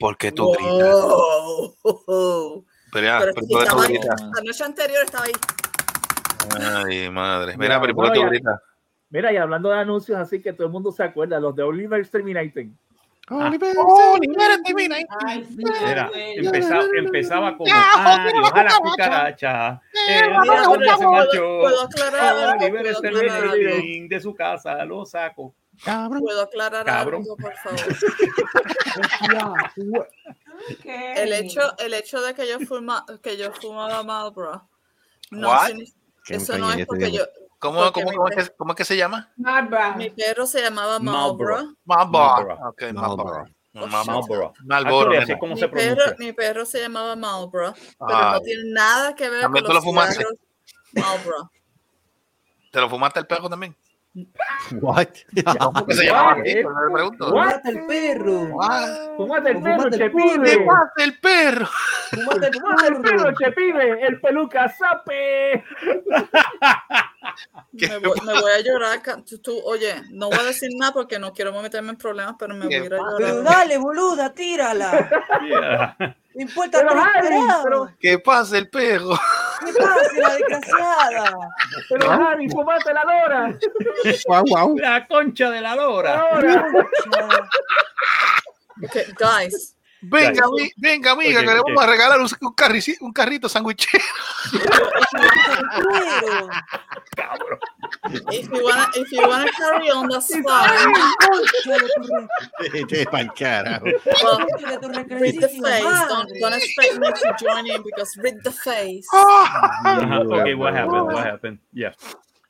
[SPEAKER 5] ¿Por qué tú gritas?
[SPEAKER 7] Wow.
[SPEAKER 5] Pero, ya,
[SPEAKER 7] Pero
[SPEAKER 5] ¿por
[SPEAKER 7] si
[SPEAKER 5] qué tú
[SPEAKER 7] estaba-
[SPEAKER 5] gritas?
[SPEAKER 7] la noche anterior estaba ahí.
[SPEAKER 5] Ay, madre. Mira, pero ¿y ¿por
[SPEAKER 8] Bueno,
[SPEAKER 5] qué tú
[SPEAKER 8] ya.
[SPEAKER 5] gritas?
[SPEAKER 8] Mira, y hablando de anuncios así que todo el mundo se acuerda, los de Oliver Terminating.
[SPEAKER 3] Era, empezaba, empezaba como
[SPEAKER 8] Ya,
[SPEAKER 3] Adiós
[SPEAKER 8] otra
[SPEAKER 3] a la
[SPEAKER 8] cucaracha.
[SPEAKER 3] cucaracha. El
[SPEAKER 8] otra
[SPEAKER 3] diablo se
[SPEAKER 8] cucaracha.
[SPEAKER 3] marchó.
[SPEAKER 7] Puedo aclarar algo,
[SPEAKER 3] Oliver
[SPEAKER 7] puedo
[SPEAKER 3] está en el
[SPEAKER 7] aclarar algo.
[SPEAKER 3] jardín de su casa, lo saco.
[SPEAKER 7] ¿Puedo aclarar
[SPEAKER 3] Cabrón.
[SPEAKER 7] algo, por favor? El hecho, el hecho de que yo, fuma, que yo fumaba Marlboro no
[SPEAKER 5] What?
[SPEAKER 7] significa- eso no es porque yo...
[SPEAKER 5] ¿Cómo,
[SPEAKER 7] porque
[SPEAKER 5] cómo,
[SPEAKER 7] mi
[SPEAKER 5] cómo es
[SPEAKER 7] perro-
[SPEAKER 5] que, cómo es que se llama?
[SPEAKER 7] Mi perro se llamaba Marlboro. Oh,
[SPEAKER 5] Marlboro. Ah, Ok, Marlboro.
[SPEAKER 3] Marlboro.
[SPEAKER 5] Marlboro.
[SPEAKER 3] Actually, así es
[SPEAKER 5] nena.
[SPEAKER 3] como
[SPEAKER 7] Mi perro, mi perro se llamaba Marlboro, pero
[SPEAKER 5] Ay.
[SPEAKER 7] no tiene nada que ver
[SPEAKER 5] Ah. También
[SPEAKER 7] con
[SPEAKER 5] tú lo
[SPEAKER 7] los
[SPEAKER 5] fumaste.
[SPEAKER 7] cigarros Marlboro.
[SPEAKER 5] ¿Te lo fumaste el perro también?
[SPEAKER 13] What?
[SPEAKER 5] ¿Por qué se llama
[SPEAKER 8] What?
[SPEAKER 5] así? Pero no le pregunto.
[SPEAKER 8] What?
[SPEAKER 1] el perro.
[SPEAKER 8] Ah, Fumate el perro,
[SPEAKER 5] Fumate el
[SPEAKER 8] Chepibe.
[SPEAKER 5] perro. el perro.
[SPEAKER 8] Fumate el perro, Chepibe. El peluca sape.
[SPEAKER 7] Me voy, me voy a llorar. ca- Tú, tú- oye, no voy a decir nada porque no quiero meterme en problemas, pero me voy a ir a
[SPEAKER 14] Pero
[SPEAKER 7] llorar.
[SPEAKER 14] dale, boluda, tírala. No importa
[SPEAKER 8] Pero
[SPEAKER 14] tres
[SPEAKER 8] Harry,
[SPEAKER 14] grados.
[SPEAKER 8] pero,
[SPEAKER 5] ¿Qué pasa el perro?
[SPEAKER 14] ¿Qué pasa, la desgraciada?
[SPEAKER 8] pero
[SPEAKER 5] Ah,
[SPEAKER 8] Harry, fumate la lora.
[SPEAKER 13] Guau, guau.
[SPEAKER 3] La concha de la lora.
[SPEAKER 8] Ahora.
[SPEAKER 7] Ok, guys.
[SPEAKER 5] Venga,
[SPEAKER 3] Ya.
[SPEAKER 5] mi- venga amiga,
[SPEAKER 3] Ok,
[SPEAKER 5] que le
[SPEAKER 3] ok.
[SPEAKER 5] vamos a regalar un, un, carrici- un carrito sandwichero.
[SPEAKER 14] Pero,
[SPEAKER 7] If you wanna, if you wanna carry on the slide,
[SPEAKER 14] concha de tu re-
[SPEAKER 13] Vete pa'l carajo.
[SPEAKER 7] well,
[SPEAKER 14] concha de tu
[SPEAKER 7] read the
[SPEAKER 14] recreativa
[SPEAKER 7] face. Don't,
[SPEAKER 14] madre.
[SPEAKER 7] don't expect me to join in because read the face.
[SPEAKER 5] Ah,
[SPEAKER 3] Ajá, ok, what happened? What happened? Yeah.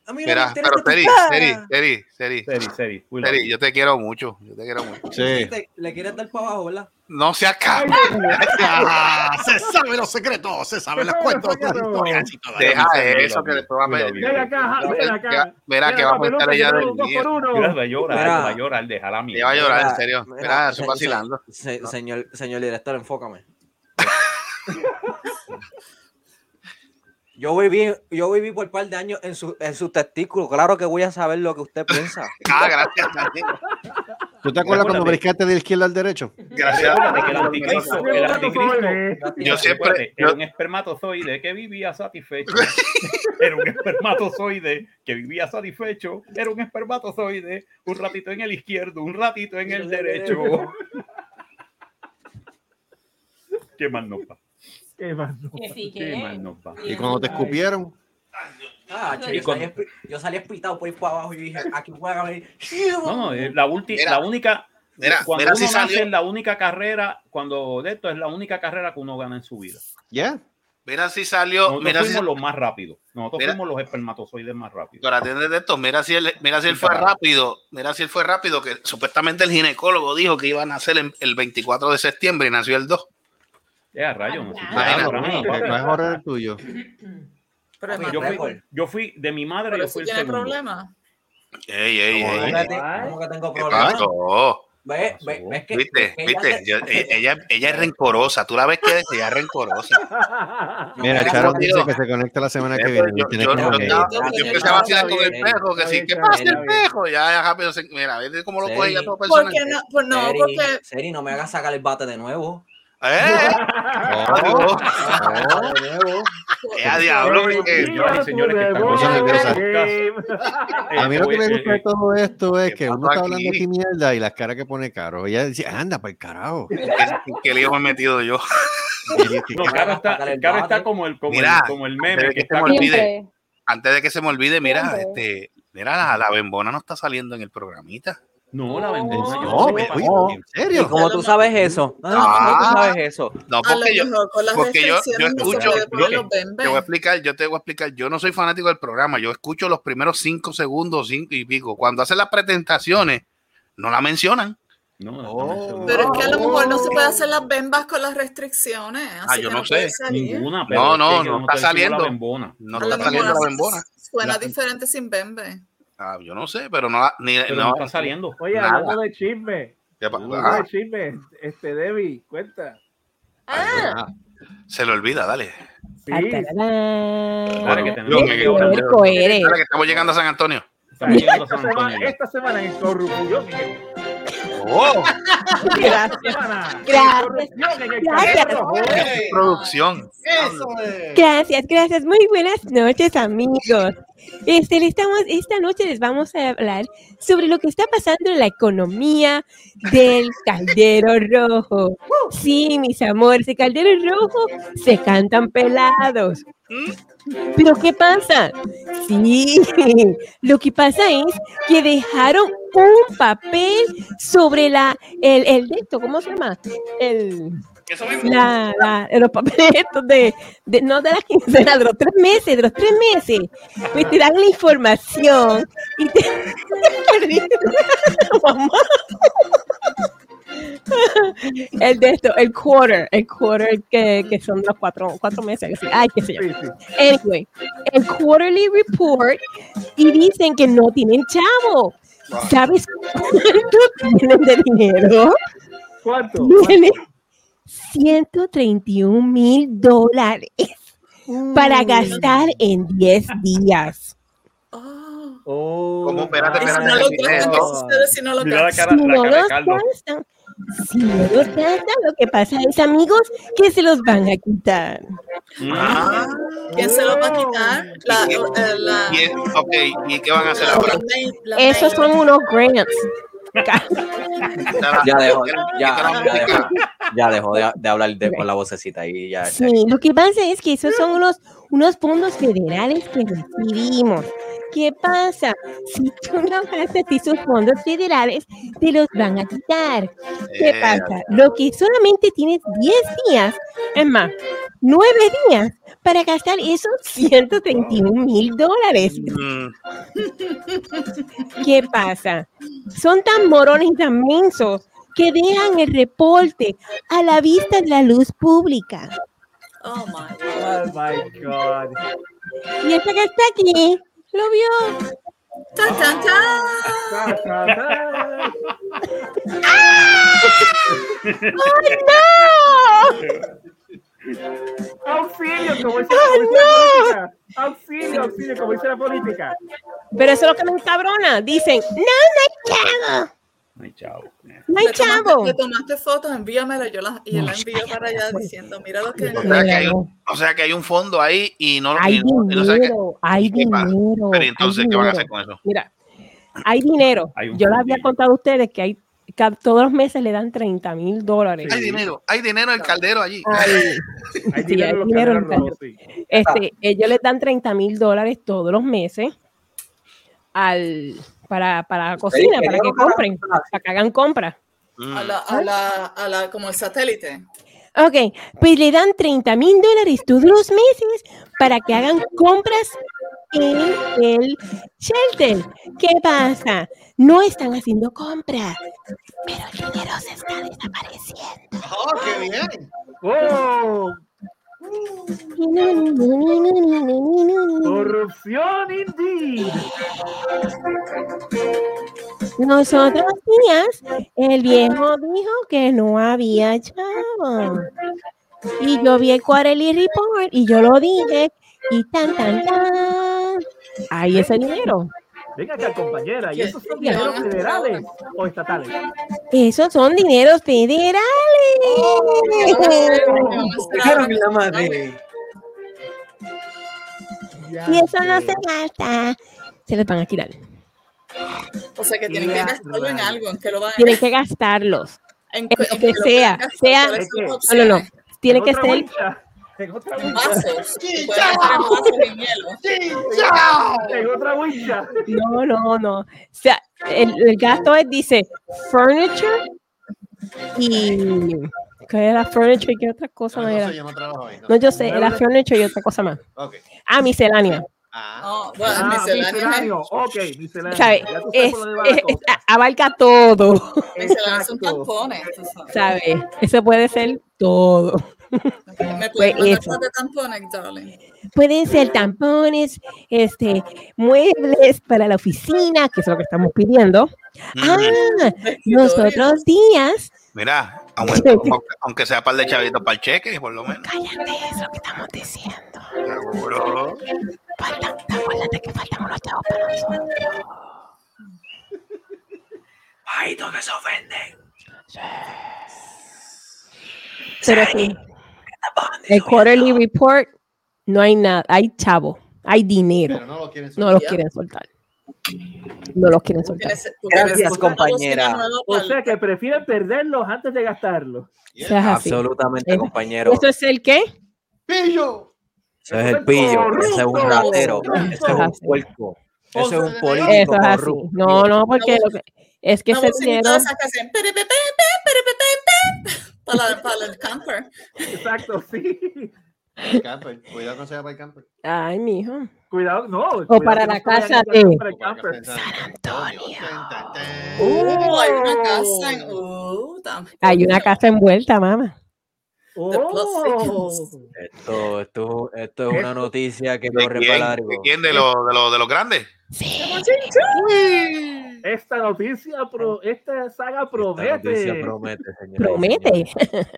[SPEAKER 1] Ah,
[SPEAKER 14] A mí no me
[SPEAKER 5] Mira,
[SPEAKER 14] interesa
[SPEAKER 5] pero
[SPEAKER 14] tu
[SPEAKER 5] Seri,
[SPEAKER 14] cara.
[SPEAKER 5] Seri, Seri, Seri,
[SPEAKER 3] Seri, Seri. we love
[SPEAKER 5] Seri,
[SPEAKER 3] you.
[SPEAKER 5] yo te quiero mucho. Yo te quiero mucho.
[SPEAKER 13] Sí.
[SPEAKER 1] Te- Le quieres dar para abajo, ¿verdad?
[SPEAKER 5] No se acaba.
[SPEAKER 13] Ah, se sabe los secretos, se saben los cuentos, las historias y todo.
[SPEAKER 5] Deja
[SPEAKER 3] Seri,
[SPEAKER 5] eso
[SPEAKER 3] we
[SPEAKER 5] que
[SPEAKER 3] love
[SPEAKER 5] después va a
[SPEAKER 3] you. We
[SPEAKER 5] pedir.
[SPEAKER 3] love
[SPEAKER 8] Ven acá, Harry, ven acá.
[SPEAKER 5] Verá que va a
[SPEAKER 8] Peluca,
[SPEAKER 5] molestar
[SPEAKER 8] que
[SPEAKER 5] ella
[SPEAKER 8] tengo
[SPEAKER 5] del
[SPEAKER 8] un dos
[SPEAKER 5] día.
[SPEAKER 8] por uno.
[SPEAKER 3] Mira, Va a llorar,
[SPEAKER 1] Mira.
[SPEAKER 3] va a llorar, deja la
[SPEAKER 5] Ella va a
[SPEAKER 3] mierda.
[SPEAKER 5] llorar, en
[SPEAKER 1] Mira,
[SPEAKER 5] serio.
[SPEAKER 1] mira,
[SPEAKER 5] Mira,
[SPEAKER 1] se-
[SPEAKER 5] estoy vacilando.
[SPEAKER 1] se- señor, señor director, enfócame. Yo viví, yo viví por un par de años en su, en su testículo. Claro que voy a saber lo que usted piensa.
[SPEAKER 5] Ah, gracias. Seri.
[SPEAKER 13] ¿Tú te acuerdas cuando
[SPEAKER 3] Acuérdate.
[SPEAKER 13] brincaste de izquierda al derecho?
[SPEAKER 5] Gracias.
[SPEAKER 3] Acuérdate que el anticristo, el anticristo,
[SPEAKER 5] Yo siempre-
[SPEAKER 3] Recuerde, era
[SPEAKER 5] yo-
[SPEAKER 3] un espermatozoide que vivía satisfecho. Era un espermatozoide que vivía satisfecho. Era un espermatozoide. Un ratito en el izquierdo, un ratito en el derecho. ¿Qué más nos va?
[SPEAKER 8] Qué más no.
[SPEAKER 14] Que sí, que
[SPEAKER 3] ¿Qué
[SPEAKER 14] es.
[SPEAKER 3] más nos va?
[SPEAKER 13] Y cuando te escupieron,
[SPEAKER 1] Ah, che,
[SPEAKER 3] Y
[SPEAKER 1] yo,
[SPEAKER 3] con-
[SPEAKER 1] salí, espi- yo salí espitado por ir para abajo y dije, aquí juega a ver.
[SPEAKER 3] No, no, eh, la, ulti-
[SPEAKER 5] Mira,
[SPEAKER 3] la única.
[SPEAKER 5] mira,
[SPEAKER 3] cuando
[SPEAKER 5] mira
[SPEAKER 3] uno
[SPEAKER 5] si
[SPEAKER 3] nace
[SPEAKER 5] salió.
[SPEAKER 3] es la única carrera, cuando de esto es la única carrera que uno gana en su vida.
[SPEAKER 13] ya.
[SPEAKER 5] Mira si salió.
[SPEAKER 3] Nosotros
[SPEAKER 5] mira si
[SPEAKER 3] fuimos los más rápidos. Nosotros
[SPEAKER 5] Mira.
[SPEAKER 3] fuimos los espermatozoides más rápidos.
[SPEAKER 5] Pero atiende de esto, mira si él, mira si él
[SPEAKER 3] Sí,
[SPEAKER 5] fue
[SPEAKER 3] carajo.
[SPEAKER 5] rápido, mira si él fue rápido, que supuestamente el ginecólogo dijo que iba a nacer en- el 24 de septiembre y nació el 2.
[SPEAKER 3] Ya, rayo, no sé.
[SPEAKER 5] Imagínate.
[SPEAKER 13] Claro, bueno, que no es horror el tuyo.
[SPEAKER 7] Pero,
[SPEAKER 1] Oye,
[SPEAKER 3] Yo
[SPEAKER 7] mamá,
[SPEAKER 3] fui, yo fui de mi madre,
[SPEAKER 7] pero
[SPEAKER 3] yo
[SPEAKER 7] si
[SPEAKER 3] fui el
[SPEAKER 7] tiene
[SPEAKER 3] segundo.
[SPEAKER 7] problema.
[SPEAKER 5] Ey, ey,
[SPEAKER 13] ¿Cómo
[SPEAKER 5] ey,
[SPEAKER 13] es?
[SPEAKER 1] Fíjate, ¿Cómo que tengo
[SPEAKER 5] ¿Qué
[SPEAKER 1] problemas?
[SPEAKER 5] pasó?
[SPEAKER 1] Ve, ve, ves que,
[SPEAKER 5] Viste,
[SPEAKER 1] que ella
[SPEAKER 5] viste,
[SPEAKER 1] te-
[SPEAKER 5] yo- e- ella, ella es rencorosa. Tú la ves que es, ella es rencorosa.
[SPEAKER 13] Mira, Sharon dice que se conecta la semana que viene.
[SPEAKER 5] Yo,
[SPEAKER 13] Tienes
[SPEAKER 5] yo-
[SPEAKER 13] como
[SPEAKER 5] yo
[SPEAKER 13] que-
[SPEAKER 5] estaba- yo empecé a vacilar con el pejo, que
[SPEAKER 13] Está
[SPEAKER 5] sí,
[SPEAKER 13] bien,
[SPEAKER 5] ¿qué
[SPEAKER 13] está
[SPEAKER 5] pasa
[SPEAKER 13] bien,
[SPEAKER 5] el pejo? Ya, ya rápido, se- mira, ves cómo lo coge ya todo
[SPEAKER 7] ¿Por
[SPEAKER 5] personal.
[SPEAKER 7] qué no? Pues no,
[SPEAKER 1] Seri,
[SPEAKER 7] porque.
[SPEAKER 1] Seri, no me hagas sacar el bate de nuevo.
[SPEAKER 5] ¡Eh!
[SPEAKER 13] Oh,
[SPEAKER 1] ¡Eh,
[SPEAKER 13] Oh.
[SPEAKER 5] diablo!
[SPEAKER 1] Señores,
[SPEAKER 13] Esta cosa me pesa. A mí lo que
[SPEAKER 5] Este,
[SPEAKER 13] me gusta de todo esto es que uno
[SPEAKER 5] pasó
[SPEAKER 13] está
[SPEAKER 5] aquí?
[SPEAKER 13] hablando aquí mierda y las caras que pone caro. Ella dice, anda, para el carajo.
[SPEAKER 5] ¿Qué, qué lío me he metido yo?
[SPEAKER 3] No, Caro está, Caro está como el, como
[SPEAKER 5] Mira,
[SPEAKER 3] el, como el
[SPEAKER 5] antes
[SPEAKER 3] meme
[SPEAKER 5] de
[SPEAKER 3] que
[SPEAKER 5] que
[SPEAKER 3] está
[SPEAKER 5] se me
[SPEAKER 3] como-
[SPEAKER 5] olvide, antes de que se me olvide, mira, este, mira, la, la bembona no está saliendo en el programita.
[SPEAKER 3] No, la
[SPEAKER 5] bembona.
[SPEAKER 1] No,
[SPEAKER 5] ¿en serio?
[SPEAKER 1] ¿Y cómo tú sabes eso? No, no,
[SPEAKER 5] Ah.
[SPEAKER 1] ¿Cómo tú sabes eso?
[SPEAKER 5] No,
[SPEAKER 7] A lo
[SPEAKER 5] porque yo,
[SPEAKER 7] mejor con las
[SPEAKER 5] porque yo, yo
[SPEAKER 7] restricciones no se
[SPEAKER 5] escucho,
[SPEAKER 7] puede
[SPEAKER 5] yo-
[SPEAKER 7] poner los ven,
[SPEAKER 5] te voy a
[SPEAKER 7] ven.
[SPEAKER 5] explicar, yo te voy a explicar, yo no soy fanático del programa, yo escucho los primeros cinco segundos, cinco y pico. Cuando hacen las presentaciones, no la mencionan.
[SPEAKER 7] Pero es que a lo mejor no se puede hacer las bembas con las restricciones.
[SPEAKER 5] Ah,
[SPEAKER 7] Así
[SPEAKER 5] yo
[SPEAKER 7] que
[SPEAKER 5] no
[SPEAKER 7] puede
[SPEAKER 5] sé.
[SPEAKER 7] salir.
[SPEAKER 3] pero
[SPEAKER 5] no,
[SPEAKER 3] es
[SPEAKER 5] no,
[SPEAKER 3] que
[SPEAKER 5] no
[SPEAKER 3] no
[SPEAKER 5] está
[SPEAKER 3] te digo la
[SPEAKER 5] saliendo.
[SPEAKER 3] bembona.
[SPEAKER 5] No
[SPEAKER 7] A lo
[SPEAKER 5] está
[SPEAKER 7] mejor
[SPEAKER 5] saliendo la
[SPEAKER 7] hace-
[SPEAKER 5] bembona.
[SPEAKER 7] Suena
[SPEAKER 5] La-
[SPEAKER 7] diferente sin bembe.
[SPEAKER 5] Ah, yo no sé, pero no, la- ni,
[SPEAKER 3] Pero no está saliendo.
[SPEAKER 8] Oye,
[SPEAKER 5] Nada.
[SPEAKER 8] hablando de chisme,
[SPEAKER 5] ¿Qué pa-
[SPEAKER 8] hablando
[SPEAKER 5] ah,
[SPEAKER 8] de chisme, este Debbie, cuenta.
[SPEAKER 5] ah, se le olvida, dale.
[SPEAKER 8] Sí,
[SPEAKER 5] Dale, que
[SPEAKER 8] tenemos
[SPEAKER 5] tenemos-
[SPEAKER 8] que ver coheres.
[SPEAKER 5] Dale, que estamos llegando a San Antonio.
[SPEAKER 8] esta, semana, esta semana en Corrupción.
[SPEAKER 5] Oh,
[SPEAKER 8] Gracias.
[SPEAKER 4] Gracias.
[SPEAKER 5] este,
[SPEAKER 4] Gracias.
[SPEAKER 5] qué producción.
[SPEAKER 14] Eso
[SPEAKER 5] este,
[SPEAKER 14] es.
[SPEAKER 4] Gracias, gracias. Muy buenas noches, amigos. Este, le estamos, esta noche les vamos a hablar sobre lo que está pasando en la economía del caldero rojo. Sí, mis amores, el caldero rojo se cantan pelados.
[SPEAKER 5] este, ¿Mm?
[SPEAKER 4] Pero ¿qué pasa? Sí, lo que pasa es que dejaron un papel sobre la, el, el de esto, ¿cómo se llama? El, la, la- los papeles estos de, de- no de la quincena, de los tres meses, de los tres meses. Pues te dan la información y te... Mamá. el de esto, el quarter, el quarter que, que son los cuatro, cuatro meses. que sí. Ay, qué sé yo. Anyway, el quarterly report y dicen que no tienen chavo. ¿Sabes cuánto tienen de dinero?
[SPEAKER 8] ¿Cuánto?
[SPEAKER 4] Tienen 131 mil dólares para
[SPEAKER 5] Mm.
[SPEAKER 6] Mm.
[SPEAKER 4] gastar en 10 días.
[SPEAKER 5] ¿Cómo? Espérate,
[SPEAKER 7] Y si
[SPEAKER 5] espérate,
[SPEAKER 7] no lo
[SPEAKER 5] terminé
[SPEAKER 7] gastan, ¿qué
[SPEAKER 5] esto.
[SPEAKER 7] sucede si no lo
[SPEAKER 5] Mira la
[SPEAKER 7] gastan?
[SPEAKER 5] cara- la
[SPEAKER 4] Si no
[SPEAKER 5] cara de
[SPEAKER 4] los
[SPEAKER 5] Carlos.
[SPEAKER 4] gastan, si no los gastan, lo que pasa es, amigos, que se los van a quitar.
[SPEAKER 5] Mm.
[SPEAKER 4] ah.
[SPEAKER 7] ¿Quién se los va a quitar? La,
[SPEAKER 5] Oh.
[SPEAKER 7] eh, la,
[SPEAKER 5] Y es- ok, ¿y qué van a hacer ahora?
[SPEAKER 4] Esos son unos grants.
[SPEAKER 1] Ya dejó, ya, ya dejó, ya dejó de, de hablar de- con la vocecita ahí. Ya,
[SPEAKER 4] Sí, lo que pasa es que esos son unos, unos fondos federales que recibimos. ¿Qué pasa? Si tú no gastas esos fondos federales, te los van a quitar. ¿Qué
[SPEAKER 5] Eh,
[SPEAKER 4] pasa? Lo que solamente tienes 10 días, es más, 9 días para gastar esos 131 mil dólares.
[SPEAKER 6] Mm.
[SPEAKER 4] ¿Qué pasa? Son tan morones y tan mensos que dejan el reporte a la vista de la luz pública.
[SPEAKER 7] Oh my
[SPEAKER 8] Oh my God.
[SPEAKER 4] Y esta que está aquí lo vio.
[SPEAKER 7] Tan, tan,
[SPEAKER 8] Ta, ta, ta.
[SPEAKER 4] ¡Ah! ¡Oh, no!
[SPEAKER 8] Auxilio, como dice,
[SPEAKER 4] ¡Ah,
[SPEAKER 8] como dice la política. Auxilio, auxilio, como dice la política.
[SPEAKER 4] Pero eso es lo que me encabrona. Dicen, no, no hay chavo. No hay
[SPEAKER 7] Le tomaste-
[SPEAKER 4] chavo.
[SPEAKER 7] Le tomaste fotos, envíamela yo la, y la envío para allá diciendo, mira lo que...
[SPEAKER 5] O sea, que hay un, o sea que hay un fondo ahí y no, y Ah, no- y no sé qué-
[SPEAKER 4] dinero, hay
[SPEAKER 5] qué pasa.
[SPEAKER 4] dinero,
[SPEAKER 5] Pero entonces,
[SPEAKER 4] hay
[SPEAKER 5] ¿qué van a
[SPEAKER 4] dinero.
[SPEAKER 5] hacer con eso?
[SPEAKER 4] Mira, hay dinero. Yo les había contado a ustedes que hay ca- todos los meses le dan 30 mil dólares.
[SPEAKER 5] Hay dinero, hay dinero en el caldero allí.
[SPEAKER 4] Ay.
[SPEAKER 8] Hay
[SPEAKER 4] Sí, hay
[SPEAKER 8] dinero en los
[SPEAKER 4] dinero en
[SPEAKER 8] canales
[SPEAKER 4] cambio.
[SPEAKER 8] rojos, sí.
[SPEAKER 4] Este, ellos les dan 30 mil dólares todos los meses al, para, para Pues la cocina,
[SPEAKER 7] que
[SPEAKER 4] para
[SPEAKER 7] yo
[SPEAKER 4] que
[SPEAKER 7] no haga
[SPEAKER 4] compren, para que hagan compras.
[SPEAKER 5] Mm.
[SPEAKER 7] A la, a la, a la, como el satélite.
[SPEAKER 4] Ok, pues le dan 30 mil dólares todos los meses para que hagan compras en el shelter. ¿Qué pasa? No están haciendo compras, pero el dinero se está desapareciendo.
[SPEAKER 14] ¡Oh, qué bien!
[SPEAKER 8] ¡Oh! Corrupción, indeed.
[SPEAKER 4] Nosotros días, el viejo dijo que no había chavo. Y yo vi el Quarterly Report y yo lo dije. Y tan, tan, tan. Ahí es el dinero.
[SPEAKER 8] Venga acá, compañera, ¿y esos son dineros federales o estatales?
[SPEAKER 4] Esos son dineros federales.
[SPEAKER 6] Oh,
[SPEAKER 1] Dejaron en la madre.
[SPEAKER 4] Y eso no se gasta. Se les van a tirar.
[SPEAKER 7] O sea que tienen que gastarlo en algo, en que lo van a
[SPEAKER 4] Tienen que gastarlos. En
[SPEAKER 7] En- en
[SPEAKER 4] lo
[SPEAKER 7] que
[SPEAKER 4] que
[SPEAKER 7] lo
[SPEAKER 4] sea.
[SPEAKER 7] tengas,
[SPEAKER 4] sea
[SPEAKER 7] por eso no
[SPEAKER 4] no, no, no.
[SPEAKER 7] opciones.
[SPEAKER 4] Tiene que
[SPEAKER 8] otra
[SPEAKER 4] ser.
[SPEAKER 8] hucha, En otra hucha.
[SPEAKER 7] vasos. Y pueden hacer vasos en hielo.
[SPEAKER 8] En otra hucha.
[SPEAKER 4] No, no, no. O sea, el, el gasto es, dice, furniture y. ¿Qué era furniture y qué otra cosa
[SPEAKER 13] No,
[SPEAKER 4] más
[SPEAKER 13] no
[SPEAKER 4] era?
[SPEAKER 13] sé, yo no trabajo ahí, no.
[SPEAKER 4] No, yo sé, era
[SPEAKER 13] Muebles.
[SPEAKER 4] furniture y otra cosa más.
[SPEAKER 13] Ok.
[SPEAKER 4] Ah, miscelánea.
[SPEAKER 7] No, bueno,
[SPEAKER 8] Ah,
[SPEAKER 7] misceláneo.
[SPEAKER 8] misceláneo. Ok, misceláneo.
[SPEAKER 4] ¿Sabes?
[SPEAKER 8] Ya tú sabes
[SPEAKER 4] Es,
[SPEAKER 8] por dónde va la
[SPEAKER 4] es-
[SPEAKER 8] cosa.
[SPEAKER 4] es- abarca todo.
[SPEAKER 7] Misceláneo son tampones. tú sabes.
[SPEAKER 4] ¿Sabes? Eso puede ser todo.
[SPEAKER 7] ¿Me
[SPEAKER 4] Pues
[SPEAKER 7] puedes mandar
[SPEAKER 4] eso.
[SPEAKER 7] par de tampones, darling?
[SPEAKER 4] Pueden ser tampones, este, muebles para la oficina, que es lo que estamos pidiendo. Ah, nosotros días.
[SPEAKER 5] Mira, aumenta, aunque, aunque sea par de chavitos para el cheque, por lo menos.
[SPEAKER 4] Cállate, es lo que estamos diciendo.
[SPEAKER 5] Seguro.
[SPEAKER 4] Falta, acuérdate que faltan unos chavos para nosotros.
[SPEAKER 1] Pajitos que se ofenden.
[SPEAKER 4] Pero sí. El quarterly report, no hay nada, hay chavo, hay dinero.
[SPEAKER 13] Pero no lo quieren
[SPEAKER 4] No los
[SPEAKER 13] soltar.
[SPEAKER 4] quieren soltar. No los quieren soltar.
[SPEAKER 1] Gracias, compañera.
[SPEAKER 8] O sea que prefieren perderlos antes de gastarlos.
[SPEAKER 4] Seas así.
[SPEAKER 1] Absolutamente,
[SPEAKER 4] Es-
[SPEAKER 1] compañero.
[SPEAKER 4] ¿Eso es el qué?
[SPEAKER 15] ¡Pillo!
[SPEAKER 1] Ese es el pillo, ese es un ratero, ese es un puerco, ese es un político
[SPEAKER 4] Eso es así.
[SPEAKER 1] corrupto.
[SPEAKER 4] No, no, porque lo que- es que
[SPEAKER 7] Una
[SPEAKER 4] ese
[SPEAKER 7] bocinita
[SPEAKER 4] dinero
[SPEAKER 7] de esas que hacen pere, pe, pe, pe, pere, pe, pe, pe, para, para el camper.
[SPEAKER 8] Exacto, sí.
[SPEAKER 13] El camper. Cuidado con sea para el camper.
[SPEAKER 4] Ay, mijo.
[SPEAKER 8] Oh, Cuidado, no.
[SPEAKER 4] O para la casa de.
[SPEAKER 8] Para el camper.
[SPEAKER 7] Uh, hay una casa en. Uh, también.
[SPEAKER 4] Hay una casa envuelta, mamá.
[SPEAKER 8] Oh.
[SPEAKER 7] The plus figures.
[SPEAKER 4] Eh,
[SPEAKER 1] Esto, esto, esto es una noticia que corre
[SPEAKER 5] ¿Quién?
[SPEAKER 1] para largo.
[SPEAKER 5] ¿De quién? ¿De, lo- de, lo- de los grandes?
[SPEAKER 8] Esta noticia, pro, esta saga
[SPEAKER 1] Esta noticia
[SPEAKER 8] promete.
[SPEAKER 1] promete, señora.
[SPEAKER 4] Promete.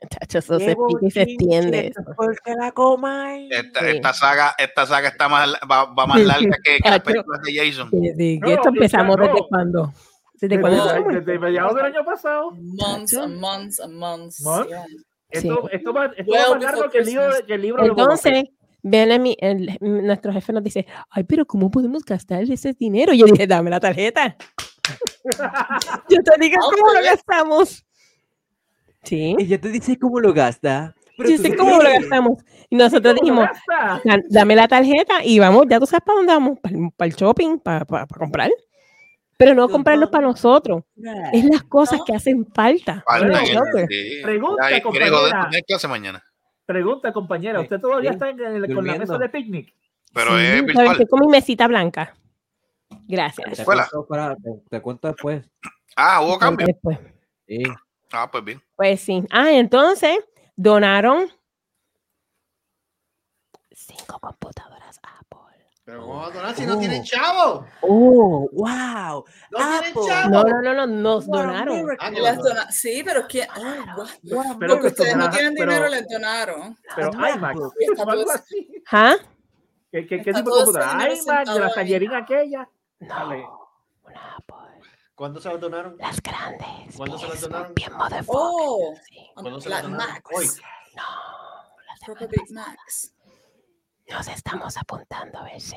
[SPEAKER 4] Chacho, eso se
[SPEAKER 1] Llevo
[SPEAKER 4] pica y se extiende.
[SPEAKER 1] Porque la coma es-
[SPEAKER 5] Esta, esta saga, esta saga está más, va, va más larga que, que las películas de Jason.
[SPEAKER 4] Desde-
[SPEAKER 8] No,
[SPEAKER 4] esto empezamos
[SPEAKER 8] no.
[SPEAKER 4] desde cuando. ¿Desde cuando
[SPEAKER 8] Desde,
[SPEAKER 4] empezamos?
[SPEAKER 8] desde mediados del año pasado.
[SPEAKER 7] Months and months and months.
[SPEAKER 8] Months?
[SPEAKER 7] yeah.
[SPEAKER 8] Esto, esto va, esto
[SPEAKER 7] Well
[SPEAKER 8] va más largo
[SPEAKER 7] before
[SPEAKER 8] que el libro,
[SPEAKER 7] Christmas.
[SPEAKER 8] de- que el libro de Boba
[SPEAKER 4] Entonces, ven a mi, el- nuestro jefe nos dice, ay, pero ¿cómo podemos gastar ese dinero? Yo dije, dame la tarjeta. Yo te digo, ¿cómo lo gastamos? Sí.
[SPEAKER 1] Ella te dice cómo lo gasta. pero
[SPEAKER 4] Yo
[SPEAKER 1] tú
[SPEAKER 4] sé
[SPEAKER 1] no
[SPEAKER 4] cómo lo
[SPEAKER 1] quieres.
[SPEAKER 4] gastamos. Y nosotros
[SPEAKER 8] ¿Cómo lo
[SPEAKER 4] dijimos,
[SPEAKER 8] gasta?
[SPEAKER 4] "Dan- dame la tarjeta y vamos, ya tú sabes para dónde vamos, para el, shopping, para, para, comprar. Pero no
[SPEAKER 1] Nos
[SPEAKER 4] comprarlo para nosotros. Es las cosas que hacen falta.
[SPEAKER 5] Falta
[SPEAKER 4] en el
[SPEAKER 5] en el-
[SPEAKER 4] shopper.
[SPEAKER 5] sí.
[SPEAKER 8] Pregunta,
[SPEAKER 5] Ay, quiere
[SPEAKER 8] compañera.
[SPEAKER 5] joder, tú tienes clase mañana.
[SPEAKER 8] Pregunta, compañera, ¿usted todavía
[SPEAKER 1] Sí.
[SPEAKER 8] está en el- con la
[SPEAKER 1] Durmiendo.
[SPEAKER 8] mesa de picnic?
[SPEAKER 5] Pero
[SPEAKER 4] Sí,
[SPEAKER 5] es
[SPEAKER 4] ¿sabes?
[SPEAKER 5] Eh, virtual.
[SPEAKER 4] Estoy con mi mesita blanca. Gracias.
[SPEAKER 1] Te
[SPEAKER 5] Escuela.
[SPEAKER 1] cuento, para- te- te cuento después.
[SPEAKER 5] Ah, hubo cambio.
[SPEAKER 4] Después.
[SPEAKER 1] Sí.
[SPEAKER 5] Ah, pues bien.
[SPEAKER 4] Pues sí. Ah, entonces donaron cinco computadoras Apple.
[SPEAKER 13] Pero ¿cómo va a donar si no tienen chavo?
[SPEAKER 1] Oh, wow.
[SPEAKER 13] No
[SPEAKER 1] Apple.
[SPEAKER 13] tienen chavo.
[SPEAKER 4] No, no, no, no, nos
[SPEAKER 1] Wow,
[SPEAKER 4] donaron.
[SPEAKER 13] Ah, que
[SPEAKER 7] Las
[SPEAKER 13] lo-
[SPEAKER 7] dona- sí, pero ¿quién? Ay, what?
[SPEAKER 8] Pero
[SPEAKER 7] Porque
[SPEAKER 8] que
[SPEAKER 7] ustedes no
[SPEAKER 8] donaron,
[SPEAKER 7] tienen
[SPEAKER 8] pero-
[SPEAKER 7] dinero, les donaron.
[SPEAKER 8] Pero
[SPEAKER 1] Apple.
[SPEAKER 8] iMac.
[SPEAKER 7] Y está
[SPEAKER 8] o algo
[SPEAKER 7] todo-
[SPEAKER 8] así.
[SPEAKER 4] ¿Ah?
[SPEAKER 8] ¿Qué, qué, qué
[SPEAKER 7] está
[SPEAKER 8] tipo de
[SPEAKER 7] todo ese
[SPEAKER 8] computadora?
[SPEAKER 7] dinero
[SPEAKER 8] iMac, de
[SPEAKER 7] sentado
[SPEAKER 8] la
[SPEAKER 7] ahí.
[SPEAKER 8] tallerina aquella. Dale.
[SPEAKER 4] Una Apple.
[SPEAKER 13] ¿Cuándo se las donaron?
[SPEAKER 4] Las grandes.
[SPEAKER 13] ¿Cuándo se las donaron?
[SPEAKER 4] Bien motherfucker.
[SPEAKER 7] Oh,
[SPEAKER 4] Sí.
[SPEAKER 13] ¿Cuándo se las
[SPEAKER 7] las
[SPEAKER 13] donaron?
[SPEAKER 7] Max.
[SPEAKER 13] Hoy.
[SPEAKER 7] Proper Big Max.
[SPEAKER 4] Nos estamos apuntando a ver si.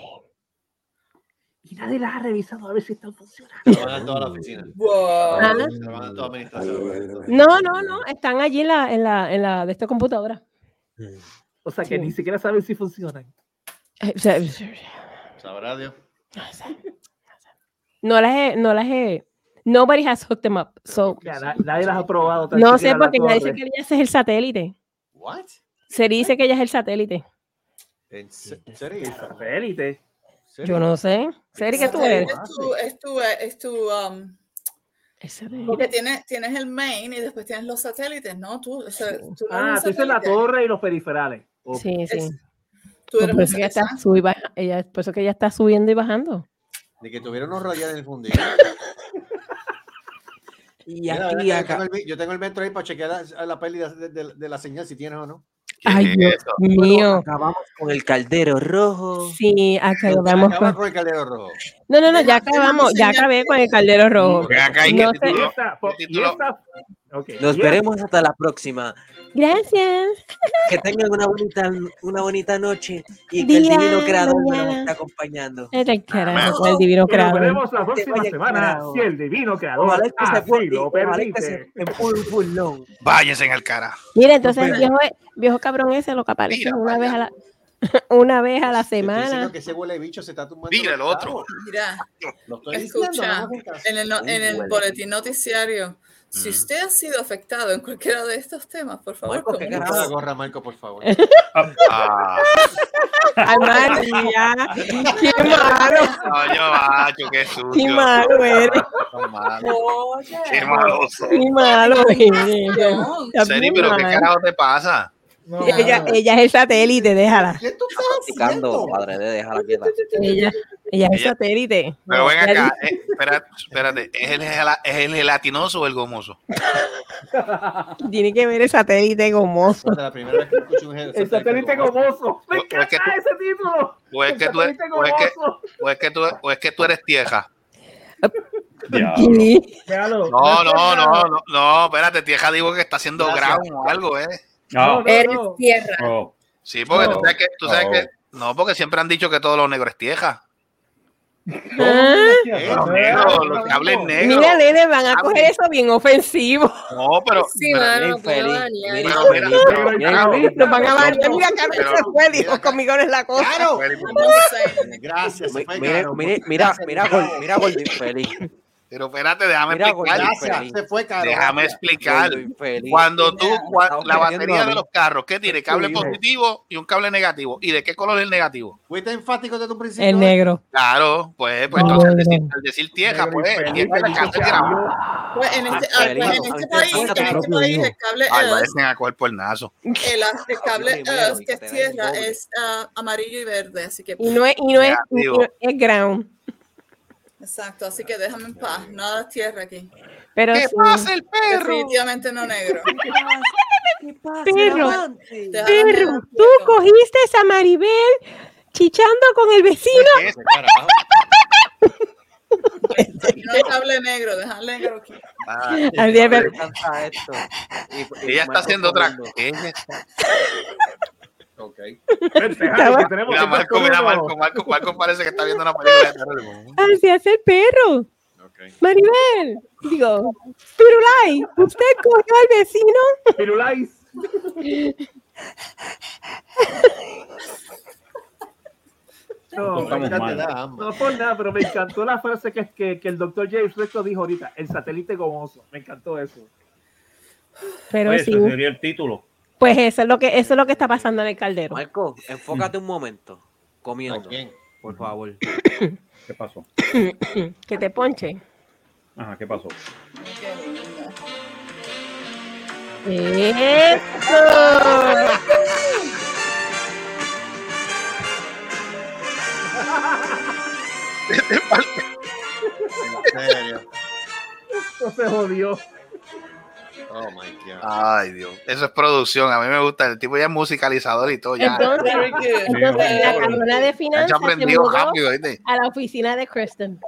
[SPEAKER 8] Y nadie las ha revisado a ver si están funcionando.
[SPEAKER 13] Se van a toda la oficina.
[SPEAKER 7] Wow.
[SPEAKER 4] Ah.
[SPEAKER 13] Se van a toda administración.
[SPEAKER 4] No, no, no. Están allí en la, en la, en la de esta computadora.
[SPEAKER 8] O sea que
[SPEAKER 4] Sí.
[SPEAKER 8] ni siquiera saben si funcionan.
[SPEAKER 4] Eh, o sea,
[SPEAKER 13] Sabrá Dios.
[SPEAKER 4] No las he, no las he. Nobody has hooked them up. So,
[SPEAKER 8] Ya, na- nadie las ha probado. tan
[SPEAKER 4] no sé
[SPEAKER 8] siquiera la
[SPEAKER 4] porque ella dice
[SPEAKER 8] torre.
[SPEAKER 4] que ella es el satélite.
[SPEAKER 13] ¿What?
[SPEAKER 4] Se dice que ella es el satélite.
[SPEAKER 13] ¿En se- serio?
[SPEAKER 8] Satélite.
[SPEAKER 13] ¿Serio?
[SPEAKER 4] Yo no sé. Seri, ¿qué tú eres?
[SPEAKER 7] Es tu, es tu, eh, es tu, um,
[SPEAKER 4] El satélite.
[SPEAKER 7] porque tienes, tienes el main y después tienes los satélites, ¿no? Tú, o sea, tú no eres un
[SPEAKER 8] Ah, tú dices la
[SPEAKER 7] satélite.
[SPEAKER 8] torre y los periferales.
[SPEAKER 4] Sí, sí.
[SPEAKER 7] Tú eres
[SPEAKER 4] Por eso
[SPEAKER 7] muy
[SPEAKER 4] ella está, sub y baja- ella, por eso que ella está subiendo y bajando.
[SPEAKER 13] De que tuvieron unos radiales en el fundillo.
[SPEAKER 1] Y
[SPEAKER 13] Mira,
[SPEAKER 1] aquí,
[SPEAKER 13] yo
[SPEAKER 1] acá.
[SPEAKER 13] tengo el- yo tengo el metro ahí para chequear la, la peli de, de- de la señal si tienes o no.
[SPEAKER 4] Ay, Dios
[SPEAKER 1] Bueno,
[SPEAKER 4] mío.
[SPEAKER 1] acabamos con el caldero rojo.
[SPEAKER 4] Sí, acabamos
[SPEAKER 13] Acaba
[SPEAKER 4] con...
[SPEAKER 13] con el caldero rojo.
[SPEAKER 4] No, no, no, ya acabamos, ya acabé con el caldero rojo.
[SPEAKER 13] Ven acá, ¿y
[SPEAKER 4] No
[SPEAKER 13] qué
[SPEAKER 4] sé-
[SPEAKER 13] título?
[SPEAKER 1] Nos veremos hasta la próxima.
[SPEAKER 4] Gracias.
[SPEAKER 1] Que tengan una bonita, una bonita noche y que el
[SPEAKER 4] Día,
[SPEAKER 1] divino creador nos
[SPEAKER 4] mañana.
[SPEAKER 1] está acompañando.
[SPEAKER 4] Vete
[SPEAKER 13] Ah,
[SPEAKER 4] al carajo, con el divino
[SPEAKER 1] Que nos
[SPEAKER 4] creador.
[SPEAKER 1] veremos
[SPEAKER 8] la próxima semana, si el divino creador
[SPEAKER 1] Ojalá es que se
[SPEAKER 8] así
[SPEAKER 1] porte-
[SPEAKER 8] lo
[SPEAKER 1] ojalá es que se
[SPEAKER 8] permite.
[SPEAKER 1] porte full, full long.
[SPEAKER 5] Váyanse en el cara.
[SPEAKER 4] Mira, entonces el
[SPEAKER 1] Bueno.
[SPEAKER 4] viejo, viejo cabrón ese lo que aparece
[SPEAKER 13] Mira,
[SPEAKER 4] una vez a la una vez a la
[SPEAKER 13] Estoy
[SPEAKER 4] semana.
[SPEAKER 13] diciendo que ese huele bicho se está tumbando.
[SPEAKER 5] Mira el otro.
[SPEAKER 7] Mira,
[SPEAKER 8] Ah,
[SPEAKER 13] Lo estoy diciendo,
[SPEAKER 7] escucha,
[SPEAKER 13] no me hagas
[SPEAKER 7] en el, no-
[SPEAKER 13] Uy,
[SPEAKER 7] en el
[SPEAKER 13] huele.
[SPEAKER 7] boletín noticiario, si usted ha sido afectado en cualquiera de estos temas, por favor,
[SPEAKER 13] Marco, que
[SPEAKER 7] comuníquese.
[SPEAKER 13] agarra la gorra, Marco, por favor.
[SPEAKER 5] Ah.
[SPEAKER 4] Ay, María, qué malo.
[SPEAKER 5] Coño, macho, qué sucio.
[SPEAKER 4] Qué malo eres.
[SPEAKER 5] Qué malo. Qué malo
[SPEAKER 4] Qué malo eres. Estás
[SPEAKER 5] Seri,
[SPEAKER 4] bien
[SPEAKER 5] pero qué
[SPEAKER 4] mal.
[SPEAKER 5] carajo te pasa.
[SPEAKER 4] ella, ella es el satélite, déjala.
[SPEAKER 1] Picando, padre, de dejarla quieta.
[SPEAKER 4] Ella, ella es el
[SPEAKER 5] Ella-
[SPEAKER 4] satélite.
[SPEAKER 5] Pero
[SPEAKER 4] No,
[SPEAKER 5] ven
[SPEAKER 4] ya
[SPEAKER 5] acá,
[SPEAKER 4] di-
[SPEAKER 5] eh, espérate, espérate. ¿Es el, gela- ¿Es el gelatinoso o el gomoso?
[SPEAKER 4] Tiene que ver el satélite gomoso.
[SPEAKER 13] La primera vez que escucho un
[SPEAKER 8] El satélite gomoso. ¡Me
[SPEAKER 5] O es que
[SPEAKER 8] encanta
[SPEAKER 5] tú-
[SPEAKER 8] ese título!
[SPEAKER 5] o es
[SPEAKER 8] El
[SPEAKER 5] que tú eres-
[SPEAKER 8] satélite
[SPEAKER 5] o es que-
[SPEAKER 8] gomoso.
[SPEAKER 5] ¿O es que tú, o es que tú eres tieja?
[SPEAKER 8] Véalo.
[SPEAKER 5] No, no, no, no, no, espérate, tieja digo que está haciendo ground o algo, ¿eh?
[SPEAKER 8] No, no, Eres no.
[SPEAKER 7] tierra.
[SPEAKER 5] Sí, porque
[SPEAKER 8] No.
[SPEAKER 5] tú sabes que, tú sabes
[SPEAKER 8] No.
[SPEAKER 5] que, no, porque siempre han dicho que todos los negros es tieja.
[SPEAKER 8] ¿Ah?
[SPEAKER 5] Los negros, los que hablen Eh, negro. Ah,
[SPEAKER 4] Mira,
[SPEAKER 1] e-
[SPEAKER 4] nene, van a coger eso bien ofensivo.
[SPEAKER 5] No, pero.
[SPEAKER 14] Sí,
[SPEAKER 5] pero-
[SPEAKER 14] mano,
[SPEAKER 5] pero-
[SPEAKER 14] puedo
[SPEAKER 5] pero-
[SPEAKER 14] banear.
[SPEAKER 5] pero-
[SPEAKER 14] Pero-
[SPEAKER 5] pero-
[SPEAKER 14] pero-
[SPEAKER 5] pero-
[SPEAKER 4] Nos van a
[SPEAKER 5] pero-
[SPEAKER 4] bañar. Mira, Carmen se fue, dijo, conmigo no es la cosa.
[SPEAKER 13] Gracias, se fue
[SPEAKER 1] Mira,
[SPEAKER 13] Caro.
[SPEAKER 1] mira, mira, mira, Gol- mira, Goldo infeliz.
[SPEAKER 5] Pero espérate, déjame
[SPEAKER 1] Mira,
[SPEAKER 5] explicar.
[SPEAKER 1] Gordo infeliz.
[SPEAKER 13] Se fue caro.
[SPEAKER 5] Déjame
[SPEAKER 13] Gracias.
[SPEAKER 5] explicar.
[SPEAKER 1] Gordo infeliz.
[SPEAKER 5] Cuando tú, cua-
[SPEAKER 1] estamos
[SPEAKER 5] la
[SPEAKER 1] perdiendo
[SPEAKER 5] batería
[SPEAKER 1] a
[SPEAKER 5] de
[SPEAKER 1] mí.
[SPEAKER 5] los carros, ¿qué tiene?
[SPEAKER 1] Es tu
[SPEAKER 5] Cable
[SPEAKER 1] hijo.
[SPEAKER 5] positivo y un cable negativo. ¿Y de qué color es el negativo?
[SPEAKER 13] Fuiste enfático desde un principio.
[SPEAKER 4] El negro.
[SPEAKER 5] Claro, pues, pues
[SPEAKER 4] No,
[SPEAKER 5] entonces al
[SPEAKER 4] no,
[SPEAKER 5] decir,
[SPEAKER 4] no.
[SPEAKER 5] al decir tieja,
[SPEAKER 8] Negro
[SPEAKER 5] pues,
[SPEAKER 8] infeliz,
[SPEAKER 5] tieja es la que hace
[SPEAKER 8] maldito
[SPEAKER 5] grabo.
[SPEAKER 7] Pues en este, ah, pues en este país, en este país, el cable eh,
[SPEAKER 5] Ay,
[SPEAKER 7] Earth,
[SPEAKER 5] parecen a cuerpo el nazo.
[SPEAKER 7] el, el cable
[SPEAKER 1] primero,
[SPEAKER 7] Earth,
[SPEAKER 1] y
[SPEAKER 7] que
[SPEAKER 1] que
[SPEAKER 7] es
[SPEAKER 1] te den
[SPEAKER 7] tierra,
[SPEAKER 1] doble.
[SPEAKER 7] es ah, amarillo y verde, así que
[SPEAKER 4] Y no es, y no es, y
[SPEAKER 5] Negativo.
[SPEAKER 4] no es ground.
[SPEAKER 7] Exacto, así que déjame en paz, nada es tierra aquí.
[SPEAKER 4] Pero sí.
[SPEAKER 5] el
[SPEAKER 7] Definitivamente no negro.
[SPEAKER 4] Perro,
[SPEAKER 7] Te dejaron
[SPEAKER 4] perro, tú cogiste a Maribel chichando con el vecino.
[SPEAKER 7] No hay cable negro, déjale negro aquí.
[SPEAKER 5] Ay,
[SPEAKER 4] Así es, pero-
[SPEAKER 1] encanta esto. Y- y
[SPEAKER 5] Ella está
[SPEAKER 1] Marco
[SPEAKER 5] haciendo otra.
[SPEAKER 1] Polo.
[SPEAKER 5] Ella está-
[SPEAKER 13] Ok.
[SPEAKER 8] Déjalo, que tenemos
[SPEAKER 5] Mira,
[SPEAKER 8] que
[SPEAKER 5] Marco, mira,
[SPEAKER 8] hacer uno.
[SPEAKER 5] Marco, Marco, Marco parece que está viendo una película de terror.
[SPEAKER 4] Así es Ah, el perro. Maribel, digo, Pirulay, ¿usted cogió al vecino?
[SPEAKER 8] Pirulais. No,
[SPEAKER 3] Estamos
[SPEAKER 8] espérate,
[SPEAKER 3] mal.
[SPEAKER 8] da- no por nada, pero me encantó la frase que, que, que el doctor James Recto dijo ahorita, el satélite gomoso. Me encantó eso.
[SPEAKER 4] Pero
[SPEAKER 3] Oye,
[SPEAKER 4] sí,
[SPEAKER 3] ese sería el título.
[SPEAKER 4] pues eso es lo que eso es lo que está pasando en el caldero.
[SPEAKER 1] Marco, enfócate un momento. Comiendo. Por favor.
[SPEAKER 3] ¿Qué pasó?
[SPEAKER 4] que te ponche.
[SPEAKER 3] Ajá, ¿qué pasó?
[SPEAKER 4] Eso.
[SPEAKER 13] En serio.
[SPEAKER 8] No se jodió.
[SPEAKER 13] Oh my God.
[SPEAKER 5] Ay, Dios. Eso es producción. A mí me gusta. El tipo ya es musicalizador y todo. Oh, Ya.
[SPEAKER 4] Entonces, entonces la cabrona de
[SPEAKER 5] Ya
[SPEAKER 4] finanzas se
[SPEAKER 5] aprendió
[SPEAKER 4] mudó
[SPEAKER 5] rápido, ¿viste?
[SPEAKER 4] a la oficina de Kristen.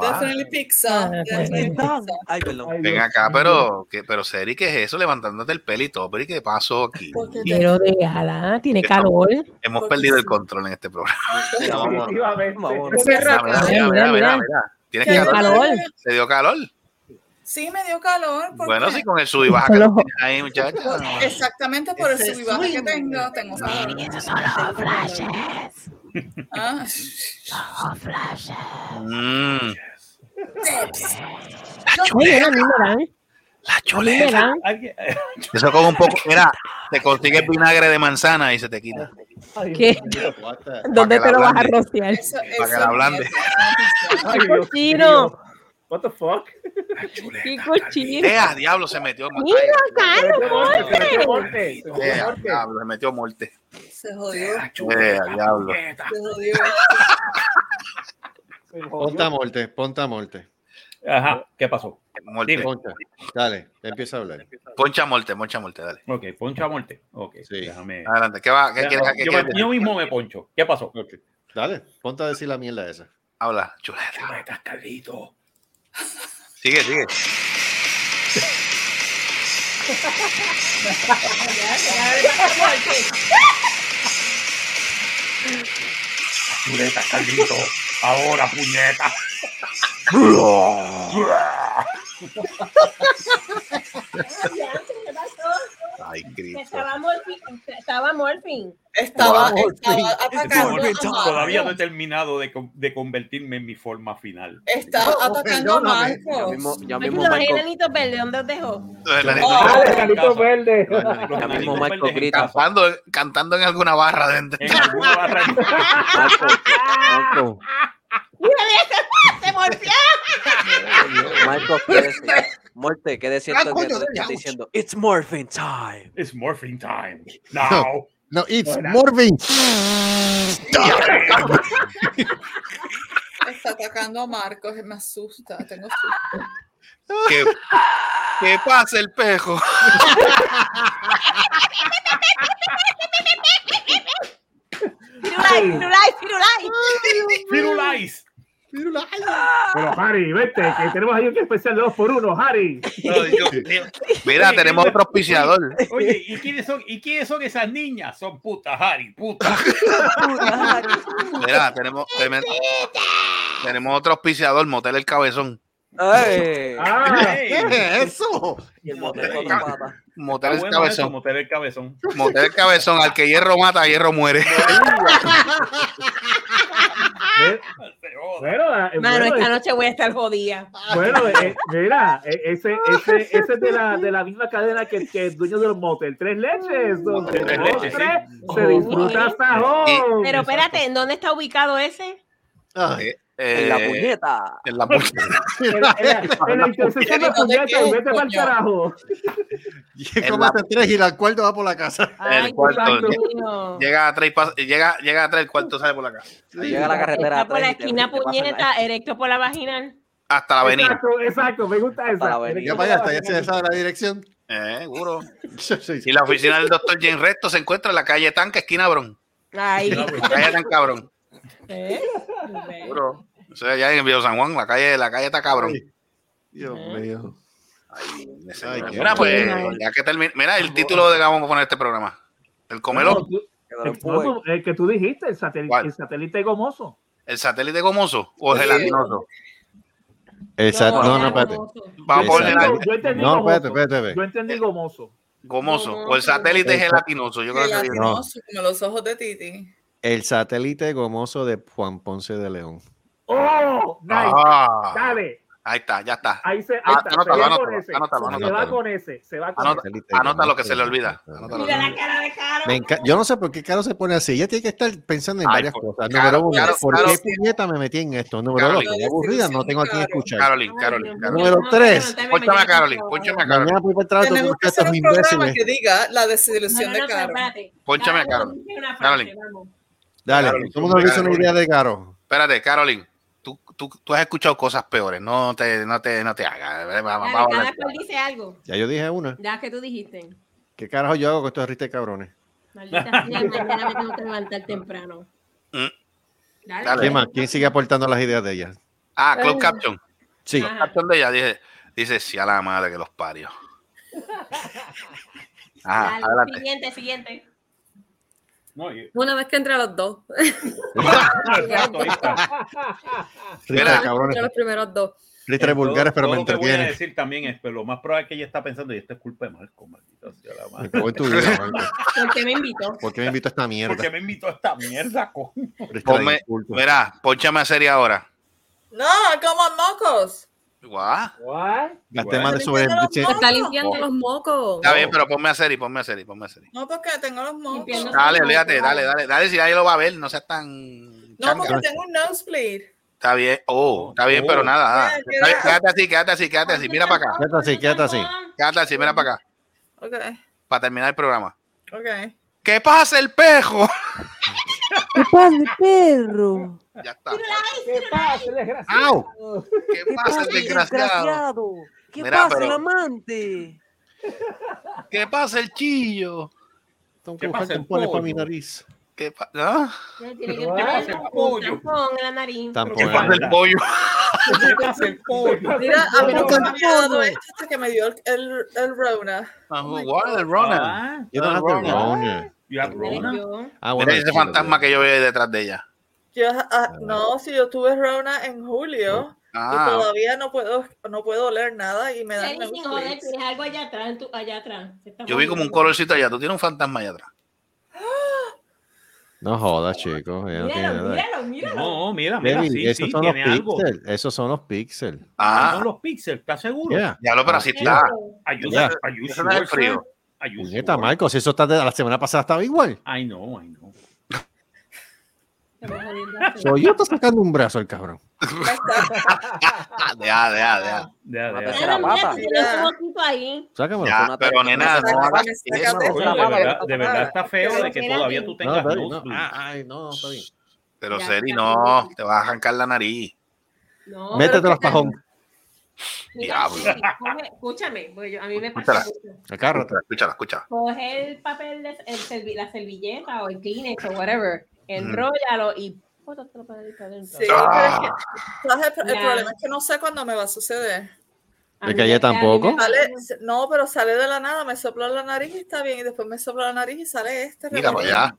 [SPEAKER 4] Ah,
[SPEAKER 7] Definitely pizza. definitely pizza.
[SPEAKER 1] Ay, perdón.
[SPEAKER 5] Ven acá, pero, que, pero Seri, ¿qué es eso? Levantándote el pelo y todo. Pero ¿y qué pasó aquí?
[SPEAKER 4] Pero déjala, tiene
[SPEAKER 5] Estamos-
[SPEAKER 4] calor.
[SPEAKER 5] Hemos perdido el control en este programa.
[SPEAKER 1] Ya, vámonos.
[SPEAKER 8] Definitivamente.
[SPEAKER 1] Vámonos.
[SPEAKER 5] Mira, mira, mira, mira, mira. Tienes
[SPEAKER 7] Te dio
[SPEAKER 5] calor.
[SPEAKER 4] calor.
[SPEAKER 5] Se dio calor.
[SPEAKER 7] Sí, me dio calor. ¿por
[SPEAKER 5] Bueno,
[SPEAKER 7] qué?
[SPEAKER 5] sí, con el sub y baja que tú tienes ahí, muchacha.
[SPEAKER 7] Exactamente por el subibaje que tengo, tengo calor. Ah,
[SPEAKER 5] Mm.
[SPEAKER 7] tips.
[SPEAKER 4] Oye, a mí me dan,
[SPEAKER 5] La
[SPEAKER 4] a mí me
[SPEAKER 5] chuleta.
[SPEAKER 4] dan.
[SPEAKER 5] Eso con un poco. Mira, te consigues vinagre de manzana y se te quita.
[SPEAKER 4] ¿Qué?
[SPEAKER 13] What the-
[SPEAKER 4] ¿Dónde
[SPEAKER 5] Para que
[SPEAKER 4] te
[SPEAKER 5] la
[SPEAKER 4] lo vas a
[SPEAKER 5] ablande.
[SPEAKER 4] rociar?
[SPEAKER 7] Eso-
[SPEAKER 5] Para que la
[SPEAKER 7] eso-
[SPEAKER 5] ablande.
[SPEAKER 7] eso-
[SPEAKER 8] Ay, Dios
[SPEAKER 4] Chino,
[SPEAKER 8] What the fuck?
[SPEAKER 4] Qué cochino.
[SPEAKER 5] ¡Ea, Eh, diablo! Se metió.
[SPEAKER 4] Mira, Carlos,
[SPEAKER 5] Se metió
[SPEAKER 8] Morte.
[SPEAKER 5] Ea, diablo, se metió Morte.
[SPEAKER 7] Se jodió.
[SPEAKER 5] Ea, diablo.
[SPEAKER 7] Se jodió.
[SPEAKER 13] Ponta morte, ponta morte.
[SPEAKER 3] Ajá, ¿qué pasó?
[SPEAKER 5] Morte.
[SPEAKER 13] Poncha, dale, empieza a hablar.
[SPEAKER 5] Poncha Morte, Poncha Morte, dale.
[SPEAKER 3] Ok, Poncha Morte. Ok, déjame.
[SPEAKER 5] Adelante, ¿qué va? Ah, ¿Qué
[SPEAKER 3] Ya,
[SPEAKER 5] quieres?
[SPEAKER 3] yo, me- yo mismo me poncho. ¿Qué pasó?
[SPEAKER 13] Dale, ponte a decir la mierda esa.
[SPEAKER 5] Habla, chuleta.
[SPEAKER 3] Chuletas, Carlito.
[SPEAKER 5] Sigue, sigue.
[SPEAKER 3] Chuletas, Carlito. Ahora, puñeta.
[SPEAKER 5] Ay,
[SPEAKER 4] Estaba Morfin. Estaba Morfin.
[SPEAKER 7] Estaba,
[SPEAKER 3] Morfin.
[SPEAKER 7] estaba atacando.
[SPEAKER 3] Morfin,
[SPEAKER 7] a-
[SPEAKER 3] Todavía no he terminado de, con- de convertirme en mi forma final.
[SPEAKER 7] Estaba atacando a
[SPEAKER 3] perdóname.
[SPEAKER 7] Marcos.
[SPEAKER 3] Ya mismo- ya mismo
[SPEAKER 4] Ayúdame,
[SPEAKER 3] Marco-
[SPEAKER 4] Enanito Verde, ¿dónde os dejó?
[SPEAKER 3] Dale,
[SPEAKER 8] Carlito Verde.
[SPEAKER 3] Ya mismo
[SPEAKER 5] Marco Cantando, cantando en alguna barra dentro.
[SPEAKER 1] Marco,
[SPEAKER 4] ¡Se volvió!
[SPEAKER 1] Marco, ¿qué decir? Muerte, ¿qué decir?
[SPEAKER 4] Ah,
[SPEAKER 1] esto
[SPEAKER 4] coño,
[SPEAKER 1] que le
[SPEAKER 4] dale,
[SPEAKER 1] estás
[SPEAKER 4] ouch.
[SPEAKER 1] diciendo? It's morphine time.
[SPEAKER 3] It's morphine time.
[SPEAKER 13] No,
[SPEAKER 3] Now.
[SPEAKER 13] no, it's
[SPEAKER 3] Ahora.
[SPEAKER 13] Morvin.
[SPEAKER 7] Está atacando a Marcos, me asusta, tengo susto.
[SPEAKER 5] Que, que pase el pejo.
[SPEAKER 4] Firulais, Firulais, Firulais.
[SPEAKER 3] Firulais.
[SPEAKER 8] Pero Harry, vete, que tenemos ahí un especial de dos por uno, Harry.
[SPEAKER 5] Mira, tenemos otro auspiciador.
[SPEAKER 3] Oye, ¿y quiénes son, ¿y quiénes son esas niñas? Son putas, Harry, putas.
[SPEAKER 5] Mira, tenemos, tenemos, tenemos otro auspiciador, Motel El Cabezón.
[SPEAKER 1] Ay.
[SPEAKER 13] eso?
[SPEAKER 5] Motel El
[SPEAKER 3] Ah, bueno eso,
[SPEAKER 5] Cabezón.
[SPEAKER 3] motel el cabezón.
[SPEAKER 5] Motel El Cabezón, al que hierro mata, hierro muere.
[SPEAKER 8] Bueno, eh,
[SPEAKER 4] Mano,
[SPEAKER 8] bueno,
[SPEAKER 4] esta
[SPEAKER 8] eh,
[SPEAKER 4] noche voy a estar jodida.
[SPEAKER 8] bueno, eh, mira, eh, ese, ese, ese es de la, de la misma cadena que, que el dueño del motel, Tres Leches, donde
[SPEAKER 3] Tres
[SPEAKER 8] los
[SPEAKER 3] Leches, sí.
[SPEAKER 8] tres se disfruta hasta home.
[SPEAKER 4] Pero espérate, ¿en dónde está ubicado ese?
[SPEAKER 5] Eh,
[SPEAKER 1] En la
[SPEAKER 5] eh,
[SPEAKER 1] puñeta.
[SPEAKER 5] En la puñeta.
[SPEAKER 8] En la- en la intersección de puñetas, vete pa'l carajo.
[SPEAKER 13] Como hasta tres y la cuarta va por la casa.
[SPEAKER 5] El cuarto. Llega a tres, y pasa- llega, llega a tres, el cuarto sale por la casa.
[SPEAKER 1] Llega a la carretera.
[SPEAKER 4] Está por la
[SPEAKER 1] atrás y te-
[SPEAKER 4] esquina
[SPEAKER 1] te pasan
[SPEAKER 4] puñeta, erecto por la vaginal.
[SPEAKER 5] Hasta la avenida.
[SPEAKER 8] Exacto, exacto, me gusta esa.
[SPEAKER 13] Ya para allá, ya se sabe la dirección.
[SPEAKER 5] Eh, seguro. Y la oficina del doctor James Resto se encuentra en la calle Tanca, esquina Brón.
[SPEAKER 4] Ay.
[SPEAKER 5] La calle Tanca Brón.
[SPEAKER 4] ¿Eh?
[SPEAKER 5] Seguro. O sea, allá en Viejo San Juan, la calle, la calle está cabrón.
[SPEAKER 13] Dios mío.
[SPEAKER 5] Ay, mira, pues, ya que termi- Mira, el título de que vamos a poner este programa. El comelón.
[SPEAKER 8] pues. El, famoso, el que eh, tú dijiste, el satélite, el satélite gomoso.
[SPEAKER 5] El satélite gomoso o gelatinoso.
[SPEAKER 13] Exacto. No, no, espérate.
[SPEAKER 5] Vamos a poner
[SPEAKER 8] Yo,
[SPEAKER 5] la-
[SPEAKER 8] yo entendí
[SPEAKER 13] No,
[SPEAKER 8] gomoso.
[SPEAKER 13] espérate, espérate, espérate.
[SPEAKER 8] Yo entendí gomoso.
[SPEAKER 5] Gomoso. O el satélite
[SPEAKER 13] Exacto.
[SPEAKER 5] gelatinoso. Yo creo que
[SPEAKER 7] Gelatinoso, como los ojos de Titi.
[SPEAKER 13] El satélite gomoso de Juan Ponce de León.
[SPEAKER 8] ¡Oh! Nice.
[SPEAKER 5] Ah.
[SPEAKER 8] Dale.
[SPEAKER 5] Ahí está, ya está.
[SPEAKER 8] Ahí se, ahí
[SPEAKER 5] Ah,
[SPEAKER 8] está.
[SPEAKER 5] anótalo,
[SPEAKER 8] se va
[SPEAKER 5] anótalo,
[SPEAKER 8] con ese.
[SPEAKER 5] anótalo,
[SPEAKER 8] se
[SPEAKER 5] anótalo.
[SPEAKER 8] va con ese. Se va con
[SPEAKER 5] Anota,
[SPEAKER 8] ese.
[SPEAKER 5] anota lo que se le olvida. Anótalo.
[SPEAKER 13] Me enca- Yo no sé por qué Caro se pone así. Ella tiene que estar pensando en
[SPEAKER 5] Ay,
[SPEAKER 13] varias
[SPEAKER 5] por-
[SPEAKER 13] cosas.
[SPEAKER 5] Caro,
[SPEAKER 13] Número uno,
[SPEAKER 5] Caro,
[SPEAKER 13] ¿por
[SPEAKER 5] Caro.
[SPEAKER 13] qué puñeta me metí en esto? Número
[SPEAKER 5] Carolyn.
[SPEAKER 13] dos, estoy aburrida, no tengo a quien escuchar.
[SPEAKER 5] Carolyn, Carolyn, Carolyn.
[SPEAKER 13] Número tres,
[SPEAKER 5] Pónchame a Carolyn, pónchame a Carolyn.
[SPEAKER 13] mañana voy para el trabajo
[SPEAKER 7] Tenemos
[SPEAKER 13] con
[SPEAKER 7] que hacer
[SPEAKER 13] estos
[SPEAKER 7] un programa
[SPEAKER 13] imbéciles.
[SPEAKER 7] que diga la
[SPEAKER 4] No,
[SPEAKER 7] desilusión
[SPEAKER 4] no,
[SPEAKER 7] de
[SPEAKER 4] no,
[SPEAKER 7] Carol.
[SPEAKER 5] Pónchame a Carolyn. Carolyn,
[SPEAKER 13] Dale,
[SPEAKER 5] Carolyn,
[SPEAKER 13] todo el mundo dice una
[SPEAKER 5] Carolyn.
[SPEAKER 13] idea de Caro.
[SPEAKER 5] espérate, Carolyn. Tú, tú, tú has escuchado cosas peores. No te, no te, no te hagas. Vamos, Ah, vamos a
[SPEAKER 4] Dale,
[SPEAKER 5] hablar.
[SPEAKER 4] cada cual dice algo.
[SPEAKER 13] Ya yo dije una.
[SPEAKER 4] Ya que tú dijiste.
[SPEAKER 13] ¿Qué carajo yo hago con estos ristes cabrones?
[SPEAKER 4] Maldita sea, mañana me tengo que levantar temprano.
[SPEAKER 5] Mm.
[SPEAKER 4] Dale.
[SPEAKER 5] Dale.
[SPEAKER 13] ¿Qué más? ¿Quién sigue aportando las ideas de ella?
[SPEAKER 5] Ah, Club Caption.
[SPEAKER 13] Sí.
[SPEAKER 5] Club Caption de ella dice, dice, sí a la madre que los parió. Ajá,
[SPEAKER 4] Dale,
[SPEAKER 5] Ah, adelante.
[SPEAKER 4] Siguiente, siguiente.
[SPEAKER 11] Una vez que entre los dos.
[SPEAKER 13] Ristres cabrones.
[SPEAKER 11] Entre los primeros dos.
[SPEAKER 13] Ristres vulgares, pero me
[SPEAKER 3] Eh, Todo lo que voy a
[SPEAKER 13] entretienen.
[SPEAKER 3] decir también es, pero lo más probable es que ella está pensando, y esto es culpa de Marco, maldita sea la
[SPEAKER 13] Me
[SPEAKER 3] madre.
[SPEAKER 13] cago en tu vida, Marco.
[SPEAKER 4] ¿Por qué me invitó?
[SPEAKER 13] ¿Por qué me invito a esta mierda?
[SPEAKER 3] Porque me invitó a esta mierda, coño.
[SPEAKER 13] Ristres
[SPEAKER 5] Ponme,
[SPEAKER 13] incultos.
[SPEAKER 5] mira, ponchame a serie ahora.
[SPEAKER 7] No, como mocos.
[SPEAKER 5] Guau.
[SPEAKER 13] Gasté más de su
[SPEAKER 11] Se está limpiando los mocos.
[SPEAKER 5] Está bien, pero ponme a serie, ponme a serie, ponme a serie.
[SPEAKER 7] No, porque tengo los mocos.
[SPEAKER 5] Dale, olvídate, dale, dale, dale, si nadie lo va a ver, no seas tan
[SPEAKER 7] No, porque tengo un nosebleed. Ah,
[SPEAKER 5] Está bien, oh, está bien,
[SPEAKER 13] Oh.
[SPEAKER 5] pero nada. nada.
[SPEAKER 7] Quédate,
[SPEAKER 5] Está bien,
[SPEAKER 7] quédate.
[SPEAKER 5] Quédate así, quédate así, quédate así. Mira para acá.
[SPEAKER 13] Quédate así, quédate así.
[SPEAKER 5] Quédate así, mira para acá.
[SPEAKER 7] Ok,
[SPEAKER 5] Para terminar el programa.
[SPEAKER 7] ok.
[SPEAKER 5] ¿Qué pasa, el pejo?
[SPEAKER 14] ¿Qué pasa, perro?
[SPEAKER 5] Ya está.
[SPEAKER 8] ¿Qué pasa,
[SPEAKER 5] ¡Au!
[SPEAKER 14] ¿Qué
[SPEAKER 5] pasa, desgraciado? Oh,
[SPEAKER 14] ¿Qué
[SPEAKER 5] Mira,
[SPEAKER 14] pasa,
[SPEAKER 5] pero-
[SPEAKER 14] el amante?
[SPEAKER 5] ¿Qué pasa, el chillo?
[SPEAKER 13] Tengo que
[SPEAKER 5] que ¿Qué buscar
[SPEAKER 13] buscar
[SPEAKER 5] pasa, el
[SPEAKER 13] tampones
[SPEAKER 5] tampones
[SPEAKER 13] para
[SPEAKER 5] para
[SPEAKER 13] mi
[SPEAKER 5] mi
[SPEAKER 13] nariz.
[SPEAKER 5] ¿Qué pasa?
[SPEAKER 4] Tiene que
[SPEAKER 13] Pero
[SPEAKER 4] entrar
[SPEAKER 13] hace
[SPEAKER 4] un
[SPEAKER 13] pollo.
[SPEAKER 4] tampón en la nariz.
[SPEAKER 13] Tampones.
[SPEAKER 5] ¿Qué pasa, el pollo?
[SPEAKER 16] ¿Qué pasa, el pollo?
[SPEAKER 7] Mira, a mí
[SPEAKER 5] Pero-
[SPEAKER 7] nunca me había dado esto hasta que me dio el, el, el Rona.
[SPEAKER 5] Ah,
[SPEAKER 7] Oh
[SPEAKER 5] What, el Ronan?
[SPEAKER 13] You don't have the Rona. Ah, bueno,
[SPEAKER 5] ese
[SPEAKER 13] sí,
[SPEAKER 5] fantasma que yo veo ahí detrás de ella.
[SPEAKER 7] Yo, ah, no, si yo tuve Rona en julio
[SPEAKER 5] Ah.
[SPEAKER 7] y todavía no puedo, no puedo oler nada y me dan
[SPEAKER 4] Eres sin joder,
[SPEAKER 7] nosebleeds.
[SPEAKER 4] tienes algo allá atrás, en tu- allá atrás. Se está
[SPEAKER 5] Yo vi como un colorcito allá. Tú tienes un fantasma allá atrás.
[SPEAKER 13] No jodas, chicos. ella no tiene
[SPEAKER 4] Míralo,
[SPEAKER 13] nada.
[SPEAKER 4] míralo, Ah, míralo.
[SPEAKER 3] No, mira, mira,
[SPEAKER 13] Baby,
[SPEAKER 3] sí,
[SPEAKER 13] esos,
[SPEAKER 3] sí,
[SPEAKER 13] son los
[SPEAKER 3] tiene algo.
[SPEAKER 13] pixels, esos son los pixels.
[SPEAKER 3] Ah. Son los píxeles, ¿estás seguro?
[SPEAKER 13] Yeah.
[SPEAKER 5] Ya
[SPEAKER 4] Ah,
[SPEAKER 5] lo, pero así está.
[SPEAKER 3] Ayuda,
[SPEAKER 13] Yeah.
[SPEAKER 3] ayuda.
[SPEAKER 5] Eso no es el frío.
[SPEAKER 13] Puñeta, Marcos, eso está de- la semana pasada estaba igual.
[SPEAKER 3] Ay, no, ay, no.
[SPEAKER 7] Ah.
[SPEAKER 13] Soy yo está sacando un brazo el cabrón.
[SPEAKER 5] Deja, deja, deja.
[SPEAKER 4] Mira, mira, tiene un poquito ahí.
[SPEAKER 13] Sácamelo.
[SPEAKER 5] Ya, pero nena, no hagas eso.
[SPEAKER 3] Coño, de, verdad, de verdad está feo de que
[SPEAKER 4] Espérate.
[SPEAKER 3] todavía tú tengas
[SPEAKER 13] No, pero-
[SPEAKER 3] luz.
[SPEAKER 13] no, ay, no, está bien.
[SPEAKER 5] Pero
[SPEAKER 4] Ya,
[SPEAKER 5] Seri,
[SPEAKER 4] ya.
[SPEAKER 5] no, te vas a arrancar la nariz.
[SPEAKER 4] No,
[SPEAKER 13] Métete
[SPEAKER 4] pero-
[SPEAKER 13] los pajón.
[SPEAKER 4] Mira,
[SPEAKER 5] Diablo.
[SPEAKER 4] sí, coge- Escúchame, porque yo- a mí me pasa
[SPEAKER 5] Escúchala,
[SPEAKER 4] mucho.
[SPEAKER 13] Acárrate.
[SPEAKER 5] escúchala, escúchala.
[SPEAKER 4] Coge el papel, de, el servi- la servilleta o el Kleenex o whatever,
[SPEAKER 17] enróllalo y
[SPEAKER 4] pótatelo para ahí para adentro.
[SPEAKER 7] Sí, pero
[SPEAKER 13] Ah,
[SPEAKER 7] es que, ¿sabes el, el
[SPEAKER 4] Ya.
[SPEAKER 7] problema es que no sé cuándo me va a suceder.
[SPEAKER 13] Es que ella tampoco.
[SPEAKER 7] Sale- no, pero sale de la nada, me sopló la nariz y está bien, y después me sopló la nariz y sale este.
[SPEAKER 5] Mira pues para
[SPEAKER 7] revolú.
[SPEAKER 5] allá.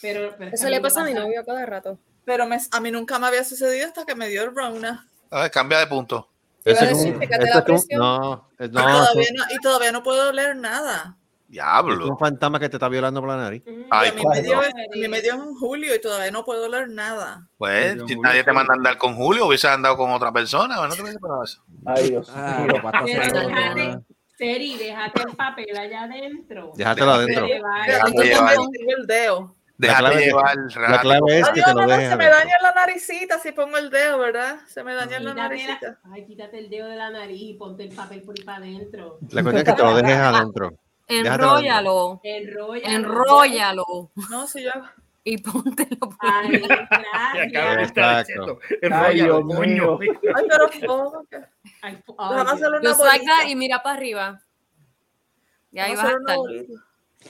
[SPEAKER 4] Pero, pero
[SPEAKER 11] Eso le pasa a mi novio
[SPEAKER 7] cada rato. Pero me- a mí nunca me había sucedido hasta que me dio el Rona.
[SPEAKER 5] A ver, cambia de punto.
[SPEAKER 13] Eso
[SPEAKER 7] Iba a
[SPEAKER 13] es
[SPEAKER 7] decir,
[SPEAKER 13] un- esto
[SPEAKER 7] fíjate
[SPEAKER 13] es
[SPEAKER 7] la
[SPEAKER 13] un-
[SPEAKER 7] presión.
[SPEAKER 13] no, es- Eh, no,
[SPEAKER 7] y, todavía
[SPEAKER 13] eso-
[SPEAKER 7] no, y todavía no puedo oler nada.
[SPEAKER 13] es un fantasma que te está violando por la nariz.
[SPEAKER 4] Mm.
[SPEAKER 5] Ay,
[SPEAKER 7] Y a, mí me
[SPEAKER 5] coño.
[SPEAKER 7] dio, a mí me dio en julio y todavía no puedo oler nada.
[SPEAKER 5] Pues, si nadie te manda a andar con Julio, hubieses andado con otra persona. No te hubiese pasado eso.
[SPEAKER 18] Ay, Dios.
[SPEAKER 4] Pero déjate, Seri, déjate el papel allá adentro.
[SPEAKER 13] Déjatelo adentro.
[SPEAKER 4] Te va a-
[SPEAKER 7] Mira,
[SPEAKER 5] Déjate
[SPEAKER 7] entonces me
[SPEAKER 5] llevar.
[SPEAKER 7] pongo el dedo.
[SPEAKER 13] La
[SPEAKER 5] Déjate
[SPEAKER 13] clave,
[SPEAKER 5] llevar.
[SPEAKER 13] la clave es Pues, que
[SPEAKER 7] Ay,
[SPEAKER 13] te
[SPEAKER 7] no,
[SPEAKER 13] lo
[SPEAKER 7] no,
[SPEAKER 13] dejes.
[SPEAKER 7] se me
[SPEAKER 13] adentro.
[SPEAKER 7] daña la naricita si pongo el dedo, ¿verdad? Se me daña la
[SPEAKER 4] Quítate la-
[SPEAKER 7] naricita.
[SPEAKER 4] ay, quítate el dedo de la nariz y ponte el papel por ahí para adentro.
[SPEAKER 13] La cuestión es que te lo dejes adentro. Déjatelo
[SPEAKER 4] Enróllalo.
[SPEAKER 13] adentro.
[SPEAKER 4] Enróllalo.
[SPEAKER 7] No, si yo.
[SPEAKER 4] Y póntelo por ahí.
[SPEAKER 13] Exacto.
[SPEAKER 8] Ay, Dios mío.
[SPEAKER 7] Ay, pero. oh, que-
[SPEAKER 4] Ay,
[SPEAKER 7] Déjame hacerle una
[SPEAKER 4] Lo saca
[SPEAKER 7] bolita.
[SPEAKER 4] y mira para arriba. Y ahí
[SPEAKER 7] Déjame
[SPEAKER 4] vas a
[SPEAKER 7] hacerle una
[SPEAKER 4] estar.
[SPEAKER 7] bolita.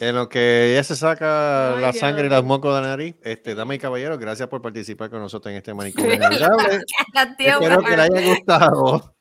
[SPEAKER 13] En lo que ella se saca
[SPEAKER 4] Ay,
[SPEAKER 13] la
[SPEAKER 4] Dios.
[SPEAKER 13] sangre y los mocos de la nariz, este, dame y caballero, gracias por participar con nosotros en este manicomio. inolvidable.
[SPEAKER 4] La tía
[SPEAKER 13] Espero que
[SPEAKER 4] Bárbara.
[SPEAKER 13] le haya gustado.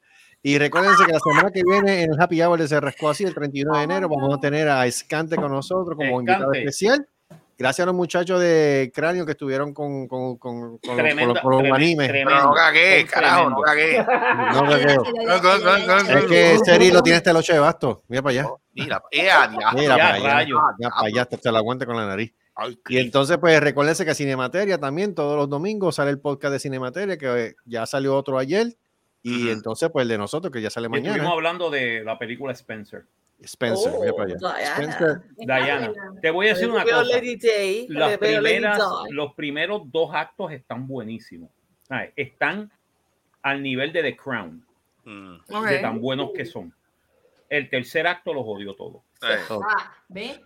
[SPEAKER 13] Y recuérdense que la semana que viene en el Happy Hour de Cerrasco así, el 31 de enero, vamos a tener a Escante con nosotros como invitado
[SPEAKER 3] Escante.
[SPEAKER 13] especial. Gracias a los muchachos de Cráneo que estuvieron con, con, con, con, con-
[SPEAKER 3] Tremenda-
[SPEAKER 13] con los
[SPEAKER 3] tremen-
[SPEAKER 13] animes.
[SPEAKER 3] tremendo.
[SPEAKER 5] Pero no cagué,
[SPEAKER 3] Son
[SPEAKER 5] carajo, no
[SPEAKER 3] tremendos.
[SPEAKER 5] cagué.
[SPEAKER 13] No, cagueo.
[SPEAKER 5] Go, go, go, go,
[SPEAKER 13] Es
[SPEAKER 5] go.
[SPEAKER 13] que Seri lo tiene hasta el 8 de basto. Mira para allá.
[SPEAKER 5] Oh, Mira, ea, diablo.
[SPEAKER 13] Mira, para allá,
[SPEAKER 5] rayos.
[SPEAKER 13] ya para allá, hasta la aguante con la nariz.
[SPEAKER 5] Ay,
[SPEAKER 13] Y entonces, pues recuérdense que Cinemateria también, todos los domingos sale el podcast de Cinemateria, que eh, ya salió otro ayer, y entonces, pues el de nosotros, que ya sale
[SPEAKER 3] Y
[SPEAKER 13] mañana.
[SPEAKER 3] Estuvimos hablando de la película Spencer.
[SPEAKER 13] Spencer,
[SPEAKER 7] Oh,
[SPEAKER 13] mira para allá.
[SPEAKER 7] Diana.
[SPEAKER 13] Spencer,
[SPEAKER 3] Diana, te voy a decir
[SPEAKER 7] Le
[SPEAKER 3] una
[SPEAKER 7] veo
[SPEAKER 3] cosa.
[SPEAKER 7] Lady Day, le
[SPEAKER 3] Las
[SPEAKER 7] veo Lady
[SPEAKER 3] primeras,
[SPEAKER 7] Di.
[SPEAKER 3] los primeros dos actos están buenísimos. Ay, Están al nivel de The Crown,
[SPEAKER 5] Mm.
[SPEAKER 4] Ok.
[SPEAKER 3] de tan buenos que son. El tercer acto los odio todo.
[SPEAKER 5] Eh.
[SPEAKER 4] Ah, ¿Ves?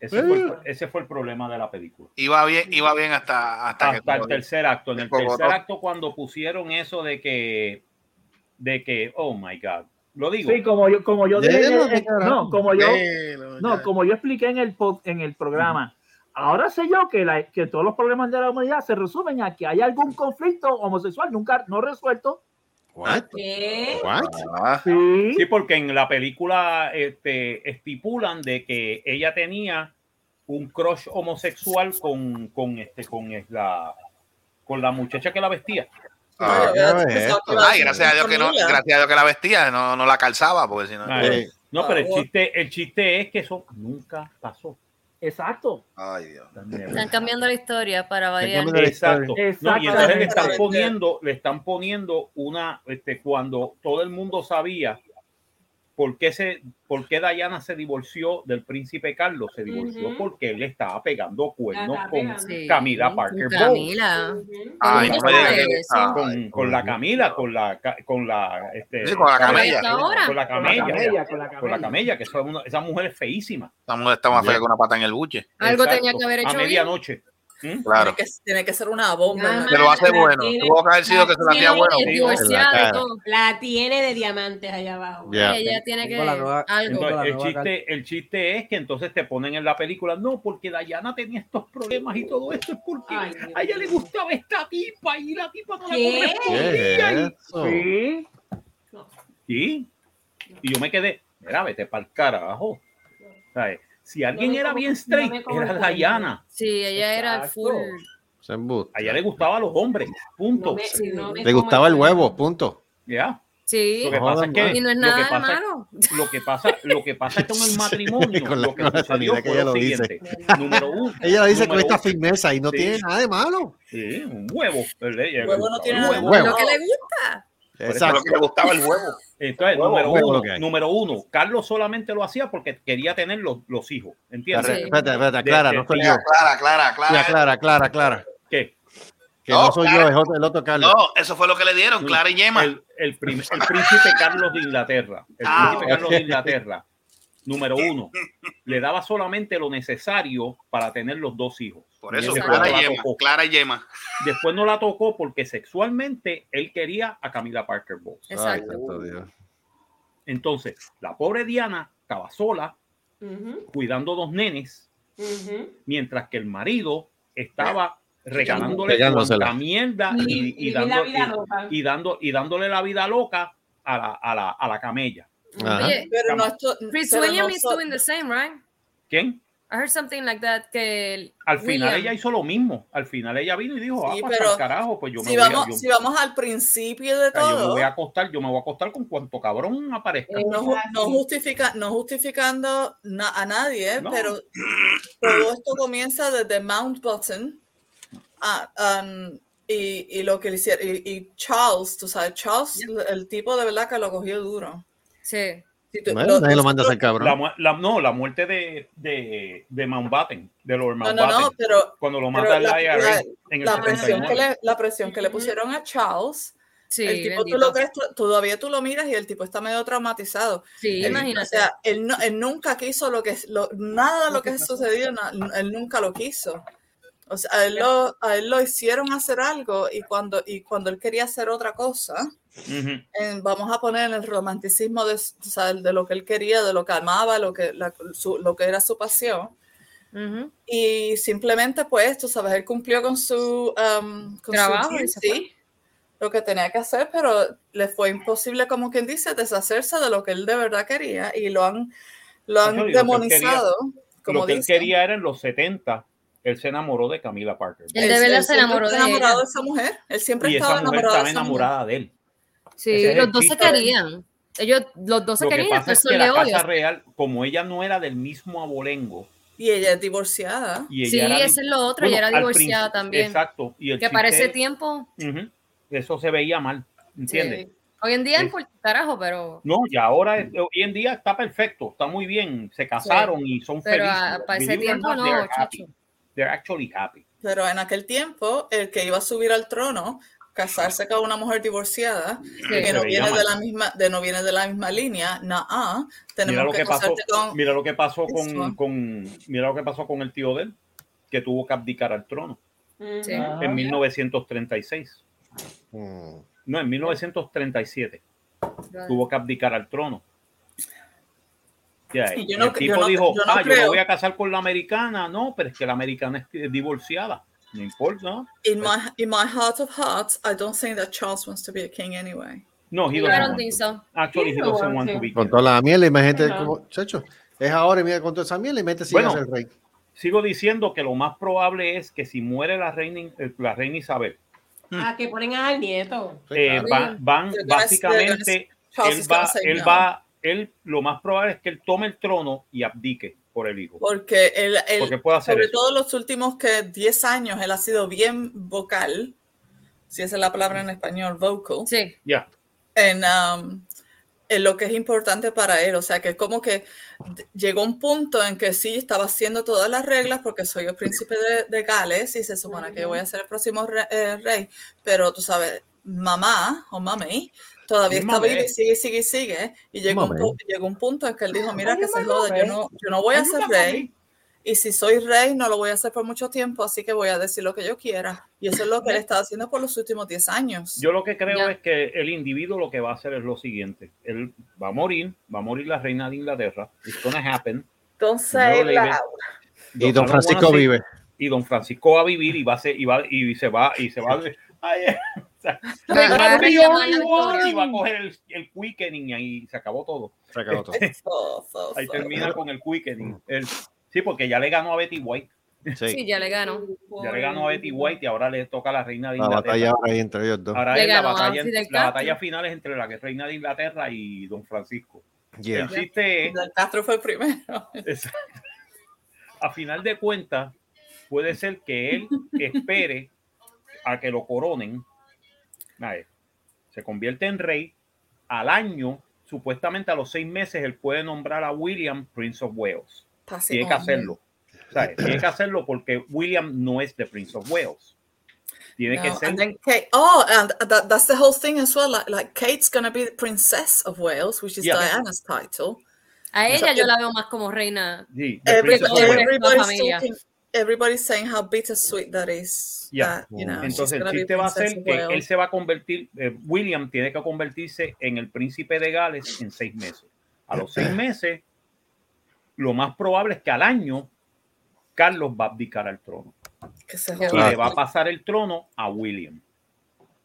[SPEAKER 3] Ese, fue
[SPEAKER 8] Eh.
[SPEAKER 3] el, ese fue el problema de la película.
[SPEAKER 5] Iba bien, iba bien hasta, hasta,
[SPEAKER 3] Hasta el tercer acto. En el
[SPEAKER 5] Cogotó.
[SPEAKER 3] tercer acto, cuando pusieron eso de que, de que, oh my God, lo digo.
[SPEAKER 8] Sí, como yo, como yo dije, en
[SPEAKER 3] Déjalo,
[SPEAKER 8] el- en-
[SPEAKER 3] carajo.
[SPEAKER 8] no, como yo,
[SPEAKER 3] Déjalo,
[SPEAKER 8] no, como yo expliqué en el pod- en el programa. Ahora sé yo que, la- que todos los problemas de la humanidad se resumen a que hay algún conflicto homosexual nunca no resuelto.
[SPEAKER 13] What?
[SPEAKER 4] ¿Qué?
[SPEAKER 5] Ah.
[SPEAKER 8] Sí.
[SPEAKER 3] Sí, porque en la película este, estipulan de que ella tenía un crush homosexual con, con, este, con, la, con la muchacha que la vestía.
[SPEAKER 5] Ah,
[SPEAKER 3] Ay,
[SPEAKER 5] ya ves. Ay, gracias a Dios que no,
[SPEAKER 3] Familia.
[SPEAKER 5] gracias a Dios que la vestía, no, no la calzaba, porque si no.
[SPEAKER 3] Ay,
[SPEAKER 14] pues,
[SPEAKER 3] no, pero el chiste, el chiste es que eso nunca pasó.
[SPEAKER 8] Exacto.
[SPEAKER 5] Ay, Dios.
[SPEAKER 4] Están cambiando la historia para variar.
[SPEAKER 3] Exacto. No, y entonces le están
[SPEAKER 4] Exactamente.
[SPEAKER 3] poniendo, le están poniendo una, este, cuando todo el mundo sabía ¿Por qué, se, ¿Por qué Diana se divorció del príncipe Carlos? Se divorció
[SPEAKER 11] Ujú.
[SPEAKER 3] porque él estaba pegando cuernos
[SPEAKER 11] Estaba
[SPEAKER 3] con
[SPEAKER 11] pegando. Sí.
[SPEAKER 3] Camila Parker Bowles.
[SPEAKER 19] Camila.
[SPEAKER 3] Ay,
[SPEAKER 19] Ujú.
[SPEAKER 3] no me digas que-
[SPEAKER 19] Eso.
[SPEAKER 3] ah, con, con la Camila, con la ca- con la este,
[SPEAKER 14] Sí, con la camella.
[SPEAKER 19] Ahora.
[SPEAKER 3] con la camella,
[SPEAKER 14] Con la camella,
[SPEAKER 3] con la camella, que eso es una- esa mujer es feísima.
[SPEAKER 14] Esta mujer está más fea que una pata en el buche.
[SPEAKER 7] Algo tenía que haber hecho
[SPEAKER 3] a
[SPEAKER 7] bien.
[SPEAKER 3] medianoche. ¿Mm?
[SPEAKER 14] Claro.
[SPEAKER 7] Tiene que, tiene que ser una bomba.
[SPEAKER 14] Se lo hace bueno. Tuvo que haber sido que se lo hacía bueno.
[SPEAKER 19] divorciada
[SPEAKER 14] En la
[SPEAKER 19] y
[SPEAKER 14] cara.
[SPEAKER 19] todo. La tiene de diamantes allá abajo.
[SPEAKER 14] Ya.
[SPEAKER 19] Ella tiene que
[SPEAKER 3] Tengo la nueva-
[SPEAKER 19] algo.
[SPEAKER 3] Entonces, el, chiste, el chiste es que entonces te ponen en la película, no, porque Dayana tenía estos problemas y todo esto es porque a ella le gustaba esta tipa y la tipa no
[SPEAKER 19] ¿Qué?
[SPEAKER 3] la
[SPEAKER 19] ¿Qué
[SPEAKER 3] correspondía.
[SPEAKER 19] es eso?
[SPEAKER 3] Y, ¿Sí? y yo me quedé, mira, vete para el carajo. ¿Sabes? Si alguien
[SPEAKER 11] me
[SPEAKER 3] era
[SPEAKER 11] como-
[SPEAKER 3] bien
[SPEAKER 11] no me
[SPEAKER 3] straight,
[SPEAKER 11] como
[SPEAKER 3] era
[SPEAKER 11] el
[SPEAKER 3] Dayana.
[SPEAKER 11] Sí, ella era
[SPEAKER 3] Exacto.
[SPEAKER 11] full.
[SPEAKER 3] A ella le gustaban los hombres, punto.
[SPEAKER 11] No me- sí, no me
[SPEAKER 13] Le gustaba el huevo, punto.
[SPEAKER 3] Ya.
[SPEAKER 11] Sí.
[SPEAKER 3] Lo que pasa es que
[SPEAKER 11] y no es
[SPEAKER 3] lo
[SPEAKER 11] nada
[SPEAKER 3] que pasa-
[SPEAKER 11] malo.
[SPEAKER 3] Lo que pasa, lo que pasa con el matrimonio,
[SPEAKER 13] Con la-
[SPEAKER 3] lo que
[SPEAKER 13] con la
[SPEAKER 3] sucedió
[SPEAKER 13] sanidad que
[SPEAKER 3] fue
[SPEAKER 13] ella lo
[SPEAKER 3] lo
[SPEAKER 13] dice.
[SPEAKER 3] siguiente. Número uno.
[SPEAKER 13] Ella dice con
[SPEAKER 3] número
[SPEAKER 13] esta
[SPEAKER 3] uno.
[SPEAKER 13] firmeza y no
[SPEAKER 3] Sí.
[SPEAKER 13] tiene nada de malo.
[SPEAKER 3] Sí, un huevo. ¿verdad? Ella le
[SPEAKER 7] Huevo no
[SPEAKER 3] gustaba
[SPEAKER 7] tiene
[SPEAKER 3] el
[SPEAKER 7] nada de
[SPEAKER 3] huevo.
[SPEAKER 7] malo. Lo que le gusta.
[SPEAKER 3] Por eso
[SPEAKER 13] Exacto.
[SPEAKER 3] lo que le gustaba el huevo. Entonces,
[SPEAKER 13] Huevo,
[SPEAKER 3] número,
[SPEAKER 13] huevo lo que
[SPEAKER 3] uno,
[SPEAKER 13] hay.
[SPEAKER 3] número uno, Carlos solamente lo hacía porque quería tener los, los hijos. ¿Entiendes?
[SPEAKER 13] Espérate, espérate, espérate,
[SPEAKER 3] De-
[SPEAKER 13] aclara,
[SPEAKER 3] de-
[SPEAKER 13] no soy
[SPEAKER 3] de-
[SPEAKER 13] yo.
[SPEAKER 14] Clara, Clara, Clara.
[SPEAKER 13] Sí, aclara, aclara, aclara.
[SPEAKER 3] ¿Qué?
[SPEAKER 13] Que no,
[SPEAKER 14] No,
[SPEAKER 13] soy
[SPEAKER 14] Clara.
[SPEAKER 13] yo, es otro- el otro Carlos.
[SPEAKER 14] No, eso fue lo que le dieron, Clara y Yema.
[SPEAKER 3] El, el prim- el príncipe Carlos de Inglaterra. El
[SPEAKER 14] Ah,
[SPEAKER 3] príncipe Carlos
[SPEAKER 14] ok.
[SPEAKER 3] de Inglaterra, número uno, le daba solamente lo necesario para tener los dos hijos.
[SPEAKER 14] Por eso,
[SPEAKER 3] Después
[SPEAKER 14] Clara
[SPEAKER 3] no
[SPEAKER 14] y
[SPEAKER 3] la
[SPEAKER 14] Yema.
[SPEAKER 3] tocó.
[SPEAKER 14] Clara y Yema.
[SPEAKER 3] Después no la tocó porque sexualmente él quería a Camila Parker Bowles.
[SPEAKER 13] Exacto. Ay, santo Dios.
[SPEAKER 3] Entonces, la pobre Diana estaba sola cuidando dos nenes, mientras que el marido estaba regalándole
[SPEAKER 13] Pegándosela.
[SPEAKER 3] cuanta mierda y, y
[SPEAKER 19] Y- y
[SPEAKER 3] dando-
[SPEAKER 19] la vida
[SPEAKER 3] y-
[SPEAKER 19] loca.
[SPEAKER 3] y dando, y dándole la vida loca a la, a la, a la camella.
[SPEAKER 11] Oye,
[SPEAKER 7] pero no esto-
[SPEAKER 11] Chris
[SPEAKER 7] pero no
[SPEAKER 11] William is
[SPEAKER 7] so-
[SPEAKER 11] doing the same, right?
[SPEAKER 3] ¿Quién?
[SPEAKER 11] I heard something like that que el
[SPEAKER 3] Al final
[SPEAKER 11] William-
[SPEAKER 3] ella hizo lo mismo. Al final ella vino y dijo,
[SPEAKER 7] Sí,
[SPEAKER 3] ah, pues
[SPEAKER 7] pero
[SPEAKER 3] al carajo, pues yo me
[SPEAKER 7] si,
[SPEAKER 3] voy a-
[SPEAKER 7] vamos,
[SPEAKER 3] yo-
[SPEAKER 7] si vamos al principio de
[SPEAKER 3] o sea, yo me
[SPEAKER 7] todo,
[SPEAKER 3] voy a acostar, yo me voy a acostar con cuanto cabrón aparezca.
[SPEAKER 7] Eh, no, ju- no justifica, no justificando na- a nadie, eh,
[SPEAKER 3] No.
[SPEAKER 7] pero todo esto comienza desde Mountbatten ah, um, y, y lo que le hicieron. Y, y Charles, tú sabes, Charles, el tipo de verdad que lo cogió duro.
[SPEAKER 11] Sí.
[SPEAKER 13] Bueno, nadie lo manda a hacer cabrón.
[SPEAKER 3] La mu- la- no, la muerte de, de, de Mountbatten, de Lord
[SPEAKER 7] No, no,
[SPEAKER 3] Mountbatten.
[SPEAKER 7] no, pero-
[SPEAKER 3] cuando lo
[SPEAKER 7] Pero
[SPEAKER 3] mata el
[SPEAKER 7] la,
[SPEAKER 3] IRA
[SPEAKER 7] la-
[SPEAKER 3] en el
[SPEAKER 7] la presión que
[SPEAKER 3] 79.
[SPEAKER 7] le, la presión que le pusieron a Charles.
[SPEAKER 11] Sí,
[SPEAKER 7] el tipo, tú
[SPEAKER 11] bendito.
[SPEAKER 7] lo crees, tú- todavía tú lo miras y el tipo está medio traumatizado.
[SPEAKER 11] Sí,
[SPEAKER 7] Él-
[SPEAKER 11] imagínate.
[SPEAKER 7] O sea, él, no- él nunca quiso lo que, lo- nada de lo que ha sucedido, na- él nunca lo quiso. O sea, a él lo, a él lo hicieron hacer algo y cuando, y cuando él quería hacer otra cosa, en- vamos a poner el romanticismo de, s- o sea, de lo que él quería, de lo que amaba, lo que, la- su- lo que era su pasión. Y simplemente, pues, tú sabes, él cumplió con su, um, con su
[SPEAKER 11] Trabajo y
[SPEAKER 7] duty,
[SPEAKER 11] se fue.
[SPEAKER 7] lo que tenía que hacer, pero le fue imposible, como quien dice, deshacerse de lo que él de verdad quería y lo han, lo han
[SPEAKER 3] Yo digo, lo que él quería-
[SPEAKER 7] demonizado, como
[SPEAKER 3] Lo que él
[SPEAKER 7] dicen.
[SPEAKER 3] quería era en los 70, él se enamoró de Camila Parker.
[SPEAKER 7] Él- él
[SPEAKER 11] verdad se
[SPEAKER 7] siempre
[SPEAKER 11] enamoró
[SPEAKER 7] está
[SPEAKER 11] de
[SPEAKER 7] enamorado
[SPEAKER 11] ella.
[SPEAKER 7] de esa mujer. Él siempre
[SPEAKER 3] Y
[SPEAKER 7] estaba
[SPEAKER 3] esa mujer
[SPEAKER 7] enamorado
[SPEAKER 3] estaba
[SPEAKER 7] de esa mujer.
[SPEAKER 3] enamorada de él.
[SPEAKER 11] Sí,
[SPEAKER 3] Ese es
[SPEAKER 11] los
[SPEAKER 3] el
[SPEAKER 11] dos se
[SPEAKER 3] chiste.
[SPEAKER 11] querían. Ellos, los dos se
[SPEAKER 3] Lo que
[SPEAKER 11] querían,
[SPEAKER 3] pasa
[SPEAKER 11] pero
[SPEAKER 3] es
[SPEAKER 11] son
[SPEAKER 3] que
[SPEAKER 11] de
[SPEAKER 3] la casa
[SPEAKER 11] odios.
[SPEAKER 3] real, como ella no era del mismo abolengo,
[SPEAKER 7] Y ella es divorciada.
[SPEAKER 3] y ella
[SPEAKER 11] Sí,
[SPEAKER 3] era di-
[SPEAKER 11] eso es lo otro, ella era
[SPEAKER 3] al prin-
[SPEAKER 11] divorciada también.
[SPEAKER 3] Exacto. Y el
[SPEAKER 11] Que para ese
[SPEAKER 3] chiste-
[SPEAKER 11] tiempo,
[SPEAKER 3] Ujú, Eso se veía mal, ¿entiendes?
[SPEAKER 11] sí. hoy en día
[SPEAKER 3] Sí.
[SPEAKER 11] es por carajo, pero,
[SPEAKER 3] No, y ahora, es- hoy en día está perfecto, está muy bien, se casaron y son
[SPEAKER 11] pero
[SPEAKER 3] felices.
[SPEAKER 11] ah, para ese
[SPEAKER 3] Believe it or
[SPEAKER 11] tiempo
[SPEAKER 3] not,
[SPEAKER 11] no,
[SPEAKER 3] they're
[SPEAKER 11] chacho.
[SPEAKER 3] happy. They're actually happy.
[SPEAKER 7] Pero en aquel tiempo, el que iba a subir al trono, casarse con una mujer divorciada, que
[SPEAKER 3] Se
[SPEAKER 7] no
[SPEAKER 3] veía
[SPEAKER 7] viene de
[SPEAKER 3] mal.
[SPEAKER 7] la misma, de no viene de la misma línea, nah,
[SPEAKER 3] Mira lo
[SPEAKER 7] tenemos
[SPEAKER 3] que,
[SPEAKER 7] que
[SPEAKER 3] pasó,
[SPEAKER 7] casarte con
[SPEAKER 3] mira lo que pasó con,
[SPEAKER 7] Eso.
[SPEAKER 3] con- mira lo que pasó con el tío de él, que tuvo que abdicar al trono
[SPEAKER 11] Sí.
[SPEAKER 6] Ah.
[SPEAKER 3] en 1936.
[SPEAKER 13] Mm.
[SPEAKER 3] No, en 1937 tuvo que abdicar al trono. Ya,
[SPEAKER 7] Sí,
[SPEAKER 3] y
[SPEAKER 7] yo no-
[SPEAKER 3] el tipo
[SPEAKER 7] yo no-
[SPEAKER 3] dijo,
[SPEAKER 7] yo no
[SPEAKER 3] ah, yo me
[SPEAKER 7] creo".
[SPEAKER 3] voy a casar con la americana. No, pero es que la americana es- es divorciada. No importa.
[SPEAKER 7] In my in my heart of hearts, I don't think that Charles wants to be a king anyway.
[SPEAKER 3] No, he
[SPEAKER 11] I
[SPEAKER 3] doesn't
[SPEAKER 11] don't
[SPEAKER 3] want
[SPEAKER 11] think
[SPEAKER 3] to.
[SPEAKER 11] so.
[SPEAKER 3] Actually, he
[SPEAKER 7] He
[SPEAKER 3] doesn't
[SPEAKER 7] doesn't
[SPEAKER 3] want
[SPEAKER 7] want
[SPEAKER 3] to
[SPEAKER 7] to.
[SPEAKER 3] be
[SPEAKER 13] Con toda la miel, imagínate,
[SPEAKER 3] Ajá.
[SPEAKER 13] como, chacho, es ahora y mira con toda esa miel y mete si
[SPEAKER 3] Bueno.
[SPEAKER 13] es el rey.
[SPEAKER 3] Sigo diciendo que lo más probable es que si muere la reina, eh, la reina Isabel,
[SPEAKER 19] A Ah, que ponen al nieto.
[SPEAKER 3] eh, va- van
[SPEAKER 19] They're gonna-
[SPEAKER 3] básicamente,
[SPEAKER 19] they're gonna-
[SPEAKER 3] él
[SPEAKER 19] Charles
[SPEAKER 3] va,
[SPEAKER 19] is gonna
[SPEAKER 3] él
[SPEAKER 19] say no.
[SPEAKER 3] va, él, lo más probable es que él tome el trono y abdique por el hijo.
[SPEAKER 7] Porque él, él-
[SPEAKER 3] Porque puede hacer
[SPEAKER 7] sobre
[SPEAKER 3] eso.
[SPEAKER 7] todo los últimos que 10 años, él ha sido bien vocal, si esa es la palabra en español, vocal.
[SPEAKER 11] Sí.
[SPEAKER 3] Ya.
[SPEAKER 7] En, um, en lo que es importante para él. O sea, que es como que llegó un punto en que sí, estaba haciendo todas las reglas porque soy el príncipe de, de Gales y se supone que yo voy a ser el próximo re- eh, rey, pero tú sabes, mamá o mami todavía está
[SPEAKER 2] Mamé.
[SPEAKER 7] viva y sigue, sigue, sigue. Y llegó un,
[SPEAKER 2] Mamé.
[SPEAKER 7] pu- llegó un punto en que él dijo, mira
[SPEAKER 2] Ay,
[SPEAKER 7] que se
[SPEAKER 2] mamá,
[SPEAKER 7] joda, yo
[SPEAKER 2] mamé.
[SPEAKER 7] no, yo no voy a
[SPEAKER 2] Ay,
[SPEAKER 7] ser
[SPEAKER 2] mamá,
[SPEAKER 7] rey. Y si soy rey, no lo voy a hacer por mucho tiempo, así que voy a decir lo que yo quiera. Y eso es lo que él está haciendo por los últimos 10 años.
[SPEAKER 3] Yo lo que creo es que el individuo lo que va a hacer es lo siguiente. Él va a morir, va a morir la reina de Inglaterra. It's gonna happen.
[SPEAKER 7] Entonces,
[SPEAKER 3] No le
[SPEAKER 7] la-
[SPEAKER 13] Y don Francisco vive.
[SPEAKER 3] Y don Francisco va a vivir y va a ser, y va, y se va, y se va. Ay,
[SPEAKER 8] eh.
[SPEAKER 3] o sea,
[SPEAKER 2] Te va a
[SPEAKER 3] y va
[SPEAKER 2] reclamar la victoria.
[SPEAKER 3] a coger el, el quickening y ahí se acabó todo. Este,
[SPEAKER 13] Se acabó todo. Mm.
[SPEAKER 3] Ahí termina con el quickening. El- sí, porque ya le ganó a Betty White.
[SPEAKER 13] Sí, ya le ganó.
[SPEAKER 3] Ya le ganó a Betty White y ahora le toca a la reina de
[SPEAKER 13] La
[SPEAKER 3] Inglaterra.
[SPEAKER 13] batalla ahora ahí entre ellos dos.
[SPEAKER 3] Ahora
[SPEAKER 13] Le
[SPEAKER 3] es la
[SPEAKER 13] ganó a
[SPEAKER 3] batalla,
[SPEAKER 13] Fidel
[SPEAKER 3] la
[SPEAKER 13] Castro.
[SPEAKER 3] batalla final es entre la que- reina de Inglaterra y don Francisco.
[SPEAKER 13] Yeah.
[SPEAKER 3] El chiste es,
[SPEAKER 7] Castro fue el primero.
[SPEAKER 3] es- a final de cuentas, puede ser que él espere a que lo coronen. Ay, Se convierte en rey. Al año, supuestamente a los seis meses, él puede nombrar a William Prince of Wales.
[SPEAKER 7] Así
[SPEAKER 3] Tiene que
[SPEAKER 7] como-
[SPEAKER 3] hacerlo. ¿Sabes? Tiene que hacerlo porque William no es de Prince of Wales. Tiene que
[SPEAKER 7] No,
[SPEAKER 3] ser
[SPEAKER 7] and then Kate- oh, and that, that's the whole thing as well. Like, like Kate's gonna be the princess of Wales, which is
[SPEAKER 3] Yeah.
[SPEAKER 7] Diana's title.
[SPEAKER 13] A
[SPEAKER 7] So
[SPEAKER 13] ella yo
[SPEAKER 7] it-
[SPEAKER 13] la veo más como reina.
[SPEAKER 3] Sí, The
[SPEAKER 7] every-
[SPEAKER 3] Prince of Wales.
[SPEAKER 7] everybody's
[SPEAKER 13] familia.
[SPEAKER 7] talking- everybody's saying how bittersweet that is.
[SPEAKER 3] Ya.
[SPEAKER 7] that, Ah, you know, she's
[SPEAKER 3] Entonces el
[SPEAKER 7] gonna be
[SPEAKER 3] chiste va a ser
[SPEAKER 7] princess of
[SPEAKER 3] que
[SPEAKER 7] Wales.
[SPEAKER 3] él se va a convertir, eh, William tiene que convertirse en el príncipe de Gales en seis meses. A los seis meses, lo más probable es que al año Carlos va a abdicar al trono.
[SPEAKER 7] Que se
[SPEAKER 3] Y
[SPEAKER 7] joda.
[SPEAKER 3] le va a pasar el trono a William.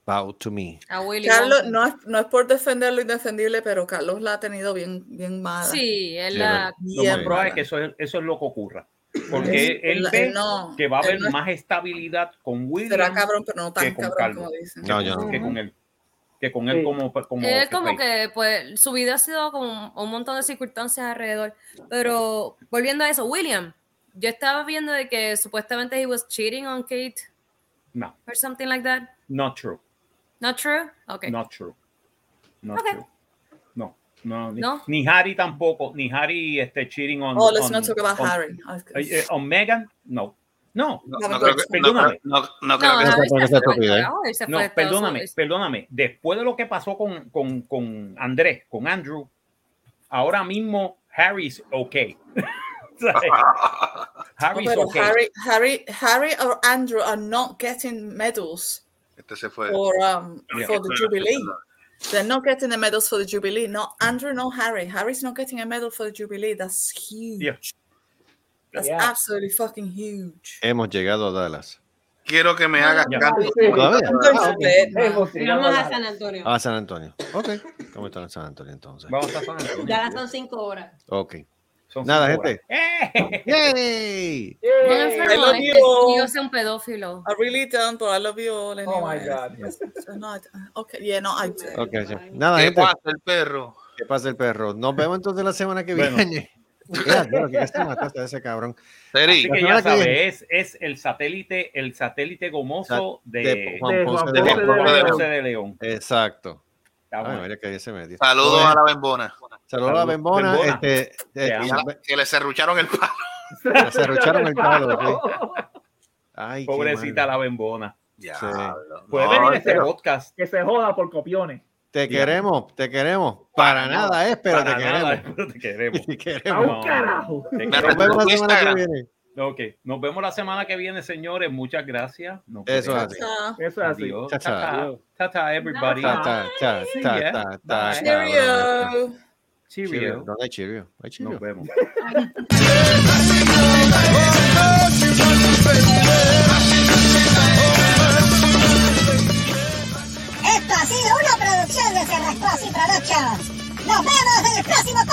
[SPEAKER 13] Bow to me.
[SPEAKER 7] Carlos, no es, no es por defender lo indefendible, pero Carlos la ha tenido bien, bien mala.
[SPEAKER 13] Sí,
[SPEAKER 7] él
[SPEAKER 3] Lo más probable es que eso es, eso es lo que ocurra. Porque
[SPEAKER 7] Sí,
[SPEAKER 3] él
[SPEAKER 7] él-
[SPEAKER 3] ve
[SPEAKER 7] él no-
[SPEAKER 3] que va a
[SPEAKER 7] él
[SPEAKER 3] haber
[SPEAKER 7] no es-
[SPEAKER 3] más estabilidad con William
[SPEAKER 7] Será cabrón, pero no tan
[SPEAKER 3] que con
[SPEAKER 7] cabrón
[SPEAKER 3] Carlos.
[SPEAKER 7] como dicen.
[SPEAKER 3] que
[SPEAKER 7] No,
[SPEAKER 3] con-
[SPEAKER 7] yo no.
[SPEAKER 3] Que con él. Que con él como, como, este
[SPEAKER 13] Él como
[SPEAKER 3] rey.
[SPEAKER 13] que pues su vida ha sido con un montón de circunstancias alrededor, pero volviendo a eso, William, yo estaba viendo de que supuestamente he was cheating on Kate
[SPEAKER 3] No,
[SPEAKER 13] or something like that.
[SPEAKER 3] not true.
[SPEAKER 13] Not true? Okay.
[SPEAKER 3] Not true. Not
[SPEAKER 13] Okay.
[SPEAKER 3] true. No, no, ni,
[SPEAKER 13] ¿No?
[SPEAKER 3] ni Harry tampoco, ni Harry este cheating on.
[SPEAKER 7] Oh, let's
[SPEAKER 3] on-
[SPEAKER 7] not talk about
[SPEAKER 3] on-
[SPEAKER 7] Harry.
[SPEAKER 3] eh, eh, on Meghan, no. No,
[SPEAKER 14] No, no creo que- no,
[SPEAKER 3] perdóname.
[SPEAKER 14] no, no creo que- ¿eh? No, no, él se fue al carajo, él se fue
[SPEAKER 3] No,
[SPEAKER 14] a Estados
[SPEAKER 3] perdóname,
[SPEAKER 14] Unidos.
[SPEAKER 3] perdóname. Después de lo que pasó con, con, con Andrés, con Andrew, ahora mismo Harry's okay. ¿Sabes? Harry's
[SPEAKER 7] pero
[SPEAKER 3] okay.
[SPEAKER 7] Harry, Harry, Harry or Andrew are not getting medals
[SPEAKER 14] Este se fue.
[SPEAKER 7] for um
[SPEAKER 14] Yeah.
[SPEAKER 7] for the Jubilee. They're not getting the medals for the Jubilee. Not Andrew, no Harry. Harry's not getting a medal for the Jubilee. That's huge.
[SPEAKER 3] Yeah.
[SPEAKER 7] That's
[SPEAKER 3] Yeah.
[SPEAKER 7] absolutely fucking huge.
[SPEAKER 13] Hemos llegado a Dallas.
[SPEAKER 14] Quiero que me hagas
[SPEAKER 13] Ya.
[SPEAKER 14] canto.
[SPEAKER 13] Todavía.
[SPEAKER 14] Ah, ok.
[SPEAKER 3] Eh,
[SPEAKER 19] Vamos a Ah, San
[SPEAKER 3] Ah,
[SPEAKER 19] Antonio.
[SPEAKER 13] A Ah, San Antonio. Ok. ¿Cómo están en San Antonio entonces?
[SPEAKER 3] Vamos a San Antonio.
[SPEAKER 19] Ya son cinco horas.
[SPEAKER 13] Ok.
[SPEAKER 3] Son
[SPEAKER 13] Nada,
[SPEAKER 3] cinco ¡Eh!
[SPEAKER 13] gente. ¡Yay!
[SPEAKER 19] Yo
[SPEAKER 7] I love you all.
[SPEAKER 13] Yo soy un pedófilo.
[SPEAKER 7] I really don't, but I love you all. Anyway.
[SPEAKER 13] Oh my God.
[SPEAKER 7] So, no, I don't- okay, yeah, no, I do.
[SPEAKER 13] Ok, sí. Nada,
[SPEAKER 14] ¿Qué
[SPEAKER 13] gente.
[SPEAKER 14] pasa el perro?
[SPEAKER 13] ¿Qué pasa el perro? Nos vemos entonces la semana que
[SPEAKER 14] Bueno.
[SPEAKER 13] viene. Ya, claro, que ya se mataste a ese cabrón.
[SPEAKER 3] Así que
[SPEAKER 13] La
[SPEAKER 3] ya
[SPEAKER 13] semana que
[SPEAKER 3] sabes,
[SPEAKER 13] viene.
[SPEAKER 3] es, es el satélite, el satélite gomoso
[SPEAKER 13] Sa-
[SPEAKER 3] de,
[SPEAKER 13] de Juan De Ponce de
[SPEAKER 3] de
[SPEAKER 13] Juan León.
[SPEAKER 3] Juan
[SPEAKER 13] Ponce de León.
[SPEAKER 3] Ponce de León.
[SPEAKER 13] Exacto. Ay,
[SPEAKER 3] bueno.
[SPEAKER 13] mira que ahí se metió.
[SPEAKER 14] Saludos
[SPEAKER 13] Bueno,
[SPEAKER 14] a la bembona.
[SPEAKER 13] Saludos a la Bembona.
[SPEAKER 14] Bembona.
[SPEAKER 13] Este,
[SPEAKER 14] Que
[SPEAKER 13] eh,
[SPEAKER 14] ya- que le cerrucharon el palo.
[SPEAKER 13] Le cerrucharon el palo, Ay, qué
[SPEAKER 3] Pobrecita la bembona.
[SPEAKER 13] Sí. Pues
[SPEAKER 3] Puede venir este podcast.
[SPEAKER 20] Que se joda por copiones.
[SPEAKER 13] Te queremos, te queremos. Para nada es, pero te
[SPEAKER 3] Para nada,
[SPEAKER 13] queremos.
[SPEAKER 3] pero te queremos.
[SPEAKER 13] Te queremos.
[SPEAKER 3] No,
[SPEAKER 13] carajo.
[SPEAKER 3] te
[SPEAKER 13] Nos
[SPEAKER 3] queremos.
[SPEAKER 13] vemos la semana que viene.
[SPEAKER 3] Ok, nos vemos la semana que viene, señores. Muchas gracias. Nos
[SPEAKER 13] Eso es
[SPEAKER 3] vemos.
[SPEAKER 13] así.
[SPEAKER 20] Eso es así.
[SPEAKER 3] Adiós.
[SPEAKER 13] Cha, cha.
[SPEAKER 3] Cha, cha. Cha, everybody.
[SPEAKER 13] Ta, ta, ta,
[SPEAKER 3] Sí,
[SPEAKER 13] ta,
[SPEAKER 3] yeah.
[SPEAKER 13] ta,
[SPEAKER 3] Bye.
[SPEAKER 13] ta, cabrón.
[SPEAKER 3] Cheerio.
[SPEAKER 13] Cheerio. No, no hay cheerio. no hay cheerio.
[SPEAKER 3] Nos vemos.
[SPEAKER 2] Esto ha sido una producción de Cerrascos y Productions. Nos vemos en el próximo podcast.